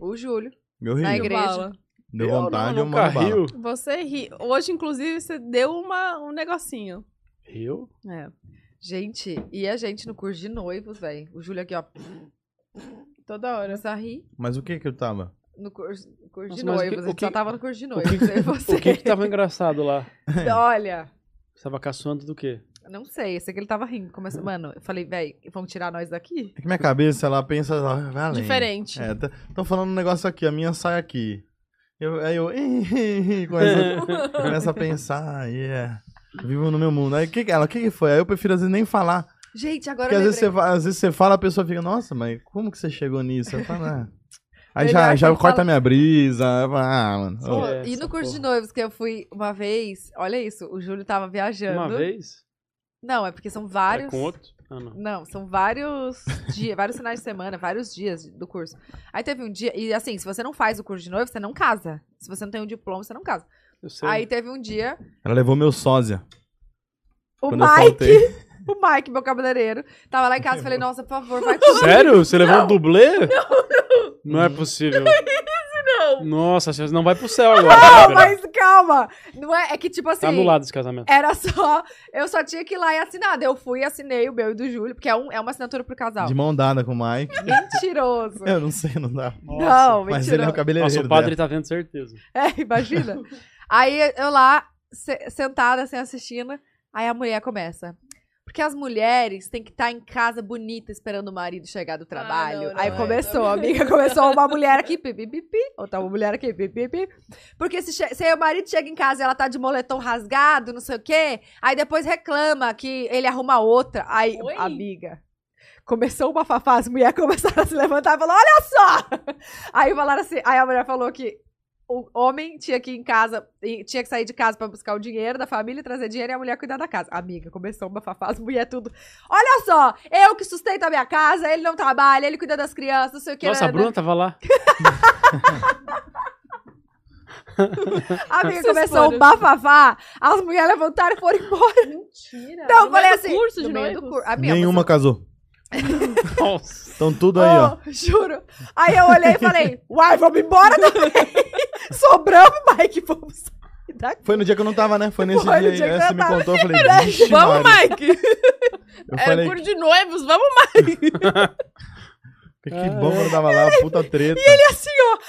Speaker 2: O Júlio,
Speaker 5: Meu
Speaker 2: na
Speaker 5: rio.
Speaker 1: igre-
Speaker 2: igreja.
Speaker 5: Deu
Speaker 6: Eu
Speaker 5: vontade,
Speaker 6: não,
Speaker 5: eu
Speaker 6: nunca
Speaker 5: mando bala.
Speaker 6: rio.
Speaker 1: Você ri. Hoje, inclusive, você deu uma, um negocinho.
Speaker 6: Rio?
Speaker 1: É.
Speaker 2: Gente, e a gente no curso de noivos, velho. O Júlio aqui, ó,
Speaker 1: Toda hora.
Speaker 2: começa a rir
Speaker 5: Mas o que que eu tava?
Speaker 2: no curso, no curso de
Speaker 6: Nossa, mas
Speaker 2: noivos.
Speaker 6: o que-
Speaker 2: A
Speaker 6: o
Speaker 2: gente
Speaker 6: que-
Speaker 2: só tava no curso de
Speaker 6: O
Speaker 2: noivos.
Speaker 6: que,
Speaker 2: eu e
Speaker 6: o que
Speaker 2: você.
Speaker 6: que tá tava engraçado lá?
Speaker 2: Olha,
Speaker 6: Você tava caçoando do quê?
Speaker 2: não sei, eu sei que ele tava rindo. Começou... Mano, eu falei, velho, vamos tirar nós daqui?
Speaker 5: É que minha cabeça, ela pensa. ela vai além.
Speaker 1: Diferente.
Speaker 5: É, estão falando um negócio aqui, a minha sai aqui. Eu, aí eu.
Speaker 6: É,
Speaker 5: começo, a- começo a pensar, yeah. Vivo no meu mundo. Aí que, que- ela, o que, que foi? Aí eu prefiro às vezes nem falar.
Speaker 2: Gente, agora
Speaker 5: Porque
Speaker 2: eu
Speaker 5: às vezes,
Speaker 2: lembrei.
Speaker 5: você, fa- às vezes você fala, a pessoa fica, nossa, mas como que você chegou nisso? Eu falo, ah. Aí
Speaker 2: Melhor
Speaker 5: já,
Speaker 2: que
Speaker 5: já
Speaker 2: ele
Speaker 5: corta
Speaker 2: fala-
Speaker 5: a minha brisa. eu falo, Ah, mano.
Speaker 2: Pô,
Speaker 5: ô.
Speaker 6: Essa
Speaker 2: e no curso
Speaker 6: porra.
Speaker 2: de noivos que eu fui uma vez, olha isso, o Júlio tava viajando.
Speaker 6: Uma vez?
Speaker 2: Não, é porque são
Speaker 6: É
Speaker 2: vários.
Speaker 6: com outro? Ah, não.
Speaker 2: Não, são vários dias, vários finais de semana, vários dias do curso. Aí teve um dia, e assim, se você não faz o curso de noivo, você não casa. Se você não tem um diploma, você não casa.
Speaker 6: Eu sei.
Speaker 2: Aí teve um dia,
Speaker 5: Ela levou meu sósia.
Speaker 2: o
Speaker 5: Quando eu
Speaker 2: Mike,
Speaker 5: faltei.
Speaker 2: o Mike, meu cabeleireiro, tava lá em casa e falei, nossa, por favor, vai tudo.
Speaker 6: Sério? Você levou um dublê? Não, não. é possível.
Speaker 2: não.
Speaker 6: Nossa, você não vai pro céu agora. Não,
Speaker 2: Mas calma! Não é, é que tipo assim.
Speaker 6: Tá anulado esse casamento.
Speaker 2: Era só. Eu só tinha que ir lá e assinar. Daí Eu fui e assinei o meu e do Júlio, porque é, um, é uma assinatura pro casal.
Speaker 5: De mão dada com o Mike.
Speaker 2: Mentiroso.
Speaker 5: Eu não sei, não dá.
Speaker 2: não,
Speaker 5: Mas
Speaker 2: mentiroso.
Speaker 5: ele é o cabeleireiro.
Speaker 6: Nossa, o padre tá vendo certeza.
Speaker 2: É, imagina. Aí eu lá, se- sentada, assim, assistindo, aí a mulher começa. Porque as mulheres têm que estar em casa bonita esperando o marido chegar do trabalho.
Speaker 1: Ah, não, é. não,
Speaker 2: aí
Speaker 1: não.
Speaker 2: começou, amiga, começou uma mulher aqui, pipi, pipi, outra mulher aqui, pipi, pipi. Porque se, che- se o marido chega em casa e ela tá de moletom rasgado, não sei o quê, aí depois reclama que ele arruma outra. Aí,
Speaker 1: Oi?
Speaker 2: amiga, começou uma fafá, as mulheres começaram a se levantar e falaram, olha só! Aí falaram assim, aí a mulher falou que o homem tinha que ir em casa, e tinha que sair de casa pra buscar o dinheiro da família, trazer dinheiro e a mulher cuidar da casa. Amiga, começou um bafafá, as mulher tudo. Olha só, eu que sustento a minha casa, ele não trabalha, ele cuida das crianças, não sei o que. né,
Speaker 6: Nossa, a Bruna tava lá.
Speaker 2: Amiga,
Speaker 1: Vocês
Speaker 2: começou
Speaker 1: foram.
Speaker 2: um bafafá, as mulheres levantaram e foram embora.
Speaker 1: Mentira.
Speaker 2: Então,
Speaker 1: No
Speaker 2: eu falei
Speaker 1: meio do
Speaker 2: assim.
Speaker 1: curso de
Speaker 2: no meio do
Speaker 1: noivos?
Speaker 2: cur- Amiga,
Speaker 5: Nenhuma casou.
Speaker 6: Nossa.
Speaker 5: Estão tudo aí, ó.
Speaker 2: Oh, Juro. Aí eu olhei e falei, uai, vamos embora também. Sobramos, Mike, vamos sair daqui.
Speaker 5: Foi no dia que eu não tava, né? Foi nesse
Speaker 2: Foi no
Speaker 5: dia,
Speaker 2: dia
Speaker 5: aí.
Speaker 2: que eu
Speaker 5: Essa me
Speaker 2: tava.
Speaker 5: contou, eu falei, vixe,
Speaker 1: Vamos,
Speaker 5: Mari.
Speaker 1: Mike!
Speaker 5: Eu
Speaker 1: Era
Speaker 5: falei,
Speaker 1: curso de noivos, vamos,
Speaker 5: que bom que eu não tava lá, puta treta.
Speaker 2: E assim,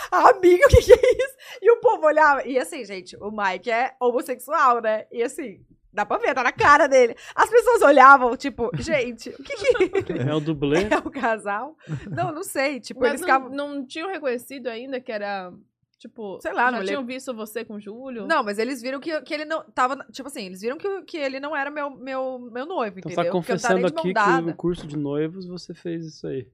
Speaker 2: ó, amiga, o que que é isso? E o povo olhava. E assim, gente, o Mike é homossexual, né? E assim, dá pra ver, tá na cara dele. As pessoas olhavam, tipo, gente, o que que
Speaker 6: É o dublê.
Speaker 2: é o casal? Não, não sei. Tipo,
Speaker 1: Mas
Speaker 2: eles
Speaker 1: não,
Speaker 2: ficavam...
Speaker 1: não tinham reconhecido ainda que era, tipo...
Speaker 2: Sei lá,
Speaker 1: já
Speaker 2: mulher-
Speaker 1: tinham visto você com o Júlio?
Speaker 2: Não, mas eles viram que, que ele não tava. Tipo assim, eles viram que, que ele não era meu, meu, meu noivo,
Speaker 6: Então
Speaker 2: entendeu?
Speaker 6: você
Speaker 2: Porque
Speaker 6: tá
Speaker 2: eu não tava
Speaker 6: confessando
Speaker 2: nem de mão
Speaker 6: aqui que
Speaker 2: dada.
Speaker 6: no curso de noivos você fez isso aí.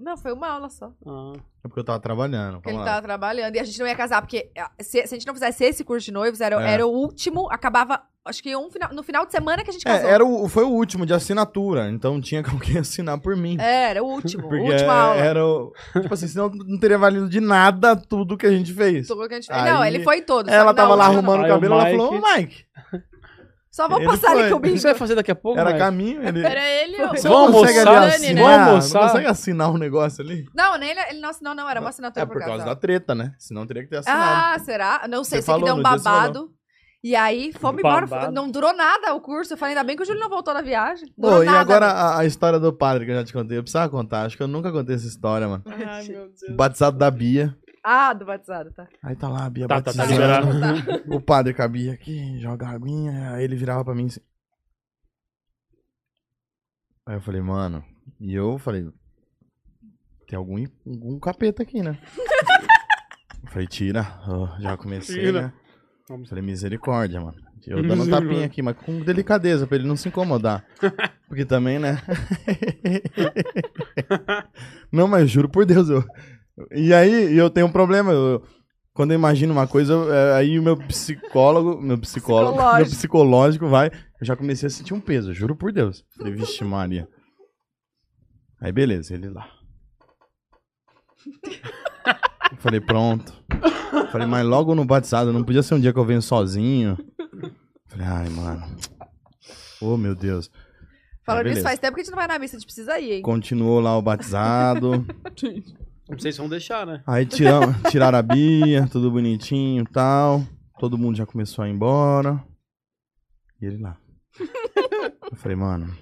Speaker 2: Não, foi uma aula só.
Speaker 6: Ah,
Speaker 5: É porque eu tava trabalhando.
Speaker 2: Porque ele tá-
Speaker 5: vamos lá.
Speaker 2: tava trabalhando e a gente não ia casar, porque ah, se, se a gente não fizesse esse curso de noivos, era,
Speaker 5: É.
Speaker 2: era o último, acabava, acho que um final, no final de semana que a gente casou.
Speaker 5: É, era o, foi o último de assinatura, então tinha que alguém assinar por mim.
Speaker 2: É, era o último,
Speaker 5: Porque é
Speaker 2: última aula.
Speaker 5: era o. Tipo assim, senão não teria valido de nada tudo que a gente fez.
Speaker 2: Tudo que a gente-
Speaker 5: Aí-
Speaker 2: não, ele foi todo. só
Speaker 5: Ela
Speaker 2: que na
Speaker 5: tava lá
Speaker 2: última-
Speaker 5: arrumando o
Speaker 6: Aí o
Speaker 5: cabelo, ela
Speaker 6: Mike-
Speaker 5: falou, ô Mike,
Speaker 2: Só vou
Speaker 5: Ele
Speaker 2: passar ali
Speaker 5: foi.
Speaker 2: com o
Speaker 6: o que
Speaker 2: bicho.
Speaker 6: você vai fazer daqui a pouco?
Speaker 5: era
Speaker 6: Mike?
Speaker 5: caminho, ele.
Speaker 1: Era ele ou
Speaker 5: Você
Speaker 6: Vamos
Speaker 5: não consegue
Speaker 6: almoçar?
Speaker 1: Dani,
Speaker 5: ali
Speaker 1: né?
Speaker 5: assinar?
Speaker 6: Vamos almoçar?
Speaker 5: Não consegue assinar um negócio ali?
Speaker 2: Não, nem ele, ele não assinou, não, era uma assinatura
Speaker 5: É por causa da
Speaker 2: casal.
Speaker 5: treta, né? Senão teria que ter assinado.
Speaker 2: Ah, será? Não sei,
Speaker 5: Você
Speaker 2: sei que deu
Speaker 5: falou,
Speaker 2: um
Speaker 5: no dia você
Speaker 2: babado. E aí, fomos embora.
Speaker 6: Babado.
Speaker 2: Não durou nada o curso. Eu falei, ainda bem que o Júlio não voltou da viagem.
Speaker 5: Pô,
Speaker 2: Durou
Speaker 5: e
Speaker 2: nada,
Speaker 5: agora
Speaker 2: amigo.
Speaker 5: a, a história do padre que eu já te contei. Eu precisava contar, acho que eu nunca contei essa história, mano.
Speaker 1: Ai, meu Deus.
Speaker 5: Batizado da Bia.
Speaker 2: Ah, do batizado, tá.
Speaker 5: Aí tá lá a Bia
Speaker 6: Tá, tá, tá
Speaker 5: batizando.
Speaker 6: liberado.
Speaker 5: O padre com a Bia aqui, joga a aguinha. Aí ele virava pra mim assim. Aí eu falei, mano. E eu falei, tem algum, algum capeta aqui, né? eu falei, tira. Ó, já comecei,
Speaker 6: Tira.
Speaker 5: né? Eu
Speaker 6: Vamos.
Speaker 5: falei, misericórdia, mano. Eu dando um
Speaker 6: Misericórdia.
Speaker 5: tapinha aqui, mas com delicadeza, pra ele não se incomodar. Porque também, né? não, mas juro por Deus, eu... E aí, eu tenho um problema, eu... Quando eu imagino uma coisa, eu- é, aí o meu psicólogo, meu psicólogo, meu
Speaker 2: Psicológico.
Speaker 5: psicológico vai, eu já comecei a sentir um peso, juro por Deus. Falei, vixe Maria. Aí beleza, ele lá. Eu Falei, pronto. Falei, mas logo no batizado, não podia ser um dia que eu venho sozinho. Falei, ai, mano. Ô, meu Deus.
Speaker 2: Falando
Speaker 5: Aí,
Speaker 2: nisso,
Speaker 5: beleza.
Speaker 2: faz tempo que a gente não vai na missa, a gente precisa ir, hein?
Speaker 5: Continuou lá o batizado.
Speaker 6: Não sei se vão deixar, né?
Speaker 5: Aí tiram, tiraram a Bia, tudo bonitinho e tal. Todo mundo já começou a ir embora. E ele lá. Eu falei, mano.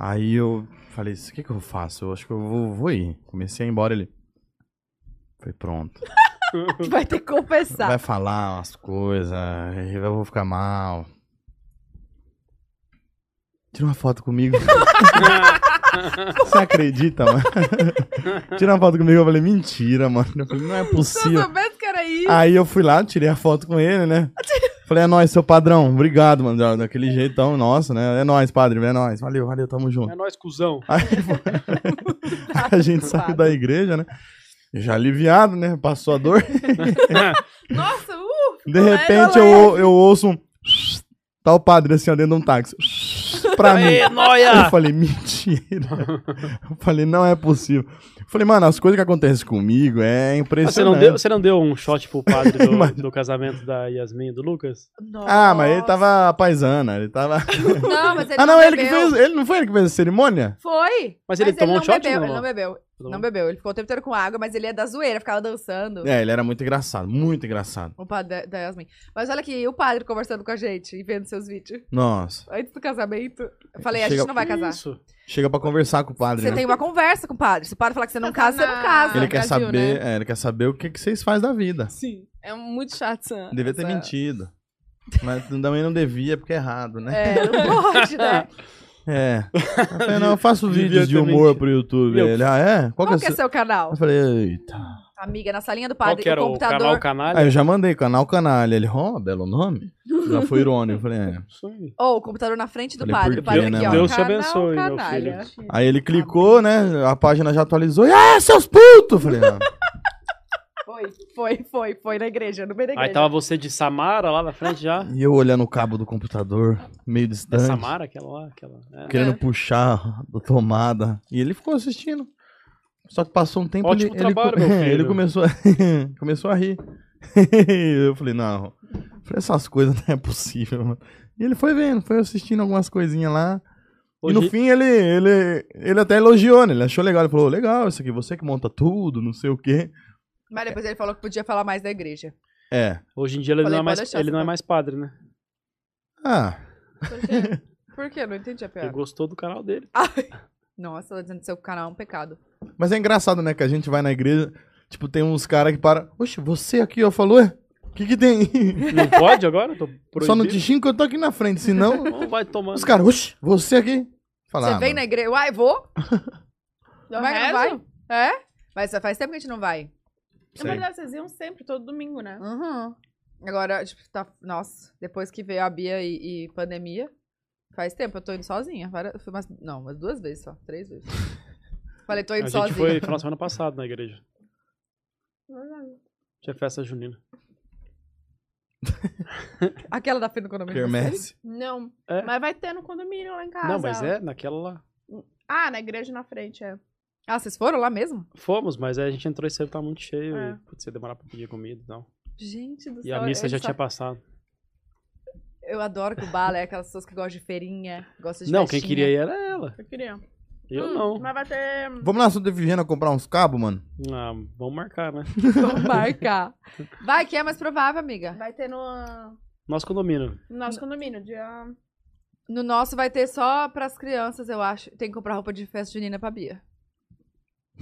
Speaker 5: Aí eu falei, o que, que eu faço? Eu acho que eu vou, vou ir. Comecei a ir embora ele. Falei, pronto.
Speaker 2: Vai ter que confessar.
Speaker 5: Vai falar umas coisas, eu vou ficar mal. Tira uma foto comigo. Você acredita, mano? Tira uma foto comigo. Eu falei, mentira, mano. Eu falei, não é
Speaker 1: Se eu
Speaker 5: possível.
Speaker 1: soubesse que era isso...
Speaker 5: Aí eu fui lá, tirei a foto com ele, né? Falei, é nóis, seu padrão. Obrigado, mano. Da- Daquele jeitão, nossa, né? É nóis, padre, é nóis. Valeu, valeu, tamo junto.
Speaker 6: É nóis, cuzão.
Speaker 5: Aí a gente saiu da igreja, né? Já aliviado, né? Passou a dor.
Speaker 6: Ah.
Speaker 1: Nossa, uh!
Speaker 5: De
Speaker 6: é,
Speaker 5: repente eu,
Speaker 6: assim.
Speaker 5: ou- eu ouço um. Tá o padre assim, ó, dentro de um táxi. Pra mim.
Speaker 6: Aê,
Speaker 5: Eu
Speaker 6: nóia!
Speaker 5: falei, mentira. Eu falei, não é possível. Eu falei, mano, as coisas que acontecem comigo é
Speaker 6: Mas Você não, deu,
Speaker 5: impressionante.
Speaker 6: você não deu um shot pro padre
Speaker 5: Mas-
Speaker 6: do, do casamento da Yasmin e do Lucas?
Speaker 5: Ah, mas ele tava paisana, ele tava.
Speaker 2: Não, mas ele
Speaker 5: ah, não,
Speaker 2: não
Speaker 5: ele que
Speaker 2: bebeu.
Speaker 5: fez. Ele não foi ele que fez a cerimônia?
Speaker 2: Foi!
Speaker 6: Mas ele tomou
Speaker 2: não
Speaker 6: um shot
Speaker 2: bebeu,
Speaker 6: ou não?
Speaker 2: Ele não bebeu.
Speaker 6: Tomou.
Speaker 2: Não bebeu. Ele ficou o tempo inteiro com água, mas ele é da zoeira, ficava dançando.
Speaker 5: É, ele era muito engraçado, muito engraçado.
Speaker 2: O padre da- da Yasmin. Mas olha aqui, o padre conversando com a gente e vendo seus vídeos.
Speaker 5: Nossa.
Speaker 2: Antes do casamento. Eu falei, a
Speaker 5: Chega-
Speaker 2: gente não vai casar.
Speaker 6: Isso.
Speaker 5: Chega pra conversar com o padre,
Speaker 2: Você
Speaker 5: né?
Speaker 2: tem uma conversa com o padre. Se o padre falar que você não casa, você não casa. né?
Speaker 5: Ele quer
Speaker 1: Brasil,
Speaker 5: saber.
Speaker 6: né?
Speaker 5: é, ele quer saber o que, que vocês fazem da vida.
Speaker 1: Sim, é muito chato essa...
Speaker 5: Devia ter
Speaker 1: essa-
Speaker 5: mentido. Mas também não devia, porque é errado, né?
Speaker 2: É, não pode, né?
Speaker 5: É. Eu falei, não, eu faço
Speaker 6: Devia
Speaker 5: vídeos de
Speaker 6: ter
Speaker 5: humor
Speaker 6: mentido.
Speaker 5: pro YouTube.
Speaker 6: Eu-
Speaker 5: Ele, ah, é? Qual,
Speaker 2: Qual
Speaker 5: é que
Speaker 2: que
Speaker 5: é
Speaker 2: é
Speaker 5: seu?
Speaker 2: seu canal?
Speaker 5: Eu falei, eita.
Speaker 2: Amiga, na salinha do
Speaker 6: Qual
Speaker 2: padre,
Speaker 6: que era
Speaker 2: o
Speaker 6: o canal
Speaker 2: computador.
Speaker 6: canalha?
Speaker 5: Aí eu já mandei, canal canalha. Ele, ó, belo nome. Já foi irônico. Eu falei, é.
Speaker 6: Isso aí.
Speaker 2: Ou o computador na frente do
Speaker 5: Falei,
Speaker 2: padre.
Speaker 5: por
Speaker 2: O padre
Speaker 5: quê, né,
Speaker 2: aqui, ó.
Speaker 5: mano?
Speaker 6: Deus te
Speaker 2: Canal
Speaker 6: abençoe, meu
Speaker 2: canalha.
Speaker 6: filho.
Speaker 5: Aí ele clicou, né? A página já atualizou. E, ah, seus putos! Eu Falei, ah,
Speaker 2: Foi Foi, foi, foi, foi na igreja, no meio da igreja.
Speaker 6: Aí tá. tava você de Samara lá na frente já.
Speaker 5: E eu olhando o cabo do computador, meio
Speaker 6: É
Speaker 5: distante,
Speaker 6: Samara, aquela lá, aquela. é.
Speaker 5: querendo puxar a tomada. E ele ficou assistindo. Só que passou um tempo,
Speaker 6: Ótimo
Speaker 5: ele,
Speaker 6: trabalho,
Speaker 5: ele,
Speaker 6: meu filho.
Speaker 5: ele começou, a, começou a rir. eu falei, não, Eu falei, essas coisas não é possível, mano. E ele foi vendo, foi assistindo algumas coisinhas lá. E no
Speaker 6: Hoje-
Speaker 5: fim ele, ele, ele até elogiou, né? Ele achou legal. Ele falou, legal, isso aqui, você que monta tudo, não sei o quê.
Speaker 2: Mas depois ele falou que podia falar mais da igreja.
Speaker 5: É.
Speaker 6: Hoje em dia ele,
Speaker 2: Falei,
Speaker 6: não, é
Speaker 2: pode
Speaker 6: mais,
Speaker 2: deixar,
Speaker 6: ele não é
Speaker 2: Samara.
Speaker 6: mais padre, né?
Speaker 5: Ah,
Speaker 2: Por quê? Por quê? Eu Não entendi a
Speaker 6: Ele
Speaker 2: piada.
Speaker 6: gostou do canal dele.
Speaker 2: é Nossa, ela dizendo que seu canal é um pecado.
Speaker 5: Mas é engraçado, né? Que a gente vai na igreja, tipo, tem uns caras que param. Oxe, você aqui, ó, falou? é? O que que tem?
Speaker 6: Não pode agora? Tô proibido.
Speaker 5: Só não te xingo que eu tô aqui na frente, senão.
Speaker 6: Não vai tomando.
Speaker 5: os caras, oxe, você aqui. Fala,
Speaker 2: você
Speaker 5: "Ah,
Speaker 2: vem
Speaker 5: mano,
Speaker 2: na igreja? Uai, vou? Vai que não vai?
Speaker 1: rezo?
Speaker 2: É? Mas faz tempo que a gente não vai.
Speaker 1: Na É verdade, vocês iam sempre, todo domingo, né?
Speaker 2: Uhum. Agora, tipo, tá. Nossa, depois que veio a Bia e, e pandemia, faz tempo, eu tô indo sozinha. Várias- Fui umas, não, umas duas vezes só, três vezes. Falei, tô
Speaker 6: A
Speaker 2: indo
Speaker 6: gente
Speaker 2: sozinha.
Speaker 6: foi final de semana passado na igreja.
Speaker 2: é
Speaker 6: Tinha festa junina.
Speaker 2: Aquela da frente do condomínio.
Speaker 5: Quermesse.
Speaker 1: Não.
Speaker 6: É.
Speaker 1: Mas vai ter no condomínio lá em casa.
Speaker 6: não, mas é naquela lá.
Speaker 1: Ah, na igreja na frente, é.
Speaker 2: Ah, vocês foram lá mesmo?
Speaker 6: Fomos, mas aí a gente entrou e saiu, tá muito cheio.
Speaker 1: É.
Speaker 6: E, putz, ia demorar pra pedir comida e tal.
Speaker 2: Gente do
Speaker 6: E
Speaker 2: céu.
Speaker 6: a missa
Speaker 2: eles
Speaker 6: já
Speaker 2: só-
Speaker 6: tinha passado.
Speaker 2: Eu adoro que o bala é aquelas pessoas que gostam de feirinha, gostam de
Speaker 6: Não, quem
Speaker 2: festinha.
Speaker 6: queria ir era ela.
Speaker 1: Eu queria.
Speaker 6: Eu
Speaker 1: Hum,
Speaker 6: não.
Speaker 1: Mas vai ter.
Speaker 5: Vamos lá, Santa Efigênia, comprar uns cabos, mano?
Speaker 6: Ah, vamos marcar, né?
Speaker 2: Vamos marcar. Vai, que é mais provável, amiga.
Speaker 1: Vai ter no.
Speaker 6: Nosso condomínio.
Speaker 1: no nosso condomínio, dia.
Speaker 2: No nosso vai ter só pras crianças, eu acho. Tem que comprar roupa de festa junina pra Bia.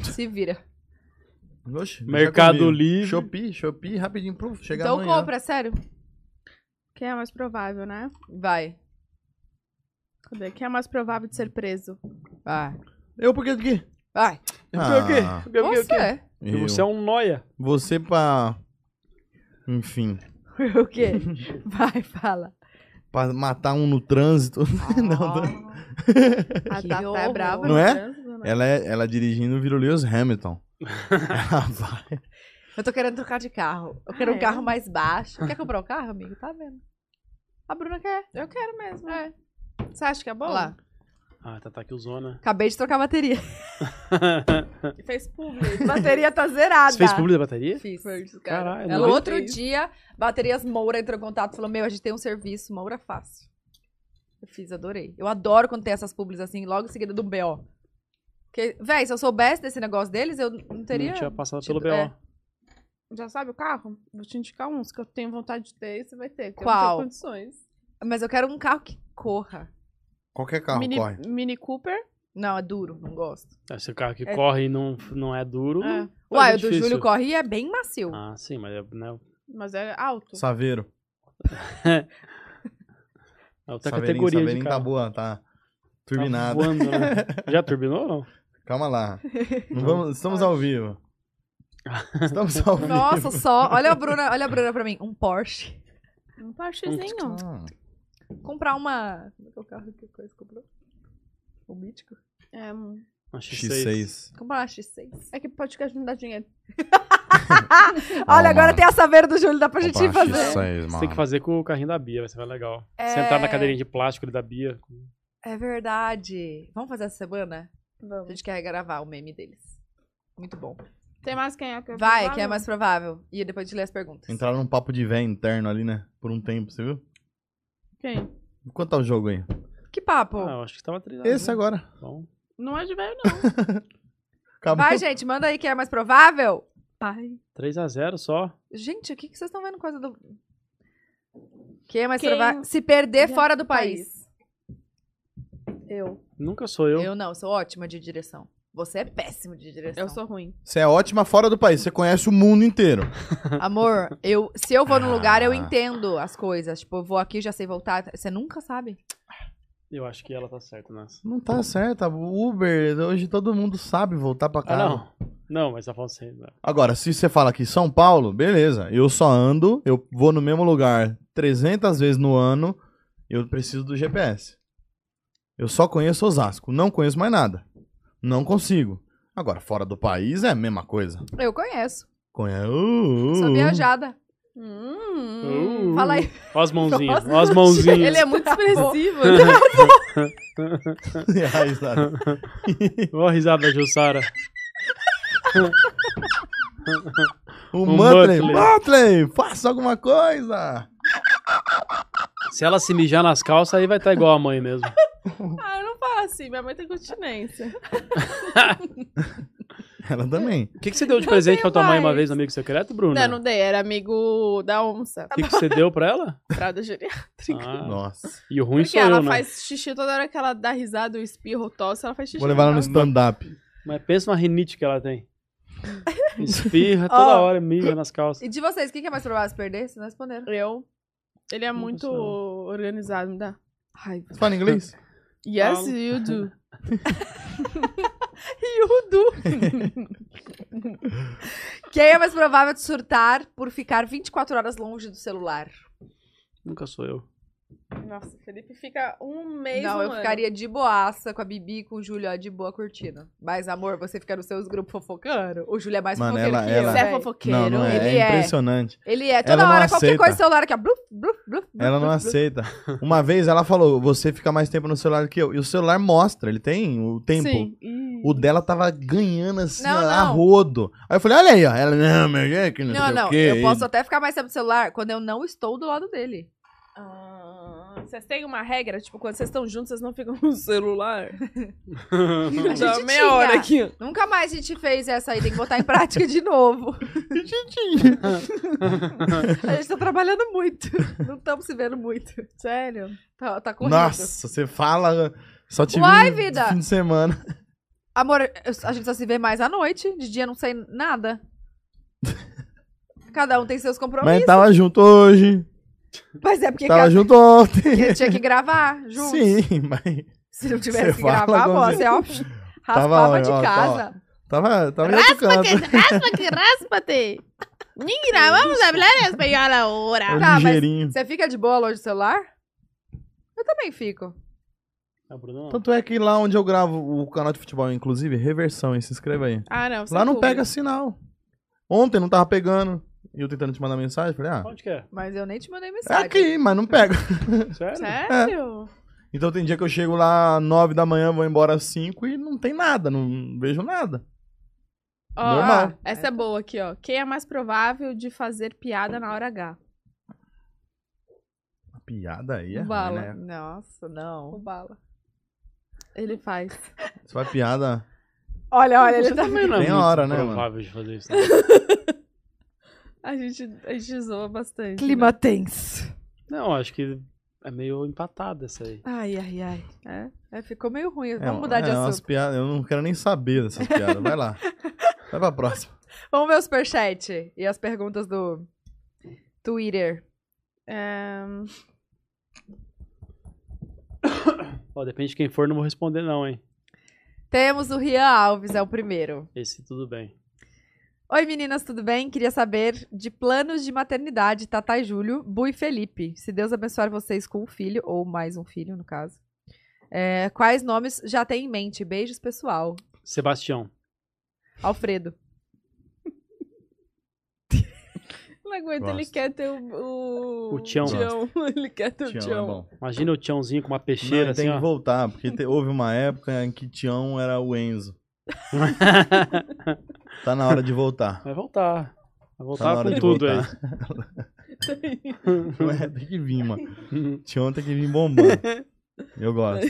Speaker 2: Se vira.
Speaker 5: Oxe,
Speaker 6: Mercado
Speaker 5: deixa comigo.
Speaker 6: Livre.
Speaker 5: Shopee, Shopee, rapidinho, pro chegar
Speaker 2: então
Speaker 5: amanhã.
Speaker 2: compra, sério.
Speaker 1: Quem é mais provável, né?
Speaker 2: Vai.
Speaker 1: Cadê? Quem é mais provável de ser preso?
Speaker 2: Vai.
Speaker 5: Eu por quê do quê?
Speaker 2: Vai.
Speaker 5: Ah,
Speaker 6: Porque o quê? Porque o quê?
Speaker 2: Você.
Speaker 6: E
Speaker 5: eu.
Speaker 6: Você é um noia.
Speaker 5: Você pra... Enfim,
Speaker 2: O quê? Vai, fala.
Speaker 5: pra matar um no trânsito. não, tô-
Speaker 1: A
Speaker 2: Que
Speaker 1: Tatá é
Speaker 2: horror.
Speaker 1: brava.
Speaker 5: Não
Speaker 1: né?
Speaker 5: é?
Speaker 2: Ah.
Speaker 5: Ela, é, ela dirigindo virou Lewis Hamilton. ela vai.
Speaker 2: Eu tô querendo trocar de carro. Eu quero
Speaker 1: Ah,
Speaker 2: um
Speaker 1: é?
Speaker 2: carro mais baixo. Quer comprar um carro, amigo? Tá vendo. A Bruna quer.
Speaker 1: Eu quero mesmo. É. Você acha que é bom?
Speaker 2: Olha lá.
Speaker 6: Ah, tá, tá aqui o Zona.
Speaker 2: Acabei de trocar a bateria.
Speaker 1: E Fez publi.
Speaker 2: bateria tá zerada.
Speaker 6: Você fez publi da bateria?
Speaker 2: Fiz.
Speaker 6: Caralho,
Speaker 2: Ela,
Speaker 6: não.
Speaker 2: outro dia, Baterias Moura entrou em contato e falou: Meu, a gente tem um serviço, Moura fácil. Eu fiz, adorei. Eu adoro quando tem essas públicas assim, logo em seguida do BO. Porque, véi, se eu soubesse desse negócio deles, eu não teria.
Speaker 6: Não tinha passado
Speaker 2: tido-
Speaker 6: pelo BO.
Speaker 2: é.
Speaker 1: Já sabe o carro? Vou te indicar uns que eu tenho vontade de ter e você vai ter. Que Eu não
Speaker 2: Qual?
Speaker 1: tenho condições.
Speaker 2: Mas eu quero um carro que corra.
Speaker 5: Qualquer carro
Speaker 1: Mini,
Speaker 5: corre.
Speaker 1: Mini Cooper.
Speaker 2: Não, é duro, não gosto.
Speaker 6: É, Se o carro que
Speaker 2: É.
Speaker 6: corre e não, não é duro.
Speaker 2: Uhum.
Speaker 1: É.
Speaker 6: Mas
Speaker 2: Uai,
Speaker 6: é
Speaker 2: o do
Speaker 6: difícil.
Speaker 2: Júlio corre e é bem macio.
Speaker 6: Ah, sim, mas é, né,
Speaker 1: Mas é alto.
Speaker 5: Saveiro.
Speaker 6: é outra
Speaker 5: Saveirinho,
Speaker 6: categoria
Speaker 5: Saveirinho
Speaker 6: de
Speaker 5: tá
Speaker 6: carro.
Speaker 5: boa, tá
Speaker 6: Tá
Speaker 5: turbinado.
Speaker 6: voando, né? Já turbinou ou não?
Speaker 5: Calma lá. Não vamos- estamos ao vivo. Estamos ao vivo.
Speaker 2: Nossa, só. Olha a Bruna, olha a Bruna pra mim. Um Porsche.
Speaker 1: Um parchezinho.
Speaker 5: Ah,
Speaker 2: Comprar uma. Como é que é o carro que coisa comprou? O mítico?
Speaker 1: É, um-
Speaker 6: Uma X6.
Speaker 5: X6.
Speaker 2: Comprar uma X6.
Speaker 1: é que podcast não dá dinheiro.
Speaker 5: Toma.
Speaker 2: Olha, agora tem a saveira do Júlio, dá pra gente
Speaker 5: Comprar
Speaker 2: ir
Speaker 5: uma
Speaker 2: fazer.
Speaker 5: X6,
Speaker 6: Você tem que
Speaker 5: mano.
Speaker 6: fazer com o carrinho da Bia, vai ser mais legal.
Speaker 2: É.
Speaker 6: Sentar na cadeirinha de plástico ali da Bia.
Speaker 2: É verdade. Vamos fazer essa semana? A
Speaker 1: Vamos.
Speaker 2: gente quer gravar o meme deles. Muito bom.
Speaker 1: Tem mais quem é que é
Speaker 2: Vai,
Speaker 1: provável?
Speaker 2: que é mais provável. E depois te ler as perguntas.
Speaker 6: Então-
Speaker 5: Entraram num papo de véio interno ali, né? Por um tempo, você viu?
Speaker 1: Quem?
Speaker 5: Quanto tá o jogo aí?
Speaker 2: Que papo?
Speaker 6: Ah, eu acho que tava treinando.
Speaker 5: Esse
Speaker 6: né?
Speaker 5: agora.
Speaker 6: Então,
Speaker 1: Não é de velho, não.
Speaker 6: tá
Speaker 5: Acabou.
Speaker 2: Vai, gente, manda aí que é mais provável.
Speaker 1: Pai.
Speaker 6: 3x0 só.
Speaker 2: Gente, o que, que vocês estão vendo coisa do. Quem é mais
Speaker 1: Quem
Speaker 2: provável? Se perder
Speaker 1: ganha
Speaker 2: fora do
Speaker 1: o
Speaker 2: país.
Speaker 1: Eu.
Speaker 6: Nunca sou eu.
Speaker 2: Eu não, sou ótima de direção. Você é péssimo de direção.
Speaker 1: Eu sou ruim.
Speaker 5: Você é ótima fora do país. Você conhece o mundo inteiro.
Speaker 2: Amor, eu, se eu vou num lugar, eu
Speaker 5: Ah.
Speaker 2: entendo as coisas. Tipo, eu vou aqui, já sei voltar. Você nunca sabe.
Speaker 6: Eu acho que ela tá certa nessa.
Speaker 5: Não tá certo. O Uber, hoje todo mundo sabe voltar pra
Speaker 6: Ah,
Speaker 5: casa.
Speaker 6: não. Não, mas tá falando assim. né?
Speaker 5: Agora, se você fala que São Paulo, beleza. Eu só ando, eu vou no mesmo lugar 300 vezes no ano, eu preciso do GPS. Eu só conheço Osasco, não conheço mais nada. Não consigo. Agora, fora do país é a mesma coisa.
Speaker 2: Eu conheço.
Speaker 5: Conha. Uh, uh,
Speaker 2: Sou
Speaker 5: uh.
Speaker 2: viajada.
Speaker 1: Hum.
Speaker 6: Uh,
Speaker 2: Fala aí.
Speaker 6: Ó as mãozinhas,
Speaker 2: Nossa,
Speaker 6: ó as mãozinhas.
Speaker 1: Ele é
Speaker 2: Tá
Speaker 1: muito
Speaker 5: Uhum.
Speaker 1: expressivo.
Speaker 5: Ai, sabe?
Speaker 1: é
Speaker 6: Ó a risada da Jussara.
Speaker 5: O
Speaker 6: O
Speaker 5: Muttley.
Speaker 6: Muttley.
Speaker 5: Muttley, faça alguma coisa.
Speaker 6: Se ela se mijar nas calças, aí vai estar igual a mãe mesmo.
Speaker 1: ah, eu não falo assim. Minha mãe tem continência.
Speaker 5: Ela também.
Speaker 6: O que, que você deu de presente pra tua mãe uma
Speaker 1: mais.
Speaker 6: vez, amigo secreto, Bruno?
Speaker 1: Não, não dei. Era amigo da onça.
Speaker 6: O que, que você deu pra ela?
Speaker 1: Fralda geriátrica.
Speaker 6: Ah,
Speaker 5: Nossa.
Speaker 6: e o ruim
Speaker 1: Porque
Speaker 6: sou
Speaker 1: ela
Speaker 6: eu, né?
Speaker 1: faz xixi toda hora que ela dá risada, eu espirro, tosse, ela faz xixi.
Speaker 5: Vou levar ela no
Speaker 1: Ela-
Speaker 5: stand-up.
Speaker 6: Mas pensa na rinite que ela tem. Espirra toda
Speaker 2: Ó.
Speaker 6: hora, mija nas calças.
Speaker 2: E de vocês, o que que é mais provável de perder? Vocês não responderam.
Speaker 1: Eu. Ele é
Speaker 6: Não
Speaker 1: muito
Speaker 6: sei.
Speaker 1: organizado, me dá raiva.
Speaker 5: Você fala inglês?
Speaker 1: Yes,
Speaker 6: Falo.
Speaker 1: you do. you do.
Speaker 2: Quem é mais provável de surtar por ficar 24 horas longe do celular?
Speaker 6: Nunca sou eu.
Speaker 1: Nossa, o Felipe fica um mês.
Speaker 2: não,
Speaker 1: um
Speaker 2: eu
Speaker 1: ano.
Speaker 2: ficaria de boaça com a Bibi e com o Júlio, ó, de boa curtindo. Mas, amor, você fica nos seus grupos fofocando. O Júlio é mais
Speaker 5: Mano,
Speaker 2: fofoqueiro
Speaker 5: ela-
Speaker 2: que eu,
Speaker 5: ela-
Speaker 1: Você é
Speaker 2: véi.
Speaker 1: fofoqueiro.
Speaker 5: Não, não é.
Speaker 2: Ele
Speaker 5: É
Speaker 2: é.
Speaker 5: impressionante.
Speaker 2: Ele é toda
Speaker 5: Ela não
Speaker 2: hora, qualquer
Speaker 5: aceita.
Speaker 2: coisa celular aqui, ó. Bluf, bluf, bluf, bluf,
Speaker 5: Ela não
Speaker 2: bluf,
Speaker 5: aceita. Uma vez ela falou, você fica mais tempo no celular que eu. E o celular mostra, ele tem o tempo.
Speaker 1: Sim. Ih.
Speaker 5: O dela tava ganhando assim,
Speaker 2: Não,
Speaker 5: ó, a
Speaker 2: não.
Speaker 5: rodo. Aí eu falei, olha aí, ó. Ela, não, meu é que não,
Speaker 2: Não,
Speaker 5: sei o
Speaker 2: não,
Speaker 5: quê.
Speaker 2: eu posso até ficar mais tempo no celular quando eu não estou do lado dele.
Speaker 1: Ah, Vocês têm uma regra? Tipo, quando vocês estão juntos, vocês não ficam no celular?
Speaker 2: A
Speaker 1: Dá
Speaker 2: gente
Speaker 1: meia
Speaker 2: tinha.
Speaker 1: hora aqui. ó.
Speaker 2: Nunca mais a gente fez essa aí, tem que botar em prática de novo. A gente tá trabalhando muito, não estamos se vendo muito.
Speaker 1: Sério?
Speaker 2: Tá, tá correndo.
Speaker 5: Nossa, você fala. Só tive
Speaker 2: Uai,
Speaker 5: um
Speaker 2: vida.
Speaker 5: fim de semana.
Speaker 2: Amor, eu- a gente só se vê mais à noite, de dia não sei nada. Cada um tem seus compromissos.
Speaker 5: Mas tava junto hoje.
Speaker 2: Mas é porque
Speaker 5: tava
Speaker 2: cada-
Speaker 5: junto ontem.
Speaker 2: porque tinha que gravar juntos.
Speaker 5: Sim, mas.
Speaker 2: Se não tivesse
Speaker 5: Você
Speaker 2: que
Speaker 5: fala
Speaker 2: gravar,
Speaker 5: como
Speaker 2: amor,
Speaker 5: se-
Speaker 2: você ó,
Speaker 5: Tava,
Speaker 2: raspava
Speaker 5: ó,
Speaker 2: de
Speaker 5: ó,
Speaker 2: casa.
Speaker 5: Tava, tava em outro canto.
Speaker 1: Raspa-te, raspa-te. Mira, vamos falar espanhol
Speaker 5: É
Speaker 1: agora.
Speaker 2: Tá, mas-
Speaker 5: ligeirinho.
Speaker 2: Você fica de boa longe do celular? Eu também fico.
Speaker 6: Ah, Bruno, não.
Speaker 5: Tanto é que lá onde eu gravo o canal de futebol, inclusive, reversão, hein? Se inscreva aí.
Speaker 1: Ah, não. sem
Speaker 5: Lá não
Speaker 1: dúvida.
Speaker 5: pega sinal. Ontem não tava pegando. E eu tentando te mandar mensagem, falei, ah,
Speaker 6: Onde que é?
Speaker 2: Mas eu nem te mandei
Speaker 5: é
Speaker 2: mensagem.
Speaker 5: aqui, mas não pega.
Speaker 6: Sério?
Speaker 1: Sério?
Speaker 5: Então tem dia que eu chego lá nove da manhã, vou embora às 5 e não tem nada, não vejo nada.
Speaker 1: Ó,
Speaker 5: Normal.
Speaker 1: essa é boa aqui, ó. Quem é mais provável de fazer piada na hora H?
Speaker 5: A piada aí é ruim,
Speaker 1: Bala.
Speaker 5: né?
Speaker 2: Nossa,
Speaker 1: O
Speaker 2: não.
Speaker 1: Bala. Ele faz.
Speaker 5: Você vai piada...
Speaker 2: Olha, olha,
Speaker 6: Você
Speaker 2: ele tá...
Speaker 6: também não é
Speaker 5: Tem
Speaker 6: muito
Speaker 5: hora, né,
Speaker 6: provável de fazer isso. né?
Speaker 1: A gente, a gente zoa bastante. né?
Speaker 2: Clima tenso.
Speaker 6: Não, acho que é meio empatada essa aí.
Speaker 2: Ai, ai, ai. É, é, ficou meio ruim.
Speaker 5: É,
Speaker 2: Vamos mudar de
Speaker 5: é, umas
Speaker 2: assunto.
Speaker 5: piadas, eu não quero nem saber dessas piadas. Vai lá. Vai pra próxima.
Speaker 2: Vamos ver o superchat e as perguntas do Twitter.
Speaker 1: É,
Speaker 6: Ó, depende de quem for, não vou responder não, hein.
Speaker 2: Temos o Rian Alves, é o primeiro.
Speaker 6: Esse tudo bem.
Speaker 2: Oi, meninas, tudo bem? Queria saber de planos de maternidade, Tatá e Júlio, Bu e Felipe. Se Deus abençoar vocês com um filho, ou mais um filho, no caso. É, quais nomes já tem em mente? Beijos, pessoal.
Speaker 6: Sebastião.
Speaker 2: Alfredo.
Speaker 1: Não aguento, ele
Speaker 5: Gosto.
Speaker 1: quer ter o. O,
Speaker 6: O Tião.
Speaker 1: Ele quer ter o
Speaker 5: Tião, é
Speaker 1: Tião.
Speaker 5: bom.
Speaker 6: Imagina o Tiãozinho com uma
Speaker 5: Não,
Speaker 6: peixeira
Speaker 5: ele
Speaker 6: assim,
Speaker 5: tem que
Speaker 6: ó.
Speaker 5: voltar, porque te- houve uma época em que Tião era o Enzo. Tá na hora de voltar.
Speaker 6: assim, Vai voltar. Vai
Speaker 5: Tá na
Speaker 6: voltar
Speaker 5: hora
Speaker 6: com
Speaker 5: de
Speaker 6: tudo aí.
Speaker 5: voltar. Ué, é, tem que vir, mano. Tião tem que vir bombando. Eu gosto.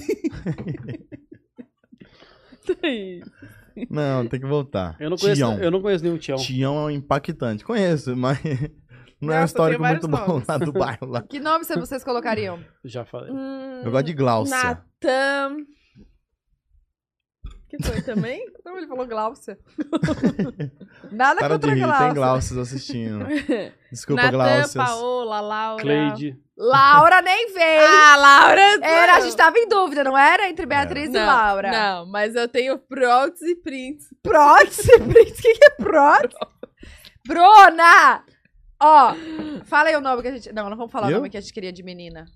Speaker 5: Não, tem que voltar.
Speaker 6: Eu não conheço,
Speaker 5: Tião.
Speaker 6: eu não conheço nenhum Tião.
Speaker 5: Tião é um impactante. Conheço, mas não é um
Speaker 1: Nossa,
Speaker 5: histórico
Speaker 1: tem vários
Speaker 5: muito bom
Speaker 1: nomes.
Speaker 5: lá do bairro. Lá.
Speaker 2: Que nomes vocês colocariam?
Speaker 6: Já falei.
Speaker 1: Hum,
Speaker 5: Eu gosto de Glaucia.
Speaker 1: Natan. Que foi também?
Speaker 2: Não, ele falou Glaucia. Nada
Speaker 5: Para de
Speaker 2: contra
Speaker 5: rir, tem
Speaker 2: Glaucia.
Speaker 5: Glaucias assistindo. Desculpa,
Speaker 1: Natan,
Speaker 5: Glaucias.
Speaker 1: Paola, Laura.
Speaker 6: Cleide.
Speaker 2: Laura nem veio.
Speaker 1: Ah, Laura! tá
Speaker 2: Era, a
Speaker 1: não.
Speaker 2: gente tava em dúvida, não era? Entre Beatriz e
Speaker 1: Não,
Speaker 2: Laura.
Speaker 1: Não, mas eu tenho Prox e Prince.
Speaker 2: Prótese, Brito? O que que é prótese? Bruna! Ó, fala aí o nome que a gente... Não, não vamos falar
Speaker 5: Eu?
Speaker 2: o nome que a gente queria de menina.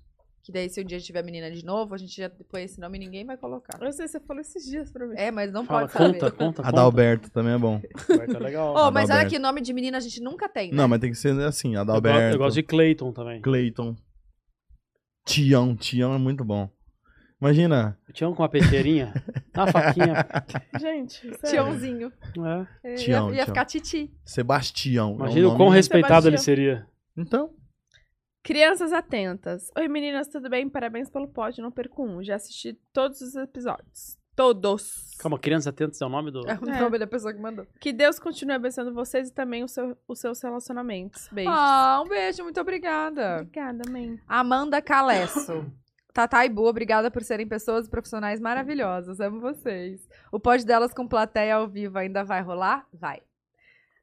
Speaker 2: Que daí, se um dia tiver menina de novo, a gente já põe esse nome e ninguém vai colocar.
Speaker 1: Eu sei, você falou esses dias pra mim.
Speaker 2: É, mas não
Speaker 6: Fala,
Speaker 2: pode
Speaker 6: conta,
Speaker 2: saber.
Speaker 6: conta, conta.
Speaker 5: Adalberto também é bom.
Speaker 6: Adalberto é legal.
Speaker 2: Oh, mas olha
Speaker 5: Adalberto.
Speaker 2: que nome de menina a gente nunca tem, né?
Speaker 5: Não, mas tem que ser assim,
Speaker 6: eu, gosto,
Speaker 5: Adalberto,
Speaker 6: eu gosto de Clayton também.
Speaker 5: Clayton, Tião. Tião é muito bom. Imagina,
Speaker 6: Tião com a peixeirinha. Na faquinha.
Speaker 1: Gente, sério.
Speaker 2: Tiãozinho.
Speaker 6: É.
Speaker 2: É,
Speaker 5: Tião,
Speaker 2: ia, ia
Speaker 5: Tião.
Speaker 2: ficar Titi.
Speaker 5: Sebastião. é um
Speaker 6: Imagina o
Speaker 5: nome-
Speaker 6: quão respeitado
Speaker 1: Sebastião.
Speaker 6: ele seria.
Speaker 5: Então,
Speaker 1: Crianças atentas. Oi, meninas, tudo bem? Parabéns pelo pódio, não perco um. Já assisti todos os episódios. Todos.
Speaker 6: Calma, criança atenta é o nome do.
Speaker 2: É o
Speaker 1: É.
Speaker 2: nome da pessoa que mandou.
Speaker 1: Que Deus continue abençoando vocês e também o seu- os seus relacionamentos. Beijos.
Speaker 2: Ah, um beijo, muito obrigada.
Speaker 1: Obrigada, mãe.
Speaker 2: Amanda Calesso. Tatá e Bu, obrigada por serem pessoas e profissionais maravilhosas. Amo vocês. O pod delas com plateia ao vivo ainda vai rolar? Vai.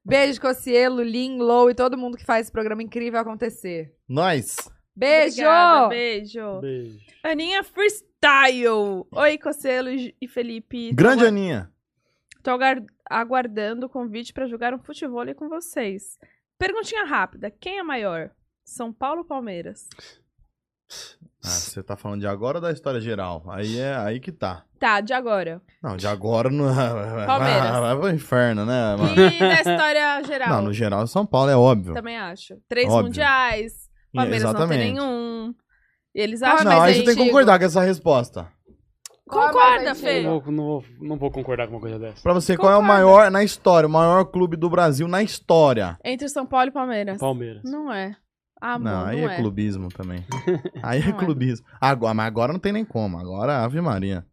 Speaker 2: Beijo, Cocielo, Lin, Lou e todo mundo que faz esse programa incrível acontecer.
Speaker 5: nós.
Speaker 2: Beijo!
Speaker 1: Obrigada, beijo!
Speaker 6: Beijo.
Speaker 1: Aninha Freestyle! Oi, Cocelo e e Felipe. Tô
Speaker 5: Grande
Speaker 1: agua-
Speaker 5: Aninha.
Speaker 1: Tô agar- aguardando o convite pra jogar um futebol com vocês. Perguntinha rápida: quem é maior? São Paulo ou Palmeiras?
Speaker 5: Ah, você tá falando de agora ou da história geral? Aí é aí que tá.
Speaker 1: Tá, de agora.
Speaker 5: Não, é, de agora no.
Speaker 1: Palmeiras. Então.
Speaker 5: Vai pro é, inferno, né? mano?
Speaker 1: E da história geral?
Speaker 5: Não, no geral São Paulo é óbvio.
Speaker 1: Também acho. Três
Speaker 5: Óbvio.
Speaker 1: mundiais, Palmeiras não tem
Speaker 5: Exatamente.
Speaker 1: nenhum. E eles
Speaker 2: Ah,
Speaker 1: acham
Speaker 5: Não,
Speaker 2: mas
Speaker 5: aí
Speaker 2: é
Speaker 5: você tem Ah, que
Speaker 2: antigo.
Speaker 5: concordar com essa resposta.
Speaker 2: Qual é
Speaker 1: Concorda,
Speaker 2: mais
Speaker 1: Fê?
Speaker 2: antigo?
Speaker 6: Não vou, não vou- não vou concordar com uma coisa dessa.
Speaker 5: Pra você, qual é o
Speaker 1: Concordo.
Speaker 5: maior na história, o maior clube do Brasil na história?
Speaker 1: Entre São Paulo e Palmeiras.
Speaker 6: Palmeiras.
Speaker 1: Não é. Ah, amor,
Speaker 5: não,
Speaker 1: não,
Speaker 5: aí é,
Speaker 1: é.
Speaker 5: clubismo também. Aí é
Speaker 1: Não é.
Speaker 5: clubismo. Agora, mas agora não tem nem como. Agora, é Ave Maria.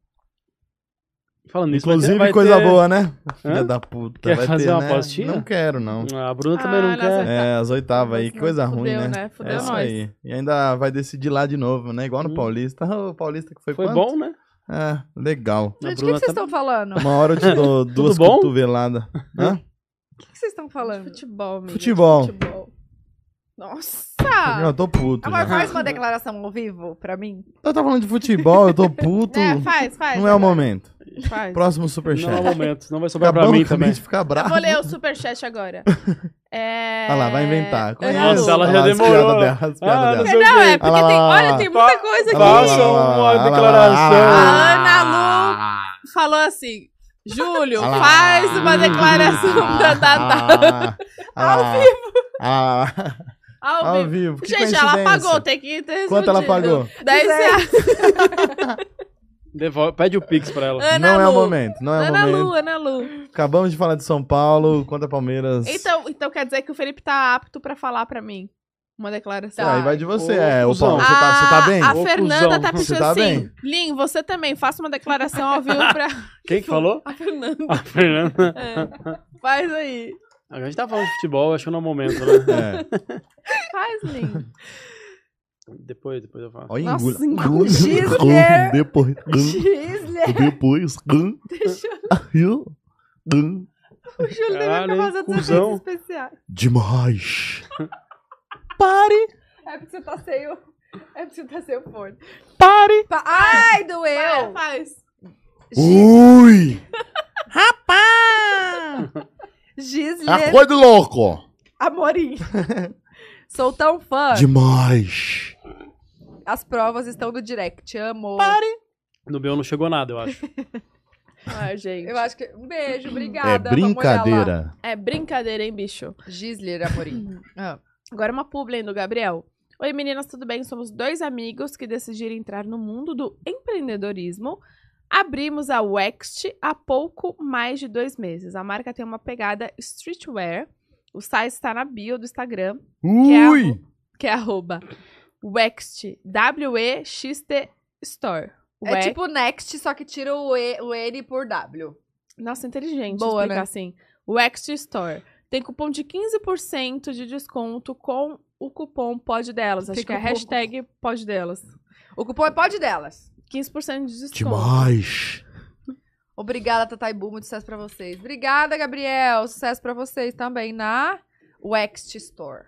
Speaker 6: Falando nisso, vai ter-
Speaker 5: Inclusive,
Speaker 6: vai
Speaker 5: coisa
Speaker 6: ter-
Speaker 5: boa, né?
Speaker 6: Hã?
Speaker 5: Filha da puta.
Speaker 6: Quer
Speaker 5: vai
Speaker 6: fazer
Speaker 5: ter,
Speaker 6: uma
Speaker 5: né?
Speaker 6: apostinha?
Speaker 5: Não quero, não.
Speaker 6: A Bruna também
Speaker 1: Ah,
Speaker 6: não
Speaker 1: nossa,
Speaker 6: quer.
Speaker 5: É, as oitavas aí, que
Speaker 1: Nossa,
Speaker 5: coisa ruim,
Speaker 1: fudeu,
Speaker 5: né?
Speaker 1: Fudeu
Speaker 5: é isso
Speaker 1: nós.
Speaker 5: aí. E ainda vai decidir lá de novo, né? Igual no
Speaker 6: Hum.
Speaker 5: Paulista. Ah, O Paulista que foi
Speaker 6: Foi
Speaker 5: quanto?
Speaker 6: bom, né?
Speaker 5: É, legal.
Speaker 6: A
Speaker 2: Gente, o que,
Speaker 6: Bruna
Speaker 2: que vocês
Speaker 6: tá-
Speaker 2: estão falando?
Speaker 5: Uma hora eu te dou duas
Speaker 6: bom?
Speaker 5: cotoveladas. Hã?
Speaker 2: O que, que vocês estão
Speaker 1: Falando.
Speaker 2: falando?
Speaker 1: Futebol, amiga, de
Speaker 5: Futebol. Tá
Speaker 1: futebol. Nossa!
Speaker 5: Eu tô puto.
Speaker 2: Amor,
Speaker 5: já.
Speaker 2: faz uma declaração ao vivo pra mim.
Speaker 5: Eu tô falando de futebol, eu tô puto.
Speaker 1: É, faz, faz.
Speaker 5: Não é o
Speaker 1: agora,
Speaker 5: momento.
Speaker 1: Faz.
Speaker 5: Próximo
Speaker 6: Não é o
Speaker 5: superchat.
Speaker 6: momento, não vai sobrar pra
Speaker 5: Acabamos
Speaker 6: mim
Speaker 5: também
Speaker 6: também.
Speaker 5: de ficar
Speaker 1: Eu
Speaker 5: bravo.
Speaker 1: vou ler o superchat agora. É...
Speaker 5: Olha lá, vai inventar.
Speaker 1: Eu
Speaker 5: Conhece,
Speaker 6: Nossa, ela
Speaker 5: olha
Speaker 6: já
Speaker 5: lá, as
Speaker 6: demorou.
Speaker 5: piadas dela, as piadas
Speaker 6: Ah,
Speaker 5: dela.
Speaker 6: não sei o
Speaker 1: Não, é
Speaker 6: quê.
Speaker 1: porque
Speaker 5: Olha lá,
Speaker 1: tem...
Speaker 5: olha lá,
Speaker 1: Olha,
Speaker 5: olha
Speaker 1: tem
Speaker 6: lá.
Speaker 1: muita coisa aqui.
Speaker 5: Olha lá,
Speaker 6: Faça
Speaker 5: olha lá,
Speaker 6: uma
Speaker 5: olha lá,
Speaker 6: declaração.
Speaker 5: olha lá,
Speaker 1: Ana Lu falou assim, Júlio,
Speaker 5: Ah. olha lá. Ah.
Speaker 1: faz uma declaração da Tatá
Speaker 5: Ao vivo.
Speaker 1: ao,
Speaker 5: ah, Ao
Speaker 1: vivo.
Speaker 5: vivo. Que
Speaker 1: Gente, ela
Speaker 5: coincidência.
Speaker 1: pagou, tem um que ter
Speaker 5: Quanto ela é.
Speaker 1: respondido.
Speaker 5: pagou?
Speaker 1: 10 reais.
Speaker 6: Devol- Pede o Pix pra ela.
Speaker 1: Ana
Speaker 5: não é o
Speaker 1: Lu.
Speaker 5: momento, não é o
Speaker 1: Ana
Speaker 5: momento.
Speaker 1: Lu, Ana Lu.
Speaker 5: Acabamos de falar de São Paulo contra Palmeiras.
Speaker 1: Então, então quer dizer que o Felipe tá apto pra falar pra mim uma declaração. Ah,
Speaker 5: Aí vai de você.
Speaker 6: Ô,
Speaker 5: é, o
Speaker 6: cuzão.
Speaker 5: Paulo, você tá, você tá bem?
Speaker 1: Tá. A
Speaker 6: Ô,
Speaker 1: Fernanda
Speaker 6: cuzão.
Speaker 1: tá
Speaker 5: Você
Speaker 1: pedindo
Speaker 5: tá
Speaker 1: assim.
Speaker 5: bem?
Speaker 1: Lin, você também, faça uma declaração ao vivo pra
Speaker 6: Quem que falou?
Speaker 1: a Fernanda.
Speaker 6: A Fernanda.
Speaker 1: É. Faz aí.
Speaker 6: A gente tá falando de futebol, acho que não é o momento, né?
Speaker 5: É.
Speaker 1: Faz, Lin.
Speaker 6: Depois, depois eu falo.
Speaker 5: Olha,
Speaker 1: Nossa,
Speaker 5: engula.
Speaker 1: engula.
Speaker 2: Gisler.
Speaker 5: Depois.
Speaker 2: Gisler.
Speaker 5: Depois.
Speaker 1: Deixa eu... O Júlio deve
Speaker 6: Caralho,
Speaker 1: ficar
Speaker 6: hein?
Speaker 1: fazendo
Speaker 6: Cusão.
Speaker 1: efeitos especiais.
Speaker 5: Demais.
Speaker 2: É porque você tá sem o... É porque você tá sem o fone.
Speaker 5: Pare.
Speaker 2: Pa- Ai,
Speaker 1: Vai,
Speaker 2: doeu!
Speaker 1: faz.
Speaker 2: Gi-
Speaker 5: Ui.
Speaker 6: Uh! Ah,
Speaker 2: Gisler
Speaker 5: Acorda, É louco.
Speaker 2: Amorim. Sou tão fã.
Speaker 5: Demais.
Speaker 2: As provas estão no direct. Amo.
Speaker 6: No meu não chegou nada, eu acho.
Speaker 1: Ai, Ah, gente.
Speaker 2: Eu acho que. Um beijo, obrigada.
Speaker 5: É
Speaker 2: vamos olhar lá.
Speaker 5: brincadeira.
Speaker 1: É brincadeira, hein, bicho?
Speaker 2: Gisler Amorim. Ah.
Speaker 1: Agora uma publi hein, do Gabriel. Oi, meninas, tudo bem? Somos dois amigos que decidiram entrar no mundo do empreendedorismo. Abrimos a Wext há pouco mais de dois meses. A marca tem uma pegada streetwear. O site está na bio do Instagram,
Speaker 5: Ui.
Speaker 1: que é arroba Wext, W-E-X-T Store.
Speaker 2: É
Speaker 1: Wext-
Speaker 2: tipo Next, só que tira o, e, o N por W.
Speaker 1: Nossa, inteligente
Speaker 2: Boa,
Speaker 1: explicar
Speaker 2: né?
Speaker 1: assim. O Extra Store tem cupom de 15% de desconto com o cupom Pode Delas. Acho
Speaker 2: Que
Speaker 1: que é
Speaker 2: cupom?
Speaker 1: hashtag Pode Delas.
Speaker 2: O cupom é pode delas.
Speaker 1: 15% de desconto.
Speaker 5: Demais.
Speaker 2: Obrigada, Tataibu. Muito sucesso pra vocês. Obrigada, Gabriel. Sucesso pra vocês também na Wext Store.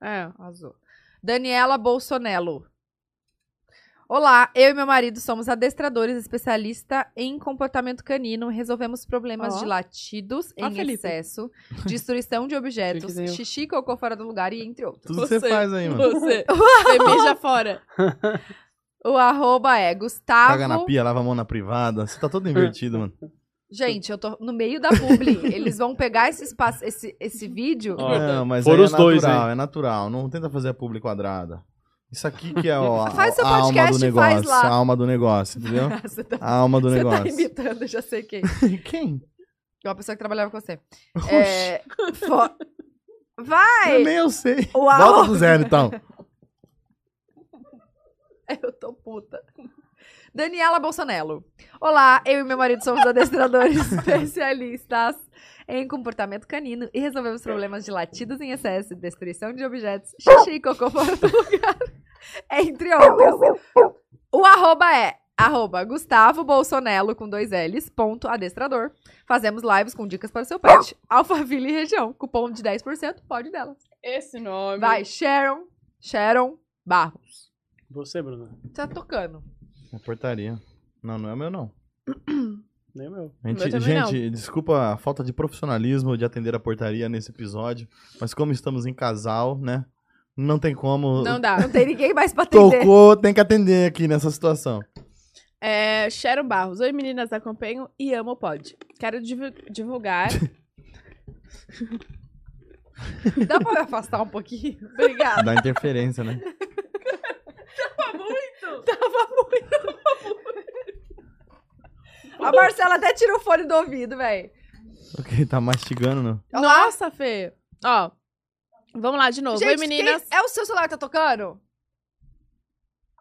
Speaker 1: É.
Speaker 2: Arrasou. Daniela Bolsonello. Olá, eu e meu marido somos adestradores especialista em comportamento canino. Resolvemos problemas
Speaker 1: Ó.
Speaker 2: de latidos
Speaker 1: Ó,
Speaker 2: em
Speaker 1: Felipe.
Speaker 2: excesso, destruição de objetos,
Speaker 6: Achei que deu.
Speaker 2: xixi e cocô fora do lugar e entre outros.
Speaker 5: Tudo que você faz aí, mano.
Speaker 1: Você. Você mija fora.
Speaker 2: O arroba é
Speaker 5: Caga na
Speaker 2: Gustavo.
Speaker 5: pia, lava a mão na privada. Você tá todo invertido, mano.
Speaker 2: Gente, eu tô no meio da publi. Eles vão pegar esse, espaço, esse, esse vídeo.
Speaker 6: Ó,
Speaker 5: Não, mas
Speaker 6: Foram
Speaker 5: aí
Speaker 6: os
Speaker 5: é
Speaker 6: dois,
Speaker 5: natural, é natural. Não tenta fazer a publi quadrada. Isso aqui que é ó, a,
Speaker 2: Faz seu
Speaker 5: a alma do
Speaker 2: podcast e faz
Speaker 5: negócio.
Speaker 2: lá.
Speaker 5: A alma do negócio, entendeu?
Speaker 2: Você tá,
Speaker 5: A alma Ah, do
Speaker 2: você tá
Speaker 5: negócio.
Speaker 2: imitando, já sei quem.
Speaker 5: Quem?
Speaker 2: É uma pessoa que trabalhava com você. É, fo- Vai!
Speaker 5: Também eu sei.
Speaker 2: O
Speaker 5: Volta
Speaker 2: arroba...
Speaker 5: do zero, então.
Speaker 2: Eu tô puta. Daniela Bolsonaro. Olá, eu e meu marido somos adestradores especialistas em comportamento canino e resolvemos problemas de latidos em excesso, destruição de objetos, xixi e cocô fora do lugar, entre outros. O arroba é arroba Gustavo Bolsonaro com dois L's, ponto adestrador. Fazemos lives com dicas para o seu pet. Alphaville e região, cupom de 10%, pode dela.
Speaker 1: Esse nome.
Speaker 2: Vai, Sharon, Sharon Barros.
Speaker 6: Você, Bruno.
Speaker 2: Tá tocando.
Speaker 5: É portaria. Não, não é meu, não.
Speaker 6: Nem o meu.
Speaker 5: A gente,
Speaker 2: Meu também
Speaker 5: gente, desculpa a falta de profissionalismo de atender a portaria nesse episódio, mas como estamos em casal, né? Não tem como.
Speaker 1: Não dá.
Speaker 2: Não tem ninguém mais pra atender.
Speaker 5: Tocou, tem que atender aqui nessa situação.
Speaker 1: É, Sharon Barros. Oi, meninas, acompanho e amo o pod. Quero divu- divulgar.
Speaker 2: Dá pra me afastar um pouquinho? Obrigada.
Speaker 5: Dá interferência, né?
Speaker 2: A Marcela até tirou o fone do ouvido, velho.
Speaker 5: Ok, tá mastigando, não?
Speaker 1: Nossa, Fê. Ó, vamos lá de novo. Oi,
Speaker 2: Gente,
Speaker 1: meninas.
Speaker 2: quem- é o seu celular que tá tocando?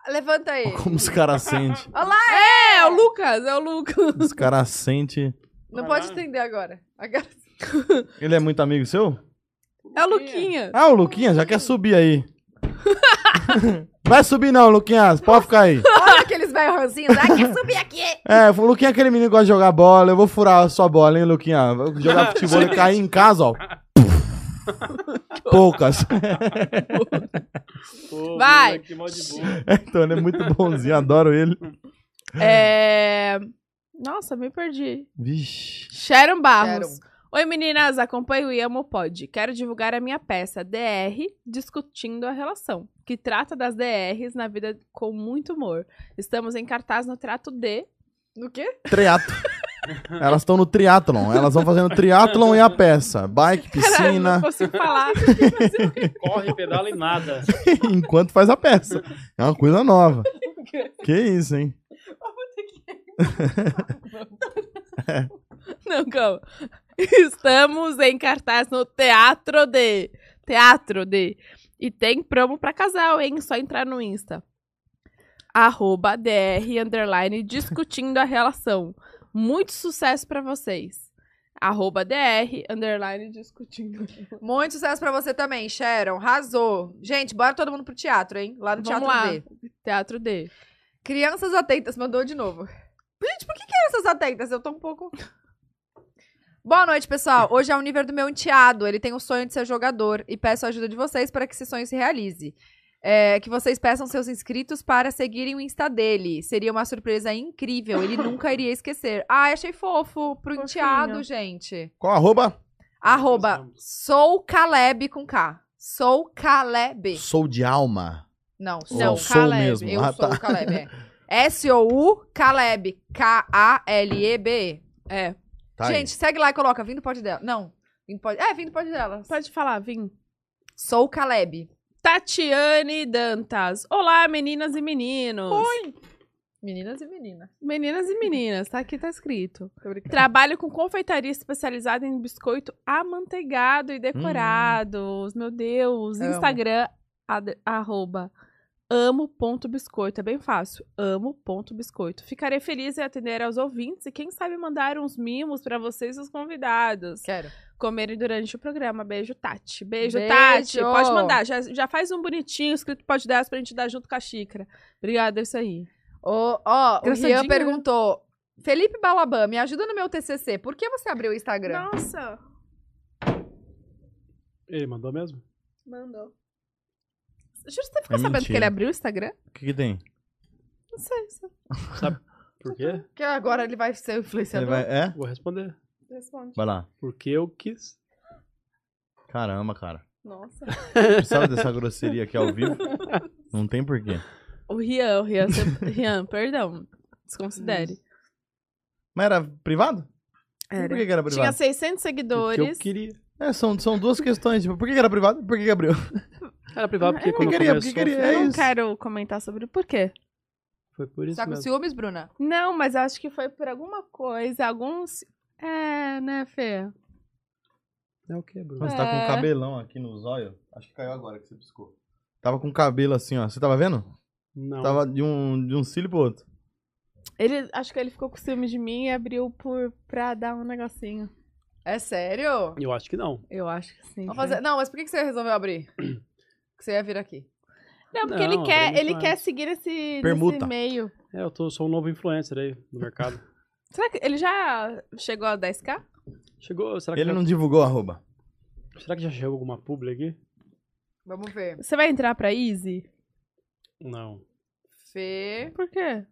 Speaker 2: Levanta aí.
Speaker 5: Como os caras sentem.
Speaker 2: Olá!
Speaker 1: É, é o Lucas, é o Lucas.
Speaker 5: Os caras sentem.
Speaker 2: Não
Speaker 6: Caralho.
Speaker 2: pode entender agora. Agora-
Speaker 5: Ele é muito amigo seu?
Speaker 1: É o Luquinha.
Speaker 5: Ah, o Luquinha já quer subir aí. Vai subir não, Luquinhas. Pode ficar aí.
Speaker 2: Olha aqueles velhos ranzinhos. Ah, quer subir aqui!
Speaker 5: É, o Luquinha é aquele menino que gosta de jogar bola. Eu vou furar a sua bola, hein, Luquinha? Vou jogar futebol e cair em casa, ó. Poucas.
Speaker 6: Pô,
Speaker 1: Vai.
Speaker 6: moleque, mó de boa.
Speaker 5: Então ele é muito bonzinho, adoro ele.
Speaker 1: É... Nossa, me perdi.
Speaker 5: Vixe.
Speaker 1: Sharon Barros. Oi, meninas, acompanho e amo o pod. Quero divulgar a minha peça DR Discutindo a Relação, que trata das DRs na vida com muito humor. Estamos em cartaz no trato D.
Speaker 2: No quê?
Speaker 5: Triato. Elas estão no triatlon. Elas vão fazendo triatlon e a peça. Bike,
Speaker 1: Caralho, não
Speaker 5: piscina,
Speaker 1: consigo falar.
Speaker 6: Corre, pedala e nada.
Speaker 5: enquanto faz a peça. É uma coisa nova. Que isso, hein?
Speaker 1: Não, calma. Estamos em cartaz no Teatro D. Teatro D. E tem promo pra casal, hein? Só entrar no Insta. Arroba DR, underline, discutindo a relação. Muito sucesso pra vocês. Arroba DR, underline, discutindo.
Speaker 2: Muito sucesso pra você também, Sharon. Arrasou. Gente, bora todo mundo pro teatro, hein? Lá no
Speaker 1: Vamos
Speaker 2: Teatro
Speaker 1: lá.
Speaker 2: D.
Speaker 1: Teatro D.
Speaker 2: Crianças atentas, mandou de novo. Gente, por que crianças atentas? Eu tô um pouco. Boa noite, pessoal. Hoje é o nível do meu enteado. Ele tem o sonho de ser jogador e peço a ajuda de vocês para que esse sonho se realize. É, que vocês peçam seus inscritos para seguirem o Insta dele. Seria uma surpresa incrível. Ele nunca iria esquecer. Ah, achei fofo pro
Speaker 1: Fofinho.
Speaker 2: enteado, gente.
Speaker 5: Qual arroba?
Speaker 2: Arroba sou Caleb com K. Sou Caleb.
Speaker 5: Sou de alma.
Speaker 2: Não, sou.
Speaker 1: Não,
Speaker 5: Ou sou
Speaker 1: Caleb,
Speaker 5: mesmo.
Speaker 2: Eu
Speaker 5: Ah,
Speaker 2: sou
Speaker 5: tá.
Speaker 2: o Caleb, é. S-O-U Caleb. K-A-L-E-B.
Speaker 1: É.
Speaker 5: Tá aí.
Speaker 2: Gente, segue lá e coloca. Vindo pode dela. Não. Vindo pode... É, vindo pode dela.
Speaker 1: Pode falar, Vim.
Speaker 2: Sou o Caleb.
Speaker 1: Tatiane Dantas. Olá, meninas e meninos. Oi.
Speaker 2: Meninas e meninas.
Speaker 1: Meninas e meninas, tá aqui, tá escrito.
Speaker 2: Tô brincando.
Speaker 1: Trabalho com confeitaria especializada em biscoito amanteigado e decorados. Meu Deus.
Speaker 2: Amo.
Speaker 1: Instagram, ad- arroba amo.biscoito. É bem fácil. Amo.biscoito. Ficarei feliz em atender aos ouvintes e quem sabe mandar uns mimos pra vocês e os convidados.
Speaker 2: Quero.
Speaker 1: Comerem durante o programa. Beijo, Tati. Beijo,
Speaker 2: Beijo.
Speaker 1: Tati. Pode mandar. Já, já faz um bonitinho escrito pode 10 pra gente dar junto com a xícara. Obrigada, é isso aí.
Speaker 2: Ó, ó, o
Speaker 1: Engraçadinho,
Speaker 2: Rian
Speaker 1: né?
Speaker 2: perguntou. Felipe Balabã, me ajuda no meu TCC. Por que você abriu o Instagram?
Speaker 1: Nossa.
Speaker 6: Ele mandou mesmo?
Speaker 1: Mandou. Juro, você ficou
Speaker 5: É
Speaker 1: sabendo que
Speaker 5: mentira.
Speaker 1: ele abriu o Instagram?
Speaker 5: O que, que tem?
Speaker 1: Não sei, você
Speaker 6: Por quê?
Speaker 2: Porque agora ele vai ser o
Speaker 5: Ele
Speaker 2: influenciador.
Speaker 5: vai... É?
Speaker 6: Vou responder.
Speaker 1: responde.
Speaker 5: Vai lá.
Speaker 6: Porque eu quis.
Speaker 5: Caramba, cara.
Speaker 1: Nossa.
Speaker 5: Precisava dessa grosseria aqui ao vivo? Não tem porquê.
Speaker 1: O Rian, o Rian, você- Rian, perdão. Desconsidere.
Speaker 5: Mas era privado? Por
Speaker 1: É, Era.
Speaker 5: que, que era
Speaker 1: Tinha
Speaker 5: privado?
Speaker 1: 600
Speaker 6: Porque eu
Speaker 1: seguidores.
Speaker 6: queria.
Speaker 5: É, são, são duas questões. Tipo, por que, que era privado e por que, que abriu?
Speaker 6: Era privado porque quando
Speaker 5: queria, porque
Speaker 6: começou...
Speaker 5: queria.
Speaker 1: Eu
Speaker 5: É
Speaker 1: não
Speaker 5: isso.
Speaker 1: quero comentar sobre o porquê.
Speaker 6: Foi por isso
Speaker 2: Tá com
Speaker 6: mesmo.
Speaker 2: ciúmes, Bruna?
Speaker 1: Não, mas acho que foi por alguma coisa, alguns... É, né, Fê?
Speaker 6: É o que, Bruno?
Speaker 5: Mas tá com um
Speaker 1: É.
Speaker 5: cabelão aqui nos olhos. Acho que caiu agora que você piscou. Tava com o cabelo assim, ó. Você tava vendo?
Speaker 6: Não.
Speaker 5: Tava de um, de um cílio pro outro.
Speaker 1: Ele, acho que ele ficou com ciúme de mim e abriu por, pra dar um negocinho.
Speaker 2: É sério?
Speaker 6: Eu acho que não.
Speaker 1: Eu acho que sim.
Speaker 2: Vamos
Speaker 1: cara.
Speaker 5: Uhum.
Speaker 2: fazer- Não, mas por que que você resolveu abrir? Que você ia vir aqui.
Speaker 1: Não, porque
Speaker 6: Não,
Speaker 1: ele, quer,
Speaker 6: abre
Speaker 1: ele
Speaker 6: mais.
Speaker 1: quer seguir esse,
Speaker 5: Permuta.
Speaker 1: esse meio.
Speaker 6: É, eu tô, sou um novo influencer aí no mercado.
Speaker 1: Será que ele já chegou a 10k?
Speaker 6: Chegou. Será que,
Speaker 5: Ele
Speaker 6: já,
Speaker 5: não divulgou a arroba.
Speaker 6: será que já chegou alguma publi aqui?
Speaker 2: Vamos ver.
Speaker 1: Você vai entrar pra Easy?
Speaker 6: Não.
Speaker 2: Fê,
Speaker 1: Por quê?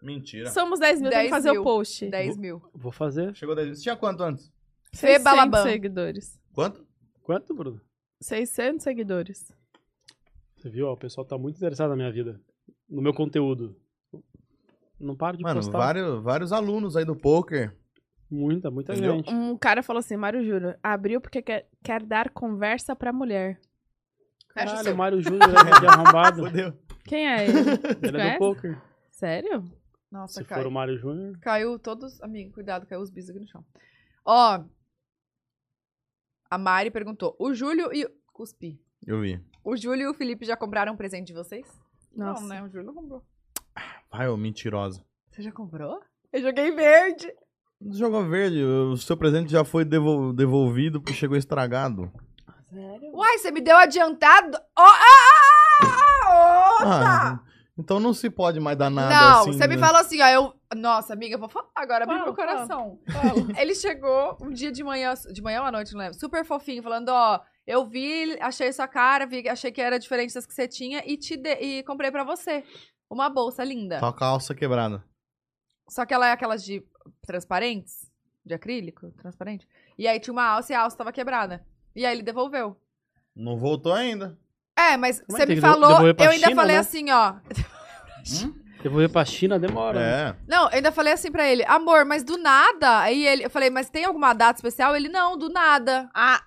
Speaker 5: Mentira.
Speaker 1: Somos 10 mil, tem
Speaker 2: 10
Speaker 1: que fazer
Speaker 2: mil.
Speaker 1: o post.
Speaker 2: 10 mil.
Speaker 6: Vou fazer.
Speaker 5: Chegou 10 mil. Você tinha quanto antes?
Speaker 1: 600
Speaker 2: Fê Balaban.
Speaker 1: seguidores.
Speaker 5: Quanto?
Speaker 6: Quanto, Bruno?
Speaker 1: 600 seguidores.
Speaker 6: Você viu? ó, o pessoal tá muito interessado na minha vida. No meu conteúdo. Não paro de
Speaker 5: Mano,
Speaker 6: postar.
Speaker 2: um
Speaker 5: vários, vários alunos aí do poker.
Speaker 6: Muita, muita
Speaker 5: Entendeu?
Speaker 2: Hum,
Speaker 6: gente.
Speaker 1: Um cara falou assim, Mário Júnior, abriu porque quer, quer dar conversa pra mulher.
Speaker 2: Fecha o
Speaker 6: Caralho,
Speaker 2: seu.
Speaker 6: o Mário Júnior é de arrombado.
Speaker 5: Fudeu.
Speaker 1: Quem é ele?
Speaker 6: Ele
Speaker 1: Conhece?
Speaker 6: é do poker.
Speaker 1: Sério?
Speaker 2: Nossa,
Speaker 6: Se
Speaker 2: caiu.
Speaker 6: for o Mário Júnior,
Speaker 2: Caiu todos. Amigo, cuidado, caiu os bis aqui no chão. Ó. A Mari perguntou: o Júlio e. Cuspi.
Speaker 5: Eu vi.
Speaker 2: O Júlio e o Felipe já compraram um presente de vocês?
Speaker 1: Nossa.
Speaker 2: Não, né? O Júlio não comprou.
Speaker 5: Vai, ô mentirosa.
Speaker 2: Você já comprou? Eu joguei verde.
Speaker 5: Jogou verde. O seu presente já foi devol- devolvido porque chegou estragado.
Speaker 1: Sério?
Speaker 2: Uai, você me deu adiantado? Ó, ah, ah, ah, ah,
Speaker 5: Ah, então não se pode mais dar nada
Speaker 2: Não,
Speaker 5: assim,
Speaker 2: você me
Speaker 5: né?
Speaker 2: falou assim, ó. Eu... Nossa, amiga, eu vou falar agora, abriu
Speaker 1: Fala,
Speaker 2: meu
Speaker 1: fala.
Speaker 2: coração. Ele chegou um dia de manhã, de manhã ou à noite, não lembro, super fofinho, falando, ó, eu vi, achei sua cara, vi, achei que era diferente das que você tinha e te de- e comprei pra você. Uma bolsa linda.
Speaker 6: Tá.
Speaker 5: Só com a alça quebrada.
Speaker 2: Só que ela é aquelas de transparentes, de acrílico, transparente. E aí tinha uma alça e a alça tava quebrada. E aí ele devolveu.
Speaker 5: Não voltou ainda.
Speaker 2: É, mas
Speaker 6: Mas
Speaker 2: você
Speaker 6: tem
Speaker 2: me
Speaker 6: que de-
Speaker 2: falou,
Speaker 6: devolver pra
Speaker 2: eu ainda
Speaker 6: China,
Speaker 2: falei
Speaker 6: né?
Speaker 2: assim, ó.
Speaker 6: devolver pra China demora. né?
Speaker 5: É.
Speaker 2: Não, eu ainda falei assim pra ele, amor, mas do nada. Aí ele, eu falei, mas tem alguma data especial? Ele, não, do nada.
Speaker 1: Ah,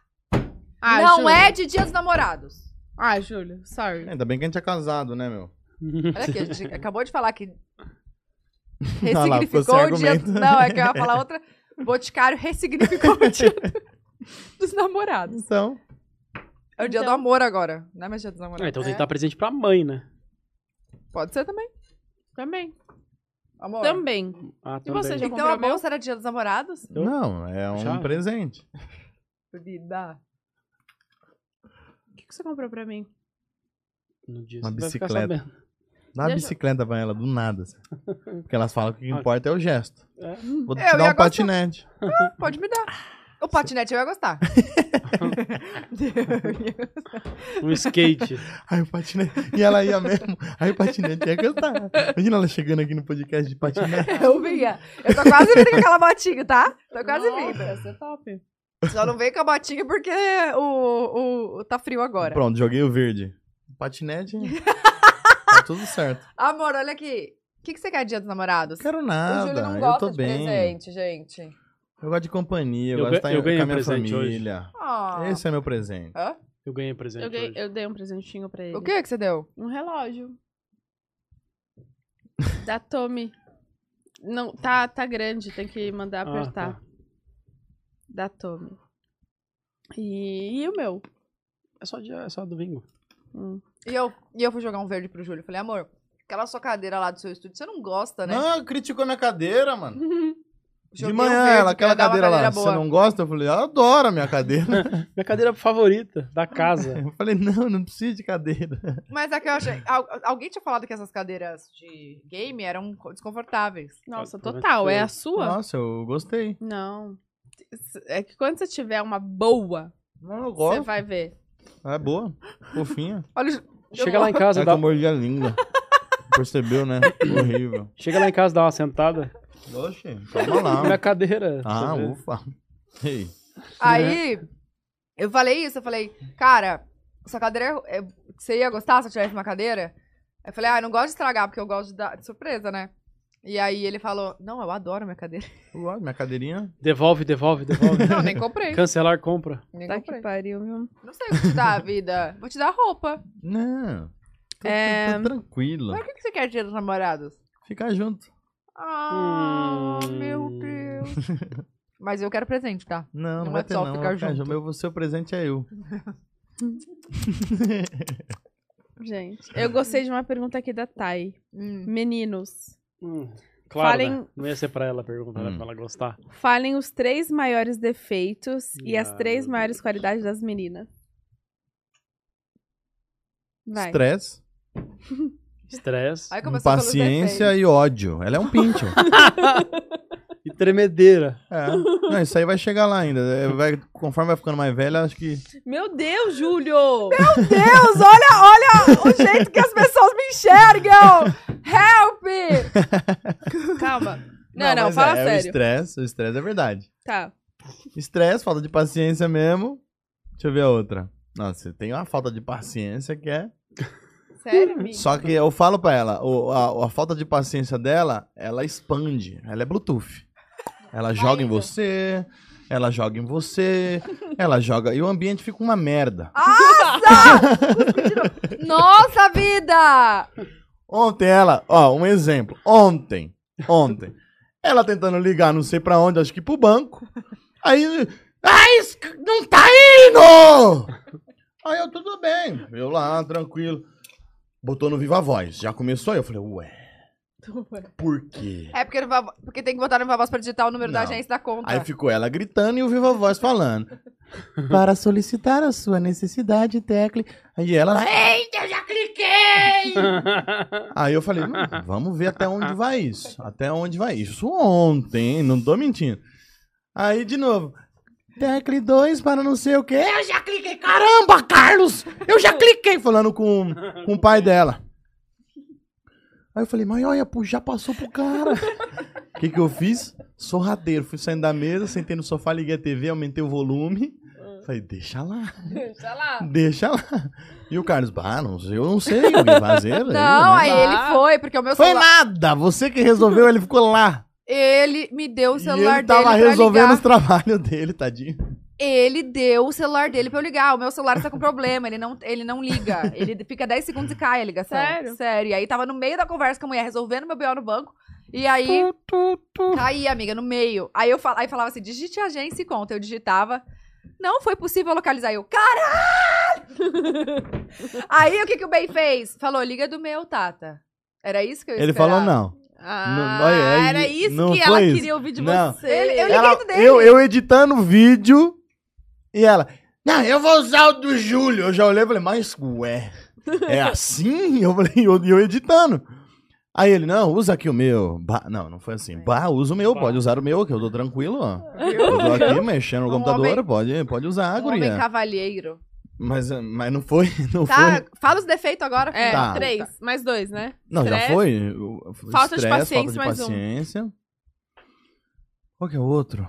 Speaker 1: ah,
Speaker 2: não
Speaker 1: Júlio.
Speaker 2: é de Dia dos Namorados.
Speaker 1: Ah, Júlio, sorry.
Speaker 5: Ainda bem que a gente é casado, né, meu?
Speaker 2: Olha aqui, a gente acabou de falar
Speaker 6: Tá
Speaker 2: que
Speaker 5: Ah lá, ficou
Speaker 2: ressignificou
Speaker 5: sem
Speaker 2: o dia.
Speaker 5: argumento.
Speaker 2: Não, é que eu ia falar outra. Boticário ressignificou o dia do- dos namorados.
Speaker 5: Então.
Speaker 2: É o dia
Speaker 1: Então.
Speaker 2: do amor agora. Não é mais dia dos
Speaker 6: Ah,
Speaker 2: namorados.
Speaker 6: então tem
Speaker 2: é.
Speaker 6: que dar presente pra mãe, né?
Speaker 2: Pode ser também.
Speaker 1: Também.
Speaker 2: Amor.
Speaker 1: Também.
Speaker 6: Ah,
Speaker 1: E
Speaker 6: também.
Speaker 1: você já
Speaker 2: Então a
Speaker 1: comprou meu?
Speaker 2: bolsa era dia dos namorados?
Speaker 6: Eu-
Speaker 5: Não, é um
Speaker 6: Já?
Speaker 5: presente.
Speaker 2: Vida.
Speaker 1: O que, que você comprou pra mim?
Speaker 6: No dia
Speaker 5: Uma
Speaker 6: você vai ficar
Speaker 5: bicicleta.
Speaker 6: sabendo.
Speaker 5: Dá uma
Speaker 1: Deixa-
Speaker 5: bicicleta pra ela, do nada. assim. Porque elas falam que o que importa é o gesto.
Speaker 6: É.
Speaker 5: Vou te
Speaker 2: Eu ia
Speaker 5: dar um
Speaker 2: gostar.
Speaker 5: patinete.
Speaker 2: Pode me dar. O patinete eu ia gostar.
Speaker 6: Um skate.
Speaker 5: Aí o patinete. E ela ia mesmo. Aí o patinete ia cantar. Imagina ela chegando aqui no podcast de patinete.
Speaker 2: Eu vinha. Eu tô quase vindo com aquela botinha, tá? Tô quase vindo.
Speaker 1: Nossa, você é top.
Speaker 2: Só não veio com a botinha porque o, o, tá frio agora.
Speaker 5: Pronto, joguei o verde. Patinete. tá tudo certo.
Speaker 2: Amor, olha aqui. O que, que você quer dia dos namorados?
Speaker 5: Não quero
Speaker 2: o Júlio
Speaker 5: nada.
Speaker 2: não
Speaker 5: eu
Speaker 2: gosta
Speaker 5: tô
Speaker 2: de
Speaker 5: bem.
Speaker 2: presente, gente.
Speaker 5: Eu gosto de companhia. Eu,
Speaker 6: Eu
Speaker 5: gosto de estar
Speaker 6: ga- eu
Speaker 5: com
Speaker 6: ganhei um
Speaker 5: a minha
Speaker 6: presente hoje.
Speaker 5: família.
Speaker 2: Ah.
Speaker 5: Esse é meu presente.
Speaker 2: Hã?
Speaker 6: Eu ganhei presente
Speaker 1: Eu, ganhei-
Speaker 6: hoje.
Speaker 1: eu dei um presentinho pra ele.
Speaker 2: O que que você deu?
Speaker 1: Um relógio. Da Tommy. Não, tá, tá grande, tem que mandar
Speaker 6: Ah,
Speaker 1: apertar.
Speaker 6: tá.
Speaker 1: Da Tommy. E, e o meu?
Speaker 6: É só, dia, é só domingo.
Speaker 1: Hum.
Speaker 2: E eu, e eu fui jogar um verde pro Júlio. Falei, amor, aquela sua cadeira lá do seu estúdio, você não gosta, né?
Speaker 5: Não, criticou minha cadeira, mano.
Speaker 2: Joguei
Speaker 5: de
Speaker 2: um
Speaker 5: manhã,
Speaker 2: verde
Speaker 5: ela,
Speaker 2: pra
Speaker 5: aquela
Speaker 2: dar uma
Speaker 5: cadeira lá,
Speaker 2: cadeira
Speaker 5: você
Speaker 2: boa."
Speaker 5: não gosta? Eu falei, eu adoro a minha cadeira.
Speaker 6: Minha cadeira favorita da casa.
Speaker 5: eu falei, não, não preciso de cadeira.
Speaker 2: Mas é que eu achei. al- alguém tinha falado que essas cadeiras de game eram co- desconfortáveis.
Speaker 1: Nossa,
Speaker 6: Tá, tá
Speaker 1: total. É
Speaker 6: feio.
Speaker 1: a sua?
Speaker 5: Nossa, eu gostei.
Speaker 1: Não. É que quando você tiver uma boa,
Speaker 5: Não, eu
Speaker 1: você
Speaker 5: gosto.
Speaker 1: vai ver.
Speaker 5: É boa, fofinha.
Speaker 2: Olha, o Ju-
Speaker 6: Chega lá em casa,
Speaker 5: É que
Speaker 6: dá,
Speaker 5: eu mordi a língua. Percebeu, né? Horrível.
Speaker 6: chega lá em casa, dá uma sentada.
Speaker 5: Oxe, calma lá.
Speaker 6: Minha cadeira.
Speaker 5: Ah,
Speaker 6: você vê.
Speaker 5: ufa. Ei,
Speaker 2: Né? Aí eu falei isso, eu falei, cara, sua cadeira é- é- Você ia gostar se eu tivesse uma cadeira? Eu falei, ah, eu não gosto de estragar, porque eu gosto de dar de surpresa, né? E aí ele falou, não, eu adoro minha cadeira.
Speaker 5: Ué, minha cadeirinha.
Speaker 6: Devolve, devolve, devolve.
Speaker 2: Não, nem comprei.
Speaker 6: Cancelar compra.
Speaker 2: nem
Speaker 1: Tá que
Speaker 2: comprei.
Speaker 1: pariu, viu?
Speaker 2: Não sei o que te dá a vida. Vou te dar roupa.
Speaker 5: Não. Tô,
Speaker 1: É.
Speaker 5: tô tranquilo.
Speaker 2: Mas o que que você quer de dia dos namorados?
Speaker 5: Ficar junto.
Speaker 2: Ah,
Speaker 6: Hum.
Speaker 2: meu Deus. Mas eu quero presente, tá?
Speaker 5: Não, não,
Speaker 2: Não
Speaker 5: vai
Speaker 2: é
Speaker 5: ter
Speaker 2: só
Speaker 5: não.
Speaker 2: ficar
Speaker 5: vai ficar
Speaker 2: junto.
Speaker 5: junto. Meu, o seu presente é eu.
Speaker 1: Gente, eu gostei de uma pergunta aqui da Thay.
Speaker 2: Hum.
Speaker 1: Meninos,
Speaker 6: Hum, Claro,
Speaker 1: Falem-
Speaker 6: né? não ia ser pra ela perguntar,
Speaker 5: Hum.
Speaker 6: era pra ela gostar.
Speaker 1: falem os três maiores defeitos e as
Speaker 6: Ah,
Speaker 1: três
Speaker 6: meu
Speaker 1: maiores
Speaker 6: Deus.
Speaker 1: qualidades das meninas. Vai.
Speaker 5: Estresse,
Speaker 6: Estresse
Speaker 2: Aí começou pelos
Speaker 5: paciência e ódio. Ela é um pinto.
Speaker 6: e tremedeira.
Speaker 5: é. Não, isso aí vai chegar lá ainda. É, vai- conforme vai ficando mais velha, acho que.
Speaker 1: Meu Deus, Júlio!
Speaker 2: Meu Deus, olha, olha o jeito que as pessoas me enxergam! Help!
Speaker 1: Calma. Não, não,
Speaker 5: mas
Speaker 1: fala
Speaker 5: é, É o
Speaker 1: sério.
Speaker 5: estresse, o estresse é verdade.
Speaker 1: Tá.
Speaker 5: Estresse, falta de paciência mesmo. Deixa eu ver a outra. Nossa, tem uma falta de paciência que é.
Speaker 2: Sério, amigo?
Speaker 5: Só que eu falo pra ela, o- a, a falta de paciência dela, ela expande. Ela é Bluetooth. Ela joga em
Speaker 2: Ainda.
Speaker 5: você, ela joga em você, ela joga. E o ambiente fica uma merda.
Speaker 2: Nossa vida!
Speaker 5: Ontem ela, ó, um exemplo. Ontem, ontem, ela tentando ligar, não sei pra onde, acho que pro banco. Aí, ai, isso que não tá indo! Aí eu, tudo bem, eu lá, tranquilo. Botou no Viva Voz, já começou aí, eu falei, ué, por quê?
Speaker 2: É porque, no Vavo- porque tem que botar no Vavós pra digitar o número da
Speaker 5: Não.
Speaker 2: agência da conta.
Speaker 5: Aí ficou ela gritando e o Viva Voz falando. Para solicitar a sua necessidade, tecle. Aí ela. Eita, eu já cliquei! Aí eu falei, "Hum, vamos ver até onde vai isso. Até onde vai isso. Ontem, hein? não tô mentindo. Aí de novo. Tecle 2 para não sei o quê. Eu já cliquei. Caramba, Carlos! Eu já cliquei! Falando com, com o pai dela. Aí eu falei, mas olha, pô, já passou pro cara. O que, que eu fiz? Sorrateiro. Fui saindo da mesa, sentei no sofá, liguei a TV, aumentei o volume. Falei, deixa lá,
Speaker 1: Deixa lá.
Speaker 5: deixa lá. E o Carlos, bah, não sei, eu não sei o que fazer. eu
Speaker 2: Não, aí
Speaker 5: né?"
Speaker 1: dá.
Speaker 2: ele foi, porque o meu
Speaker 5: Foi
Speaker 2: celular.
Speaker 5: nada, você que resolveu, ele ficou lá.
Speaker 2: Ele me deu o
Speaker 5: e
Speaker 2: celular
Speaker 5: ele tava
Speaker 2: dele pra
Speaker 5: resolvendo
Speaker 2: ligar.
Speaker 5: os trabalhos dele, tadinho.
Speaker 2: Ele deu o celular dele pra eu ligar. O meu celular tá com problema, ele não, ele não liga. Ele fica 10 segundos e cai a ligação.
Speaker 1: Sério?
Speaker 2: Sério. E aí tava no meio da conversa com a mulher, resolvendo meu BO no banco. E aí. Caí, amiga, no meio. Aí eu fal- aí falava assim: digite agência e conta. Eu digitava. Não foi possível localizar. Eu, caralho! aí o que, que o Ben fez? Falou: liga do meu, Tata. Era isso que eu
Speaker 5: Ele
Speaker 2: esperava.
Speaker 5: falou não.
Speaker 1: Ah,
Speaker 5: Não, olha, aí,
Speaker 1: era isso
Speaker 5: não
Speaker 1: que ela
Speaker 5: foi isso.
Speaker 1: queria ouvir de
Speaker 5: Não.
Speaker 1: você.
Speaker 2: Ele- eu
Speaker 5: Ela-
Speaker 2: liguei do dele.
Speaker 5: eu, eu editando o vídeo e ela. Não, eu vou usar o do Júlio. Eu já olhei e falei, mas ué, é assim? Eu falei, e eu, e eu editando. Aí ele, não, usa aqui o meu. Bah, não, não foi assim. Bah, usa o meu, pode usar o meu, que eu tô tranquilo, ó. Eu tô aqui mexendo no
Speaker 2: Um
Speaker 5: computador,
Speaker 2: homem-
Speaker 5: pode, pode usar,
Speaker 2: Um homem
Speaker 5: guria.
Speaker 2: cavalheiro.
Speaker 5: Mas, mas não foi, não
Speaker 2: Tá,
Speaker 5: foi.
Speaker 2: fala os defeitos agora. filho.
Speaker 1: É,
Speaker 5: Tá.
Speaker 1: três. Mais dois, né?
Speaker 5: Não, já
Speaker 1: Estresse.
Speaker 5: foi.
Speaker 1: Falta de
Speaker 5: Estresse,
Speaker 1: paciência,
Speaker 5: falta de
Speaker 1: mais um.
Speaker 5: paciência. Qual que é o outro?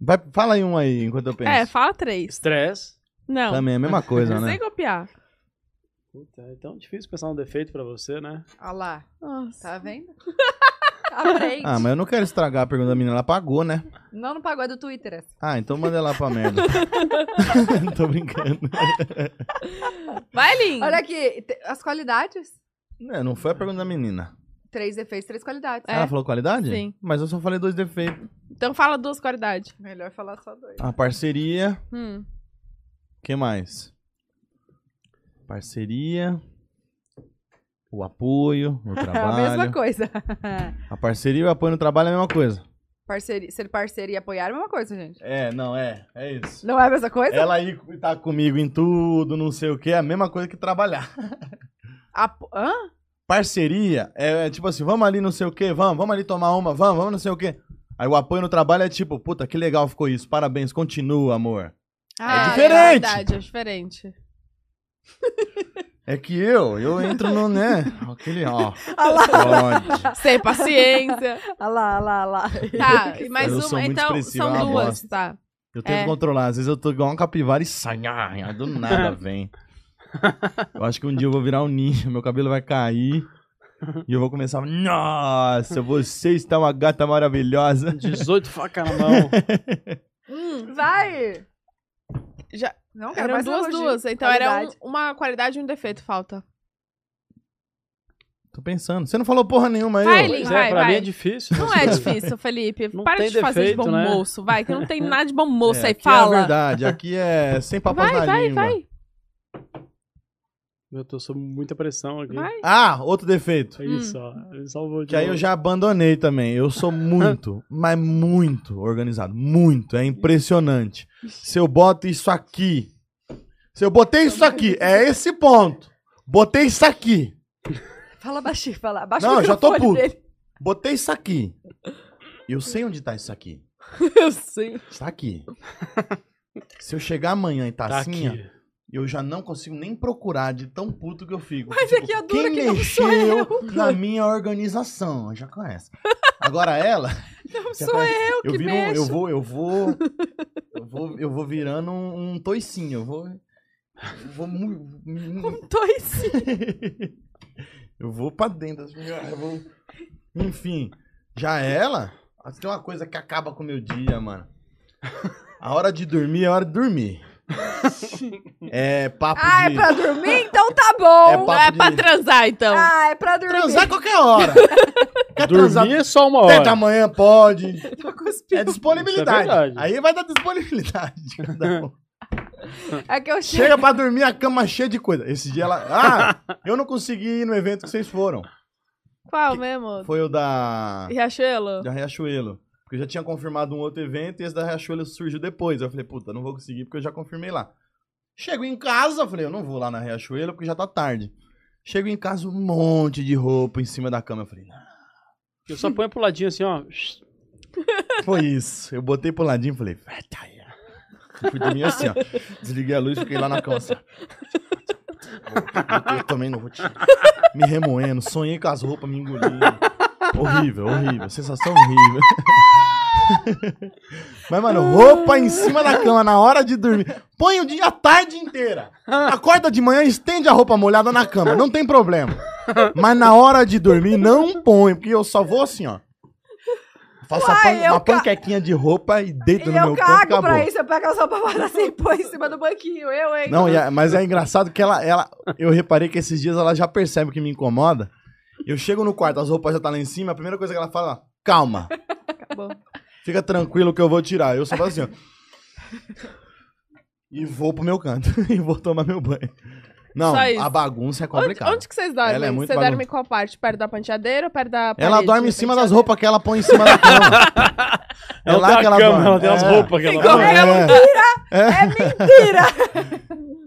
Speaker 5: Vai, fala aí um aí, enquanto eu penso.
Speaker 1: É, fala três.
Speaker 6: Estresse.
Speaker 1: Não.
Speaker 5: Também é a mesma coisa, né?
Speaker 1: Sem copiar.
Speaker 6: Puta, é tão difícil pensar um defeito pra você, né?
Speaker 5: Tá.
Speaker 2: Olha lá.
Speaker 1: Nossa.
Speaker 2: Tá vendo? Tá Aprende.
Speaker 1: é
Speaker 5: Ah, mas eu não quero estragar a pergunta da menina. Ela pagou, né?
Speaker 2: Não, não pagou, é do Twitter. essa.
Speaker 5: Ah, então manda ela pra merda. Tô brincando.
Speaker 1: Vai, Lin.
Speaker 2: Olha aqui, te- as qualidades.
Speaker 5: Não, não foi a pergunta da menina.
Speaker 2: Três defeitos, três qualidades.
Speaker 5: Ela falou qualidade?
Speaker 1: É. Sim.
Speaker 5: Mas eu só falei dois defeitos.
Speaker 1: Então fala duas qualidades.
Speaker 2: Melhor falar só dois.
Speaker 5: A parceria.
Speaker 1: Hum.
Speaker 5: O que mais? Parceria. O apoio no
Speaker 2: É a mesma
Speaker 5: trabalho.
Speaker 2: coisa.
Speaker 5: a parceria e o apoio no trabalho é a mesma coisa.
Speaker 2: Parceria, ser parceiro e apoiar é a mesma coisa, gente.
Speaker 5: É, não, é. É isso.
Speaker 2: Não é a mesma coisa?
Speaker 5: Ela aí tá comigo em tudo, não sei o que, é a mesma coisa que trabalhar.
Speaker 2: Apo- Hã?
Speaker 5: parceria é, é tipo assim, vamos ali não sei o que, vamos, vamos ali tomar uma, vamos, vamos não sei o que. Aí o apoio no trabalho é tipo, puta, que legal ficou isso, parabéns, continua, amor.
Speaker 2: Ah,
Speaker 5: diferente.
Speaker 1: É verdade, é diferente.
Speaker 5: É que eu, eu entro no, né, aquele, ó,
Speaker 2: Olha lá,
Speaker 5: pode.
Speaker 1: Sem paciência.
Speaker 2: olha lá, olha lá, olha lá.
Speaker 1: Tá, e mais
Speaker 5: Eu sou
Speaker 1: uma.
Speaker 5: muito
Speaker 1: Então,
Speaker 5: expressivo, é
Speaker 1: são
Speaker 5: uma
Speaker 1: duas,
Speaker 5: bosta.
Speaker 1: tá.
Speaker 5: Eu tento
Speaker 1: É.
Speaker 5: controlar, às vezes eu tô igual um capivara e sai, ah, do nada ah, vem. Eu acho que um dia eu vou virar um ninja, meu cabelo vai cair. E eu vou começar. Nossa, você está uma gata maravilhosa.
Speaker 6: 18 facas na mão.
Speaker 1: Hum,
Speaker 2: Vai!
Speaker 1: Já-
Speaker 2: Não, quero
Speaker 1: eram
Speaker 2: mais
Speaker 1: duas,
Speaker 2: elogio.
Speaker 1: duas. Então era
Speaker 2: Qualidade.
Speaker 1: um- uma qualidade e um defeito falta.
Speaker 5: Tô pensando. Você não falou porra nenhuma aí,
Speaker 1: Vai,
Speaker 5: ó.
Speaker 1: Lin.
Speaker 6: Pois
Speaker 1: vai,
Speaker 6: é, pra
Speaker 1: vai.
Speaker 6: mim é difícil.
Speaker 1: Não
Speaker 6: né?
Speaker 1: é difícil, Felipe.
Speaker 6: Não
Speaker 1: Para
Speaker 6: tem
Speaker 1: de fazer de
Speaker 6: defeito,
Speaker 1: bom
Speaker 6: né?
Speaker 1: moço, vai, que não tem nada de bom
Speaker 5: É,
Speaker 1: moço aí.
Speaker 5: aqui É a
Speaker 1: Fala.
Speaker 5: verdade, aqui é sem papas
Speaker 1: vai,
Speaker 5: na
Speaker 1: vai,
Speaker 5: língua.
Speaker 1: vai,
Speaker 6: Eu tô sob muita pressão aqui.
Speaker 1: vai. Hum.
Speaker 5: Ah, outro defeito.
Speaker 6: É isso, ó. Ele salvou de
Speaker 5: Que aí
Speaker 6: novo.
Speaker 5: eu já abandonei também. Eu sou muito, mas muito organizado. Muito. É impressionante. Se eu boto isso aqui. Se eu botei isso aqui, é esse ponto. Botei isso aqui.
Speaker 2: Fala baixinho, fala. Abaixa
Speaker 5: Não,
Speaker 2: o
Speaker 5: eu já tô
Speaker 2: microfone
Speaker 5: puto.
Speaker 2: dele.
Speaker 5: Botei isso aqui. Eu sei onde tá isso aqui.
Speaker 1: Eu sei.
Speaker 5: Está aqui. Se eu chegar amanhã e tá,
Speaker 6: tá
Speaker 5: assim, ó,
Speaker 6: aqui.
Speaker 5: eu já não consigo nem procurar de tão puto que eu fico.
Speaker 2: Mas
Speaker 5: Tipo,
Speaker 2: aqui a dura
Speaker 5: quem
Speaker 2: que não sou né?
Speaker 5: mexeu na minha organização? Eu já conhece. Agora ela.
Speaker 2: Não
Speaker 5: já
Speaker 2: sou
Speaker 5: conhece.
Speaker 2: eu
Speaker 5: eu
Speaker 2: que
Speaker 5: viro um- eu
Speaker 2: mexo.
Speaker 5: vou, eu vou, eu vou, eu vou virando um, um toicinho. Eu vou, eu vou, mu- mu- mu-
Speaker 2: Tô em si.
Speaker 5: eu vou pra dentro. assim, eu vou- Enfim, já ela, acho que é uma coisa que acaba com o meu dia, mano. A hora de dormir é a hora de dormir. É papo
Speaker 2: Ah, é
Speaker 5: de.
Speaker 2: pra dormir? Então tá bom.
Speaker 5: É
Speaker 1: Não é
Speaker 5: papo
Speaker 1: pra
Speaker 5: de-
Speaker 1: transar, então.
Speaker 2: Ah, é pra dormir.
Speaker 5: Transar qualquer hora. Quer transar
Speaker 6: Dormir é só uma
Speaker 5: até da
Speaker 6: hora.
Speaker 5: manhã? Pode.
Speaker 2: Tô cuspindo.
Speaker 5: É disponibilidade.
Speaker 6: verdade.
Speaker 5: Aí vai dar disponibilidade de cada um.
Speaker 2: É que eu chego.
Speaker 5: Chega pra dormir, a cama cheia de coisa. Esse dia ela. Ah, eu não consegui ir no evento que vocês foram.
Speaker 1: Qual mesmo?
Speaker 5: Foi o da.
Speaker 1: Riachuelo?
Speaker 5: Da Riachuelo. Porque eu já tinha confirmado um outro evento e esse da Riachuelo surgiu depois. Eu falei, puta, não vou conseguir porque eu já confirmei lá. Chego em casa, eu falei, eu não vou lá na Riachuelo porque já tá tarde. Chego em casa, um monte de roupa em cima da cama. Eu falei, não.
Speaker 6: Eu só ponho pro ladinho assim, ó.
Speaker 5: É Foi isso. Eu botei pro ladinho e falei, vai, tá aí. Eu Fui dormir assim, ó. Desliguei a luz e fiquei lá na cama assim. ó. Eu também não vou te. Me remoendo, sonhei com as roupas me engolindo. Horrível, horrível. Sensação horrível. Mas, mano, roupa em cima da cama na hora de dormir. Põe o dia a tarde inteira. Acorda de manhã, estende a roupa molhada na cama. Não tem problema. Mas na hora de dormir, não põe, porque eu só vou assim, ó. Faço a
Speaker 2: Uai,
Speaker 5: pan-
Speaker 2: eu
Speaker 5: uma
Speaker 2: ca-
Speaker 5: panquequinha de roupa e deito
Speaker 2: E
Speaker 5: no meu
Speaker 2: eu
Speaker 5: canto. e
Speaker 2: cago
Speaker 5: Acabou.
Speaker 2: pra isso. Eu pego as roupas para assim e põe em cima do banquinho. Eu, hein?
Speaker 5: Não, e a- mas é engraçado que ela, ela. Eu reparei que esses dias ela já percebe que me incomoda. Eu chego no quarto, as roupas já tá lá em cima, a primeira coisa que ela fala, é, calma.
Speaker 1: Acabou.
Speaker 5: Fica tranquilo que eu vou tirar. Eu só faço assim, ó. E vou pro meu canto. e vou tomar meu banho. Não,
Speaker 1: Só isso.
Speaker 5: a bagunça é
Speaker 1: Onde,
Speaker 5: complicada.
Speaker 1: onde que vocês dormem?
Speaker 5: Ela é muito
Speaker 1: Você dorme
Speaker 5: bagunça.
Speaker 1: em qual parte? Perto da penteadeira ou perto da
Speaker 5: Ela
Speaker 1: parede
Speaker 5: dorme
Speaker 1: da
Speaker 5: em cima das
Speaker 1: penteadeira?
Speaker 5: roupas que ela põe em cima da cama. É
Speaker 6: Ela
Speaker 5: lá
Speaker 6: tem
Speaker 5: que
Speaker 6: a
Speaker 5: ela
Speaker 6: cama,
Speaker 5: dorme.
Speaker 6: ela tem as
Speaker 5: É.
Speaker 6: roupas que ela
Speaker 5: Não,
Speaker 6: dorme.
Speaker 5: é.
Speaker 2: É mentira.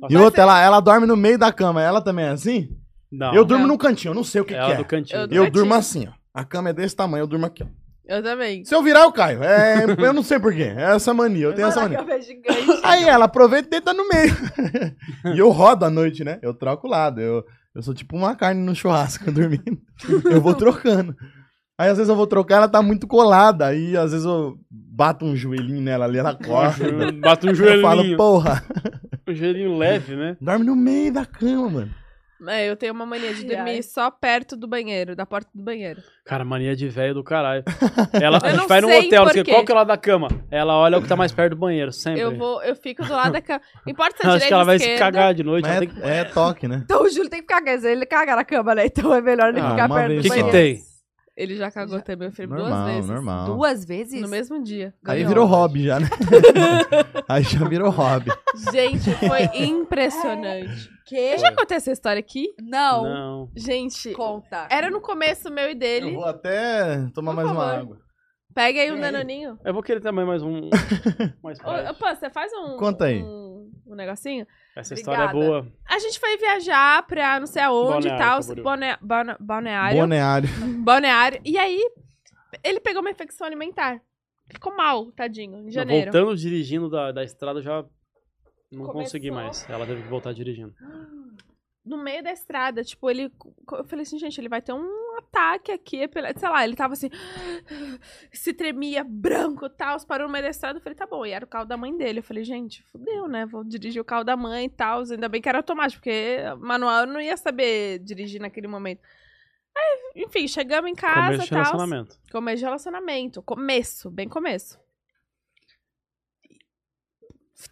Speaker 5: E outra, ela, ela dorme no meio da cama. Ela também é assim?
Speaker 6: Não,
Speaker 5: eu durmo
Speaker 1: Não.
Speaker 5: num cantinho, eu não sei o que, que
Speaker 6: ela
Speaker 5: é.
Speaker 6: do cantinho.
Speaker 1: Eu do
Speaker 5: Eu
Speaker 1: cantinho.
Speaker 5: durmo assim, ó. A cama é desse tamanho, eu durmo aqui, ó.
Speaker 1: Eu também.
Speaker 5: Se eu virar, eu caio. É, eu não sei porquê. É essa mania, eu tenho essa
Speaker 2: Mano, a
Speaker 5: mania.
Speaker 2: cama é gigante.
Speaker 5: Aí ela aproveita e deita no meio. e eu rodo à noite, né? Eu troco o lado. Eu, eu sou tipo uma carne no churrasco dormindo. Eu vou trocando. Aí às vezes eu vou trocar, ela tá muito colada. Aí às vezes eu bato um joelhinho nela ali, ela corre.
Speaker 6: Bate um
Speaker 5: é? Eu
Speaker 6: joelhinho.
Speaker 5: falo, porra,
Speaker 6: Um joelhinho leve, né?
Speaker 5: dorme no meio da cama, mano.
Speaker 1: É, eu tenho uma mania de
Speaker 2: Ai,
Speaker 1: dormir
Speaker 2: ai.
Speaker 1: só perto do banheiro, da porta do banheiro.
Speaker 6: Cara, mania de velho do caralho. Ela, a
Speaker 1: Eu
Speaker 6: gente
Speaker 1: não
Speaker 6: vai num
Speaker 1: sei
Speaker 6: hotel,
Speaker 1: por
Speaker 6: fica,
Speaker 1: quê.
Speaker 6: qual que é o lado da cama? Ela olha o que tá mais perto do banheiro, sempre.
Speaker 1: Eu vou, eu fico do lado da cama. Não Importa se é
Speaker 6: Acho
Speaker 1: direita
Speaker 6: que ela
Speaker 1: ou
Speaker 6: vai
Speaker 1: esquerda.
Speaker 6: se cagar de noite.
Speaker 5: Mas
Speaker 6: ela
Speaker 5: é,
Speaker 6: tem que-
Speaker 5: é toque, né?
Speaker 2: Então o Júlio tem que ficar. Quer dizer, ele caga na cama, né? Então é melhor ele
Speaker 5: Ah,
Speaker 2: ficar
Speaker 5: uma
Speaker 2: perto
Speaker 5: vez
Speaker 2: do
Speaker 6: O que, que
Speaker 5: só.
Speaker 2: banheiro.
Speaker 6: tem?
Speaker 1: Ele já cagou também, meu filho,
Speaker 5: Normal,
Speaker 1: duas vezes.
Speaker 5: normal.
Speaker 2: Duas vezes?
Speaker 1: No mesmo dia.
Speaker 5: Aí
Speaker 2: Ganhou,
Speaker 5: virou
Speaker 2: eu acho.
Speaker 5: hobby já, né? Aí já virou hobby.
Speaker 1: Gente, foi impressionante.
Speaker 2: Que?
Speaker 1: Eu já contei essa história aqui?
Speaker 2: Não. É,
Speaker 6: Não.
Speaker 1: Gente,
Speaker 2: Conta.
Speaker 1: era no começo meu e
Speaker 5: Eu
Speaker 1: dele.
Speaker 5: vou até tomar
Speaker 1: Por
Speaker 5: mais uma
Speaker 1: favor.
Speaker 5: água.
Speaker 1: Pega
Speaker 2: É.
Speaker 1: aí um
Speaker 5: Tem aí?
Speaker 1: danoninho.
Speaker 6: Eu vou querer também mais um. mais
Speaker 1: Ô,
Speaker 6: pra-
Speaker 1: ô, Pan, você faz um.
Speaker 5: Conta aí.
Speaker 1: Um, um negocinho?
Speaker 6: Essa história é
Speaker 2: Obrigada.
Speaker 6: boa.
Speaker 1: A gente foi viajar pra não sei aonde e
Speaker 6: Balneário
Speaker 1: tal.
Speaker 6: Camboriú.
Speaker 1: Balne, balne, balneário.
Speaker 5: Boneário.
Speaker 1: balneário. E aí, ele pegou uma infecção alimentar. Ficou mal, tadinho, em janeiro.
Speaker 6: Voltando dirigindo da, da estrada, eu já não
Speaker 1: Começou.
Speaker 6: consegui mais. Ela teve que voltar dirigindo.
Speaker 1: No meio da estrada, tipo, ele. Eu falei assim, gente, ele vai ter um ataque aqui, epile- sei lá, ele tava assim, se tremia, branco e tal, parou no meio da estrada, eu falei, tá bom, e era o carro da mãe dele, eu falei, gente, fudeu, né, vou dirigir o carro da mãe e tal, ainda bem que era automático, porque manual eu não ia saber dirigir naquele momento. Aí, enfim, chegamos em casa
Speaker 6: Começo
Speaker 1: e
Speaker 6: de
Speaker 1: tal,
Speaker 6: relacionamento.
Speaker 1: Começo de relacionamento. Começo, bem começo.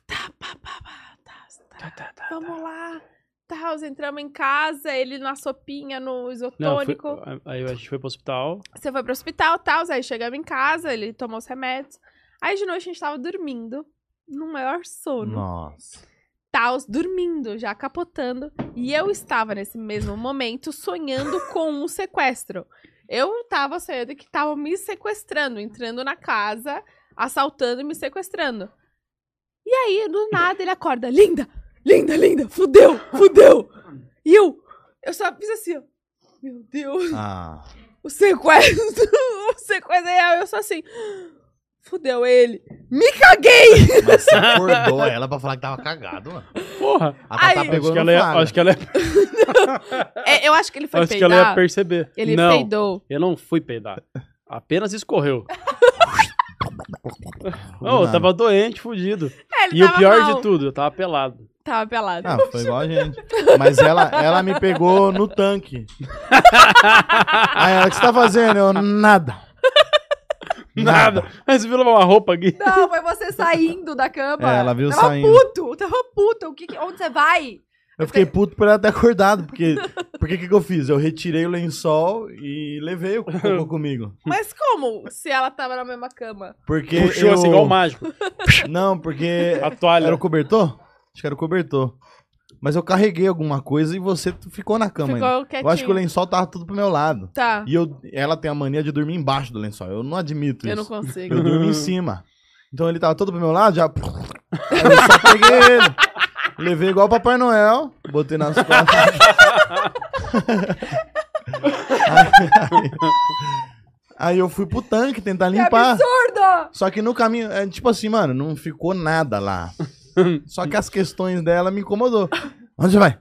Speaker 1: Tá, pá, pá, pá, tá, tá,
Speaker 6: Tá, tá, tá,
Speaker 1: Vamos lá. Tá, nós entramos em casa, ele na sopinha, no
Speaker 6: Não, foi-
Speaker 1: isotônico.
Speaker 6: aí a gente foi pro hospital.
Speaker 1: Você foi pro hospital, tal, aí chegamos em casa, ele tomou os remédios. Aí de noite a gente tava dormindo, no maior sono.
Speaker 5: Nossa.
Speaker 1: Taos dormindo, já capotando, e eu estava nesse mesmo momento sonhando com um sequestro. Eu estava sonhando que estavam me sequestrando, entrando na casa, assaltando e me sequestrando. E aí, do nada, ele acorda, linda, linda, linda, fudeu, fudeu. E eu, eu só fiz assim, ó, meu Deus
Speaker 5: Ah.
Speaker 1: o sequestro, o sequestro é real. Eu sou assim, fudeu ele, me caguei.
Speaker 7: Mas você acordou ela pra falar que tava cagado, mano.
Speaker 6: Porra!
Speaker 7: A Tatá
Speaker 1: Ai,
Speaker 7: pegou
Speaker 6: Ah, Acho que,
Speaker 7: no
Speaker 6: ela ia,
Speaker 7: flagra.
Speaker 6: acho que ela ia,
Speaker 1: É, eu acho que ele foi
Speaker 6: acho que
Speaker 1: peidar.
Speaker 6: ela ia perceber.
Speaker 1: Ele
Speaker 6: não,
Speaker 1: peidou.
Speaker 6: eu não fui peidar. Apenas escorreu. Não, eu
Speaker 5: Nada.
Speaker 6: tava doente, fudido.
Speaker 1: É, ele
Speaker 6: E o
Speaker 1: tava
Speaker 6: pior
Speaker 1: mal.
Speaker 6: de tudo, eu tava pelado.
Speaker 1: Tava pelado.
Speaker 5: Ah, foi igual a gente. Mas ela, ela me pegou no tanque. Aí ela, o que você tá fazendo? Eu, nada.
Speaker 6: Nada. Mas você viu uma roupa aqui?
Speaker 2: Não, foi você saindo da cama.
Speaker 5: É, ela viu
Speaker 2: tava
Speaker 5: saindo.
Speaker 2: puto, tava puto. O que, que- onde você vai?
Speaker 5: Eu fiquei puto por ela ter acordado, porque... Porque o que, que eu fiz? Eu retirei o lençol e levei o cocô comigo.
Speaker 1: Mas como se ela tava na mesma cama?
Speaker 5: Porque
Speaker 6: Puxou
Speaker 5: eu...
Speaker 6: assim, igual o mágico.
Speaker 5: Não, porque...
Speaker 6: A toalha.
Speaker 5: Era
Speaker 1: Tá
Speaker 5: o cobertor? Acho que era o cobertor. Mas eu carreguei alguma coisa e você ficou na cama ainda.
Speaker 1: Ficou quietinho.
Speaker 5: Eu acho que o lençol tava tudo pro meu lado.
Speaker 1: Tá,
Speaker 5: E eu, ela tem a mania de dormir embaixo do lençol. Eu não admito
Speaker 1: eu
Speaker 5: isso.
Speaker 1: não consigo.
Speaker 5: Eu dormi em cima. Então ele tava todo pro meu lado, já. Aí eu só peguei ele. Levei igual o Papai Noel, botei nas costas. aí, aí eu fui pro tanque tentar
Speaker 2: Que
Speaker 5: limpar.
Speaker 2: absurdo!
Speaker 5: Só que no caminho, é, tipo assim, mano, não ficou nada lá. Só que as questões dela me incomodou. Onde você vai?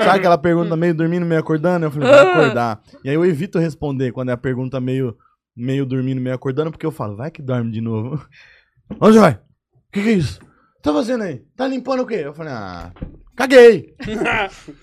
Speaker 5: Sabe aquela pergunta meio dormindo, meio acordando? Eu falei, vai acordar. E aí eu evito responder quando é a pergunta meio, meio dormindo, meio acordando, porque eu falo, vai que dorme de novo. Onde você vai? O que, que é isso? Tá fazendo aí? Tá limpando o quê? Eu falei, ah, caguei.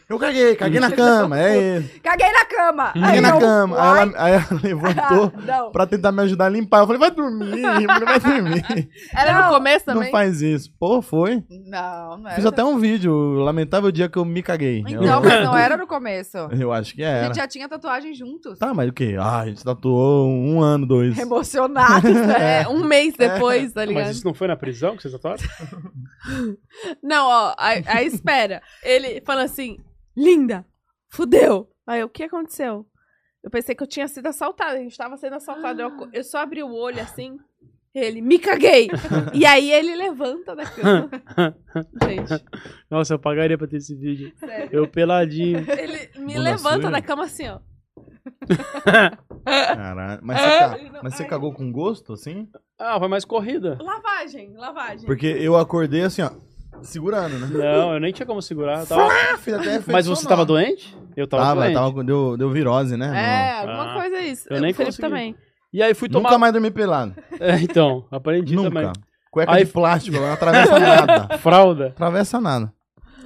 Speaker 5: Eu caguei, caguei na cama, é isso.
Speaker 2: Caguei na cama.
Speaker 5: Caguei
Speaker 2: Aí
Speaker 5: na
Speaker 2: eu,
Speaker 5: cama. Aí
Speaker 2: uai.
Speaker 5: ela, aí ela levantou
Speaker 2: Ah, não.
Speaker 5: pra tentar me ajudar a limpar. Eu falei, vai dormir, mulher, vai dormir.
Speaker 1: Era no começo
Speaker 5: Não
Speaker 1: também?
Speaker 5: faz isso. Pô, foi.
Speaker 2: Não, É, não era.
Speaker 5: Fiz até um vídeo, o lamentável dia que eu me caguei.
Speaker 2: Então, mas não era no começo.
Speaker 5: eu, eu acho que
Speaker 2: A
Speaker 5: era.
Speaker 2: gente é já tinha tatuagem juntos.
Speaker 5: Tá, mas o quê? Ah, a gente tatuou um ano, dois.
Speaker 2: Emocionados, né?
Speaker 1: É, um mês depois, tá
Speaker 6: Mas
Speaker 1: ligado?
Speaker 6: isso não foi na prisão que vocês atuaram?
Speaker 1: Não, ó, aí, aí espera. Ele fala assim, linda, fudeu. Aí eu, o que aconteceu? Eu pensei que eu tinha sido assaltada, a gente tava sendo assaltada. Eu, aco- eu só abri o olho assim, ele, me caguei. e aí ele levanta da cama. gente,
Speaker 6: Nossa, eu pagaria pra ter esse vídeo. Eu peladinho.
Speaker 1: ele me
Speaker 5: Bunda
Speaker 1: levanta
Speaker 5: suja.
Speaker 1: da cama assim, ó.
Speaker 5: Caralho. Mas
Speaker 2: É.
Speaker 5: você, ca- mas você cagou com gosto, assim?
Speaker 6: Ah, foi mais corrida.
Speaker 1: Lavagem, lavagem.
Speaker 5: Porque eu acordei assim, ó, segurando, né?
Speaker 6: Não, eu nem tinha como segurar. eu tava-
Speaker 5: Ah, fiz até efeito
Speaker 6: Mas você tava
Speaker 5: sonoro.
Speaker 6: doente? Eu tava,
Speaker 5: Tava,
Speaker 6: doente.
Speaker 5: tava com- deu, deu virose, né?
Speaker 1: É, alguma
Speaker 6: Ah,
Speaker 1: coisa é isso.
Speaker 6: eu
Speaker 1: O
Speaker 6: nem
Speaker 1: Felipe
Speaker 6: consegui.
Speaker 1: também.
Speaker 6: E aí fui
Speaker 5: Nunca
Speaker 6: tomar.
Speaker 5: mais dormi pelado.
Speaker 6: É, então, aprendi
Speaker 5: Nunca.
Speaker 6: também.
Speaker 5: Cueca
Speaker 6: Aí-
Speaker 5: de plástico, não atravessa nada.
Speaker 6: Fralda.
Speaker 5: Atravessa nada.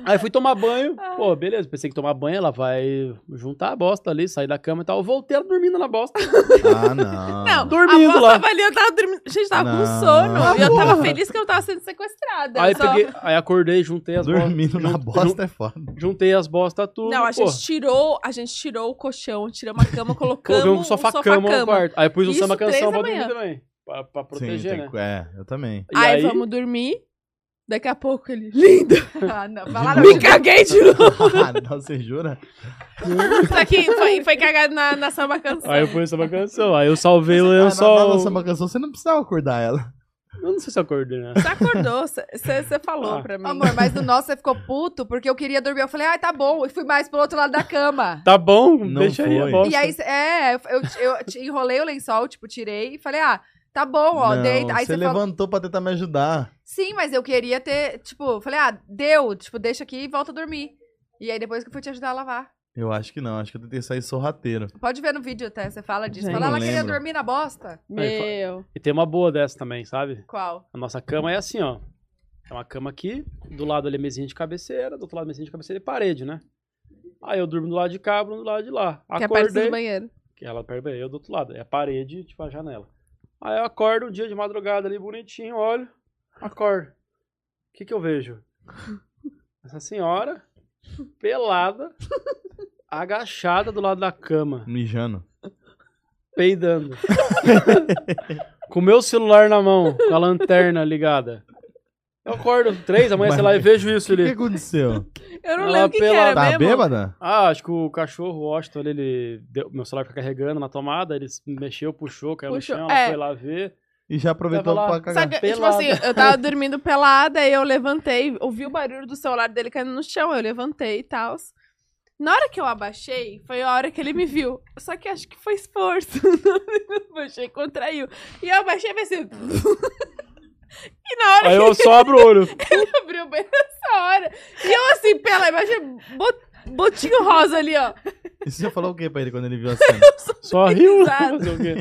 Speaker 6: Aí fui tomar banho.
Speaker 1: Ah.
Speaker 6: Pô, beleza. Pensei que tomar banho, ela vai juntar a bosta ali, sair da cama e tal. Eu Voltei ela dormindo na bosta.
Speaker 5: Ah, não.
Speaker 1: Não,
Speaker 6: Dormindo
Speaker 1: a moça
Speaker 6: lá.
Speaker 1: tava ali, eu tava dormindo. Gente, tava com
Speaker 5: Não.
Speaker 1: sono.
Speaker 5: Ah,
Speaker 1: e eu tava
Speaker 6: porra.
Speaker 1: feliz que eu tava sendo sequestrada.
Speaker 6: Aí
Speaker 1: só-
Speaker 6: peguei, aí acordei, juntei as bostas.
Speaker 5: Dormindo na bosta é foda.
Speaker 6: Juntei as bostas tudo.
Speaker 1: Não, a
Speaker 6: pô.
Speaker 1: gente tirou, a gente tirou o colchão, tiramos a cama,
Speaker 6: Coloquei
Speaker 1: colocamos
Speaker 6: um sofá-cama no quarto. Aí pus um
Speaker 1: Isso,
Speaker 6: samba
Speaker 1: três
Speaker 6: canção
Speaker 1: da
Speaker 6: pra dormir
Speaker 1: manhã.
Speaker 6: também. Pra, pra proteger,
Speaker 5: tem-
Speaker 6: né?
Speaker 5: É, eu também.
Speaker 6: E
Speaker 1: aí,
Speaker 6: aí,
Speaker 1: vamos dormir. Daqui a pouco ele, linda,
Speaker 2: Ah, não. Vai lá, não.
Speaker 1: me caguei de novo.
Speaker 5: não, você jura?
Speaker 1: Só que foi, foi cagado na, na samba canção.
Speaker 6: aí eu pus samba canção. Aí eu salvei o
Speaker 5: Ah, na, na
Speaker 6: lençol.
Speaker 5: nossa canção, você não precisava acordar ela.
Speaker 6: Eu não sei se eu acordei, né?
Speaker 1: Você acordou, você falou
Speaker 6: Ah.
Speaker 1: pra mim.
Speaker 2: Amor, mas no nosso você ficou puto porque eu queria dormir. Eu falei, ai, tá bom. E fui mais pro outro lado da cama.
Speaker 6: Tá bom,
Speaker 5: Não
Speaker 6: deixa aí a
Speaker 5: foi.
Speaker 6: bosta.
Speaker 2: E aí, cê- é, eu, eu te- enrolei o lençol, tipo, tirei e falei, ah, tá bom, ó,
Speaker 5: Não,
Speaker 2: deita. Aí
Speaker 5: você
Speaker 2: você falou,
Speaker 5: levantou pra tentar me ajudar.
Speaker 2: sim, mas eu queria ter, tipo, falei, ah, deu, tipo, deixa aqui e volta a dormir. E aí depois que eu fui te ajudar a lavar.
Speaker 5: Eu acho que não, acho que eu tentei sair sorrateiro.
Speaker 2: Pode ver no vídeo até, você fala disso.
Speaker 1: Gente.
Speaker 2: Fala, ela
Speaker 5: Não
Speaker 2: queria
Speaker 5: lembro.
Speaker 2: dormir na bosta.
Speaker 1: Meu.
Speaker 6: E tem uma boa dessa também, sabe?
Speaker 2: Qual?
Speaker 6: A nossa cama é assim, ó. É uma cama aqui, do lado ali é mesinha de cabeceira, do outro lado é mesinha de cabeceira e parede, né? Aí eu durmo do lado de cá, Bruno do lado de lá.
Speaker 2: é
Speaker 1: Que aparece
Speaker 6: Acordei,
Speaker 1: no banheiro.
Speaker 6: que ela perto eu do outro lado, é a parede, tipo a janela. Aí eu acordo um dia de madrugada ali bonitinho, olho, acordo. O que que eu vejo? Essa senhora pelada, agachada do lado da cama,
Speaker 5: Mijando.
Speaker 6: peidando. com o meu celular na mão, com a lanterna ligada. Eu acordo três da manhã, sei lá, e vejo isso
Speaker 5: O que
Speaker 6: ali.
Speaker 5: aconteceu?
Speaker 1: Eu não
Speaker 6: Ela
Speaker 1: lembro o que, que
Speaker 6: "Ah, pela-
Speaker 1: era
Speaker 5: Tá
Speaker 1: mesmo.
Speaker 5: bêbada?
Speaker 6: Ah, acho que o cachorro, o Washington, ele, ele deu- meu celular fica carregando na tomada, ele mexeu, puxou, caiu
Speaker 1: Puxou,
Speaker 6: no chão, ela
Speaker 1: é.
Speaker 6: foi lá ver.
Speaker 5: E já aproveitou
Speaker 6: Tava lá.
Speaker 5: pra cagar.
Speaker 1: Sabe, que, tipo
Speaker 6: Tá Pelada.
Speaker 1: assim, eu tava dormindo pelada, aí eu levantei, ouvi o barulho do celular dele caindo no chão, eu levantei e tal. Na hora que eu abaixei, foi a hora que ele me viu. Só que acho que foi esforço. né? abaixei, contraiu. E eu abaixei e pensei... e na hora
Speaker 6: Aí
Speaker 1: que
Speaker 6: eu só abro o olho.
Speaker 1: ele abriu bem nessa hora. E eu assim, pela abaixei, bot- botinho rosa ali, ó.
Speaker 5: E você falou o que pra ele quando ele viu a cena?
Speaker 6: Só riu.
Speaker 1: Exato.
Speaker 6: Fazer o quê?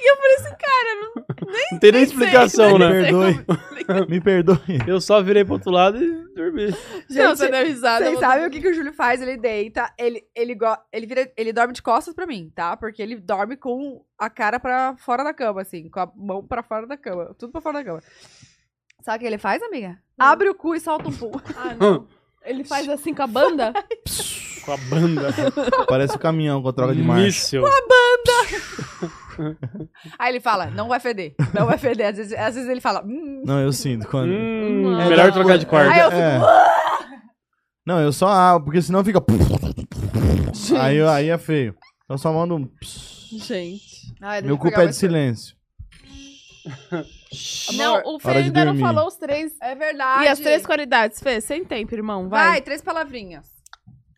Speaker 1: E eu falei assim, cara, não
Speaker 6: Não tem nem
Speaker 1: sei,
Speaker 6: explicação,
Speaker 5: Me
Speaker 1: não
Speaker 6: né?
Speaker 1: sei
Speaker 5: perdoe.
Speaker 1: como-
Speaker 5: Me perdoe.
Speaker 6: Eu só virei pro outro lado e dormi.
Speaker 1: Não, você deu risada.
Speaker 2: Vocês
Speaker 1: eu-
Speaker 2: sabem o que, que o Júlio faz? Ele deita, ele, ele, go- ele, vira, ele dorme de costas pra mim, tá? Porque ele dorme com a cara pra fora da cama, assim, com a mão pra fora da cama, tudo pra fora da cama. Sabe o que ele faz, amiga? Abre o cu e solta um pum.
Speaker 1: Ah, não. Ele faz assim com a banda?
Speaker 6: Com a banda.
Speaker 5: Parece o caminhão com a troca de marcha.
Speaker 6: Míssil.
Speaker 2: Aí ele fala, não vai feder, não vai feder. Às vezes, às vezes ele fala, hum.
Speaker 5: Não, eu sinto quando.
Speaker 6: Hum,
Speaker 1: Não.
Speaker 6: melhor trocar de quarto.
Speaker 2: Aí eu "Ah!"
Speaker 5: É. Não, eu só abro, porque senão fica. Aí, aí é feio. Então só mando um.
Speaker 1: Gente.
Speaker 2: Ai, deixa
Speaker 5: Meu
Speaker 2: eu
Speaker 5: cu
Speaker 2: pegar
Speaker 5: é
Speaker 2: o
Speaker 5: de silêncio.
Speaker 1: Não, o Fê
Speaker 5: Hora de
Speaker 1: ainda não
Speaker 5: dormir.
Speaker 1: falou os três.
Speaker 2: É verdade.
Speaker 1: E as três qualidades, Fê? Sem tempo, irmão.
Speaker 2: Vai.
Speaker 1: Vai.
Speaker 2: três palavrinhas.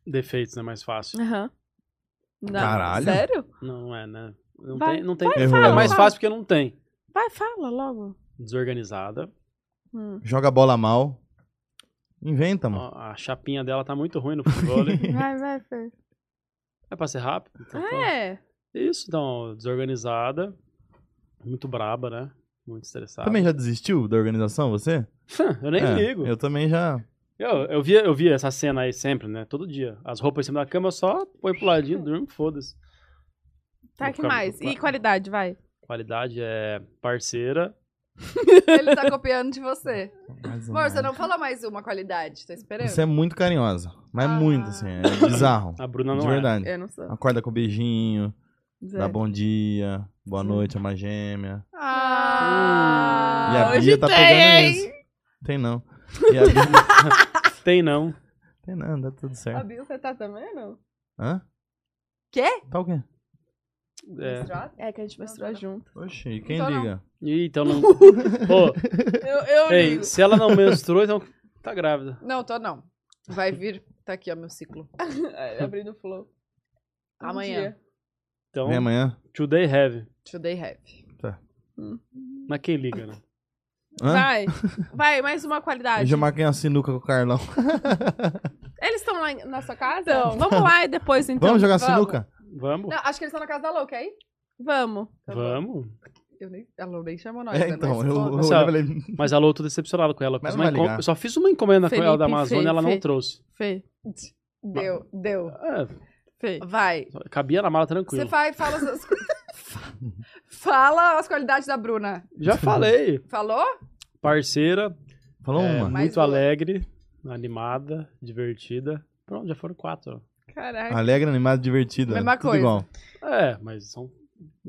Speaker 6: Defeitos, né? Mais fácil.
Speaker 1: Aham. Não,
Speaker 5: Caralho.
Speaker 1: Sério?
Speaker 6: Não é, né? Não
Speaker 1: Vai,
Speaker 6: tem. Não tem.
Speaker 5: Errou.
Speaker 6: É mais fácil porque não tem.
Speaker 1: Vai, fala logo.
Speaker 6: Desorganizada.
Speaker 1: Hum.
Speaker 5: Joga bola mal. Inventa, mano.
Speaker 6: Ó, A chapinha dela tá muito ruim no futebol. né?
Speaker 1: Vai, vai, Fê.
Speaker 6: é pra ser rápido. Então, tá.
Speaker 1: É.
Speaker 6: Isso, então. Desorganizada. Muito braba, né? Muito estressada.
Speaker 5: Também já desistiu da organização, você?
Speaker 6: Eu nem
Speaker 5: É,
Speaker 6: ligo.
Speaker 5: Eu também já.
Speaker 6: Eu, eu, via, eu via essa cena aí sempre, né? Todo dia. As roupas em cima da cama, eu só põe pro ladinho, durmo, foda-se.
Speaker 1: Tá,
Speaker 6: Vou
Speaker 1: que
Speaker 6: ficar-
Speaker 1: mais?
Speaker 6: vou
Speaker 1: E
Speaker 6: ficar-
Speaker 1: qualidade, vai.
Speaker 6: Qualidade é parceira.
Speaker 2: Ele tá copiando de você.
Speaker 5: Mais
Speaker 2: Amor, você não falou mais uma qualidade, tô esperando.
Speaker 5: Você é muito carinhosa. Mas
Speaker 2: Ah.
Speaker 5: muito, assim. É bizarro.
Speaker 6: A Bruna não
Speaker 5: de
Speaker 6: é.
Speaker 5: verdade.
Speaker 1: Eu não sou.
Speaker 5: Acorda com beijinho, dá
Speaker 1: Zero.
Speaker 5: Tá bom dia, boa noite, ama gêmea.
Speaker 2: Ah,
Speaker 5: e a
Speaker 1: hoje
Speaker 5: Bia tá
Speaker 1: tem,
Speaker 5: pegando
Speaker 1: hein?
Speaker 5: isso. Tem não. E a Bia...
Speaker 6: Tem não.
Speaker 5: tem não, dá tudo
Speaker 1: A
Speaker 5: certo.
Speaker 1: Bill, você tá também, não?
Speaker 5: Hã?
Speaker 2: Quê?
Speaker 5: Tá o quê?
Speaker 6: É.
Speaker 1: É que a gente menstrua junto.
Speaker 5: Oxi, e quem
Speaker 2: Então não.
Speaker 5: liga?
Speaker 6: Ih, então não. Pô,
Speaker 1: Eu, eu
Speaker 6: ei, se ela não menstruou, então tá grávida.
Speaker 2: Não, tô não. Vai vir. Tá aqui, ó, meu ciclo.
Speaker 1: ligo. é, Abrindo o flow. Um
Speaker 2: Amanhã.
Speaker 1: dia.
Speaker 6: Então,
Speaker 5: Vem amanhã?
Speaker 6: today have.
Speaker 2: Today have.
Speaker 6: Mas quem liga, né?
Speaker 5: Hã?
Speaker 1: Vai. Vai, mais uma
Speaker 5: Eu
Speaker 1: qualidade.
Speaker 5: já marquei uma sinuca com o Carlão.
Speaker 1: Eles estão lá em- na sua casa? vamos lá e depois, então.
Speaker 5: vamos jogar
Speaker 2: vamos.
Speaker 5: sinuca?
Speaker 6: Vamos?
Speaker 2: Então.
Speaker 1: Tá
Speaker 2: Não, acho que eles estão na casa da Lou, quer ir?
Speaker 1: Vamos.
Speaker 6: Vamos.
Speaker 2: Eu nem, a Lou nem chamou nós.
Speaker 5: É,
Speaker 2: né,
Speaker 5: então,
Speaker 2: mas
Speaker 5: eu,
Speaker 2: foda-se.
Speaker 5: eu,
Speaker 6: Essa-
Speaker 5: falei, "Hum,
Speaker 6: Mas a Lou, eu tô decepcionado com ela.
Speaker 5: Mas
Speaker 6: Fiz
Speaker 5: não
Speaker 6: uma
Speaker 5: vai
Speaker 6: encom-
Speaker 5: ligar.
Speaker 6: Eu só fiz uma encomenda com ela da
Speaker 1: Felipe,
Speaker 6: Amazônia
Speaker 1: Fê,
Speaker 6: ela
Speaker 1: Fê.
Speaker 6: não trouxe.
Speaker 1: Fê,
Speaker 2: Deu, deu.
Speaker 6: É,
Speaker 1: Fê.
Speaker 2: Vai.
Speaker 6: cabia na mala
Speaker 2: Você
Speaker 6: tranquilo.
Speaker 2: vai, fala as, fala as qualidades da Bruna.
Speaker 6: Já falei.
Speaker 2: Falou?
Speaker 6: Parceira,
Speaker 5: falou
Speaker 6: É,
Speaker 5: uma.
Speaker 2: mas-
Speaker 6: muito
Speaker 2: duas.
Speaker 6: alegre, animada, divertida. Pronto, já foram quatro.
Speaker 1: Caraca.
Speaker 5: Alegre, animada, divertida.
Speaker 2: Mesma
Speaker 5: tudo
Speaker 2: coisa.
Speaker 5: igual.
Speaker 6: É, mas são.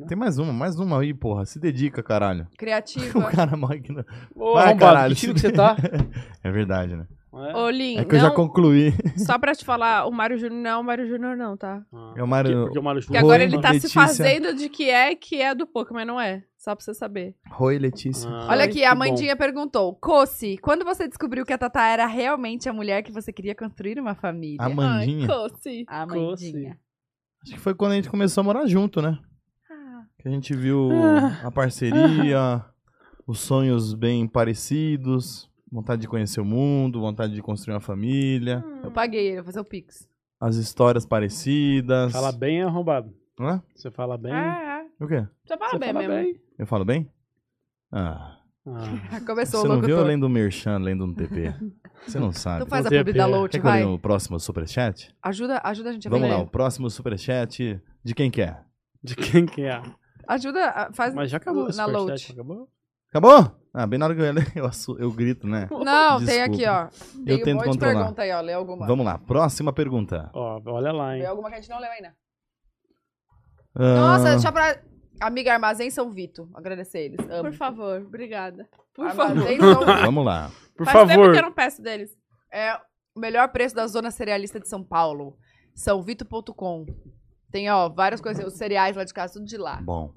Speaker 5: Tem mais uma, mais uma aí, porra. Se dedica, caralho.
Speaker 2: Criativa.
Speaker 5: O cara morre aqui. no-
Speaker 6: Ô,
Speaker 5: Vai,
Speaker 6: arrombado,
Speaker 5: caralho.
Speaker 6: que tiro que você tá?
Speaker 5: É verdade, né?
Speaker 6: É.
Speaker 1: Ô, Lin,
Speaker 5: É que eu já
Speaker 1: não,
Speaker 5: concluí.
Speaker 1: só pra te falar, o Mário Júnior não é o Mário Júnior não, tá?
Speaker 6: Ah,
Speaker 5: É o Mário-
Speaker 6: porque- Porque o Mário
Speaker 1: Porque
Speaker 5: Oi,
Speaker 1: agora ele tá se
Speaker 5: Letícia.
Speaker 1: fazendo de que é, que é do pouco, mas não é. Só pra você saber.
Speaker 5: Roi, Letícia.
Speaker 2: Ah, Olha
Speaker 1: Ai,
Speaker 2: aqui, a
Speaker 6: mandinha.
Speaker 2: Mandinha perguntou. Coce, quando você descobriu que a Tatá era realmente a mulher que você queria construir uma família?
Speaker 5: A
Speaker 1: Ai,
Speaker 5: Mandinha.
Speaker 1: Cosi.
Speaker 2: A
Speaker 6: Coce.
Speaker 2: Mandinha.
Speaker 5: Acho que foi quando a gente começou a morar junto, né?
Speaker 2: Ah.
Speaker 5: Que a gente viu a parceria, os sonhos bem parecidos, vontade de conhecer o mundo, vontade de construir uma família.
Speaker 2: Hum. Eu paguei, eu vou fazer o Pix.
Speaker 5: as histórias parecidas.
Speaker 6: Fala bem é arrombado.
Speaker 5: Hã?
Speaker 6: Você fala bem.
Speaker 1: É, é.
Speaker 5: O quê?
Speaker 1: Você fala
Speaker 6: Você
Speaker 1: bem
Speaker 6: fala
Speaker 1: mesmo.
Speaker 6: bem.
Speaker 5: Eu falo bem? Ah.
Speaker 6: Ah,
Speaker 2: Começou
Speaker 5: você
Speaker 2: o
Speaker 5: não viu eu
Speaker 2: locutor.
Speaker 5: lendo um merchan, lendo um TP? Você não sabe.
Speaker 2: Então faz a
Speaker 6: Não tem
Speaker 2: pub da
Speaker 6: apelo.
Speaker 2: Lout,
Speaker 5: Quer que eu
Speaker 2: vai.
Speaker 5: leia o próximo superchat?
Speaker 2: Ajuda, ajuda a gente a
Speaker 5: Vamos
Speaker 2: vender.
Speaker 5: lá, o próximo superchat de quem que é?
Speaker 6: de quem que é?
Speaker 2: Ajuda, a- faz...
Speaker 6: Mas já acabou.
Speaker 2: Na
Speaker 6: esse
Speaker 2: load.
Speaker 6: superchat, Acabou?
Speaker 5: Acabou? Ah, bem na hora que eu ia ler, eu, assu- eu grito, né?
Speaker 2: Não, tem
Speaker 5: Desculpa.
Speaker 2: aqui, ó. Tem
Speaker 5: Eu
Speaker 2: um
Speaker 5: tento
Speaker 2: monte de
Speaker 5: controlar.
Speaker 2: pergunta aí, ó. Lê alguma.
Speaker 5: Vamos lá, próxima pergunta.
Speaker 6: Ó, olha lá,
Speaker 2: Lê
Speaker 6: hein.
Speaker 2: alguma que a gente não leu ainda.
Speaker 5: Ah,
Speaker 2: Nossa, deixa pra... Amiga Armazém São Vito. Agradecer eles. Amo.
Speaker 1: Por favor, obrigada.
Speaker 2: Ah,
Speaker 1: Por favor.
Speaker 2: Armazém São Vito.
Speaker 5: Vamos lá.
Speaker 6: Por
Speaker 1: Faz tempo
Speaker 6: favor.
Speaker 1: que eu não peço deles.
Speaker 2: É o melhor preço da zona cerealista de São Paulo. Sãovito.com. Tem, ó, várias coisas. Os cereais lá de casa, tudo de lá.
Speaker 5: Bom,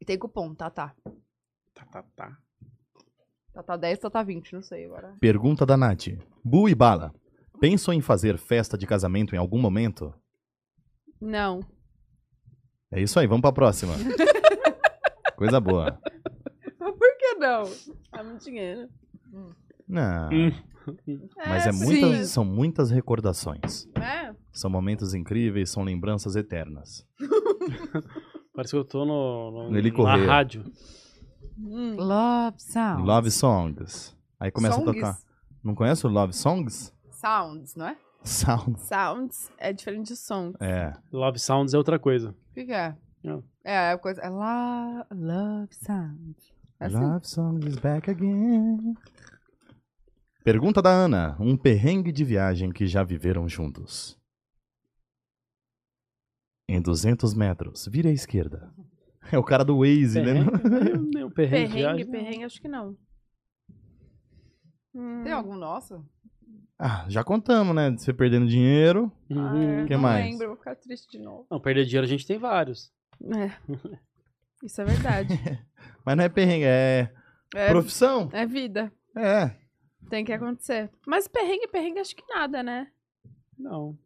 Speaker 2: E tem cupom, tá, tá.
Speaker 6: Tá, tá, tá.
Speaker 2: Tá, tá 10, tá, tá 20, não sei agora.
Speaker 5: pergunta da Nath. Bu e Bala, pensam em fazer festa de casamento em algum momento?
Speaker 1: Não.
Speaker 5: É isso aí, vamos pra próxima. Coisa boa.
Speaker 1: Por que não? É muito dinheiro.
Speaker 5: Não,
Speaker 6: Hum.
Speaker 5: mas é
Speaker 1: sim.
Speaker 5: muitas, são muitas recordações.
Speaker 1: É.
Speaker 5: São momentos incríveis, são lembranças eternas.
Speaker 6: Parece que eu tô no, no-
Speaker 5: Ele
Speaker 6: na
Speaker 5: correu.
Speaker 6: rádio.
Speaker 1: Hum.
Speaker 2: Love Sounds.
Speaker 5: Love Songs. Aí começa
Speaker 2: Songs?
Speaker 5: a tocar. Não conhece o Love Songs?
Speaker 2: Sounds, não é?
Speaker 5: Sounds.
Speaker 1: Sounds é diferente de som.
Speaker 5: É.
Speaker 6: Love Sounds é outra coisa.
Speaker 2: O que, que é?
Speaker 6: Não.
Speaker 2: É, é coisa. É la, Love Sounds. É assim?
Speaker 5: Love Songs is back again. Pergunta da Ana. Um perrengue de viagem que já viveram juntos. Em 200 metros, vire à esquerda. É o cara do Waze, né?
Speaker 6: Perrengue, nem um perrengue.
Speaker 1: Perrengue,
Speaker 6: já-
Speaker 1: perrengue, acho que não. Hum.
Speaker 2: Tem algum nosso?
Speaker 5: Ah, já contamos, né? De Você perdendo dinheiro.
Speaker 1: Ah,
Speaker 6: Uhum.
Speaker 1: eu
Speaker 5: Que
Speaker 1: não
Speaker 5: mais?
Speaker 1: lembro, vou ficar triste de novo.
Speaker 6: Não, perder dinheiro a gente tem vários.
Speaker 1: É. Isso é verdade.
Speaker 5: Mas não é perrengue, é,
Speaker 1: É,
Speaker 5: profissão.
Speaker 1: é vida.
Speaker 5: É.
Speaker 1: Tem que acontecer. Mas perrengue, perrengue, acho que nada, né?
Speaker 6: Não.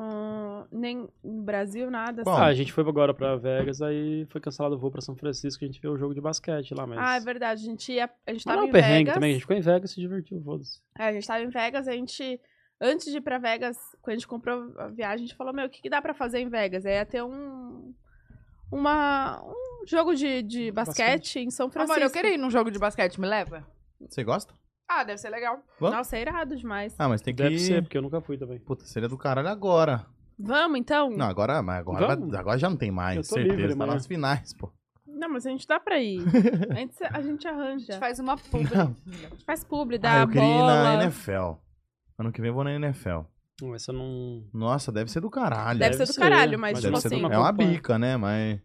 Speaker 1: Hum, nem no Brasil, nada.
Speaker 5: Bom,
Speaker 1: assim.
Speaker 6: Ah, a gente foi agora pra Vegas, aí foi cancelado o voo pra São Francisco, a gente viu o jogo de basquete lá, mas...
Speaker 1: Ah, é verdade. A gente ia. A gente
Speaker 6: Mas
Speaker 1: tava
Speaker 6: não é
Speaker 1: em
Speaker 6: um perrengue
Speaker 1: Vegas.
Speaker 6: também, a gente ficou em Vegas e se divertiu, foda-se.
Speaker 1: É, a gente tava em Vegas, a gente. Antes de ir pra Vegas, quando a gente comprou a viagem, a gente falou, meu, o que, que dá pra fazer em Vegas? Aí ia ter um. Uma. Um jogo de, de basquete em São Francisco.
Speaker 2: Amor, eu queria ir num jogo de basquete, me
Speaker 1: Tá.
Speaker 2: leva?
Speaker 5: Você gosta?
Speaker 2: Ah, deve ser legal.
Speaker 5: Vamos?
Speaker 1: Nossa, é irado demais.
Speaker 5: Ah, mas tem que...
Speaker 6: Deve ser, porque eu nunca fui também.
Speaker 5: Puta, seria do caralho agora.
Speaker 1: Vamos, então?
Speaker 5: Não, agora, mas agora,
Speaker 6: Hum. Vamos.
Speaker 5: agora já não tem mais,
Speaker 6: Eu tô
Speaker 5: certeza.
Speaker 6: livre
Speaker 5: tá
Speaker 6: amanhã.
Speaker 5: nas finais, pô.
Speaker 1: Não, mas a gente dá pra ir. A gente, a gente
Speaker 2: A
Speaker 1: arranja. A
Speaker 2: gente faz uma pub.
Speaker 5: Não.
Speaker 1: gente faz publi,
Speaker 5: ah,
Speaker 1: dá
Speaker 5: eu queria ir
Speaker 1: bola.
Speaker 5: na NFL. Ano que vem eu vou na NFL.
Speaker 6: Não, Essa não...
Speaker 5: Nossa, deve ser do caralho.
Speaker 1: Deve ser do caralho, mas,
Speaker 5: Deve
Speaker 1: tipo
Speaker 5: ser do-
Speaker 1: assim-
Speaker 5: É uma bica, né? Mas.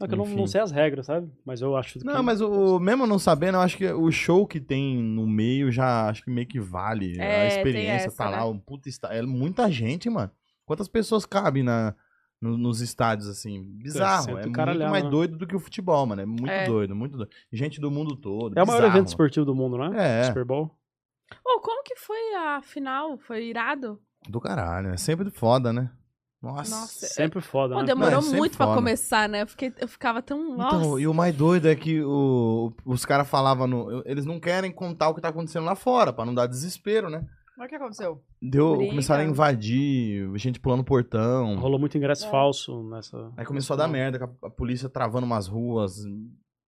Speaker 6: Só é que eu não,
Speaker 5: Enfim.
Speaker 6: não sei as regras, sabe? Mas eu acho que...
Speaker 5: Não, mas o, o- mesmo não sabendo, eu acho que o show que tem no meio já acho que meio que vale.
Speaker 1: É,
Speaker 5: a
Speaker 1: tem
Speaker 5: experiência
Speaker 1: essa,
Speaker 5: tá
Speaker 1: né?
Speaker 5: lá, um puta esta- É muita gente, mano. Quantas pessoas cabem na, no- nos estádios, assim? Bizarro.
Speaker 6: senta
Speaker 5: É
Speaker 6: o
Speaker 5: muito
Speaker 6: caralhão,
Speaker 5: mais
Speaker 6: né?
Speaker 5: doido do que o futebol, mano. É muito
Speaker 1: É.
Speaker 5: doido, muito doido. Gente do mundo todo.
Speaker 6: É o maior
Speaker 5: bizarro,
Speaker 6: evento
Speaker 5: mano.
Speaker 6: esportivo do mundo, não
Speaker 5: É, é.
Speaker 6: Super Bowl.
Speaker 1: Ô, como que foi a final? Foi irado?
Speaker 5: Do caralho, é sempre foda, né? Nossa.
Speaker 1: Nossa.
Speaker 6: Sempre foda,
Speaker 1: é Pô,
Speaker 6: né?
Speaker 1: demorou
Speaker 5: sempre
Speaker 1: muito pra
Speaker 5: foda.
Speaker 1: começar, né? Eu, fiquei, eu ficava tão. Nossa.
Speaker 5: Então, e o mais doido é que o- os caras falavam no. Eles não querem contar o que tá acontecendo lá fora, pra não dar desespero, né?
Speaker 2: Mas o que aconteceu?
Speaker 5: Deu,
Speaker 1: Briga.
Speaker 5: começaram a invadir, gente pulando portão.
Speaker 6: Rolou muito ingresso
Speaker 1: É.
Speaker 6: falso nessa...
Speaker 5: Aí começou a
Speaker 6: Uhum.
Speaker 5: dar merda, com a, a polícia travando umas ruas.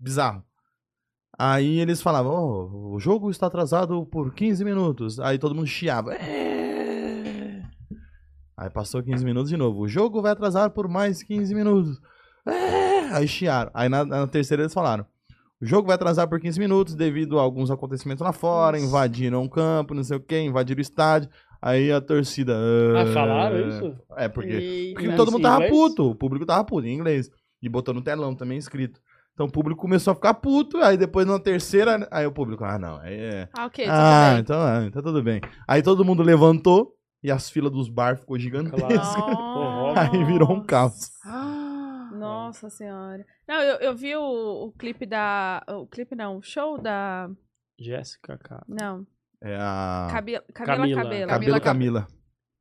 Speaker 5: Bizarro. Aí eles falavam, "Ó, o jogo está atrasado por 15 minutos. Aí todo mundo chiava. "É". Aí passou 15 minutos de novo. O jogo vai atrasar por mais 15 minutos. "É". Aí chiaram. Aí na, na terceira eles falaram. O jogo vai atrasar por 15 minutos devido a alguns acontecimentos lá fora. Invadiram o campo, não sei o quê, invadiram o estádio. Aí a torcida.
Speaker 6: Ah,
Speaker 5: "É".
Speaker 6: falaram isso?
Speaker 5: É, porque porque
Speaker 6: Em
Speaker 5: todo mundo tava
Speaker 6: inglês?
Speaker 5: puto, o público tava puto em inglês. E botou no telão também escrito. Então o público começou a ficar puto, aí depois na terceira, aí o público, ah não, aí é.
Speaker 1: Ah, ok.
Speaker 5: ah,
Speaker 1: tudo
Speaker 5: então ah, tá tudo bem. Aí todo mundo levantou e as filas dos bar ficou
Speaker 1: bem.
Speaker 5: gigantescas.
Speaker 1: Nossa.
Speaker 5: Aí virou um caos.
Speaker 1: Ah, Nossa senhora. Não, eu, eu vi o, o clipe da. O clipe não, o show da.
Speaker 6: Jéssica, cara.
Speaker 1: Não.
Speaker 5: É a
Speaker 1: Cabi- Camila
Speaker 6: Camila.
Speaker 1: Cabelo.
Speaker 5: Cabelo
Speaker 1: Camila Cabelo.
Speaker 5: Camila.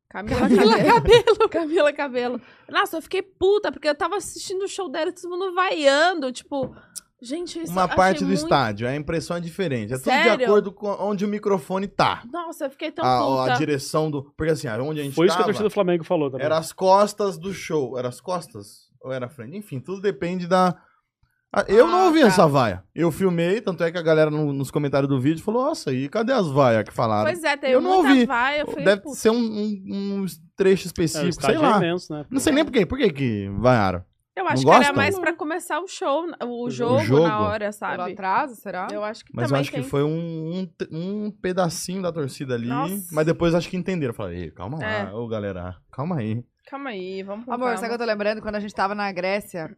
Speaker 1: Camila Cabelo. Camila Cabelo. Nossa, eu fiquei puta, porque eu tava assistindo o show dela e todo mundo vaiando. Tipo, Gente, isso
Speaker 5: uma
Speaker 1: achei
Speaker 5: parte do
Speaker 1: muito...
Speaker 5: estádio. A impressão é diferente. É tudo de
Speaker 1: Sério? Então
Speaker 5: acordo com onde o microfone tá.
Speaker 1: Nossa, eu fiquei tão
Speaker 5: Ah, A,
Speaker 1: puta.
Speaker 5: a direção do. Porque assim, onde a gente
Speaker 6: Foi isso que a
Speaker 5: tava,
Speaker 6: torcida do Flamengo falou também. É,
Speaker 5: era as costas do show. Era as costas? Ou era a frente? Enfim, tudo depende da. Ah, Eu não
Speaker 2: Ah,
Speaker 5: ouvi
Speaker 2: tá.
Speaker 5: essa vaia. Eu filmei, tanto é que a galera no- nos comentários do vídeo falou: Nossa, e cadê as vaias que falaram?
Speaker 1: Pois é, teve
Speaker 5: Eu não
Speaker 1: muita
Speaker 5: ouvi.
Speaker 1: vaia, eu fui
Speaker 5: Deve
Speaker 1: puta.
Speaker 5: ser um, um- um trecho
Speaker 6: É, o
Speaker 5: específico, sei
Speaker 6: estádio
Speaker 5: lá.
Speaker 6: é imenso, né?
Speaker 5: Não sei nem por quê. Por que que vaiaram?
Speaker 1: Eu acho que
Speaker 5: Não
Speaker 1: era
Speaker 5: gostam?
Speaker 1: mais pra começar o show, o jogo,
Speaker 5: jogo?
Speaker 1: na hora,
Speaker 2: Pelo
Speaker 1: sabe?
Speaker 2: atraso, será?
Speaker 1: Eu acho que
Speaker 5: Mas eu
Speaker 1: também
Speaker 5: acho
Speaker 1: tem.
Speaker 5: que foi um, um, te- um pedacinho da torcida ali.
Speaker 1: Nossa.
Speaker 5: Mas depois acho que entenderam. Falei, "Ei, calma lá,
Speaker 1: É.
Speaker 5: ô galera, calma aí.
Speaker 1: Calma aí, vamos
Speaker 2: Amor, sabe o que eu tô lembrando? Quando a gente tava na Grécia,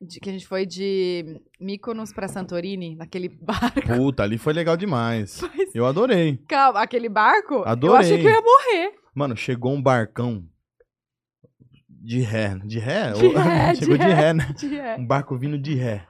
Speaker 2: de- que a gente foi de Mykonos pra Santorini, naquele barco.
Speaker 5: Puta, ali foi legal demais. Eu adorei.
Speaker 2: Calma, aquele barco? Eu
Speaker 5: Adorei.
Speaker 2: achei que eu ia morrer.
Speaker 5: Mano, chegou um barcão de ré. De ré?
Speaker 1: De ré, de
Speaker 5: chegou de ré,
Speaker 1: ré.
Speaker 5: né?
Speaker 1: que é.
Speaker 5: Um barco vindo de ré.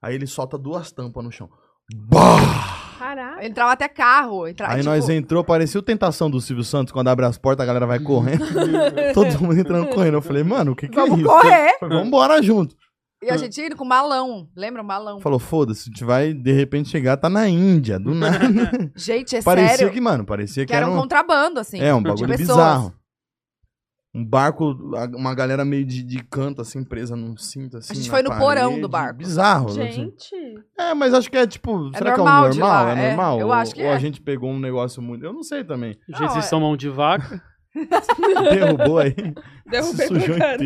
Speaker 5: Aí ele solta duas tampas no chão. Bah!
Speaker 1: Caraca.
Speaker 2: Entrava até carro. Entra...
Speaker 5: Aí
Speaker 2: tipo,
Speaker 5: nós entrou, parecia o tentação do Silvio Santos. Quando abre as portas, a galera vai correndo. Todo mundo entrando correndo. Eu falei, mano, o que, que é
Speaker 2: Vamos
Speaker 5: isso?
Speaker 2: correr!
Speaker 5: Falei, Vambora junto.
Speaker 2: E a gente indo com balão. Lembra? Um balão.
Speaker 5: Falou, foda-se, a gente vai de repente chegar, tá na Índia, do nada.
Speaker 2: Gente, é
Speaker 5: parecia
Speaker 2: sério.
Speaker 5: que, mano, parecia que,
Speaker 2: Que era um contrabando, assim.
Speaker 5: É, um bagulho
Speaker 2: pessoas.
Speaker 5: bizarro. Um barco, a- uma galera meio de, de canto, assim, presa num cinto, assim.
Speaker 2: A gente
Speaker 5: na
Speaker 2: foi no porão
Speaker 5: parede.
Speaker 2: do barco.
Speaker 5: Bizarro. assim.
Speaker 1: Gente.
Speaker 5: É, mas acho que é tipo.
Speaker 2: É
Speaker 5: será que é
Speaker 2: normal
Speaker 5: um
Speaker 2: de
Speaker 5: normal?
Speaker 2: lá,
Speaker 5: É
Speaker 2: é.
Speaker 5: normal?
Speaker 2: Eu
Speaker 5: Ou-
Speaker 2: acho que
Speaker 5: Ou
Speaker 2: é.
Speaker 5: a gente pegou um negócio muito. Eu não sei também.
Speaker 6: Gente,
Speaker 2: Não, é-
Speaker 6: vocês são mão de vaca.
Speaker 5: Derrubou aí.
Speaker 1: Derrubei
Speaker 5: Sujou
Speaker 1: meu cara.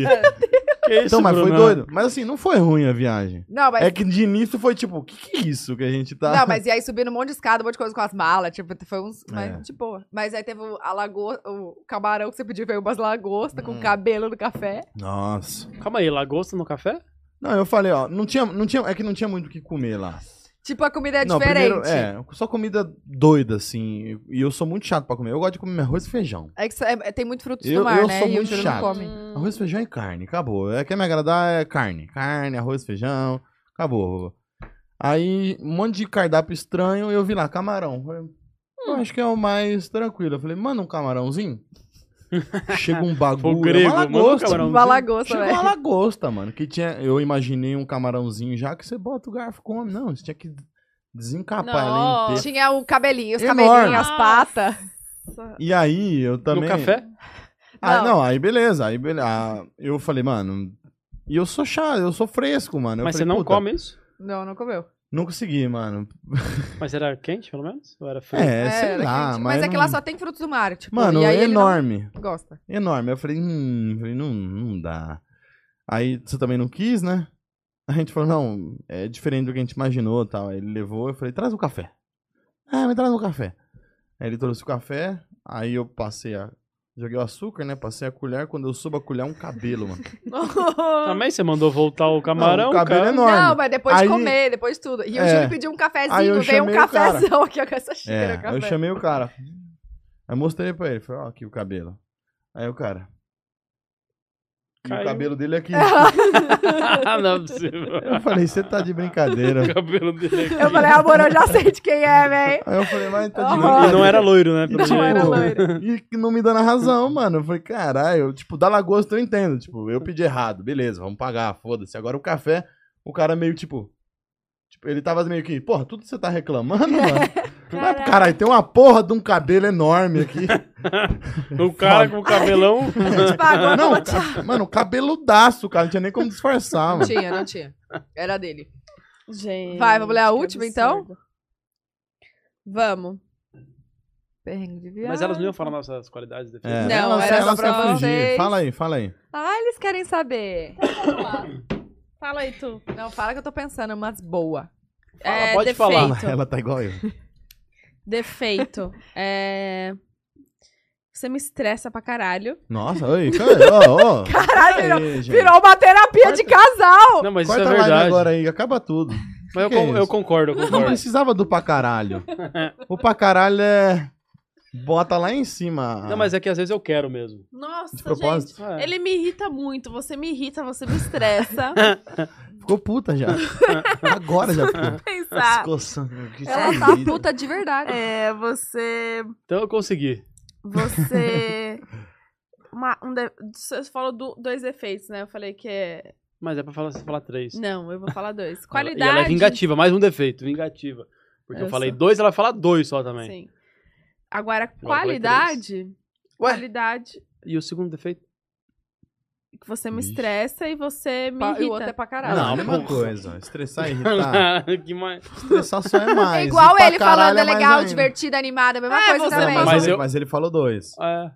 Speaker 6: Que isso,
Speaker 5: Então, mas foi
Speaker 6: Bruna?
Speaker 5: doido. Mas assim, não foi ruim a viagem.
Speaker 2: Não, mas.
Speaker 5: É que de início foi tipo, o que, que é isso que a gente tá.
Speaker 2: Não, mas e aí subindo um monte de escada, um monte de coisa com as malas, tipo, foi uns. Mas,
Speaker 5: É.
Speaker 2: de boa. Mas aí teve o- a lagosta, o camarão que você pediu, veio umas lagostas com
Speaker 5: Hum.
Speaker 2: cabelo no café.
Speaker 5: Nossa.
Speaker 6: Calma aí, lagosta no café?
Speaker 5: Não, eu falei, ó, não tinha, não tinha, é que não tinha muito o que comer lá.
Speaker 2: Tipo, a comida é
Speaker 5: não,
Speaker 2: diferente.
Speaker 5: primeiro, é, só comida doida, assim, e eu sou muito chato pra comer. Eu gosto de comer arroz e feijão.
Speaker 2: É que isso é- é- tem muito frutos
Speaker 5: Eu-
Speaker 2: do mar,
Speaker 5: eu
Speaker 2: né?
Speaker 5: sou
Speaker 2: e o
Speaker 5: muito
Speaker 2: Júlio
Speaker 5: chato.
Speaker 2: não come.
Speaker 5: Arroz, feijão e carne, acabou. É, quer me agradar é carne. Carne, arroz, feijão, acabou. Aí, um monte de cardápio estranho, eu vi lá, camarão. Falei, Eu acho que é o mais tranquilo. Eu falei, manda um camarãozinho. Chega um bagulho,
Speaker 6: grego,
Speaker 5: uma
Speaker 6: manda um
Speaker 5: lagosta.
Speaker 6: camarão.
Speaker 2: Uma lagosta,
Speaker 5: Chegou
Speaker 2: velho.
Speaker 5: uma lagosta, mano. Que tinha, eu imaginei um camarãozinho já que você bota o garfo e come. Não, você tinha que desencapar ela
Speaker 1: Nossa.
Speaker 5: inteira.
Speaker 2: Tinha o cabelinho, os
Speaker 5: Enorme.
Speaker 2: cabelinhos, as
Speaker 1: Nossa.
Speaker 2: patas.
Speaker 5: E aí eu também.
Speaker 6: No café?
Speaker 5: Ah,
Speaker 2: Não.
Speaker 5: não, aí beleza. Aí beleza. eu falei, mano. E eu sou chato, eu sou fresco, mano. Eu
Speaker 6: mas
Speaker 5: falei,
Speaker 6: você não
Speaker 5: puta,
Speaker 6: come isso?
Speaker 2: Não, não comeu.
Speaker 5: Não consegui, mano.
Speaker 6: Mas era quente, pelo menos? Ou era frio?
Speaker 5: É, sei
Speaker 2: era
Speaker 5: lá.
Speaker 2: quente.
Speaker 5: Mas,
Speaker 2: é que
Speaker 5: não-
Speaker 2: lá só tem frutos do mar. Tipo,
Speaker 5: Mano,
Speaker 2: e aí ele não
Speaker 5: enorme.
Speaker 2: gosta.
Speaker 5: Enorme. Eu falei, hum, falei, não, não dá. Aí você também não quis, né? A gente falou, não, é diferente do que a gente imaginou tal. Aí ele levou, eu falei, traz um café. Ah, me traz um café. Aí ele trouxe o café, aí eu passei a. Joguei o açúcar, né? Passei a colher. Quando eu subo a colher, é um cabelo, mano.
Speaker 6: Também você mandou voltar o camarão,
Speaker 5: Não, o cabelo
Speaker 6: cara.
Speaker 5: é enorme.
Speaker 2: Não, mas depois
Speaker 5: Aí-
Speaker 2: de comer, depois de tudo. E o
Speaker 5: É.
Speaker 2: Júlio pediu um
Speaker 5: Aí eu
Speaker 2: cafezinho, veio um
Speaker 5: chamei o cara.
Speaker 2: cafezão aqui ó, com essa
Speaker 5: É,
Speaker 2: xícara.
Speaker 5: eu
Speaker 2: café.
Speaker 5: chamei o cara. Aí mostrei pra ele, falei, ó, aqui o cabelo. Aí o cara. E
Speaker 6: Caiu.
Speaker 5: o cabelo dele aqui.
Speaker 6: não é possível.
Speaker 5: eu falei, você tá de brincadeira.
Speaker 6: O cabelo dele é aqui.
Speaker 2: Eu falei, amor, eu já sei de quem é, véi.
Speaker 5: Aí eu falei, mas tá de
Speaker 2: Aham.
Speaker 6: E
Speaker 5: brincadeira.
Speaker 6: não era loiro, né? Pelo
Speaker 2: Não
Speaker 6: jeito.
Speaker 2: era loiro.
Speaker 5: E que não me dando a razão, mano. Eu falei, caralho, tipo, da lagosta eu entendo. Tipo, eu pedi errado, beleza, vamos pagar, foda-se. Agora o café, o cara meio tipo. Tipo, ele tava meio que, porra, tudo que você tá reclamando, mano. Mas, Caralho, tem uma porra de um cabelo enorme aqui.
Speaker 6: O cara com o cabelão.
Speaker 2: Te pagou,
Speaker 5: Não,
Speaker 2: não,
Speaker 5: o ca- mano, cabeludaço, cara. Não tinha nem como disfarçar, mano.
Speaker 2: tinha, não tinha. Era dele.
Speaker 1: Gente.
Speaker 2: Vai, vamos ler a
Speaker 1: que
Speaker 2: última, então?
Speaker 1: absurdo. Vamos.
Speaker 2: Perrengue de viagem.
Speaker 6: Mas elas não iam falar nossas qualidades
Speaker 5: É,
Speaker 6: definitivas.
Speaker 2: Não,
Speaker 5: ela-
Speaker 2: era só
Speaker 5: ela
Speaker 2: pra
Speaker 5: quer fugir.
Speaker 2: vocês.
Speaker 5: Fala aí, fala aí.
Speaker 2: Ah, eles querem saber.
Speaker 1: Fala aí, tu.
Speaker 2: Não, fala que eu tô pensando, mas boa.
Speaker 6: Fala,
Speaker 1: é,
Speaker 6: pode
Speaker 1: defeito.
Speaker 6: falar.
Speaker 5: Ela tá igual eu.
Speaker 1: Defeito. é... Você me estressa pra caralho.
Speaker 5: Nossa, oi, cara, ó, ó.
Speaker 2: Caralho, virou,
Speaker 5: Aí, gente.
Speaker 2: virou uma terapia de casal.
Speaker 6: Não, mas
Speaker 5: Corta
Speaker 6: isso
Speaker 5: a
Speaker 6: é
Speaker 5: live
Speaker 6: verdade.
Speaker 5: agora aí, acaba tudo.
Speaker 6: Mas eu,
Speaker 5: Que que é
Speaker 6: con-
Speaker 5: isso?
Speaker 6: eu concordo, eu
Speaker 5: Não
Speaker 6: concordo.
Speaker 5: precisava do pra caralho. O pra caralho é. Bota lá em cima.
Speaker 6: Não, mas é que às vezes eu quero mesmo.
Speaker 1: Nossa,
Speaker 5: De propósito?
Speaker 1: gente.
Speaker 6: É.
Speaker 1: Ele me irrita muito. Você me irrita, você me estressa.
Speaker 5: Ficou puta já. Agora já ficou.
Speaker 1: Pensar.
Speaker 5: Coçando. É, Que
Speaker 2: Tá. Ela tá
Speaker 5: saída.
Speaker 2: puta de verdade.
Speaker 1: É, você.
Speaker 6: Então eu consegui.
Speaker 1: Você. Uma, um de... Você falou do- dois defeitos, né? Eu falei que é
Speaker 6: Mas é pra falar, falar três.
Speaker 1: Não, eu vou falar dois.
Speaker 6: Ela-
Speaker 1: Qualidade.
Speaker 6: E ela é vingativa, mais um defeito, vingativa. Porque eu,
Speaker 1: Eu
Speaker 6: falei
Speaker 1: sou.
Speaker 6: dois, ela fala dois só também.
Speaker 1: Sim. Agora,
Speaker 6: foi
Speaker 1: qualidade.
Speaker 6: Ué?
Speaker 1: Qualidade
Speaker 6: E o segundo defeito?
Speaker 1: que você me
Speaker 5: Ixi.
Speaker 1: estressa e você me
Speaker 2: Pa- E o
Speaker 1: irrita.
Speaker 2: outro é pra caralho.
Speaker 6: Não,
Speaker 5: é a mesma
Speaker 6: porra.
Speaker 5: coisa. Estressar e irritar.
Speaker 6: que mais?
Speaker 5: Estressar só é mais.
Speaker 2: É igual
Speaker 5: irritar
Speaker 2: ele falando,
Speaker 5: caralho
Speaker 2: é
Speaker 5: mais
Speaker 2: legal,
Speaker 5: ainda.
Speaker 2: divertido, animado, a mesma
Speaker 1: É,
Speaker 2: coisa
Speaker 1: você
Speaker 2: também.
Speaker 5: Não, mas,
Speaker 6: Mas
Speaker 5: ele,
Speaker 6: eu-
Speaker 5: mas ele falou dois.
Speaker 6: É,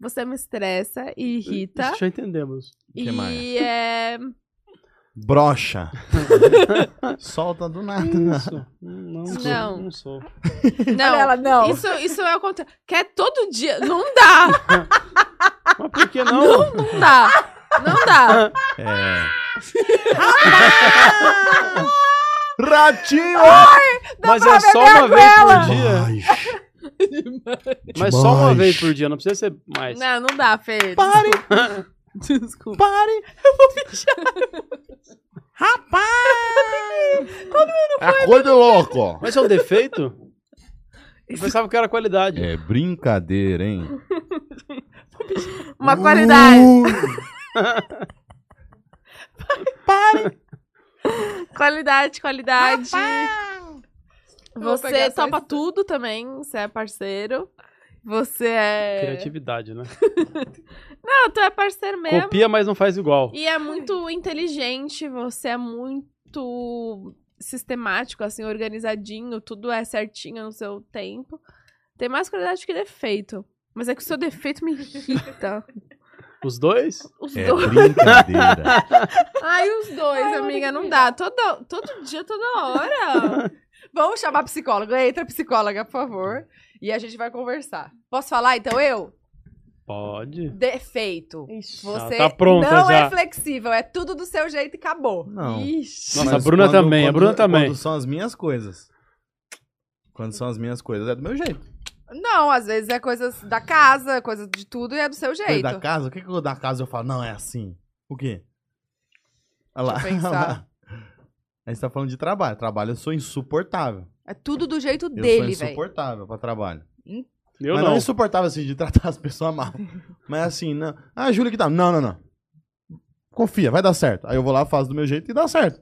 Speaker 1: Você me estressa e irrita.
Speaker 6: isso já entendemos.
Speaker 5: que mais?
Speaker 1: E é...
Speaker 5: Brocha. Solta do nada.
Speaker 6: Isso. Não, sou,
Speaker 1: Não.
Speaker 6: não sou.
Speaker 1: Não,
Speaker 2: não.
Speaker 1: Isso, isso é o contrário. Quer todo dia. Não dá,
Speaker 6: Mas por que não?
Speaker 1: não dá. Não dá.
Speaker 5: É. Ratinho!
Speaker 6: Mas é só uma vez por dia.
Speaker 5: Ai,
Speaker 6: Mas só uma
Speaker 5: Demais.
Speaker 6: vez por dia, não precisa ser mais.
Speaker 1: Não, não dá, Fê. Pare. Desculpa.
Speaker 7: É coisa de louco, ó.
Speaker 6: Mas isso é um defeito? Eu pensava que era qualidade.
Speaker 5: É brincadeira, hein? Uh.
Speaker 1: Uma qualidade. Qualidade, qualidade.
Speaker 2: Vou pegar
Speaker 1: Você
Speaker 2: só
Speaker 1: topa
Speaker 2: esse-
Speaker 1: tudo também, você é parceiro. Você é.
Speaker 6: Criatividade, né?
Speaker 1: Não, tu é parceiro mesmo.
Speaker 6: Copia, mas não faz igual.
Speaker 1: E é muito inteligente, você é muito sistemático, assim, organizadinho, tudo é certinho no seu tempo. Tem mais qualidade que defeito. Mas é que o seu defeito me irrita.
Speaker 6: Os dois?
Speaker 1: Os
Speaker 5: É
Speaker 1: dois.
Speaker 5: brincadeira.
Speaker 1: Ai, os dois, amiga, não dá. Todo, todo dia, toda hora.
Speaker 2: Vamos chamar a psicóloga. Entra, psicóloga, por favor. E a gente vai conversar. Posso falar, então, eu?
Speaker 6: Pode.
Speaker 2: Defeito. Você
Speaker 6: tá pronta
Speaker 2: não
Speaker 6: já.
Speaker 2: é flexível, é tudo do seu jeito e acabou.
Speaker 5: Não.
Speaker 1: Ixi.
Speaker 6: Nossa,
Speaker 5: Mas
Speaker 6: a Bruna
Speaker 5: quando-
Speaker 6: também, a
Speaker 5: quando-
Speaker 6: Bruna também.
Speaker 5: Quando são as minhas coisas. Quando são as minhas coisas, é do meu jeito.
Speaker 2: Não, às vezes é coisas da casa, coisas de tudo e é do seu
Speaker 5: Coisa
Speaker 2: jeito.
Speaker 5: da casa, o que que eu da casa eu falo? Não, é assim. O quê? Olha lá.
Speaker 2: Deixa eu pensar.
Speaker 5: olha lá. A gente tá falando de trabalho. Trabalho eu sou insuportável.
Speaker 2: É tudo do jeito
Speaker 5: Eu
Speaker 2: dele,
Speaker 5: sou
Speaker 2: velho.
Speaker 5: insuportável pra trabalho.
Speaker 6: Eu
Speaker 5: Mas não.
Speaker 6: não.
Speaker 5: insuportável assim de tratar as pessoas mal. Mas assim, não. Ah, Júlia que tá. Não, não, não. Confia, vai dar certo. Aí eu vou lá, faço do meu jeito e dá certo.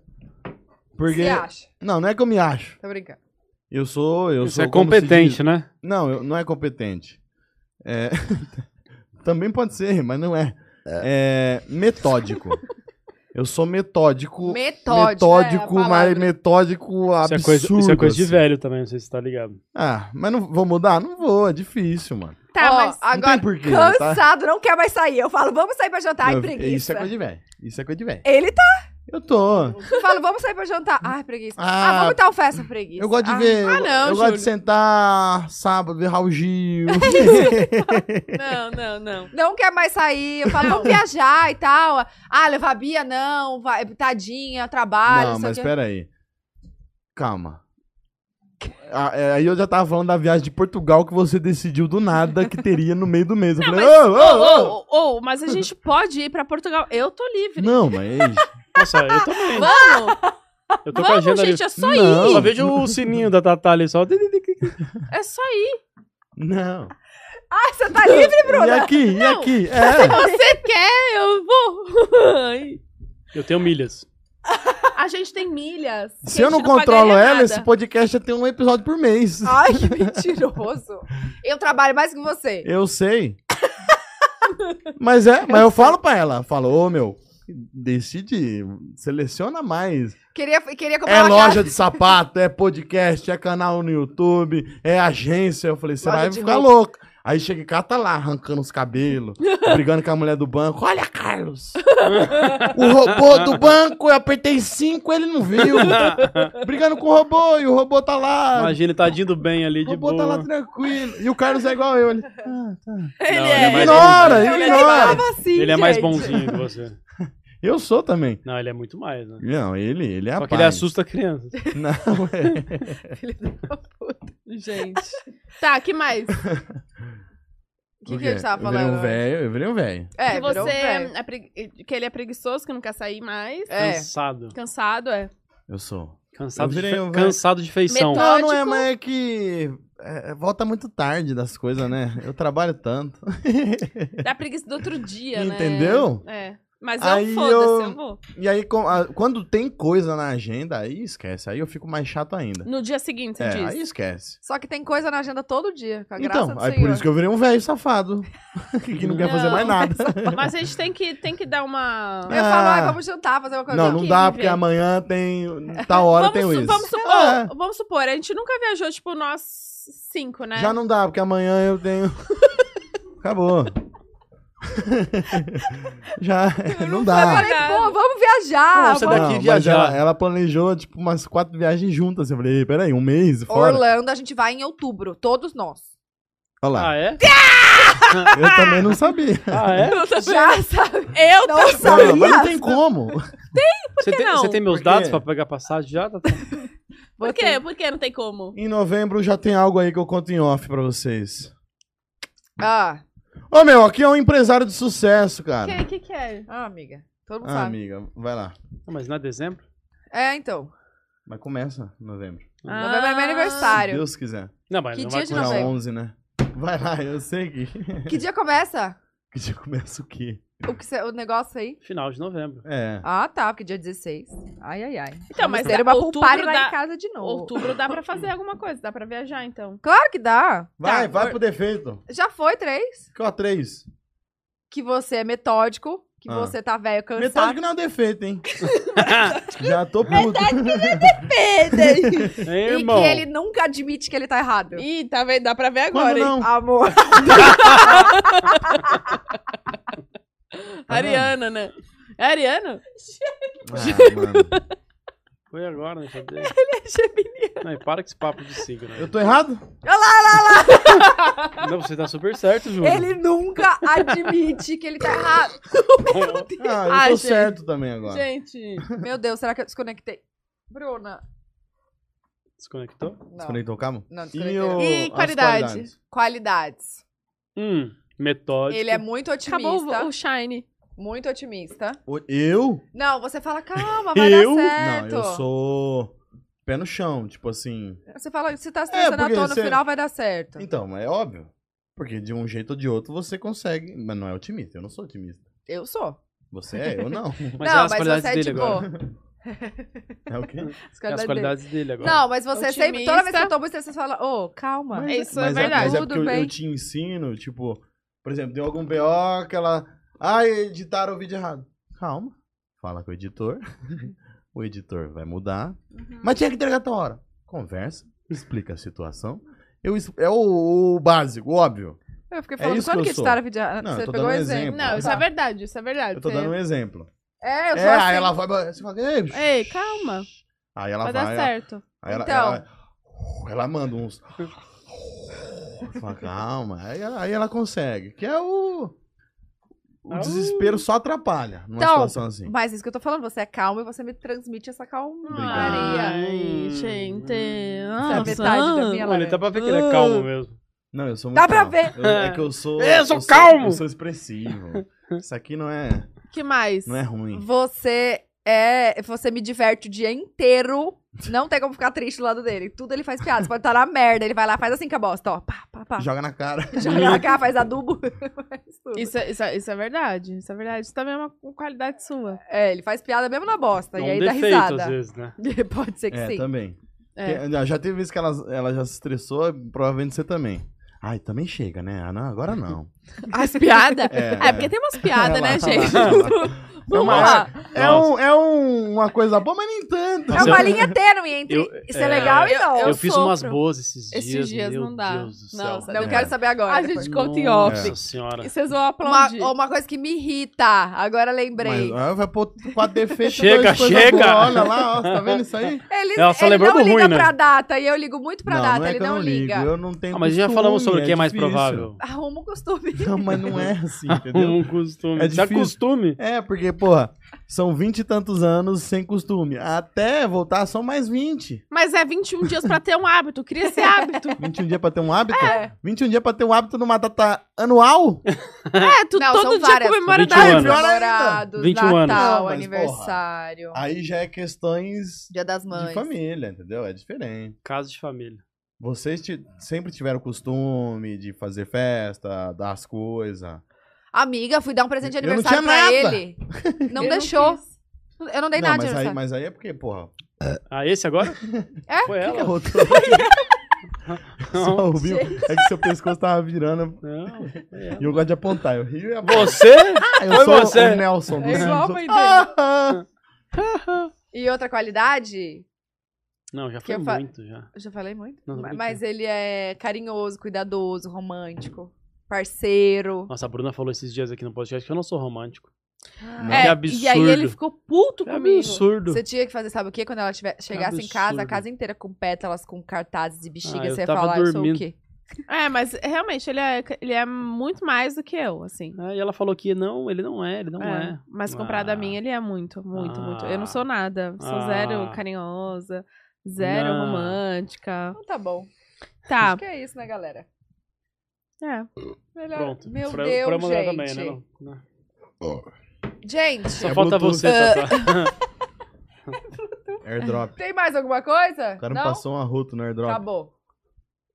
Speaker 5: Porque.
Speaker 2: Você acha?
Speaker 5: Não, não é que eu me acho.
Speaker 2: Tô brincando.
Speaker 5: Eu sou. Eu
Speaker 6: Você
Speaker 5: sou
Speaker 6: é
Speaker 5: como se diz-
Speaker 6: competente, né?
Speaker 5: Não, eu- não é competente. É, Também pode ser, mas não é. É metódico. Eu sou metódico.
Speaker 2: Metódico. é a
Speaker 5: metódico,
Speaker 2: palavra.
Speaker 5: mas metódico
Speaker 6: Isso
Speaker 5: absurdo.
Speaker 6: é, coisa, isso é coisa de
Speaker 5: assim.
Speaker 6: velho também, não sei se você tá ligado.
Speaker 5: Ah, mas não vou mudar? Não vou, é difícil, mano.
Speaker 1: Tá,
Speaker 2: Ó,
Speaker 1: mas.
Speaker 2: agora,
Speaker 5: tem porquê, tá?
Speaker 2: cansado, não quer mais sair. Eu falo, vamos sair pra jantar. Ai,
Speaker 5: Eu-
Speaker 2: preguiça.
Speaker 5: Isso é coisa de velho. Isso é coisa de velho.
Speaker 2: Ele tá.
Speaker 5: Eu tô.
Speaker 2: Eu falo, vamos sair pra jantar. Ai, preguiça. Ah,
Speaker 5: Ah,
Speaker 2: vamos tal festa, preguiça.
Speaker 5: eu gosto de
Speaker 2: Ah,
Speaker 5: ver. eu-
Speaker 1: não,
Speaker 5: eu gosto
Speaker 1: Júlio.
Speaker 5: de sentar sábado, ver Raul Gil.
Speaker 1: Não, não, não.
Speaker 2: Não quer mais sair. Eu falo, vamos viajar e tal. Ah, levar a Bia, não. Vai, tadinha, trabalho.
Speaker 5: não,
Speaker 2: sei o
Speaker 5: mas
Speaker 2: quê.
Speaker 5: peraí. Calma. Ah, é, Aí eu já tava falando da viagem de Portugal que você decidiu do nada que teria no meio do mês. Eu falei, ô, ô, ô!
Speaker 1: Ou, ou, mas a gente pode ir pra Portugal. Eu tô livre.
Speaker 5: Não, mas.
Speaker 6: Nossa, eu também.
Speaker 1: Vamos!
Speaker 6: Eu tô com a
Speaker 1: Vamos,
Speaker 6: agenda
Speaker 1: gente,
Speaker 6: ali.
Speaker 1: é só ir.
Speaker 5: não,
Speaker 6: Eu só vejo o sininho da Tatá ali só.
Speaker 1: É só ir.
Speaker 5: Não.
Speaker 2: Ah, você tá livre,
Speaker 5: E
Speaker 2: Bruna?
Speaker 5: aqui, e aqui? É.
Speaker 1: Você quer, eu vou. Ai.
Speaker 6: Eu tenho milhas.
Speaker 1: A gente tem milhas. que
Speaker 5: Se
Speaker 1: a
Speaker 5: eu não
Speaker 1: gente
Speaker 5: controlo
Speaker 1: pagaria
Speaker 5: ela,
Speaker 1: nada.
Speaker 5: esse podcast já tem um episódio por mês.
Speaker 2: Ai, que mentiroso. Eu trabalho mais que você.
Speaker 5: Eu sei. mas é, mas eu falo pra ela. Falo, ô meu, decide, seleciona mais.
Speaker 2: Queria, queria comprar
Speaker 5: É
Speaker 2: uma
Speaker 5: loja de sapato, é podcast, é canal no YouTube, é agência. Eu falei, você
Speaker 2: Loja
Speaker 5: vai
Speaker 2: de
Speaker 5: ficar
Speaker 2: roupa.
Speaker 5: louco. Aí chega em casa, tá lá arrancando os cabelos, brigando com a mulher do banco. Olha, Carlos! o robô do banco, eu apertei cinco, ele não viu. brigando com o robô, e o robô tá lá.
Speaker 6: Imagina, ele tadinho do bem ali
Speaker 5: o
Speaker 6: de
Speaker 5: robô
Speaker 6: boa.
Speaker 5: tá lá tranquilo. E o Carlos é igugal eu. Ele, "Ah, tá."
Speaker 6: Não, ele
Speaker 1: é.
Speaker 6: é mais
Speaker 5: Ignora,
Speaker 2: casa.
Speaker 6: bonzinho.
Speaker 2: Eu
Speaker 5: ignora.
Speaker 2: lembrava assim,
Speaker 6: Ele é mais
Speaker 2: né? gente.
Speaker 6: bonzinho que você.
Speaker 5: Eu sou também.
Speaker 6: Não, ele é muito mais, né?
Speaker 5: Não, ele, ele é a
Speaker 6: Só que ele
Speaker 5: paz.
Speaker 6: assusta a criança.
Speaker 5: Não, é.
Speaker 1: Gente. Tá, que mais?
Speaker 2: O que,
Speaker 5: O
Speaker 2: que a
Speaker 5: quê?
Speaker 2: gente tava
Speaker 5: Eu virei
Speaker 2: falando?
Speaker 5: um velho, eu virei um velho.
Speaker 2: É,
Speaker 1: que
Speaker 2: virou
Speaker 1: você
Speaker 2: velho.
Speaker 1: é pregui- que ele é preguiçoso, que não quer sair mais.
Speaker 2: É.
Speaker 6: Cansado.
Speaker 1: Cansado, é.
Speaker 5: Eu sou.
Speaker 6: Cansado,
Speaker 5: Eu
Speaker 6: de,
Speaker 5: virei
Speaker 6: fe-
Speaker 5: um velho.
Speaker 6: cansado de feição.
Speaker 1: Metade.
Speaker 5: Não, não é,
Speaker 1: Tóxico.
Speaker 5: mas é que. é, volta muito tarde das coisas, né? Eu trabalho tanto.
Speaker 1: É Dá preguiça do outro dia, né?
Speaker 5: Entendeu?
Speaker 1: É. Mas
Speaker 5: Aí
Speaker 1: eu foda-se, eu...
Speaker 5: eu-
Speaker 1: vou.
Speaker 5: E aí, com- a- quando tem coisa na agenda, aí esquece. Aí eu fico mais chato ainda.
Speaker 1: No dia seguinte, você
Speaker 5: É,
Speaker 1: diz.
Speaker 5: aí esquece.
Speaker 2: Só que tem coisa na agenda todo dia, com a graça
Speaker 5: Então,
Speaker 2: do
Speaker 5: aí
Speaker 2: Senhor.
Speaker 5: por isso que eu virei um velho safado. que não quer fazer
Speaker 1: Não.
Speaker 5: mais nada.
Speaker 1: Mas a gente tem que, tem que dar uma.
Speaker 2: Eu falo,
Speaker 5: Ah.
Speaker 2: ai, vamos jantar, fazer uma coisa.
Speaker 5: Não, não
Speaker 1: que
Speaker 5: dá,
Speaker 1: viver.
Speaker 5: porque amanhã tem. Tal hora
Speaker 1: vamos,
Speaker 5: tem
Speaker 1: su-
Speaker 5: isso.
Speaker 1: Vamos supor, né?
Speaker 5: É,
Speaker 1: vamos supor, a gente nunca viajou, tipo, nós cinco, né?
Speaker 5: Já não dá, porque amanhã eu tenho. Acabou. Já. Não
Speaker 2: Eu
Speaker 5: dá.
Speaker 2: falei, pô, vamos viajar.
Speaker 6: Não, você
Speaker 2: vamos-
Speaker 6: daqui
Speaker 5: mas
Speaker 6: viajar.
Speaker 5: Ela, ela planejou, tipo, umas quatro viagens juntas. Eu falei, peraí, um mês fora?
Speaker 2: Orlando, a gente vai em outubro, todos nós.
Speaker 5: Olha lá.
Speaker 6: Ah, é?
Speaker 5: Eu também não sabia.
Speaker 6: Ah, é?
Speaker 2: Já sabe.
Speaker 1: Eu
Speaker 2: Não
Speaker 5: Não,
Speaker 2: sabia.
Speaker 5: mas não tem como.
Speaker 6: Você tem,
Speaker 1: não?
Speaker 6: você tem meus
Speaker 5: Por quê?
Speaker 6: dados pra pegar passagem já? Tatá?
Speaker 1: Por quê? Por que não tem como?
Speaker 5: Em novembro já tem algo aí que eu conto em off pra vocês.
Speaker 2: Ah,
Speaker 5: Ô, meu, aqui é um empresário de sucesso,
Speaker 1: O
Speaker 5: cara.
Speaker 1: que, que que é?
Speaker 2: ah, amiga. Todo mundo
Speaker 5: Ah,
Speaker 2: sabe.
Speaker 5: amiga, vai lá.
Speaker 6: Não, mas não é dezembro?
Speaker 2: É, então.
Speaker 5: Mas começa em novembro.
Speaker 1: Ah,
Speaker 2: Novembro é meu
Speaker 5: Se
Speaker 2: aniversário.
Speaker 5: Deus quiser.
Speaker 6: Não, mas
Speaker 2: Que
Speaker 6: não
Speaker 2: dia
Speaker 6: vai
Speaker 2: de
Speaker 5: Dia
Speaker 6: começar.
Speaker 2: é novembro?
Speaker 5: 11, né? Vai lá, eu sei que.
Speaker 2: Que dia começa?
Speaker 5: Que dia começa o quê?
Speaker 2: O, que cê- o negócio aí?
Speaker 6: Final de novembro.
Speaker 5: É.
Speaker 2: Ah, tá, porque dia 16. Ai, ai, ai.
Speaker 1: Então, mas
Speaker 2: Ter
Speaker 1: dá-
Speaker 2: uma
Speaker 1: outubro
Speaker 2: poupar e vai
Speaker 1: dá-
Speaker 2: em casa de novo.
Speaker 1: Outubro dá pra fazer alguma coisa, dá pra viajar, então.
Speaker 2: Claro que dá.
Speaker 5: Vai,
Speaker 1: Tá,
Speaker 5: vai
Speaker 1: por-
Speaker 5: pro defeito.
Speaker 2: Já foi três.
Speaker 5: Ficou a três.
Speaker 2: Que você é metódico, que
Speaker 5: Ah.
Speaker 2: você tá velho, cansado.
Speaker 5: Metade que não é defeito, hein? Já tô puto.
Speaker 6: Ei,
Speaker 2: E
Speaker 6: irmão.
Speaker 2: que ele nunca admite que ele tá errado.
Speaker 1: Ih, tá vendo? Dá pra ver
Speaker 5: Quando
Speaker 1: agora, hein?
Speaker 5: não?
Speaker 2: Amor.
Speaker 1: Ariana, né? É Ariana?
Speaker 5: Ah, mano.
Speaker 6: Foi agora, né? Cadê?
Speaker 2: é
Speaker 1: Gemini.
Speaker 6: Não, e para com esse papo de signo. né?
Speaker 5: Eu tô errado?
Speaker 6: Não, você tá super certo, Júlio.
Speaker 2: Ele nunca admite que ele tá errado.
Speaker 5: Ah, eu
Speaker 1: Ai,
Speaker 5: tô
Speaker 1: gente.
Speaker 5: certo também agora.
Speaker 1: Gente.
Speaker 2: Meu Deus, será que eu desconectei? Bruna.
Speaker 6: Desconectou?
Speaker 2: Não,
Speaker 5: Desconectou o cabo?
Speaker 2: não
Speaker 5: E,
Speaker 2: desconectei.
Speaker 5: o...
Speaker 1: E
Speaker 5: as
Speaker 1: qualidade?
Speaker 5: qualidades?
Speaker 2: Qualidades.
Speaker 6: Hum, metódico.
Speaker 2: Ele é muito
Speaker 1: Acabou
Speaker 2: otimista.
Speaker 1: o, o Shine.
Speaker 2: Muito otimista.
Speaker 5: O- Eu?
Speaker 2: Não, você fala, calma, vai
Speaker 6: Eu?
Speaker 2: dar certo.
Speaker 5: Não, eu sou pé no chão, tipo assim.
Speaker 2: Você fala, você tá se
Speaker 5: É,
Speaker 2: estressando à
Speaker 5: porque
Speaker 2: toa, no
Speaker 5: você-
Speaker 2: final vai dar certo.
Speaker 5: Então, é óbvio. Porque de um jeito ou de outro você consegue. Mas não é otimista, eu não sou otimista.
Speaker 2: Eu sou.
Speaker 5: Você é, eu não.
Speaker 6: Mas é
Speaker 2: não,
Speaker 6: as
Speaker 2: mas
Speaker 6: qualidades
Speaker 2: você é
Speaker 6: dele
Speaker 2: tipo.
Speaker 6: agora.
Speaker 5: É o quê?
Speaker 2: as
Speaker 6: É
Speaker 2: qualidades dele.
Speaker 6: as qualidades dele agora.
Speaker 2: Não, mas você é sempre, toda vez que
Speaker 1: Otimista.
Speaker 2: eu tô muito estressada, você fala, ô, calma.
Speaker 1: É Isso é
Speaker 5: mas
Speaker 1: verdade.
Speaker 5: mas é
Speaker 2: Tudo
Speaker 5: porque eu,
Speaker 2: bem.
Speaker 5: eu te ensino, tipo, por exemplo, deu algum BO que ela. Ah, editaram o vídeo errado. Calma. Fala com o editor. o editor vai mudar.
Speaker 1: Uhum.
Speaker 5: Mas tinha que entregar tua hora. Conversa, explica a situação. Eu, es- é o, o básico, o óbvio.
Speaker 2: Eu fiquei
Speaker 5: É
Speaker 2: falando,
Speaker 5: isso
Speaker 2: quando
Speaker 5: que
Speaker 2: que
Speaker 5: eu sou.
Speaker 2: editaram a videoaula?
Speaker 5: Não, eu
Speaker 2: Você
Speaker 5: tô
Speaker 2: pegou o
Speaker 5: dando um
Speaker 2: exemplo.
Speaker 5: exemplo.
Speaker 1: Não, isso é
Speaker 5: Tá.
Speaker 1: verdade, isso é verdade.
Speaker 5: Eu tô
Speaker 1: Você-
Speaker 5: dando um exemplo.
Speaker 2: É, eu sou
Speaker 5: É,
Speaker 2: assim.
Speaker 5: aí ela vai. Você fala, ei, bicho.
Speaker 1: Ei, calma.
Speaker 5: Aí ela
Speaker 1: Vai
Speaker 5: vai.
Speaker 1: dar
Speaker 5: ela-
Speaker 1: certo.
Speaker 5: Aí ela, uh,
Speaker 2: Então.
Speaker 5: ela, ela manda uns. uh, Fala, calma. Aí ela, aí ela consegue. Que é o. O
Speaker 6: Ah, uh.
Speaker 5: desespero só atrapalha numa
Speaker 2: Então,
Speaker 5: situação assim.
Speaker 2: Mas isso que eu tô falando, você é calma e você me transmite essa calma.
Speaker 5: Obrigado.
Speaker 1: Ai,
Speaker 6: Hum.
Speaker 1: gente.
Speaker 2: Essa é a
Speaker 1: Nossa.
Speaker 2: metade da minha
Speaker 6: Olha, ele
Speaker 2: laranja.
Speaker 6: tá pra ver que ele
Speaker 2: Uh,
Speaker 6: é calmo mesmo.
Speaker 5: Não, eu sou muito.
Speaker 2: Dá pra
Speaker 5: calmo.
Speaker 2: ver.
Speaker 5: Eu- é que eu sou.
Speaker 6: Eu sou
Speaker 5: Eu
Speaker 6: calmo.
Speaker 5: sou expressivo. Isso aqui não é,
Speaker 1: que mais?
Speaker 5: não é ruim.
Speaker 2: Você é. Você me diverte o dia inteiro. Não tem como ficar triste do lado dele. Tudo ele faz piada. Você pode estar na merda. Ele vai lá, faz assim com a bosta, ó. Pá, pá, pá.
Speaker 5: Joga na cara.
Speaker 2: Joga na cara, faz adubo. faz tudo.
Speaker 1: Isso, é- isso, é- isso é verdade. Isso é verdade. Isso também é uma qualidade sua.
Speaker 2: É, ele faz piada mesmo na bosta.
Speaker 6: É
Speaker 2: e
Speaker 6: um
Speaker 2: aí
Speaker 6: defeito,
Speaker 2: dá
Speaker 6: às
Speaker 2: risada.
Speaker 6: vezes, né?
Speaker 2: Pode ser que
Speaker 5: É,
Speaker 2: sim.
Speaker 5: também.
Speaker 1: É.
Speaker 5: Que- Já teve vezes que ela, ela já se estressou, provavelmente você também. Ai, também chega, né? Ah, não, agora não.
Speaker 1: As piadas?
Speaker 5: É,
Speaker 1: É, porque tem umas piadas, né,
Speaker 5: Ela-
Speaker 1: gente?
Speaker 5: tá É
Speaker 1: Vamos
Speaker 5: uma-
Speaker 1: lá.
Speaker 5: É, um, é um- uma coisa boa, mas nem tanto.
Speaker 2: É
Speaker 6: Nossa,
Speaker 2: uma
Speaker 6: eu-
Speaker 2: linha tênue entre
Speaker 6: eu-
Speaker 2: isso é,
Speaker 6: é,
Speaker 2: legal e não.
Speaker 1: Eu
Speaker 6: Eu, fiz
Speaker 1: sofro.
Speaker 6: umas boas esses dias.
Speaker 1: Esses dias
Speaker 6: meu
Speaker 1: não dá.
Speaker 6: Deus do céu.
Speaker 1: Nossa,
Speaker 2: Não
Speaker 5: É.
Speaker 2: quero saber agora.
Speaker 1: A
Speaker 2: depois.
Speaker 1: gente conta em off.
Speaker 6: Nossa senhora.
Speaker 1: E vocês vão
Speaker 2: Uma,
Speaker 1: aplaudir.
Speaker 2: uma coisa que me irrita, agora
Speaker 5: Mas,
Speaker 2: lembrei.
Speaker 5: ah, vai pôr quatro defeitos.
Speaker 6: Chega,
Speaker 5: dois coisa
Speaker 6: chega.
Speaker 5: boa. olha lá, ó, tá vendo isso aí?
Speaker 2: Ele,
Speaker 6: Ela só
Speaker 2: ele
Speaker 6: lembrou
Speaker 2: não
Speaker 6: do
Speaker 2: liga
Speaker 6: ruim, né?
Speaker 2: pra data e eu ligo muito pra data, ele
Speaker 5: é que eu
Speaker 2: não liga.
Speaker 5: ligo, Eu não tenho
Speaker 6: Ah, mas já
Speaker 5: costume,
Speaker 6: falamos sobre o que é mais
Speaker 5: difícil.
Speaker 6: provável.
Speaker 2: Arruma um costume.
Speaker 5: Não, mas não é assim, entendeu?
Speaker 6: Um costume.
Speaker 5: É
Speaker 6: Se
Speaker 5: difícil.
Speaker 6: acostume.
Speaker 5: É, porque, porra, são vinte e tantos anos sem costume. Até voltar são mais 20.
Speaker 1: Mas é 21 dias pra ter um hábito. Cria esse hábito.
Speaker 5: 21 dias pra ter um hábito?
Speaker 2: É.
Speaker 5: 21 dias pra ter um hábito numa data anual?
Speaker 1: É, tu
Speaker 2: Não,
Speaker 1: todo
Speaker 2: são
Speaker 1: dia
Speaker 2: várias
Speaker 1: comemora
Speaker 6: 21 anos.
Speaker 1: da
Speaker 5: Pior ainda.
Speaker 2: Namorados,
Speaker 6: 21 anos.
Speaker 2: Natal,
Speaker 5: Não, mas,
Speaker 2: aniversário,
Speaker 5: Aí já é questões
Speaker 2: Dia das
Speaker 5: de
Speaker 2: Mães.
Speaker 5: família, entendeu? É diferente.
Speaker 6: Caso de família.
Speaker 5: Vocês ti- sempre tiveram costume de fazer festa, dar as coisas.
Speaker 2: Amiga, fui dar um presente de
Speaker 5: Eu não
Speaker 2: aniversário
Speaker 5: tinha
Speaker 2: pra
Speaker 5: nada.
Speaker 2: ele. Não deixou.
Speaker 1: quis.
Speaker 2: eu não dei
Speaker 5: Não,
Speaker 2: nada de
Speaker 5: mas aí,
Speaker 2: aniversário.
Speaker 5: mas aí é porque, porra.
Speaker 6: Ah, esse agora?
Speaker 2: É?
Speaker 6: Foi ela.
Speaker 5: Só
Speaker 6: Não,
Speaker 5: ouviu? É que seu pescoço tava virando
Speaker 6: não, foi ela.
Speaker 5: e eu gosto de apontar. Eu rio e aponto.
Speaker 6: Você?
Speaker 5: Eu
Speaker 6: Foi
Speaker 5: sou
Speaker 6: você?
Speaker 5: o Nelson. do
Speaker 1: É igual a
Speaker 5: Simpsons.
Speaker 1: mãe dele.
Speaker 5: Ah,
Speaker 2: E outra qualidade,
Speaker 6: Não, já
Speaker 2: Que
Speaker 6: foi
Speaker 2: eu fa-
Speaker 6: muito, já.
Speaker 2: eu já falei muito,
Speaker 6: Não, tô
Speaker 2: ma-
Speaker 6: brincando.
Speaker 2: mas ele é carinhoso, cuidadoso, romântico, parceiro.
Speaker 6: Nossa, a Bruna falou esses dias aqui no podcast que eu não sou romântico.
Speaker 1: É,
Speaker 6: Que
Speaker 2: Ah,
Speaker 5: um
Speaker 1: E aí ele
Speaker 6: absurdo.
Speaker 1: ficou puto
Speaker 6: É
Speaker 1: comigo.
Speaker 6: absurdo.
Speaker 2: Você tinha que fazer, sabe o quê? Quando ela tiver, chegasse em casa, a
Speaker 6: absurdo.
Speaker 2: casa inteira com pétalas, com cartazes de bexiga,
Speaker 6: Ah, eu
Speaker 2: você ia
Speaker 6: tava
Speaker 2: falar, eu sou o
Speaker 6: dormindo.
Speaker 2: quê?
Speaker 1: É, mas realmente ele é, ele é muito mais do que eu, assim.
Speaker 6: Ah, e ela falou que não, ele não é, ele não é.
Speaker 1: Mas comparado a
Speaker 6: Ah.
Speaker 1: mim, ele é muito, muito, muito. Eu não
Speaker 6: Ah.
Speaker 1: sou nada. Sou
Speaker 6: Ah.
Speaker 1: zero carinhosa, zero
Speaker 6: Não.
Speaker 1: romântica.
Speaker 2: Então tá bom.
Speaker 1: Tá.
Speaker 2: Acho que é isso, né, galera?
Speaker 1: É.
Speaker 2: Melhor.
Speaker 6: Pronto.
Speaker 2: Meu
Speaker 6: pra,
Speaker 2: Deus,
Speaker 6: pra mandar
Speaker 2: gente.
Speaker 6: também, né? Não, não.
Speaker 2: Gente,
Speaker 6: Só falta
Speaker 5: É Bluetooth.
Speaker 6: você, tá, Tata.
Speaker 5: Airdrop.
Speaker 2: tem mais alguma coisa?
Speaker 5: O cara me
Speaker 2: não?
Speaker 5: passou um arroto no airdrop.
Speaker 2: Acabou.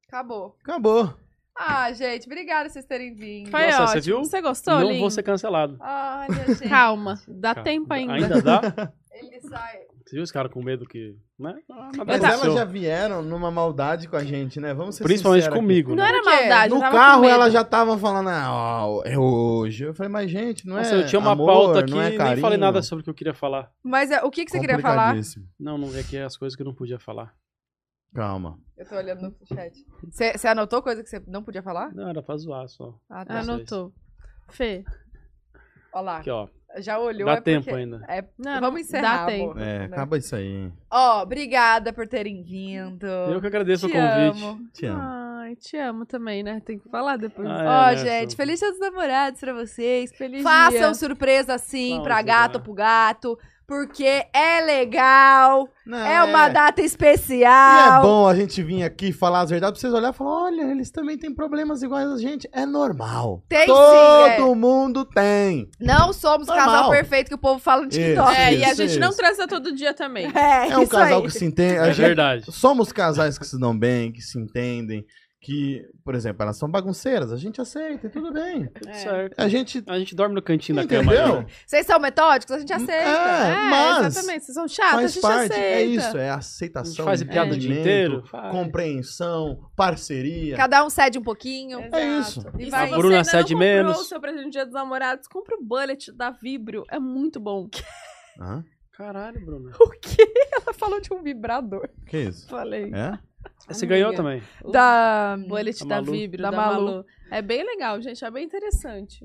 Speaker 2: Acabou.
Speaker 5: Acabou.
Speaker 2: Ah, gente, obrigada vocês terem vindo.
Speaker 1: Foi
Speaker 6: Nossa, você
Speaker 1: ótimo. Você,
Speaker 6: viu?
Speaker 1: gostou,
Speaker 6: não
Speaker 1: Lin?
Speaker 6: vou ser cancelado.
Speaker 2: Olha, gente.
Speaker 1: Calma, dá
Speaker 6: Calma.
Speaker 1: tempo ainda.
Speaker 6: Ainda dá?
Speaker 2: Ele sai.
Speaker 6: Você viu os caras com medo que. Né? Ah, nada
Speaker 5: Mas
Speaker 6: aconteceu.
Speaker 5: elas já vieram numa maldade com a gente, né? Vamos ser
Speaker 6: Principalmente
Speaker 5: sinceros aqui.
Speaker 6: comigo.
Speaker 1: Não
Speaker 6: né?
Speaker 1: era
Speaker 2: Por quê?
Speaker 1: maldade, eu
Speaker 5: No
Speaker 1: Ah, tava com
Speaker 5: carro elas
Speaker 1: medo.
Speaker 5: já estavam falando, ah, ó, é hoje. Eu falei, mas gente, não é.
Speaker 6: Nossa, eu tinha uma
Speaker 5: amor,
Speaker 6: pauta
Speaker 5: não é
Speaker 6: aqui e nem
Speaker 5: carinho.
Speaker 6: falei nada sobre o que eu queria falar.
Speaker 2: Mas é, o que, que você queria falar?
Speaker 5: Complicadíssimo.
Speaker 6: Não, não é que é as coisas que eu não podia falar.
Speaker 5: Calma.
Speaker 2: Eu tô olhando no chat. Você você anotou coisa que você não podia falar?
Speaker 6: Não, era pra zoar só.
Speaker 2: Ah, tá.
Speaker 1: Anotou. Fê.
Speaker 2: Olha lá.
Speaker 6: Aqui, ó.
Speaker 2: Já olhou.
Speaker 6: Dá
Speaker 2: é porque-
Speaker 6: tempo ainda.
Speaker 2: É,
Speaker 1: Não,
Speaker 2: vamos encerrar.
Speaker 1: Dá tempo.
Speaker 2: amor.
Speaker 5: É,
Speaker 2: Né?
Speaker 5: acaba isso aí.
Speaker 2: Ó, obrigada por terem vindo.
Speaker 6: Eu que agradeço
Speaker 2: Te
Speaker 6: o convite.
Speaker 2: amo.
Speaker 5: Te amo.
Speaker 1: Ai, te amo também, né? Tem que falar depois.
Speaker 6: Ah,
Speaker 2: Ó,
Speaker 6: é, né,
Speaker 2: gente,
Speaker 6: sou-
Speaker 2: feliz dia dos namorados pra vocês.
Speaker 1: Feliz
Speaker 2: Façam
Speaker 1: dia.
Speaker 2: surpresa assim
Speaker 6: Não,
Speaker 2: pra
Speaker 6: sei
Speaker 2: gato
Speaker 6: lá.
Speaker 2: ou pro gato, porque é legal,
Speaker 5: Não,
Speaker 2: é uma data
Speaker 5: E é
Speaker 2: especial.
Speaker 5: bom a gente vir aqui falar as verdades pra vocês olharem e falar: olha, eles também têm problemas iguais a gente. É normal.
Speaker 2: Tem
Speaker 5: Todo
Speaker 2: sim, é.
Speaker 5: mundo tem.
Speaker 2: Não somos o casal
Speaker 5: Normal.
Speaker 2: perfeito que o povo fala no TikTok.
Speaker 1: É, e a
Speaker 5: Isso,
Speaker 1: gente não
Speaker 5: isso.
Speaker 1: transa todo dia também.
Speaker 2: É,
Speaker 5: É um
Speaker 2: isso
Speaker 5: casal
Speaker 2: aí.
Speaker 5: que se entende. A
Speaker 6: É
Speaker 5: gente,
Speaker 6: verdade.
Speaker 5: somos casais que se dão bem, que se entendem. Que, por exemplo, elas são bagunceiras, a gente aceita, e tudo bem.
Speaker 6: Tudo
Speaker 1: É.
Speaker 6: certo.
Speaker 5: A gente.
Speaker 6: A gente dorme no cantinho da cama.
Speaker 5: Entendeu?
Speaker 6: né?
Speaker 2: Vocês são metódicos? A gente aceita. Ah,
Speaker 5: É,
Speaker 1: É,
Speaker 5: mas
Speaker 1: exatamente. Vocês são chatos, a
Speaker 5: faz
Speaker 1: gente
Speaker 5: parte.
Speaker 1: aceita.
Speaker 5: É isso, é
Speaker 6: A
Speaker 5: aceitação.
Speaker 6: gente faz piada o dia
Speaker 5: entendimento,
Speaker 6: inteiro. Faz.
Speaker 5: Compreensão, parceria.
Speaker 2: Cada um cede um pouquinho.
Speaker 1: Exato.
Speaker 5: É isso.
Speaker 1: E
Speaker 2: E
Speaker 1: se
Speaker 2: vai-
Speaker 1: você
Speaker 6: A Bruna
Speaker 1: ainda não
Speaker 6: cede
Speaker 1: comprou
Speaker 6: menos.
Speaker 1: o seu presente de dia dos namorados, compra o bullet da Vibrio. É muito bom.
Speaker 5: Hã?
Speaker 6: Caralho, Bruno.
Speaker 2: O quê? Ela falou de um vibrador.
Speaker 5: Que isso?
Speaker 1: Falei.
Speaker 5: É?
Speaker 6: Você
Speaker 1: Amiga.
Speaker 6: ganhou também.
Speaker 1: É.
Speaker 2: Da.
Speaker 1: Bullet
Speaker 6: Da
Speaker 1: da,
Speaker 6: Malu.
Speaker 1: Vibrio, da,
Speaker 2: Da
Speaker 1: Malu.
Speaker 2: Malu.
Speaker 1: É bem legal, gente. É bem interessante.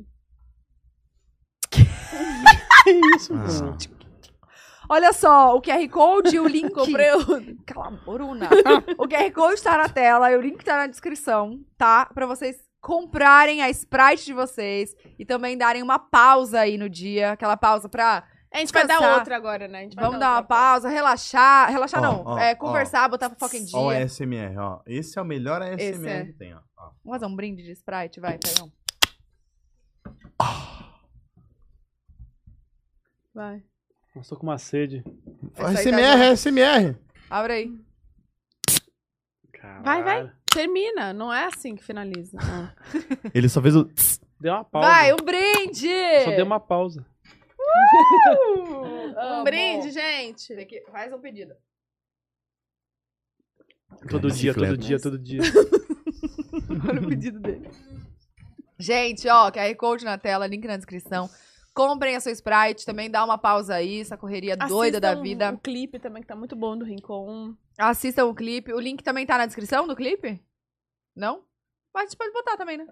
Speaker 6: Que isso,
Speaker 5: Ah.
Speaker 6: Bruno?
Speaker 2: Tipo, Olha só, o QR Code e o link.
Speaker 1: Comprei o
Speaker 2: Cala a boruna. o QR Code tá na tela e o link tá na descrição, tá? Pra vocês comprarem a Sprite de vocês e também darem uma pausa aí no dia. Aquela pausa pra.
Speaker 1: A gente
Speaker 2: vai
Speaker 1: vai
Speaker 2: dar
Speaker 1: dar outra agora, né?
Speaker 2: Vamos dar uma pausa, relaxar. Relaxar
Speaker 5: Ó,
Speaker 2: não.
Speaker 5: ó,
Speaker 2: é,
Speaker 5: ó. é-
Speaker 2: conversar, botar fofoca em dia.
Speaker 5: Ó, o ASMR, ó. Esse é o melhor ASMR
Speaker 2: Esse é.
Speaker 5: que tem, ó. Ó.
Speaker 2: Vamos fazer um brinde de Sprite, vai, pega um.
Speaker 1: Vai.
Speaker 6: Nossa, tô com uma sede.
Speaker 2: Essa aí tá
Speaker 5: ASMR, ASMR.
Speaker 2: Abre aí.
Speaker 6: Caralho.
Speaker 1: Vai, vai. Termina. Não é assim que finaliza. não.
Speaker 5: Ele só fez o.
Speaker 6: Deu uma pausa.
Speaker 2: Vai, um brinde!
Speaker 6: Só deu uma pausa.
Speaker 1: Um brinde, gente.
Speaker 2: Faz um pedido.
Speaker 6: Todo dia, todo
Speaker 5: Bicicleta.
Speaker 6: dia, todo dia.
Speaker 2: Olha o pedido dele. Gente, ó, QR Code na tela, link na descrição. Comprem a sua Sprite, também dá uma pausa aí, essa correria doida da
Speaker 1: Assistam
Speaker 2: vida.
Speaker 1: O clipe também, que tá muito bom do Rincon.
Speaker 2: Assistam o clipe. O link também tá na descrição do clipe? Não? Mas a gente pode botar também, né?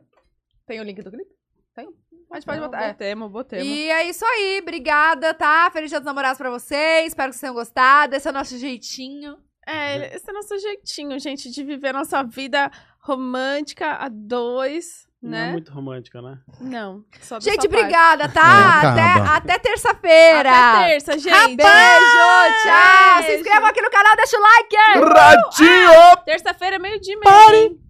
Speaker 2: Tem o link do clipe? Tem? Mas a gente pode
Speaker 1: Não, né?
Speaker 2: botar. é.
Speaker 1: Botemos, botemos.
Speaker 2: E é isso aí, obrigada, tá? Feliz dia dos namorados pra vocês, espero que vocês tenham gostado. Esse é o nosso jeitinho.
Speaker 6: Uhum.
Speaker 1: É, esse é nosso jeitinho, gente, de viver nossa vida romântica a dois,
Speaker 6: Não é
Speaker 1: né?
Speaker 6: muito romântica, né?
Speaker 1: Não. Só da
Speaker 2: Gente,
Speaker 1: sua parte.
Speaker 2: obrigada,
Speaker 5: É,
Speaker 2: tá?
Speaker 5: acaba.
Speaker 2: até até terça-feira.
Speaker 1: Até terça, gente.
Speaker 2: Beijo, tchau. Se
Speaker 1: Beijo.
Speaker 2: inscrevam aqui no canal, deixa o like.
Speaker 5: Ratinho!
Speaker 1: Terça-feira, meio-dia, meio-dia.